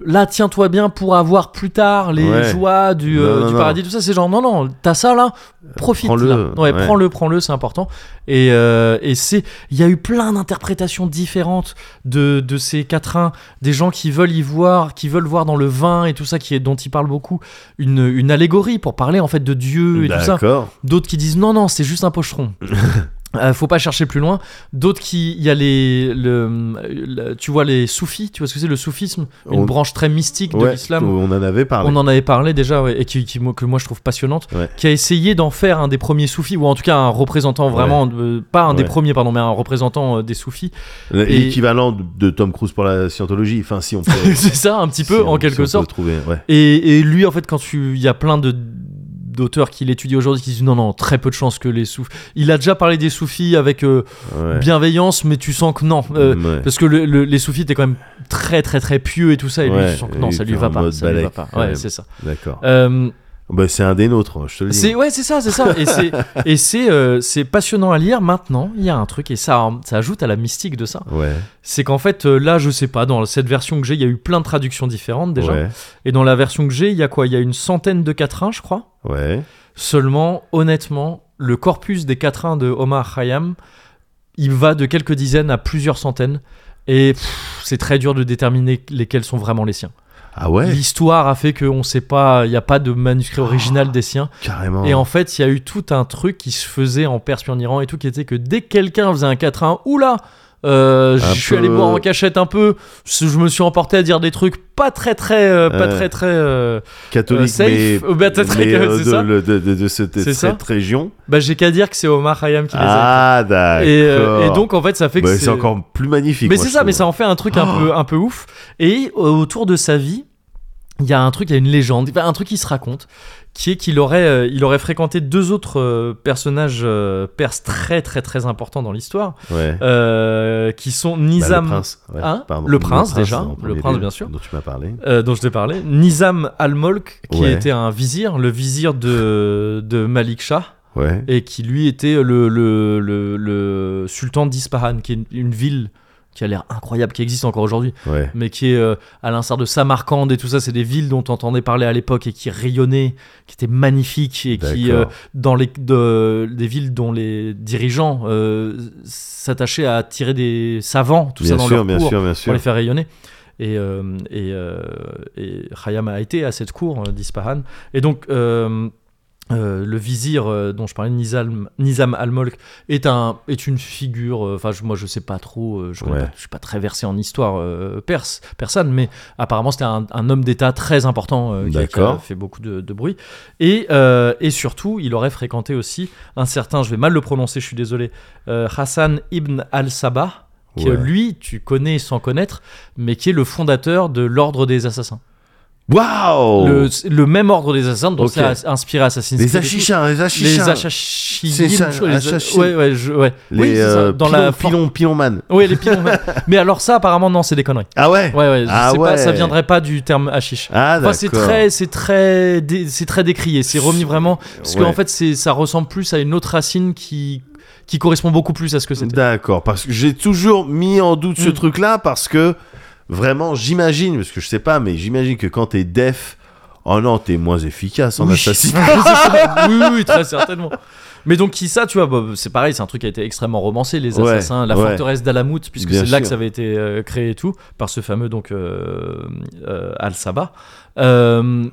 A: Là, tiens-toi bien pour avoir plus tard les
B: Ouais.
A: joies du, euh,
B: Non, non,
A: du
B: non. Euh,
A: paradis, tout ça. C'est genre, non, non, t'as ça là, profite.
B: prends-le,
A: là. Ouais,
B: ouais.
A: prends-le, prends-le, c'est important. Et, euh, et c'est, il y a eu plein d'interprétations différentes de, de ces quatrains, des gens qui veulent y voir, qui veulent voir dans le vin et tout ça, qui est, dont il parle beaucoup, une, une allégorie pour parler en fait de Dieu et tout ça.
B: D'accord.
A: D'autres qui disent non, non, c'est juste un (laughs) pocheron. Euh, faut pas chercher plus loin. D'autres qui. Il y a les. le- le- tu vois, les soufis. Tu vois ce que c'est le soufisme Une
B: On-
A: branche très mystique de
B: Ouais,
A: l'islam.
B: on en avait parlé.
A: On en avait parlé déjà, ouais, et qui, qui- moi- que moi je trouve passionnante.
B: Ouais.
A: Qui a essayé d'en faire un des premiers soufis, ou en tout cas un représentant vraiment. euh, pas un des
B: Ouais.
A: premiers, pardon, mais un représentant euh, des (laughs) soufis.
B: L'équivalent de- de Tom Cruise pour la scientologie. Enfin, si
A: (laughs)
B: on peut.
A: c'est ça, un petit peu,
B: si
A: en
B: on- si on
A: quelque
B: peut
A: sorte.
B: trouver, ouais.
A: Et, et lui, en fait, quand tu, il y a plein de d'auteurs qui l'étudient aujourd'hui qui disent non non très peu de chance que les soufis il a déjà parlé des soufis avec euh,
B: Ouais. Mhm. Mm,
A: bienveillance mais tu sens que non euh,
B: Ouais.
A: parce que le- le- les soufis étaient quand même très très très pieux et tout ça et lui
B: Ouais,
A: tu sens que non
B: et
A: ça lui
B: puis
A: va
B: en
A: pas
B: mode
A: ça lui va
B: balèque,
A: pas
B: quand
A: ouais
B: même.
A: c'est ça
B: D'accord.
A: Euh,
B: Bah, c'est un des nôtres, je te le dis.
A: c'est ouais, c'est ça, c'est ça. Et c'est et c'est euh, c'est passionnant à lire. Maintenant, il y a un truc et ça ça ajoute à la mystique de ça.
B: Ouais.
A: C'est qu'en fait euh, là, je sais pas dans cette version que j'ai, il y a eu plein de traductions différentes déjà.
B: Ouais.
A: Et dans la version que j'ai, il y a quoi Il y a une centaine de quatrains, je crois.
B: Ouais.
A: Seulement, honnêtement, le corpus des quatrains de Omar Khayyam, il va de quelques dizaines à plusieurs centaines. Et pff, c'est très dur de déterminer lesquels sont vraiment les siens.
B: Ah ouais. Ah.
A: L'histoire a fait qu'on sait pas, il n'y a pas de manuscrit original des siens.
B: Carrément.
A: Et en fait, il y a eu tout un truc qui se faisait en Perse puis en Iran et tout, qui était que dès que quelqu'un faisait un 4-1, oula, euh, je
B: Un
A: suis
B: peu-
A: allé boire en cachette un peu, je je me suis emporté à dire des trucs pas très très, euh, pas
B: Ouais.
A: très très. euh,
B: Catholique,
A: euh, safe,
B: mais,
A: euh, (laughs) bah, t'as très-
B: mais, euh,
A: c'est
B: de,
A: ça
B: le- de, de- de cette,
A: C'est
B: cette
A: ça
B: région.
A: Bah, j'ai qu'à dire que c'est Omar Hayam qui les a.
B: Ah d'accord.
A: Et, euh, et donc, en fait, ça fait que
B: Bah,
A: c'est.
B: c'est encore plus magnifique.
A: Mais
B: moi,
A: c'est
B: je
A: ça, mais
B: trouve.
A: ça en fait un truc un, peu, un peu ouf. Et euh, autour de sa vie, il y a un truc, il y a une légende, enfin, un truc qui se raconte, qui est qu'il aurait, euh, il aurait fréquenté deux autres euh, personnages euh, perses très très très importants dans l'histoire,
B: Ouais.
A: euh, qui sont
B: Bah,
A: Nizam,
B: le prince, ouais,
A: Hein
B: pardon.
A: Le prince, déjà.
B: en
A: Le
B: premier
A: prince,
B: lieu,
A: bien sûr.
B: Dont tu m'as parlé.
A: euh, dont je t'ai parlé, Nizam al-Molk, qui
B: Ouais.
A: était un vizir, le vizir de, de Malik Shah,
B: Ouais.
A: et qui lui était le, le, le, le sultan d'Ispahan, qui est une, une ville qui a l'air incroyable, qui existe encore aujourd'hui,
B: Ouais.
A: mais qui est euh, à l'instar de Samarcande et tout ça, c'est des villes dont on entendait parler à l'époque et qui rayonnaient, qui étaient magnifiques et qui, euh,
B: D'accord.
A: dans les de- des villes dont les dirigeants euh, s'attachaient à attirer des savants, tout
B: bien,
A: ça dans
B: sûr,
A: leur
B: bien
A: cours
B: sûr, bien
A: pour
B: sûr,
A: les faire rayonner. Et, euh, et, euh, et Khayyam a été à cette cour euh, d'Ispahan. Et donc, euh, euh, le vizir euh, dont je parlais, Nizam, Nizam al-Molk, est, un, est une figure. euh, Enfin, je- moi, je sais pas trop. euh, je ne
B: Ouais.
A: suis pas très versé en histoire euh, perse, persane, mais apparemment, c'était un, un homme d'État très important euh, qui, a- qui a
B: D'accord.
A: fait beaucoup de, de bruit. Et, euh, et surtout, il aurait fréquenté aussi un certain, je vais mal le prononcer, je suis désolé, euh, Hassan ibn al-Sabah, qui
B: Ouais.
A: euh, lui, tu connais sans connaître, mais qui est le fondateur de l'ordre des assassins.
B: Waouh
A: Le, le même ordre des assassins dont
B: Oh. Ok.
A: ça a inspiré Assassin's
B: Les
A: Creed. et tout.
B: achichins, les
A: Les
B: achichins.
A: Achachim,
B: C'est ça,
A: je crois, les-
B: Achachim.
A: Ouais, ouais, je- ouais.
B: Les,
A: Oui, c'est ça,
B: euh,
A: dans
B: pilons,
A: la for-
B: pilons, pilons man.
A: Oui, les pilons.
B: (laughs)
A: ouais. Mais alors ça, apparemment, non, c'est des conneries.
B: Ah ouais,
A: Ouais, ouais, je
B: Ah
A: sais pas,
B: ouais.
A: ça viendrait pas du terme hashish.
B: Ah d'accord.
A: Enfin, c'est très, c'est très, dé- c'est très décrié. C'est remis vraiment parce
B: Ouais.
A: qu'en fait, c'est, ça ressemble plus à une autre racine qui, qui correspond beaucoup plus à ce que c'était.
B: D'accord, parce que j'ai toujours mis en doute ce
A: Mm.
B: truc-là parce que vraiment j'imagine, parce que je sais pas, mais j'imagine que quand t'es def, oh non, t'es moins efficace en
A: Oui. (laughs)
B: assassinat.
A: oui, oui, oui, très certainement. Mais donc, qui ça, tu vois, bah, c'est pareil, c'est un truc qui a été extrêmement romancé, les
B: Ouais,
A: assassins, la
B: ouais.
A: forteresse d'Alamout, puisque
B: Bien
A: c'est là que
B: sûr.
A: ça avait été euh, créé et tout, par ce fameux donc euh, euh, Al-Sabah. Euh,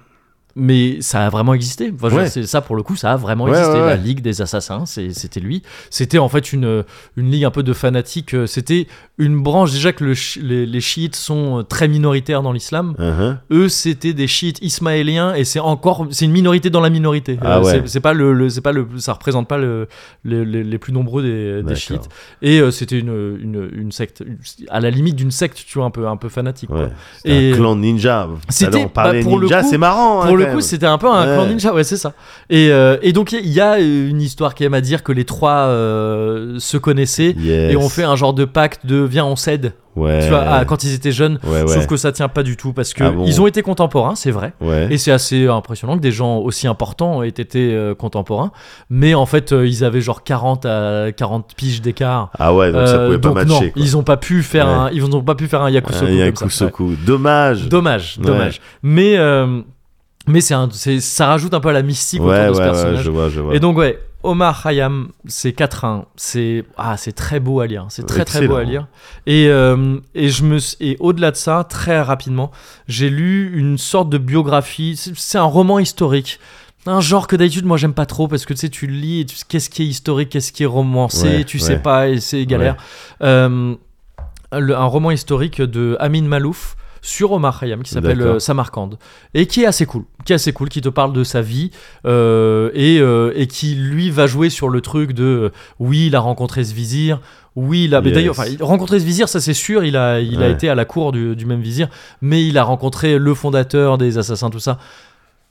A: mais ça a vraiment existé. Enfin, je veux
B: Ouais.
A: dire, c'est- ça, pour le coup, ça a vraiment
B: Ouais,
A: existé.
B: ouais, ouais.
A: La Ligue des Assassins, c'est- c'était lui. C'était en fait une, une ligue un peu de fanatiques. euh, C'était une branche, déjà que le chi- les, les chiites sont euh, très minoritaires dans l'islam
B: Uh-huh.
A: eux c'était des chiites ismaéliens et c'est encore c'est une minorité dans la minorité Euh,
B: Ah ouais.
A: c'est, c'est pas le, le- c'est pas le ça représente pas le, le- le- les plus nombreux des, des
B: D'accord.
A: chiites et euh, c'était une, une, une secte une- à la limite d'une secte tu vois un peu un peu fanatique quoi.
B: Ouais. Et
A: Et- euh,
B: un clan de ninja.
A: C'était-
B: Alors, on parlait
A: bah, pour le
B: ninja,
A: coup-
B: c'est marrant. hein,
A: pour le
B: quand
A: coup,
B: même.
A: c'était un peu un
B: Ouais.
A: clan ninja, ouais, c'est ça. Et, euh, et donc, il y a euh, une histoire qui aime à dire que les trois euh, se connaissaient
B: Yes.
A: et ont fait un genre de pacte de viens, on cède,
B: Ouais.
A: tu vois, à- quand ils étaient jeunes.
B: Ouais, ouais.
A: Sauf que ça tient pas du tout parce que
B: Ah bon
A: ils ont été contemporains, c'est vrai.
B: Ouais.
A: Et c'est assez impressionnant que des gens aussi importants aient été euh, contemporains. Mais en fait, euh, ils avaient genre 40 à 40 piges d'écart.
B: Ah ouais, donc ça
A: Euh,
B: pouvait
A: donc
B: pas
A: non,
B: matcher. quoi.
A: ils n'ont pas pu faire
B: Ouais.
A: un, ils ont pas pu faire un Yakusoku.
B: Ah, il y a un
A: comme ça.
B: coup sur coup. Dommage.
A: Ouais. Dommage,
B: Ouais.
A: dommage. Mais euh, mais c'est un- c'est- ça rajoute un peu à la mystique autour
B: ouais,
A: de ce
B: ouais, ouais,
A: personnage.
B: je vois, je vois.
A: Et donc ouais, Omar Hayam, c'est 4-1, c'est ah, c'est très beau à lire, c'est très très beau à
B: Excellent.
A: lire. Et euh, et je me suis- et au-delà de ça, très rapidement, j'ai lu une sorte de biographie, c'est c'est un roman historique. Un genre que d'habitude moi j'aime pas trop parce que tu sais tu le lis et tu- qu'est-ce qui est historique, qu'est-ce qui est romancé,
B: Ouais,
A: tu
B: ouais.
A: sais pas et c'est galère. Euh, le- un roman historique de Amin Malouf sur Omar Khayyam qui s'appelle
B: D'accord.
A: euh, Samarcande et qui est assez cool, qui est assez cool, qui te parle de sa vie euh, et, euh, et qui lui va jouer sur le truc de euh, oui il a rencontré ce vizir, oui il a mais
B: Yes.
A: d'ailleurs enfin, il- rencontrer ce vizir ça c'est sûr il a il a
B: Ouais.
A: été à la cour du, du même vizir mais il a rencontré le fondateur des assassins tout ça.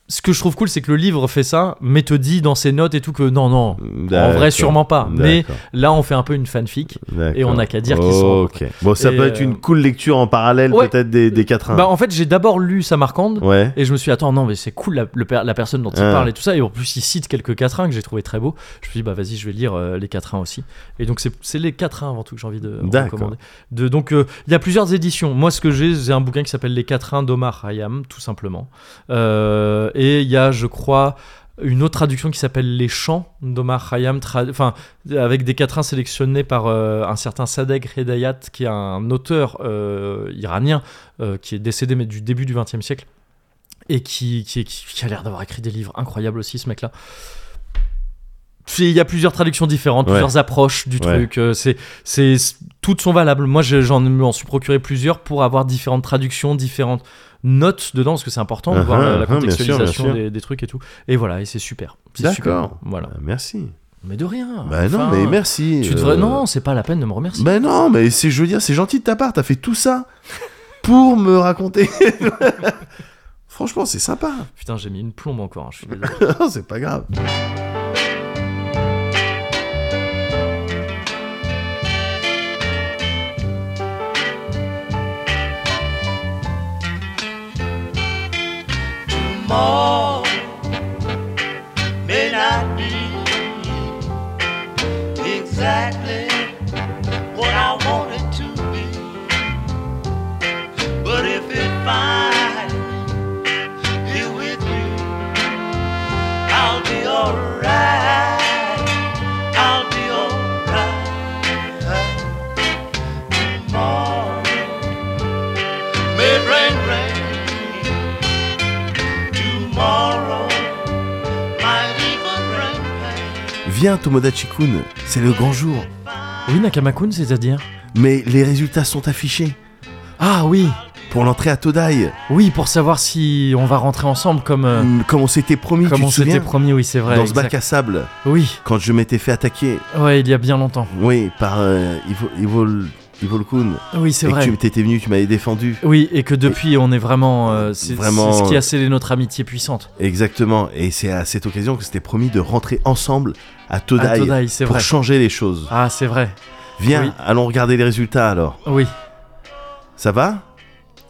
A: Ce que je trouve cool c'est que le livre fait ça mais te dit dans ses notes et tout que non non en vrai
B: D'accord.
A: sûrement pas mais
B: D'accord.
A: là on fait un peu une fanfic et on n'a qu'à dire qu'ils sont
B: Ok. Bon, ça
A: Et,
B: peut être
A: euh,
B: une cool lecture en parallèle,
A: Ouais.
B: peut-être des, des 4
A: Bah, en fait, j'ai d'abord lu Samarcande.
B: Ouais.
A: Et je me suis dit, attends, non, mais c'est cool la, le per- la personne dont il
B: Ah.
A: parle et tout ça. Et en plus, il cite quelques quatrains que j'ai trouvé très beaux. Je me suis dit, bah vas-y, je vais lire euh, les quatrains aussi. Et donc, c'est c'est les quatrains avant tout que j'ai envie de
B: D'accord.
A: recommander. De, donc, euh, il y a plusieurs éditions. Moi, ce que j'ai, c'est un bouquin qui s'appelle Les quatrains d'Omar Hayam, tout simplement. Euh, et il y a, je crois, une autre traduction qui s'appelle Les chants d'Omar Khayyam, tra- enfin, avec des quatrains sélectionnés par euh, un certain Sadegh Hedayat, qui est un auteur euh, iranien euh, qui est décédé mais du début du XXe siècle et qui, qui, qui- qui a l'air d'avoir écrit des livres incroyables aussi, ce mec-là. C'est- Il y a plusieurs traductions différentes,
B: Ouais.
A: plusieurs approches du
B: Ouais.
A: truc. euh, C'est, c'est, toutes sont valables. Moi, je- j'en me en suis procuré plusieurs pour avoir différentes traductions, différentes notes dedans, parce que c'est important de
B: Uh-huh,
A: voir la, la
B: uh-huh, bien sûr, bien
A: contextualisation
B: sûr.
A: des, des trucs et tout. Et voilà, et c'est super. C'est
B: D'accord.
A: super. Voilà.
B: Ah, Merci.
A: Mais de rien.
B: Bah non,
A: Enfin,
B: mais merci.
A: Tu
B: euh,
A: devrais... Non, c'est pas la peine de me remercier.
B: Bah non, mais c'est, je veux dire, c'est gentil de ta part. T'as fait tout ça pour me raconter. (laughs) Franchement, c'est sympa. (laughs)
A: Putain, j'ai mis une plombe encore. hein, je suis désolé.
B: Non, c'est pas grave.
I: More may not be exactly what I want it to be.
B: Viens Tomodachi-kun, c'est le grand jour.
A: Oui, Nakamakun, c'est-à-dire
B: Mais les résultats sont affichés
A: Ah oui
B: pour l'entrée à Todai,
A: Oui, pour savoir si on va rentrer ensemble comme, euh,
B: Mm, comme on s'était promis,
A: comme
B: tu te
A: on s'était
B: souviens
A: promis, oui, c'est vrai.
B: Dans ce
A: exact.
B: bac à sable,
A: Oui,
B: quand je m'étais fait attaquer,
A: ouais, il y a bien longtemps.
B: oui, par euh, Ivo- Ivol- Ivolkun.
A: Oui, c'est
B: Et que
A: vrai.
B: tu étais venu, tu m'avais défendu.
A: Oui, et que depuis, on est vraiment. euh, c'est
B: Vraiment,
A: c'est ce qui
B: euh,
A: a scellé notre amitié puissante.
B: Exactement, et c'est à cette occasion que c'était promis de rentrer ensemble à
A: À
B: Todai
A: Todai, Ah, c'est
B: pour
A: vrai.
B: changer les choses.
A: Ah, c'est vrai.
B: Viens,
A: Oui.
B: allons regarder les résultats alors.
A: Oui.
B: Ça va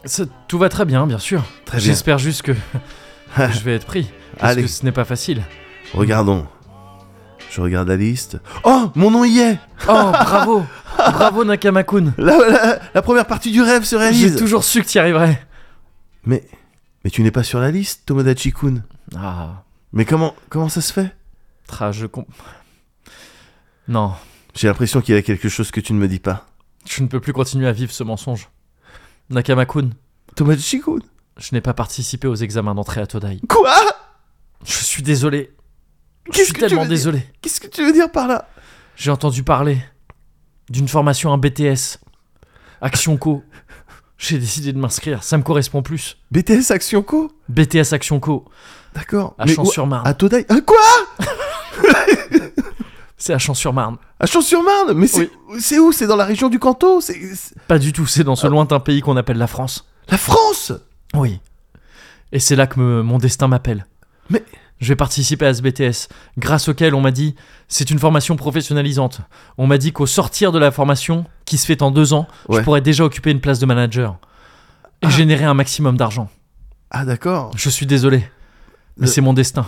A: Ça- tout va très bien, bien sûr.
B: Très bien.
A: J'espère juste
B: (laughs)
A: que je vais être pris. Parce
B: Allez.
A: que ce n'est pas facile.
B: Regardons. Je regarde la liste. Oh, mon nom y est
A: Oh,
B: (laughs)
A: bravo Bravo, Nakamakun
B: la, la- la première partie du rêve se
A: J'ai
B: réalise
A: toujours su que tu y arriverais.
B: Mais, mais tu n'es pas sur la liste, Tomodachi-kun.
A: Ah,
B: Mais comment, comment ça se fait
A: tra, je comp... Non,
B: J'ai l'impression qu'il y a quelque chose que tu ne me dis pas.
A: je ne peux plus continuer à vivre ce mensonge. Nakamakun,
B: Tomodachi-kun
A: je n'ai pas participé aux examens d'entrée à Todai.
B: Quoi
A: Je suis désolé. Je
B: Qu'est-ce
A: suis
B: que tu
A: tellement
B: veux dire
A: désolé.
B: Qu'est-ce que tu veux dire par là
A: J'ai entendu parler d'une formation, un BTS, Action Co. J'ai décidé de m'inscrire, ça me correspond plus.
B: BTS Action Co
A: BTS Action Co,
B: D'accord.
A: à
B: Mais où-
A: Champs-sur-Marne.
B: À Todai Hein, Quoi
A: C'est à Champs-sur-Marne.
B: À Champs-sur-Marne Mais c'est c'est où C'est dans la région du Canto C'est c'est-
A: Pas du tout, c'est dans ce
B: Ah.
A: lointain pays qu'on appelle la France.
B: la France
A: Oui. Et c'est là que me- mon destin m'appelle.
B: Mais-
A: Je vais participer à ce BTS, grâce auquel on m'a dit c'est une formation professionnalisante. On m'a dit qu'au sortir de la formation, qui se fait en deux ans,
B: Ouais.
A: je pourrais déjà occuper une place de manager et générer un maximum d'argent.
B: Ah d'accord.
A: Je suis désolé, mais
B: Le-
A: c'est mon destin.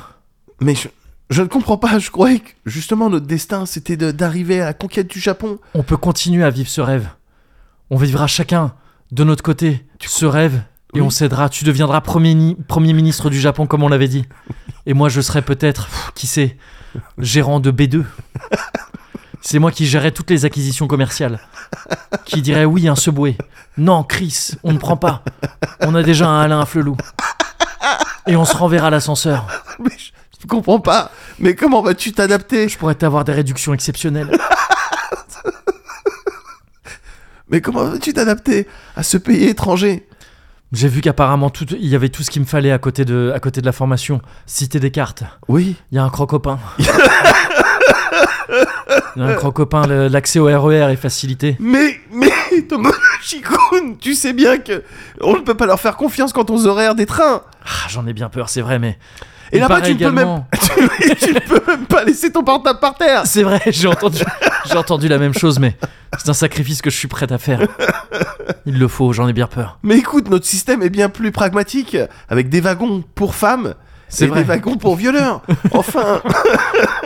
B: Mais je, je ne comprends pas. Je croyais que justement notre destin c'était de- d'arriver à la conquête du Japon. (laughs)
A: On peut continuer à vivre ce rêve. On vivra chacun de notre côté ce rêve et
B: Oui.
A: on s'aidera. Tu deviendras premier, ni- premier ministre du Japon comme on l'avait dit. Et moi je serai peut-être, pff, qui sait, gérant de B2. C'est moi qui gérerai toutes les acquisitions commerciales. Qui dirait oui un Subway. Non Chris, on ne prend pas. On a déjà un Alain à Flelou. Et on se renverra à l'ascenseur.
B: Mais je, je ne comprends pas. Mais comment vas-tu t'adapter
A: Je pourrais t'avoir des réductions exceptionnelles.
B: Mais comment vas-tu t'adapter à ce pays étranger
A: J'ai vu qu'apparemment tout, il y avait tout ce qu'il me fallait à côté de, à côté de la formation. Cité des cartes,
B: Oui.
A: il y a un crocopin. Il y a un crocopin, le- l'accès au RER est facilité.
B: Mais mais (laughs) Tomodachi-kun, tu sais bien que on ne peut pas leur faire confiance quant aux horaires des trains.
A: Ah, J'en ai bien peur, c'est vrai, mais.
B: Et
A: il
B: là-bas
A: paraît
B: tu ne peux même
A: également- (laughs)
B: tu, tu ne peux même pas laisser ton portable par terre.
A: C'est vrai, j'ai entendu, j'ai entendu la même chose, mais c'est un sacrifice que je suis prête à faire. Il le faut, j'en ai bien peur.
B: Mais écoute, notre système est bien plus pragmatique, avec des wagons pour femmes
A: C'est
B: et
A: vrai.
B: des wagons pour
A: (laughs)
B: violeurs. Enfin,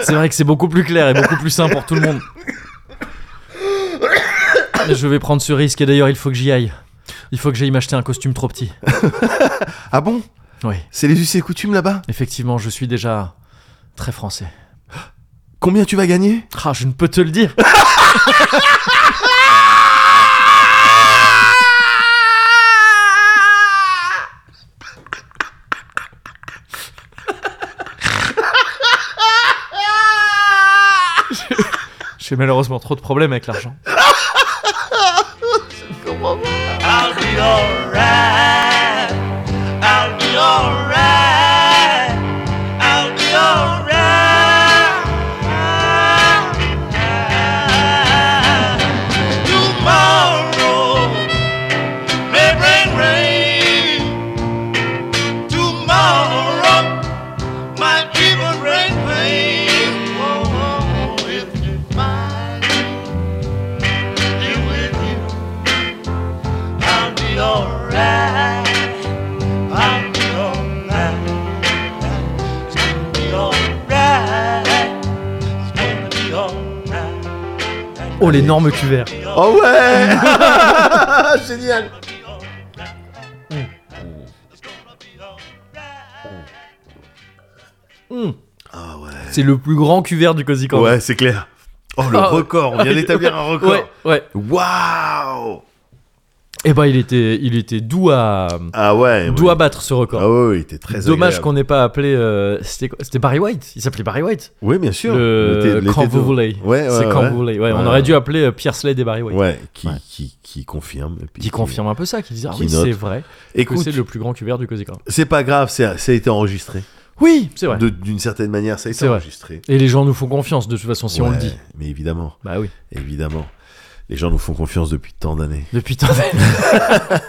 A: C'est vrai que c'est beaucoup plus clair et beaucoup plus sain pour tout le monde. Mais Je vais prendre ce risque et d'ailleurs il faut que j'y aille. Il faut que j'aille m'acheter un costume trop petit.
B: ah bon
A: Oui.
B: C'est les us et coutumes là-bas
A: Effectivement, je suis déjà très français.
B: Combien tu vas gagner
A: Ah, je ne peux te le dire. J'ai- (laughs) J'ai malheureusement trop de problèmes avec l'argent.
D: I'll be alright. I'll be alright. I'll be alright. Tomorrow may bring rain. Tomorrow might even bring pain. Oh, if you find it with you. I'll be alright. I'll be alright. It's gonna be alright. It's gonna be alright.
A: Oh, l'énorme cuvert.
B: Oh ouais (laughs) Génial
A: C'est le plus grand cuvert du Cozy Corner.
B: Ouais, c'est clair. Oh, le
A: Ah, (laughs)
B: record, on vient d'établir un record.
A: Ouais, ouais.
B: Waouh
A: Eh ben, il était, il était doux à,
B: Ah ouais.
A: doux
B: ouais.
A: à battre ce record.
B: Ah ouais, il était très
A: Dommage
B: agréable.
A: qu'on n'ait pas appelé. euh, c'était quoi C'était Barry White. Il s'appelait Barry White.
B: Oui, bien sûr. L'été-
A: Le
B: l'été
A: quand vous
B: de-
A: voulez.
B: Ouais,
A: c'est
B: ouais,
A: quand
B: ouais.
A: vous voulez. Ouais,
B: Ouais.
A: On aurait dû appeler euh, Pierre Slade et Barry White.
B: Ouais, qui,
A: Ouais.
B: Qui, qui confirme. et puis
A: Qui confirme un peu ça, qui disent ah
B: qui
A: oui
B: note.
A: c'est vrai que
B: Écoute,
A: c'est le plus grand cuvert du Cosicra.
B: c'est pas grave, c'est- ça a été enregistré.
A: Oui, c'est vrai.
B: De- D'une certaine manière, ça a été
A: C'est vrai.
B: enregistré.
A: Et les gens nous font confiance de toute façon si on le
B: Ouais,
A: dit.
B: Mais évidemment,
A: Bah oui.
B: évidemment. Les gens nous font confiance depuis tant d'années.
A: Depuis tant d'années.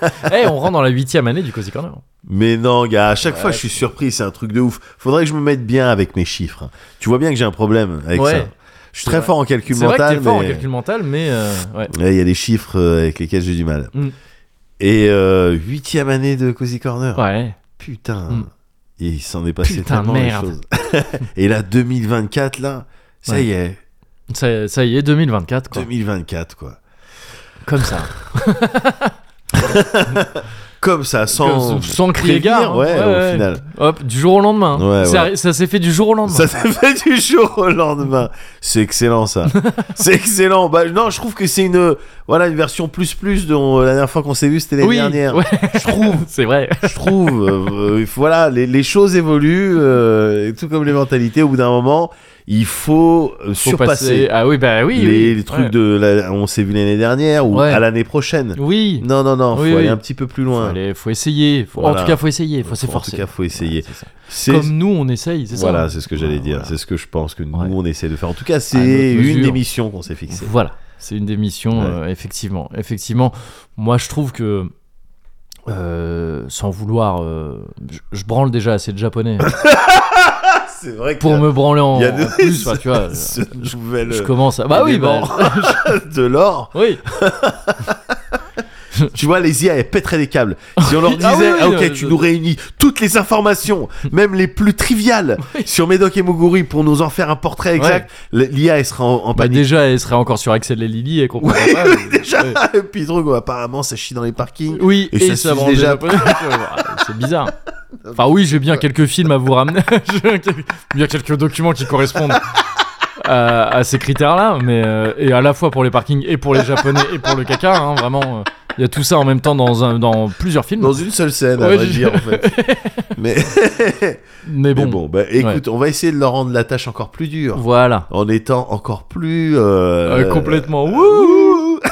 B: (laughs)
A: Eh, on rentre dans la huitième année du Cozy Corner.
B: Mais non, gars, à chaque fois, je suis surpris, c'est un truc de ouf. Faudrait que je me mette bien avec mes chiffres. Tu vois bien que j'ai un problème avec
A: Ouais.
B: ça. Je suis
A: C'est
B: très
A: vrai.
B: fort en calcul
A: C'est vrai que
B: mental,
A: t'es fort en
B: mais-
A: calcul mental, mais euh, ouais.
B: Ouais, il y a des chiffres euh, avec lesquels j'ai du mal.
A: Mm.
B: Et euh, huitième année de Cozy Corner.
A: Ouais.
B: Putain.
A: Mm.
B: Il s'en est passé
A: Putain,
B: tellement
A: merde.
B: de choses. (laughs) Et là, 2024, là, ça
A: Ouais.
B: y est,
A: Ça, ça y est, 2024 quoi.
B: 2024, quoi.
A: Comme ça.
B: Comme ça, sans,
A: Comme- sans crier
B: prévenir,
A: gare. hein.
B: ouais, au final.
A: Hop, du jour au lendemain. hein.
B: Ouais,
A: Ça-
B: ouais.
A: Ça s'est fait du jour au lendemain.
B: Ça s'est (laughs) fait du jour au lendemain. C'est
A: (laughs)
B: excellent ça. c'est excellent. Bah, non, je trouve que c'est une voilà une version plus plus de la dernière fois qu'on s'est vu, c'était l'année
A: oui,
B: dernière.
A: ouais,
B: Je trouve,
A: (laughs) c'est vrai.
B: je trouve. euh, euh, voilà, les, les choses évoluent, euh, et tout comme les mentalités. Au bout d'un moment, il faut, euh,
A: Faut
B: surpasser
A: passer- Ah oui, bah oui.
B: les,
A: oui.
B: les trucs
A: Ouais.
B: de la- on s'est vu l'année dernière ou
A: Ouais.
B: à l'année prochaine.
A: Oui.
B: Non, non, non, faut
A: Oui,
B: aller
A: oui.
B: un petit peu plus
A: Faut,
B: loin.
A: aller- faut essayer. Faut-
B: Voilà.
A: En tout cas, faut essayer. Faut
B: En tout
A: s'efforcer.
B: cas, faut essayer.
A: Voilà, c'est ça.
B: C'est-
A: Comme nous, on essaye, c'est ça hein.
B: Voilà, c'est ce que j'allais
A: Ouais,
B: dire.
A: voilà.
B: C'est ce que je pense que nous,
A: Ouais.
B: on essaie de faire. En tout cas,
A: À
B: c'est
A: notre
B: une
A: mesure.
B: des missions qu'on
A: (laughs)
B: s'est fixées.
A: Voilà, c'est une des missions,
B: Ouais.
A: euh, effectivement. Effectivement, moi je trouve que. euh, sans vouloir, euh, je, je branle déjà assez de
B: (laughs)
A: japonais
B: C'est vrai que
A: pour me branler en,
B: il y a de-
A: en plus,
B: (laughs)
A: quoi, tu (laughs) vois.
B: ce
A: je,
B: nouvel
A: je commence à. Bah oui, bah,
B: (laughs) élément de l'or. (laughs)
A: oui. Bah,
B: Tu vois, les IA, elles pèteraient des câbles. Si on leur disait,
A: Ah oui, oui,
B: Ah, ok,
A: euh,
B: tu
A: je-
B: nous réunis toutes les informations, même les
A: (laughs)
B: plus triviales, sur Médoc et Moguri pour nous en faire un portrait exact, l'IA, elle sera en, en
A: Bah (laughs)
B: panique.
A: déjà, elle serait encore sur Axel et Lily et qu'on comprendrait pas,
B: (laughs)
A: mais-
B: Déjà,
A: ouais.
B: et puis truc, apparemment, ça chie dans les parkings.
A: Oui,
B: Et
A: et,
B: ça
A: ça
B: suce
A: branle des
B: déjà.
A: japonais. (laughs) c'est bizarre. Enfin, oui, j'ai bien quelques films à vous ramener. (laughs) J'ai quelques- bien quelques documents qui correspondent à, à ces critères-là. Mais, euh, et à la fois pour les parkings et pour les japonais et pour le caca. hein, vraiment, euh, il y a tout ça en même temps dans, un, dans plusieurs films.
B: Dans une seule scène, à
A: Ouais,
B: vrai
A: je-
B: dire,
A: (laughs)
B: en fait. Mais, (laughs)
A: mais
B: mais
A: bon,
B: bon, bah, écoute, on va essayer de leur rendre la tâche encore plus dure.
A: voilà.
B: en étant encore plus euh,
A: Euh,
B: euh,
A: complètement (laughs) wouh
B: (laughs)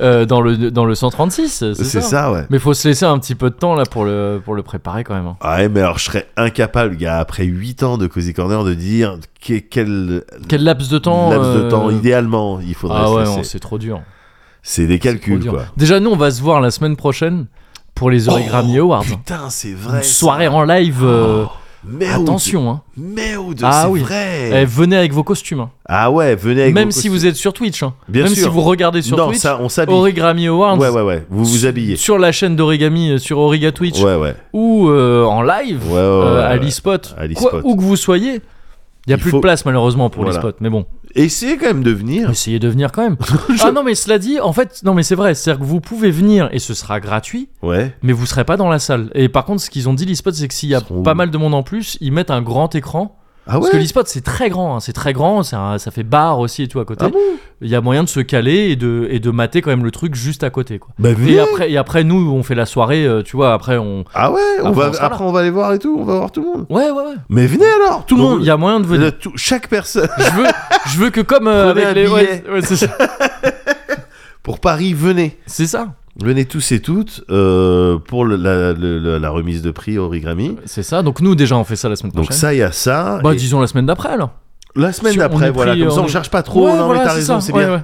A: Euh, dans, le, dans le 136, c'est
B: C'est
A: ça.
B: ça, ouais.
A: Mais faut se laisser un petit peu de temps là pour le, pour le préparer quand même. hein.
B: Ah Ouais, mais alors je serais incapable, gars, après 8 ans de Cozy Corner, de dire que- quel,
A: Quel laps de temps
B: laps de temps,
A: euh,
B: idéalement, il faudrait
A: Ah
B: se
A: ouais,
B: laisser.
A: non, c'est trop dur.
B: C'est des
A: Trop
B: calculs,
A: dur.
B: quoi.
A: Déjà, nous, on va se voir la semaine prochaine pour les Origami
B: Oh,
A: Awards.
B: Putain, c'est
A: Une
B: vrai.
A: soirée
B: ça.
A: en live. euh,
B: Oh, merde.
A: attention, hein.
B: Merde,
A: Ah
B: c'est
A: oui.
B: vrai.
A: Eh, venez avec vos costumes. hein.
B: Ah ouais, venez avec
A: Même
B: vos
A: si
B: costumes.
A: vous êtes sur Twitch. hein.
B: Bien
A: Même
B: sûr.
A: si vous regardez sur
B: non,
A: Twitch.
B: ça, on s'habille.
A: Origami Awards.
B: Ouais, ouais, ouais. Vous vous habillez.
A: Sur la chaîne d'Origami, euh, sur Origa Twitch.
B: Ouais, ouais.
A: Ou euh, en live
B: Ouais, ouais,
A: euh,
B: ouais,
A: à
B: ouais.
A: l'eSpot.
B: À
A: Quoi-
B: l'eSpot.
A: Où que vous soyez. Il n'y a
B: Il
A: plus
B: faut-
A: de place malheureusement pour
B: Voilà.
A: l'eSpot. Mais bon,
B: Essayez quand même de venir.
A: essayez de venir quand
B: (laughs)
A: même. Ah non, mais cela dit, en fait, non, mais c'est vrai. C'est-à-dire que vous pouvez venir et ce sera gratuit.
B: Ouais.
A: mais vous serez pas dans la salle. Et par contre, ce qu'ils ont dit, l'e-spot, c'est que s'il y a
B: Ils seront où
A: pas mal de monde en plus, ils mettent un grand écran.
B: Ah
A: Parce que
B: ouais.
A: l'e-spot, c'est très grand, hein, c'est très grand, c'est un- ça fait bar aussi et tout à côté.
B: Ah bon
A: Il y a moyen de se caler et de, et de mater quand même le truc juste à côté. Quoi.
B: Bah, venez.
A: Et, après, et après, nous, on fait la soirée, euh, tu vois, après, on.
B: Ah ouais, on
A: Après,
B: va,
A: on sera là.
B: après on va aller voir et tout, on va voir tout le monde.
A: Ouais, ouais, ouais.
B: Mais venez alors, tout le
A: Donc,
B: monde.
A: Il y a moyen de venir.
B: (laughs) Le tout- chaque personne
A: je, veux, je veux que, comme euh,
B: Prenez
A: avec
B: un
A: les. ouais,
B: billet.
A: ouais, c'est ça.
B: pour Paris, venez.
A: C'est ça.
B: Venez tous et toutes euh, pour le- la, le- la- la remise de prix Origami.
A: C'est ça. Donc, nous, déjà, on fait ça la semaine
B: Donc
A: prochaine.
B: ça, il y a ça.
A: bah,
B: Et
A: disons la semaine d'après alors.
B: la semaine
A: si on
B: d'après,
A: est
B: voilà.
A: pris,
B: Comme ça,
A: on
B: on
A: est-
B: cherche pas trop.
A: Ouais,
B: non,
A: voilà,
B: mais t'as
A: c'est
B: raison,
A: ça.
B: c'est
A: Ouais,
B: bien.
A: ouais.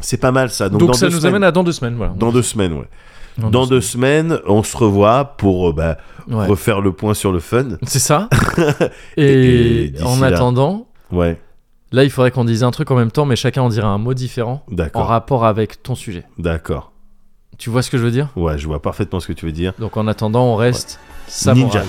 B: C'est pas mal ça. Donc,
A: Donc,
B: dans
A: ça
B: deux
A: nous
B: semaines,
A: amène à dans deux semaines. Voilà.
B: Dans deux semaines, ouais.
A: Dans
B: Dans deux semaines, on se revoit pour euh, bah,
A: Ouais.
B: refaire le point sur le fun.
A: C'est
B: (laughs)
A: ça.
B: Et-
A: et,
B: et d'ici
A: en
B: là-
A: attendant,
B: Ouais,
A: là, il faudrait qu'on dise un truc en même temps, mais chacun en dirait un mot différent en
B: d'accord.
A: rapport avec ton sujet.
B: D'accord.
A: Tu vois ce que je veux dire
B: Ouais, je vois parfaitement ce que tu veux dire.
A: Donc en attendant, on reste samouraï.
B: Ninja.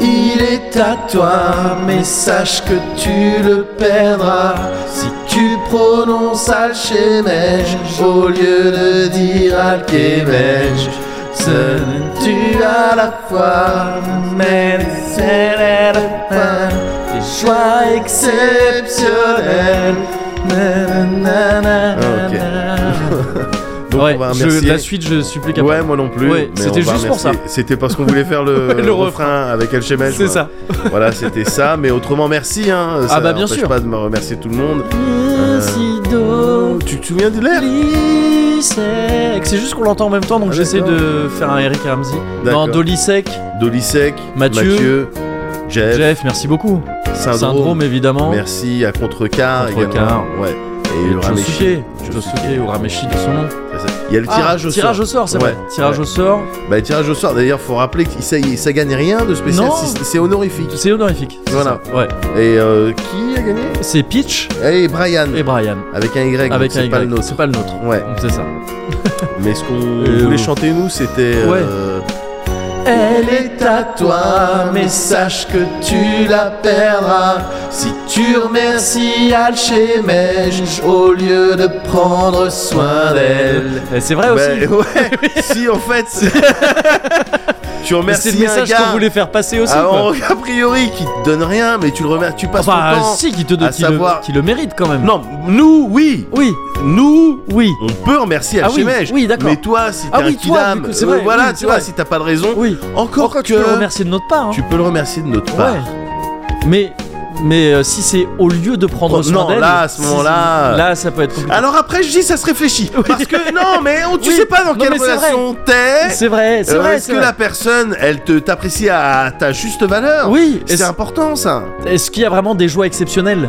A: Il est à toi, mais sache que tu le perdras si tu prononces Alchemège au lieu de dire Alchemège. Seul tu as la foi, mais c'est la fin des choix exceptionnels. Nanana.
B: Ah, Ok. (laughs) Donc
A: Ouais,
B: on va
A: je-
B: remercier.
A: la suite, je supplie capable.
B: Ouais, moi non plus.
A: Ouais,
B: mais
A: c'était
B: on va
A: juste pour ça.
B: remercier. C'était parce qu'on voulait
A: (laughs)
B: faire le,
A: Le
B: refrain avec El Shemesh,
A: C'est
B: voilà.
A: ça.
B: Voilà, c'était ça. Mais autrement, merci. Hein. Ça
A: bah, bien
B: n'empêche
A: sûr.
B: pas de me remercier tout le monde.
A: Lucido,
B: Tu te souviens de l'air
A: Dolisec. C'est juste qu'on l'entend en même temps, donc
B: Ah,
A: j'essaie
B: d'accord.
A: de faire un Eric Ramsey.
B: D'accord.
A: Non, Dolisec,
B: Dolisec,
A: Mathieu.
B: Jeff,
A: Jeff, merci beaucoup.
B: Syndrome.
A: Syndrome, évidemment.
B: Merci à Contrecar également.
A: Contrecar.
B: Ouais. Et,
A: Et
B: le Rameshi.
A: Josuke, Josuke ou Rameshi de son nom.
B: C'est ça. Il y a le tirage
A: Ah,
B: au
A: tirage
B: sort.
A: au sort, c'est
B: Ouais,
A: vrai. Tirage
B: ouais.
A: au sort,
B: Bah, le tirage au sort, d'ailleurs, faut rappeler que ça, ça gagne rien de spécial.
A: Non.
B: C'est c'est honorifique.
A: c'est honorifique. c'est
B: Voilà.
A: ça. Ouais.
B: Et euh, qui a gagné
A: C'est Peach
B: Allez, Brian.
A: et Brian.
B: Avec un Y. donc
A: avec un
B: c'est pas
A: Y.
B: le nôtre.
A: C'est pas le nôtre.
B: Ouais.
A: C'est ça.
B: Mais ce qu'on
A: Euh,
B: voulait
A: ouf.
B: chanter nous, c'était.
A: Ouais.
B: euh,
A: Elle est à toi, mais sache que tu la perdras si tu remercies Alchemège au lieu de prendre soin d'elle. Eh, C'est vrai Ah, aussi.
B: bah, ouais. si en fait.
A: (laughs)
B: c'est- tu
A: Mais
B: remercies
A: c'est le message
B: un gars.
A: qu'on voulait faire passer aussi.
B: ah,
A: quoi.
B: en- a priori, qui te donne rien, mais tu le remercies, tu passes
A: Enfin,
B: ton temps.
A: si, qui te
B: à
A: qui le-
B: savoir-
A: qui le mérite quand même.
B: Non, nous, oui,
A: Oui,
B: nous,
A: oui,
B: on peut remercier
A: Ah oui,
B: Alchemège.
A: oui, d'accord.
B: Mais toi, si t'es
A: Ah
B: un
A: oui, toi,
B: kidam,
A: du coup, c'est
B: euh,
A: vrai,
B: voilà,
A: oui,
B: tu
A: c'est
B: vois,
A: vrai.
B: si t'as pas de raison,
A: oui.
B: encore
A: Encore
B: Mm. que
A: tu peux le remercier de notre part. hein.
B: tu peux le remercier de notre part.
A: Ouais. Mais, mais euh, si c'est au lieu de prendre
B: Oh,
A: soin
B: non,
A: d'elle,
B: là, à ce
A: si-
B: moment-là-
A: là, ça peut être compliqué.
B: Alors après, je dis, ça se réfléchit. Parce que non, mais on, tu
A: Oui.
B: sais pas dans
A: Non,
B: quelle
A: mais c'est vrai.
B: relation t'es.
A: c'est vrai, c'est
B: Euh,
A: vrai.
B: Est-ce
A: c'est
B: que
A: vrai.
B: la personne, elle te t'apprécie à ta juste valeur
A: Oui,
B: C'est
A: est-ce-
B: important ça.
A: Est-ce qu'il y a vraiment des joies
B: (laughs)
A: exceptionnelles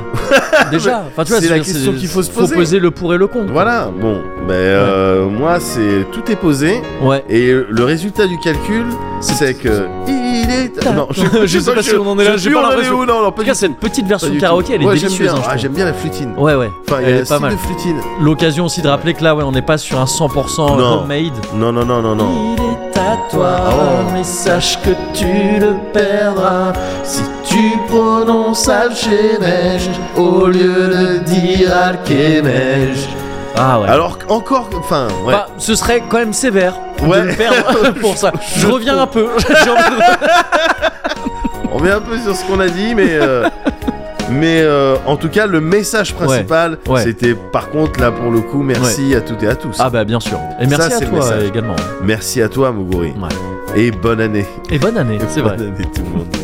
A: Déjà, enfin, tu vois,
B: C'est la
A: je veux dire,
B: question qu'il faut se poser.
A: le pour et le contre.
B: Voilà. Bon, mais euh, moi, c'est tout est posé
A: Ouais.
B: et le résultat du calcul, c'est que il est. Non,
A: (laughs) Je
B: (laughs)
A: sais pas si on en est là,
B: je sais
A: j'ai
B: plus
A: pas
B: on en est
A: l'impression.
B: où, Non, non, pas
A: En tout
B: du
A: cas,
B: tout,
A: cette petite
B: pas
A: version
B: du
A: karaoké,
B: tout.
A: elle est
B: Ouais, j'aime
A: délicieuse.
B: bien.
A: hein, je
B: Ah,
A: trouve.
B: j'aime bien la flûtine.
A: Ouais, ouais.
B: Enfin, il
A: Elle
B: y a
A: est pas
B: style
A: mal.
B: de flûtine.
A: L'occasion aussi de rappeler que là, ouais, on n'est pas sur un 100%
B: Non.
A: homemade.
B: Non, non, non, non, non.
A: Il est à toi,
B: Oh.
A: mais sache que tu le perdras si tu prononces Alchemège au lieu de dire Alchemège. Ah ouais.
B: Alors encore, enfin, ouais.
A: Bah, ce serait quand même sévère
B: Ouais.
A: de le
B: (laughs)
A: perdre (laughs) pour ça. Je, reviens un peu. (laughs) J'ai envie de-
B: On revient un peu sur ce qu'on a dit, mais.
A: (laughs)
B: euh, Mais euh, en tout cas, le message principal,
A: ouais.
B: c'était par contre là pour le coup, merci à toutes et à tous.
A: Ah bah bien sûr. Et merci
B: Ça, c'est
A: à
B: le
A: toi
B: message.
A: également.
B: Merci à toi, Moguri.
A: Ouais.
B: Et bonne année.
A: Et bonne année, c'est vrai.
B: Bonne année tout le monde.